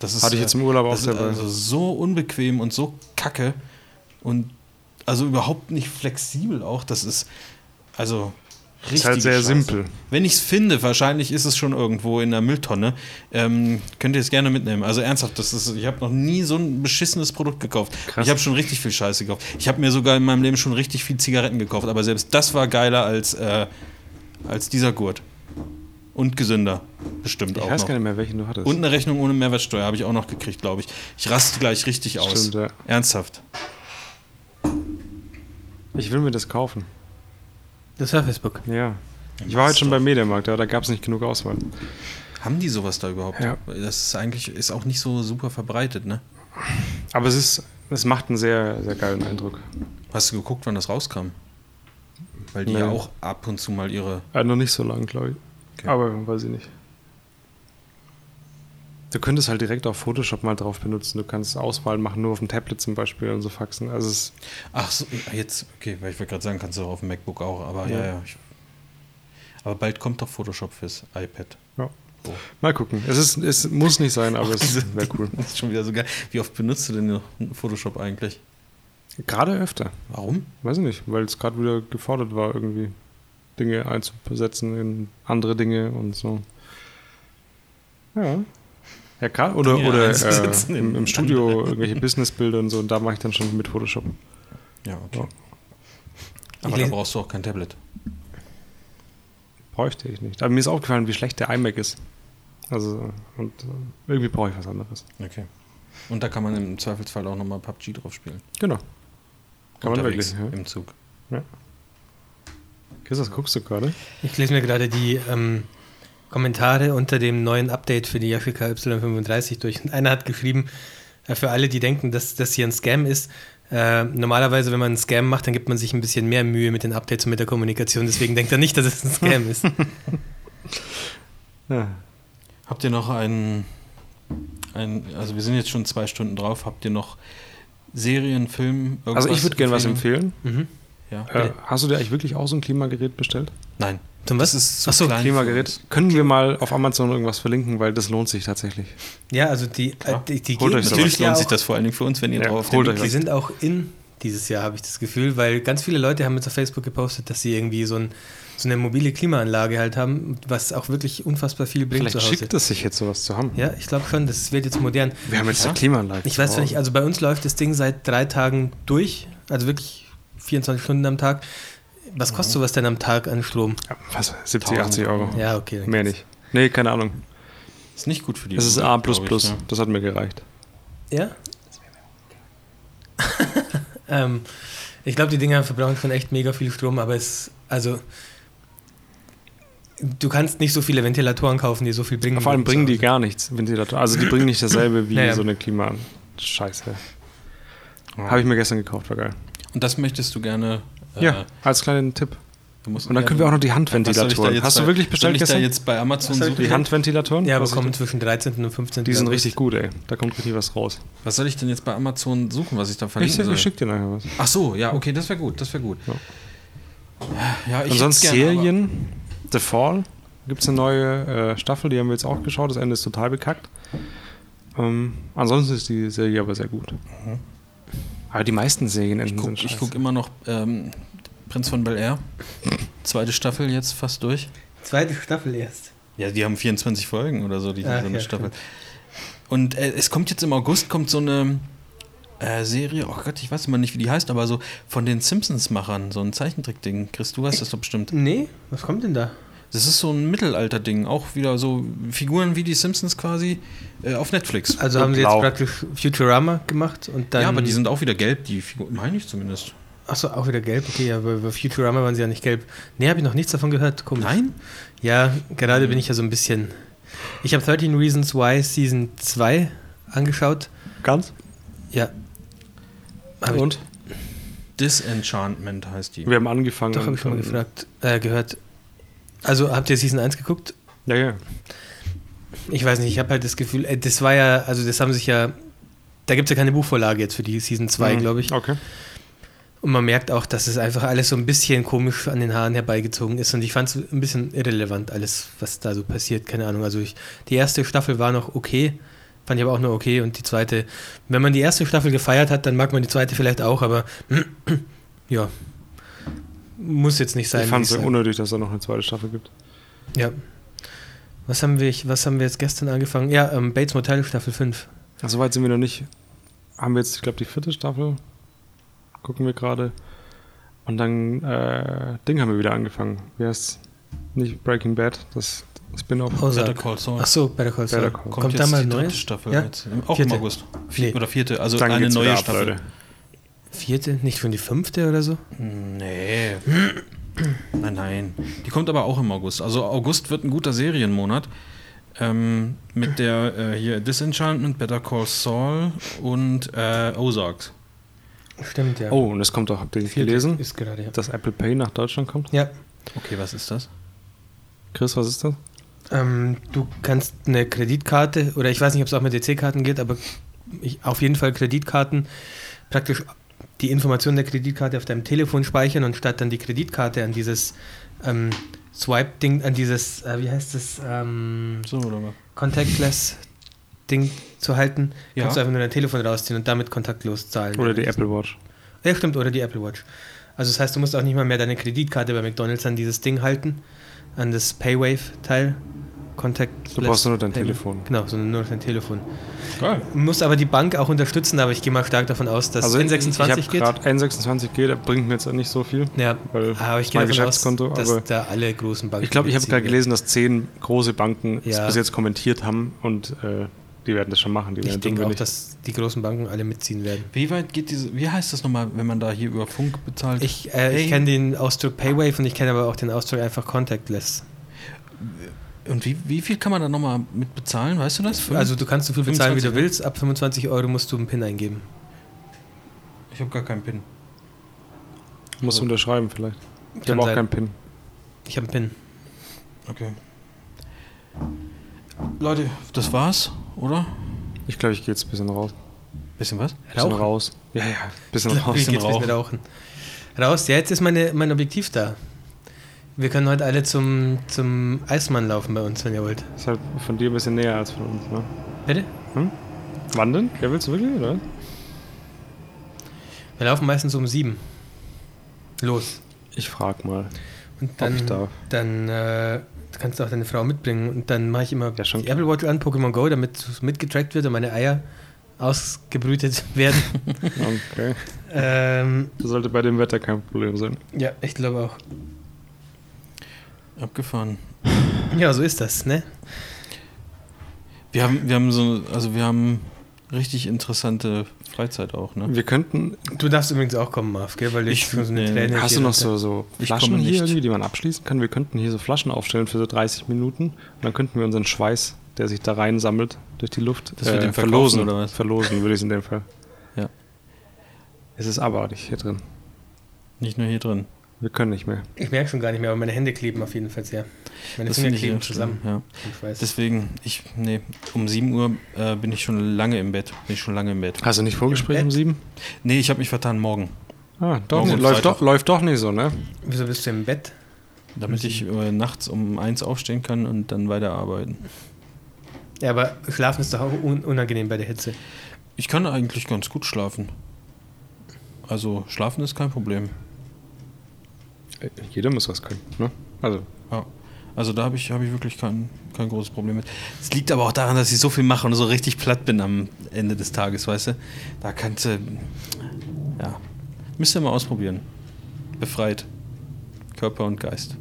[SPEAKER 1] Das ist,
[SPEAKER 2] Hatte ich
[SPEAKER 1] äh,
[SPEAKER 2] jetzt im Urlaub auch
[SPEAKER 1] das ist
[SPEAKER 2] dabei.
[SPEAKER 1] also so unbequem und so kacke und also überhaupt nicht flexibel auch. Das ist also richtig.
[SPEAKER 2] ist halt sehr simpel.
[SPEAKER 1] Wenn ich es finde, wahrscheinlich ist es schon irgendwo in der Mülltonne. Ähm, könnt ihr es gerne mitnehmen. Also ernsthaft, das ist, ich habe noch nie so ein beschissenes Produkt gekauft.
[SPEAKER 2] Krass.
[SPEAKER 1] Ich habe schon richtig viel Scheiße gekauft. Ich habe mir sogar in meinem Leben schon richtig viel Zigaretten gekauft, aber selbst das war geiler als, äh, als dieser Gurt. Und gesünder, bestimmt
[SPEAKER 2] Ich
[SPEAKER 1] auch.
[SPEAKER 2] weiß
[SPEAKER 1] noch.
[SPEAKER 2] gar nicht mehr, welchen du hattest.
[SPEAKER 1] Und eine Rechnung ohne Mehrwertsteuer habe ich auch noch gekriegt, glaube ich. Ich raste gleich richtig aus.
[SPEAKER 2] Stimmt, ja.
[SPEAKER 1] Ernsthaft.
[SPEAKER 2] ich will mir das kaufen.
[SPEAKER 3] Das Surface Book.
[SPEAKER 2] Ja. Ich war heute schon
[SPEAKER 1] doch.
[SPEAKER 2] beim Medienmarkt, aber da gab es nicht genug Auswahl.
[SPEAKER 1] Haben die sowas da überhaupt?
[SPEAKER 2] Ja.
[SPEAKER 1] Das ist eigentlich ist auch nicht so super verbreitet, ne?
[SPEAKER 2] Aber es ist, es macht einen sehr, sehr geilen Eindruck.
[SPEAKER 1] Hast du geguckt, wann das rauskam? Weil die
[SPEAKER 2] Nee.
[SPEAKER 1] ja auch ab und zu mal ihre.
[SPEAKER 2] Äh, noch nicht so lang, glaube ich.
[SPEAKER 1] Okay.
[SPEAKER 2] Aber weiß ich nicht. Du könntest halt direkt auf Photoshop mal drauf benutzen. Du kannst Auswahl machen, nur auf dem Tablet zum Beispiel und so faxen. Also es,
[SPEAKER 1] Ach so, jetzt, okay, weil ich wollte gerade sagen, kannst du auch auf dem MacBook auch, aber ja, ja.
[SPEAKER 2] Ja.
[SPEAKER 1] ich, aber bald kommt doch Photoshop fürs iPad.
[SPEAKER 2] ja.
[SPEAKER 1] Oh.
[SPEAKER 2] Mal gucken. Es, ist, es muss nicht sein, aber es wäre cool.
[SPEAKER 1] Das ist schon wieder so geil. Wie oft benutzt du denn noch Photoshop eigentlich?
[SPEAKER 2] Gerade öfter.
[SPEAKER 1] Warum?
[SPEAKER 2] Weiß ich nicht, weil es gerade wieder gefordert war, irgendwie Dinge einzusetzen in andere Dinge und so. Ja. Ja, gerade. Oder,
[SPEAKER 1] Dinge
[SPEAKER 2] oder äh,
[SPEAKER 1] einzusetzen in
[SPEAKER 2] im, im Studio irgendwelche Businessbilder und so. Und da mache ich dann schon mit Photoshop.
[SPEAKER 1] Ja, okay.
[SPEAKER 2] Ja.
[SPEAKER 1] Aber
[SPEAKER 3] Ich
[SPEAKER 1] da
[SPEAKER 3] les-
[SPEAKER 1] brauchst du auch kein Tablet.
[SPEAKER 2] Bräuchte ich nicht. Aber mir ist aufgefallen, wie schlecht der iMac ist. Also, und äh, irgendwie brauche ich was anderes.
[SPEAKER 1] Okay. Und da kann man im Zweifelsfall auch nochmal PUBG drauf spielen.
[SPEAKER 2] Genau. Kann man
[SPEAKER 1] Unterwegs,
[SPEAKER 2] wirklich, ja.
[SPEAKER 1] Im Zug.
[SPEAKER 2] Chris, was guckst du gerade?
[SPEAKER 3] Ich lese mir gerade die ähm, Kommentare unter dem neuen Update für die Yashica Y35 durch. Und einer hat geschrieben, äh, für alle, die denken, dass das hier ein Scam ist, äh, normalerweise, wenn man einen Scam macht, dann gibt man sich ein bisschen mehr Mühe mit den Updates und mit der Kommunikation. Deswegen denkt er nicht, dass es ein Scam ist.
[SPEAKER 2] Ja.
[SPEAKER 1] Habt ihr noch einen, einen, also wir sind jetzt schon zwei Stunden drauf, habt ihr noch Serien, Film, irgendwas?
[SPEAKER 2] Also ich würde gerne was empfehlen.
[SPEAKER 3] Mhm.
[SPEAKER 1] Ja.
[SPEAKER 2] Äh, hast du dir eigentlich wirklich auch so ein Klimagerät bestellt?
[SPEAKER 1] Nein.
[SPEAKER 3] Zum was?
[SPEAKER 1] Das ist zu
[SPEAKER 3] Ach so,
[SPEAKER 1] klein.
[SPEAKER 2] Klimagerät. Können wir mal auf Amazon irgendwas verlinken, weil das lohnt sich tatsächlich.
[SPEAKER 3] Ja, also die, äh, die, die
[SPEAKER 2] Holt
[SPEAKER 3] geben
[SPEAKER 2] euch
[SPEAKER 3] es
[SPEAKER 2] sowas.
[SPEAKER 1] Natürlich
[SPEAKER 3] uns ja
[SPEAKER 1] lohnt sich
[SPEAKER 3] auch-
[SPEAKER 1] das vor allen Dingen für uns, wenn ihr
[SPEAKER 2] Ja,
[SPEAKER 1] drauf auf
[SPEAKER 2] holt
[SPEAKER 1] den
[SPEAKER 2] euch
[SPEAKER 3] Die
[SPEAKER 1] Weg-
[SPEAKER 3] sind auch in dieses Jahr, habe ich das Gefühl, weil ganz viele Leute haben jetzt auf Facebook gepostet, dass sie irgendwie so, ein, so eine mobile Klimaanlage halt haben, was auch wirklich unfassbar viel bringt
[SPEAKER 2] Vielleicht
[SPEAKER 3] zu Hause.
[SPEAKER 2] schickt es sich jetzt sowas zu haben.
[SPEAKER 3] Ja, ich glaube schon, das wird jetzt modern.
[SPEAKER 2] Wir haben jetzt
[SPEAKER 1] Ja.
[SPEAKER 2] eine Klimaanlage.
[SPEAKER 3] Ich weiß zwar nicht, also bei uns läuft das Ding seit drei Tagen durch, also wirklich 24 Stunden am Tag. Was kostet sowas denn am Tag an Strom?
[SPEAKER 2] Ja, Was? 70, 80 Euro.
[SPEAKER 3] Ja, okay. dann
[SPEAKER 2] Mehr
[SPEAKER 3] geht's.
[SPEAKER 2] nicht. Nee, keine Ahnung.
[SPEAKER 1] Ist nicht gut für die.
[SPEAKER 2] Es ist
[SPEAKER 1] Umwelt,
[SPEAKER 2] A.
[SPEAKER 1] glaub ich, ne?
[SPEAKER 2] Das hat mir gereicht.
[SPEAKER 3] Ja? ähm, ich glaube, die Dinger verbrauchen schon echt mega viel Strom, aber es, also, du kannst nicht so viele Ventilatoren kaufen, die so viel bringen.
[SPEAKER 2] Vor allem bringen die gar nichts, Ventilator. Also die bringen nicht dasselbe wie
[SPEAKER 3] Naja.
[SPEAKER 2] so eine Klimaanlage. Scheiße. Habe ich mir gestern gekauft, war geil.
[SPEAKER 1] Und das möchtest du gerne. äh,
[SPEAKER 2] Ja, als kleinen Tipp.
[SPEAKER 1] du musst
[SPEAKER 2] Und dann
[SPEAKER 1] gerne-
[SPEAKER 2] können wir auch noch die
[SPEAKER 1] Was soll ich da
[SPEAKER 2] Handventilatoren.
[SPEAKER 1] jetzt
[SPEAKER 2] Hast du
[SPEAKER 1] bei-
[SPEAKER 2] wirklich bestellt
[SPEAKER 1] soll ich da
[SPEAKER 2] gestern?
[SPEAKER 1] jetzt bei Amazon
[SPEAKER 3] soll ich
[SPEAKER 2] die
[SPEAKER 1] suchen?
[SPEAKER 2] Handventilatoren?
[SPEAKER 3] Ja, aber
[SPEAKER 2] Was
[SPEAKER 3] kommen
[SPEAKER 2] ich-
[SPEAKER 3] zwischen 13. und 15.
[SPEAKER 2] Die sind
[SPEAKER 3] August.
[SPEAKER 2] richtig gut, ey. Da kommt richtig was raus.
[SPEAKER 1] Was soll ich denn jetzt bei Amazon suchen, was ich da
[SPEAKER 2] Ich,
[SPEAKER 1] verlinken soll?
[SPEAKER 2] ich schick dir nachher was.
[SPEAKER 1] Ach so, ja, okay, das wäre gut, das wäre gut.
[SPEAKER 2] Ja.
[SPEAKER 1] Ja, ich
[SPEAKER 2] Ansonsten
[SPEAKER 1] hätt's gern,
[SPEAKER 2] Serien. The Fall. Gibt es eine neue äh, Staffel, die haben wir jetzt auch geschaut. Das Ende ist total bekackt. Ähm, ansonsten ist die Serie aber sehr gut. Aber die meisten Serien enden
[SPEAKER 1] aber
[SPEAKER 2] sind
[SPEAKER 1] Guck, Mhm. ich
[SPEAKER 2] scheiße.
[SPEAKER 1] gucke immer noch ähm, Prinz von Bel Air. Zweite Staffel jetzt fast durch.
[SPEAKER 3] Zweite Staffel erst.
[SPEAKER 1] Ja, die haben 24 Folgen oder so, die
[SPEAKER 3] Ach,
[SPEAKER 1] so eine
[SPEAKER 3] ja,
[SPEAKER 1] Staffel. Und äh, es kommt jetzt im August kommt so eine äh, Serie, oh Gott, ich weiß immer nicht, wie die heißt, aber so von den Simpsons-Machern, so ein Zeichentrick-Ding. Chris, du weißt das doch bestimmt.
[SPEAKER 3] Nee, was kommt denn da?
[SPEAKER 1] Das ist so ein Mittelalter-Ding, auch wieder so Figuren wie die Simpsons quasi äh, auf Netflix.
[SPEAKER 3] Also
[SPEAKER 2] Und
[SPEAKER 3] haben sie jetzt
[SPEAKER 2] blau.
[SPEAKER 3] praktisch Futurama gemacht und dann.
[SPEAKER 1] ja, aber die sind auch wieder gelb, die Figuren, meine ich zumindest.
[SPEAKER 3] Achso, auch wieder gelb. Okay, aber bei Futurama waren sie ja nicht gelb. Nee, habe ich noch nichts davon gehört. Komisch.
[SPEAKER 1] Nein?
[SPEAKER 3] Ja, gerade bin ich ja so ein bisschen. Ich habe 13 Reasons Why Season 2 angeschaut.
[SPEAKER 2] Ganz?
[SPEAKER 3] Ja. Hab ich-
[SPEAKER 2] Und?
[SPEAKER 1] Disenchantment heißt die.
[SPEAKER 2] Wir haben angefangen.
[SPEAKER 3] Doch, habe ich schon mal
[SPEAKER 2] und- ähm,
[SPEAKER 3] gefragt, äh, gehört. Also habt ihr Season 1 geguckt?
[SPEAKER 2] Ja, ja.
[SPEAKER 3] Ich weiß nicht, ich habe halt das Gefühl, äh, das war ja, also das haben sich ja, da gibt es ja keine Buchvorlage jetzt für die Season 2,
[SPEAKER 2] Mhm.
[SPEAKER 3] glaube ich.
[SPEAKER 2] Okay.
[SPEAKER 3] Und man merkt auch, dass es einfach alles so ein bisschen komisch an den Haaren herbeigezogen ist. Und ich fand es ein bisschen irrelevant, alles, was da so passiert. Keine Ahnung. Also ich, die erste Staffel war noch okay, fand ich aber auch nur okay. Und die zweite, wenn man die erste Staffel gefeiert hat, dann mag man die zweite vielleicht auch, aber ja, muss jetzt nicht sein.
[SPEAKER 2] ich fand
[SPEAKER 3] wie
[SPEAKER 2] es unnötig, dass es da noch eine zweite Staffel gibt.
[SPEAKER 3] Ja. Was haben, wir, was haben wir jetzt gestern angefangen? Ja, ähm, Bates Motel Staffel 5.
[SPEAKER 2] Ach, so weit sind wir noch nicht. Haben wir jetzt, ich glaube, die vierte Staffel. Gucken wir gerade. Und dann, äh, Ding haben wir wieder angefangen. Wie heißt's? Nicht Breaking Bad, das Spin-off.
[SPEAKER 1] Better
[SPEAKER 3] Ozark.
[SPEAKER 1] Call Saul.
[SPEAKER 3] Ach Oh, so, Better Call Saul.
[SPEAKER 2] Better Call.
[SPEAKER 3] Kommt, da mal
[SPEAKER 1] die dritte
[SPEAKER 3] neues?
[SPEAKER 1] Staffel
[SPEAKER 3] Ja?
[SPEAKER 1] jetzt. Auch
[SPEAKER 3] Vierte.
[SPEAKER 1] im August. Vier
[SPEAKER 3] Nee.
[SPEAKER 1] oder vierte, also
[SPEAKER 2] Dann
[SPEAKER 1] eine
[SPEAKER 2] geht's
[SPEAKER 1] neue
[SPEAKER 2] wieder ab,
[SPEAKER 1] Staffel.
[SPEAKER 2] Leute.
[SPEAKER 3] Vierte? Nicht schon die fünfte oder so?
[SPEAKER 1] Nee. nein, nein. Die kommt aber auch im August. Also August wird ein guter Serienmonat. Ähm, mit der äh, hier Disenchantment, Better Call Saul und äh, Ozark.
[SPEAKER 3] Stimmt, ja.
[SPEAKER 2] Oh, und es kommt auch, habt ihr gelesen,
[SPEAKER 3] Ist gerade, ja.
[SPEAKER 2] dass Apple Pay nach Deutschland kommt?
[SPEAKER 3] Ja,
[SPEAKER 1] Okay, was ist das?
[SPEAKER 2] Chris, was ist das?
[SPEAKER 3] ähm, du kannst eine Kreditkarte oder ich weiß nicht, ob es auch mit EC-Karten geht, aber ich, auf jeden Fall Kreditkarten praktisch die Informationen der Kreditkarte auf deinem Telefon speichern und statt dann die Kreditkarte an dieses ähm, Swipe-Ding, an dieses, äh, wie heißt das, ähm,
[SPEAKER 1] So, oder was?
[SPEAKER 3] Contactless-Ding zu halten,
[SPEAKER 1] Ja.
[SPEAKER 3] kannst du einfach nur dein Telefon rausziehen und damit kontaktlos zahlen.
[SPEAKER 2] Oder die Apple Watch?
[SPEAKER 3] Ja, stimmt, oder die Apple Watch. Also das heißt, du musst auch nicht mal mehr deine Kreditkarte bei McDonalds an dieses Ding halten, an das Paywave-Teil. Contact.
[SPEAKER 2] Du brauchst nur noch dein Telefon.
[SPEAKER 3] Genau, sondern nur noch dein Telefon.
[SPEAKER 1] Geil.
[SPEAKER 3] Du musst aber die Bank auch unterstützen, aber ich gehe mal stark davon aus, dass
[SPEAKER 2] Also, ich-
[SPEAKER 3] N26
[SPEAKER 2] ich
[SPEAKER 3] geht.
[SPEAKER 2] hab grad N26 geht, das bringt mir jetzt nicht so viel.
[SPEAKER 3] Ja,
[SPEAKER 2] weil
[SPEAKER 3] aber ich
[SPEAKER 2] das
[SPEAKER 3] gehe
[SPEAKER 2] mein
[SPEAKER 3] davon aus,
[SPEAKER 2] Geschäftskonto, aber-
[SPEAKER 3] dass da alle großen Banken.
[SPEAKER 2] Ich glaube, ich habe gerade
[SPEAKER 3] mitziehen
[SPEAKER 2] gelesen, dass zehn große Banken es
[SPEAKER 3] Ja.
[SPEAKER 2] bis jetzt kommentiert haben und äh, die werden das schon machen. Die
[SPEAKER 3] werden. Ich
[SPEAKER 2] werden
[SPEAKER 3] denke
[SPEAKER 2] dumm, wenn
[SPEAKER 3] auch,
[SPEAKER 2] nicht.
[SPEAKER 3] dass die großen Banken alle mitziehen werden.
[SPEAKER 1] Wie weit geht diese, wie heißt das nochmal, wenn man da hier über Funk bezahlt?
[SPEAKER 3] Ich, äh,
[SPEAKER 1] Hey.
[SPEAKER 3] ich kenne den Ausdruck Paywave und ich kenne aber auch den Ausdruck einfach Contactless.
[SPEAKER 1] Und wie, wie viel kann man da nochmal mit bezahlen, weißt du das? Fünf?
[SPEAKER 3] Also du kannst so viel bezahlen, wie du
[SPEAKER 1] 25, ne?
[SPEAKER 3] willst. Ab 25 Euro musst du einen PIN eingeben.
[SPEAKER 1] ich habe gar keinen Pin.
[SPEAKER 2] Musst du unterschreiben vielleicht. Ich
[SPEAKER 3] Kann
[SPEAKER 2] habe auch
[SPEAKER 3] sein.
[SPEAKER 2] keinen PIN.
[SPEAKER 3] Ich habe einen PIN.
[SPEAKER 1] Okay. Leute, das war's, oder?
[SPEAKER 2] Ich glaube, ich gehe jetzt ein bisschen raus.
[SPEAKER 1] Bisschen was?
[SPEAKER 2] Bisschen
[SPEAKER 3] Rauchen?
[SPEAKER 2] raus. Ja, ja. Bisschen
[SPEAKER 1] Ja,
[SPEAKER 2] raus.
[SPEAKER 1] ich
[SPEAKER 3] Ich
[SPEAKER 1] geh
[SPEAKER 3] geht's
[SPEAKER 1] jetzt
[SPEAKER 3] raus.
[SPEAKER 1] mit
[SPEAKER 3] rauchen. Raus, ja, jetzt ist meine, mein Objektiv da. Wir können heute alle zum, zum Eismann laufen bei uns, wenn ihr wollt.
[SPEAKER 2] Ist halt von dir ein bisschen näher als von uns, ne?
[SPEAKER 3] Bitte?
[SPEAKER 2] Wann denn? Ja, willst du wirklich, oder?
[SPEAKER 3] Wir laufen meistens um sieben. Los.
[SPEAKER 2] Ich frag mal.
[SPEAKER 3] Und
[SPEAKER 2] Ob ich
[SPEAKER 3] dann,
[SPEAKER 2] darf.
[SPEAKER 3] dann äh, kannst du auch deine Frau mitbringen. Und dann mache ich immer
[SPEAKER 2] Ja, schon.
[SPEAKER 3] die Apple Watch an, Pokémon Go, damit es mitgetrackt wird und meine Eier ausgebrütet werden.
[SPEAKER 2] Okay.
[SPEAKER 3] ähm,
[SPEAKER 2] Das sollte bei dem Wetter kein Problem sein.
[SPEAKER 3] ja, ich glaube auch.
[SPEAKER 1] Abgefahren.
[SPEAKER 3] Ja, so ist das, ne?
[SPEAKER 1] Wir haben, wir haben so, also wir haben richtig interessante Freizeit auch, ne?
[SPEAKER 2] Wir könnten.
[SPEAKER 3] Du darfst übrigens auch kommen, Marv, gell? Weil
[SPEAKER 1] Ich-
[SPEAKER 3] ich, so
[SPEAKER 1] nee,
[SPEAKER 3] eine Träne
[SPEAKER 2] äh, Hast du
[SPEAKER 3] hier
[SPEAKER 2] noch
[SPEAKER 3] hatte.
[SPEAKER 2] so, so
[SPEAKER 1] Ich
[SPEAKER 2] Flaschen
[SPEAKER 1] komme
[SPEAKER 2] hier
[SPEAKER 1] nicht.
[SPEAKER 2] irgendwie, die man abschließen kann? Wir könnten hier so Flaschen aufstellen für so 30 Minuten und dann könnten wir unseren Schweiß, der sich da rein sammelt, durch die Luft äh,
[SPEAKER 1] Dass wir den verkaufen,
[SPEAKER 2] verlosen.
[SPEAKER 1] oder was?
[SPEAKER 2] Verlosen würde ich es in dem Fall.
[SPEAKER 1] Ja.
[SPEAKER 2] Es ist abartig hier drin.
[SPEAKER 1] Nicht nur hier drin.
[SPEAKER 2] Wir können nicht mehr.
[SPEAKER 3] Ich merke schon gar nicht mehr, aber meine Hände kleben auf jeden Fall sehr. Meine
[SPEAKER 1] Das
[SPEAKER 3] Finger
[SPEAKER 1] finde ich
[SPEAKER 3] kleben
[SPEAKER 1] ganz schlimm,
[SPEAKER 3] zusammen.
[SPEAKER 1] ja.
[SPEAKER 3] Ich weiß.
[SPEAKER 1] Deswegen, ich, nee, um 7 Uhr äh, bin ich schon lange im Bett. Bin ich schon lange im Bett.
[SPEAKER 2] Hast du nicht Vorgespräch um sieben?
[SPEAKER 1] Nee, ich habe mich vertan morgen.
[SPEAKER 2] Ah, doch
[SPEAKER 1] Morgen um
[SPEAKER 2] nicht.
[SPEAKER 1] und
[SPEAKER 2] Läuft
[SPEAKER 1] Freitag.
[SPEAKER 2] doch, läuft doch nicht so, ne?
[SPEAKER 3] Wieso bist du im Bett?
[SPEAKER 1] Damit ich äh, nachts um eins aufstehen kann und dann weiterarbeiten.
[SPEAKER 3] Ja, aber schlafen ist doch auch un unangenehm bei der Hitze.
[SPEAKER 1] Ich kann eigentlich ganz gut schlafen. Also schlafen ist kein Problem.
[SPEAKER 2] Äh, Jeder muss was können, ne? Also,
[SPEAKER 1] Ja. Also da habe ich, hab ich wirklich kein, kein großes Problem mit. Es liegt aber auch daran, dass ich so viel mache und so richtig platt bin am Ende des Tages, weißt du? Da kannst du. Ja. Müsst ihr mal ausprobieren. Befreit. Körper und Geist.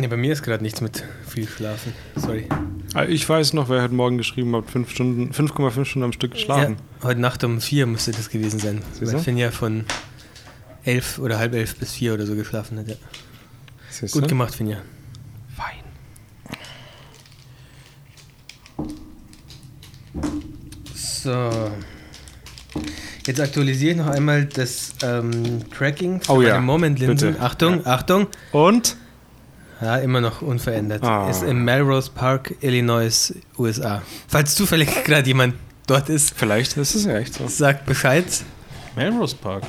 [SPEAKER 3] Ja, bei mir ist gerade nichts mit viel Schlafen. Sorry.
[SPEAKER 2] äh, ich weiß noch, wer heute Morgen geschrieben hat, fünf Stunden, 5,5 Stunden am Stück geschlafen.
[SPEAKER 3] Ja, heute Nacht um vier müsste das gewesen sein.
[SPEAKER 2] Siehst
[SPEAKER 3] Weil
[SPEAKER 2] du?
[SPEAKER 3] Finja von elf oder halb elf bis vier oder so geschlafen hat. Ja.
[SPEAKER 2] Siehst
[SPEAKER 3] Gut
[SPEAKER 2] du?
[SPEAKER 3] gemacht, Finja.
[SPEAKER 2] Fein.
[SPEAKER 3] So. Jetzt aktualisiere ich noch einmal das ähm, Tracking für
[SPEAKER 2] Oh
[SPEAKER 3] meine
[SPEAKER 2] ja,
[SPEAKER 3] Momentlinsen.
[SPEAKER 2] bitte.
[SPEAKER 3] Achtung, Achtung.
[SPEAKER 2] Und?
[SPEAKER 3] Ja, immer noch unverändert.
[SPEAKER 2] Ah.
[SPEAKER 3] Ist im Melrose Park, Illinois, USA. Falls zufällig gerade jemand dort ist,
[SPEAKER 2] Vielleicht ist es ja echt so.
[SPEAKER 3] sagt Bescheid.
[SPEAKER 1] Melrose Park.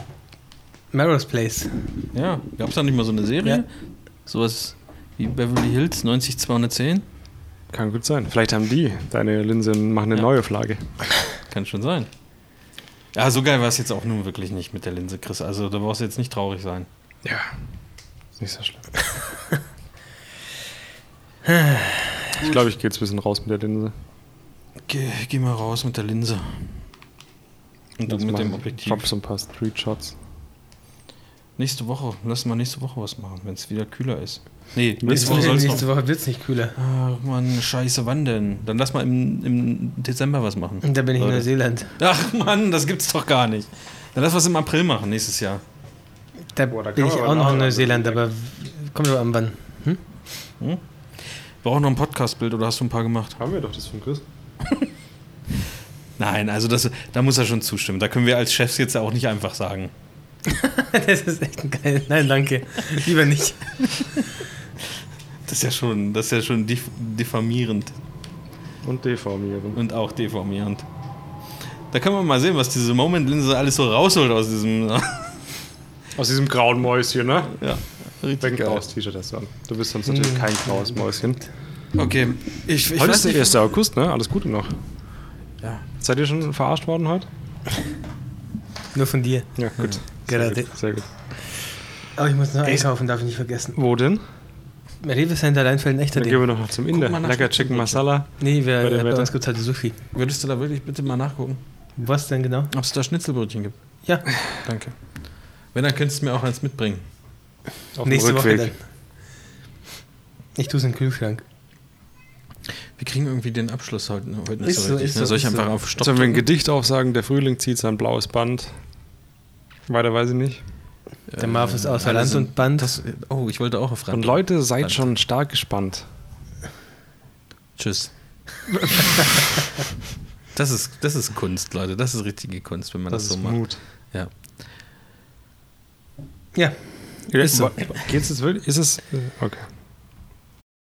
[SPEAKER 3] Melrose Place.
[SPEAKER 1] Ja. Gab es da nicht mal so eine Serie?
[SPEAKER 3] Ja.
[SPEAKER 1] Sowas wie Beverly Hills 90210?
[SPEAKER 2] Kann gut sein. Vielleicht haben die deine Linse und machen eine
[SPEAKER 1] Ja.
[SPEAKER 2] neue Flagge.
[SPEAKER 1] Kann schon sein. Ja, so geil war es jetzt auch nun wirklich nicht mit der Linse, Chris. Also da brauchst du jetzt nicht traurig sein.
[SPEAKER 2] Ja. Ist nicht so schlimm. ich glaube, ich gehe jetzt ein bisschen raus mit der Linse.
[SPEAKER 1] Geh, geh mal raus mit der Linse. Und du
[SPEAKER 2] Jetzt
[SPEAKER 1] mit
[SPEAKER 2] mach
[SPEAKER 1] dem
[SPEAKER 2] ich-
[SPEAKER 1] Objektiv.
[SPEAKER 2] Drops und ein paar Street Shots.
[SPEAKER 1] Nächste Woche. Lass mal nächste Woche was machen, wenn es wieder kühler ist. Nee, nächste
[SPEAKER 2] Nächste
[SPEAKER 1] Woche soll es noch.
[SPEAKER 3] Nächste Woche wird es nicht kühler.
[SPEAKER 1] Ach Mann, scheiße, wann denn? Dann lass mal im, im Dezember was machen.
[SPEAKER 3] Und da bin ich in
[SPEAKER 1] Leute.
[SPEAKER 3] Neuseeland.
[SPEAKER 1] Ach Mann, das gibt's doch gar nicht. Dann lass was im April machen, nächstes Jahr.
[SPEAKER 3] Da,
[SPEAKER 2] Boah, da
[SPEAKER 3] bin
[SPEAKER 2] kann
[SPEAKER 3] ich
[SPEAKER 2] man
[SPEAKER 3] auch
[SPEAKER 2] aber
[SPEAKER 3] noch in
[SPEAKER 2] nachher
[SPEAKER 3] Neuseeland, aber kommt drauf an, wann.
[SPEAKER 1] Wir brauchen noch ein Podcast-Bild oder hast du ein paar gemacht?
[SPEAKER 2] Haben wir doch das von Chris.
[SPEAKER 1] Nein, also das, da muss er schon zustimmen. Da können wir als Chefs jetzt auch nicht einfach sagen.
[SPEAKER 3] Das ist echt ein geil. Nein, danke. Lieber nicht.
[SPEAKER 1] Das ist ja schon, das ist ja schon dif diffamierend
[SPEAKER 2] Und deformieren.
[SPEAKER 1] und auch deformierend. Da kann man mal sehen, was diese Moment-Linse alles so rausholt aus diesem.
[SPEAKER 2] Aus diesem grauen Mäuschen, ne?
[SPEAKER 1] ja,
[SPEAKER 2] Weg ein
[SPEAKER 1] richtig geil.
[SPEAKER 2] graues T-Shirt hast du an. Du bist sonst natürlich kein graues Mäuschen.
[SPEAKER 1] Okay, ich, ich
[SPEAKER 2] heute
[SPEAKER 1] weiß
[SPEAKER 2] ist der
[SPEAKER 1] nicht.
[SPEAKER 2] 1. August, ne? Alles Gute noch.
[SPEAKER 1] Ja.
[SPEAKER 2] Seid ihr schon verarscht worden heute? Hm.
[SPEAKER 3] Nur von dir.
[SPEAKER 2] Ja, gut. Sehr
[SPEAKER 3] Gerade.
[SPEAKER 2] gut. Sehr gut.
[SPEAKER 3] Aber ich muss noch einkaufen, darf ich nicht vergessen.
[SPEAKER 2] Wo denn?
[SPEAKER 3] Rewe Center Leinfelden, echter
[SPEAKER 2] Dann gehen
[SPEAKER 3] Ding.
[SPEAKER 2] wir doch noch zum Inder.
[SPEAKER 1] mal nach
[SPEAKER 2] Lecker
[SPEAKER 1] dem
[SPEAKER 2] Chicken
[SPEAKER 1] Chicken
[SPEAKER 2] Masala.
[SPEAKER 3] Nee, wir,
[SPEAKER 2] Bei dem
[SPEAKER 3] bei,
[SPEAKER 2] Wetter.
[SPEAKER 3] uns gibt es halt Sushi.
[SPEAKER 1] Würdest du da wirklich bitte mal nachgucken,
[SPEAKER 3] Was denn genau?
[SPEAKER 1] ob es da Schnitzelbrötchen gibt?
[SPEAKER 3] Ja,
[SPEAKER 1] Danke. Wenn, dann könntest du mir auch eins mitbringen.
[SPEAKER 2] Auf dem
[SPEAKER 3] nächste Woche
[SPEAKER 2] Rückweg.
[SPEAKER 3] dann. Ich tue es in den Kühlschrank.
[SPEAKER 1] Wir kriegen irgendwie den Abschluss heute, heute nicht
[SPEAKER 3] Ist
[SPEAKER 1] so
[SPEAKER 3] so,
[SPEAKER 1] richtig.
[SPEAKER 3] ist
[SPEAKER 1] ne?
[SPEAKER 3] so,
[SPEAKER 1] Soll ich
[SPEAKER 3] ist so.
[SPEAKER 1] einfach auf Stopp
[SPEAKER 2] Sollen wir ein Gedicht aufsagen? Der Frühling zieht sein blaues Band. Weiter weiß ich nicht.
[SPEAKER 3] Der Marv ist außer
[SPEAKER 1] alle
[SPEAKER 3] Land
[SPEAKER 1] sind-
[SPEAKER 3] und Band.
[SPEAKER 1] Das, oh, ich wollte auch auf
[SPEAKER 2] Und
[SPEAKER 1] Rand.
[SPEAKER 2] Leute, seid
[SPEAKER 1] Band.
[SPEAKER 2] schon stark gespannt.
[SPEAKER 1] Tschüss. das, ist, das ist Kunst, Leute. Das ist richtige Kunst, wenn man das, so macht.
[SPEAKER 2] Mut.
[SPEAKER 1] Ja.
[SPEAKER 3] ja,
[SPEAKER 2] Ja,
[SPEAKER 3] Ist so.
[SPEAKER 2] wa- Geht's jetzt wirklich? Ist es? äh, Okay.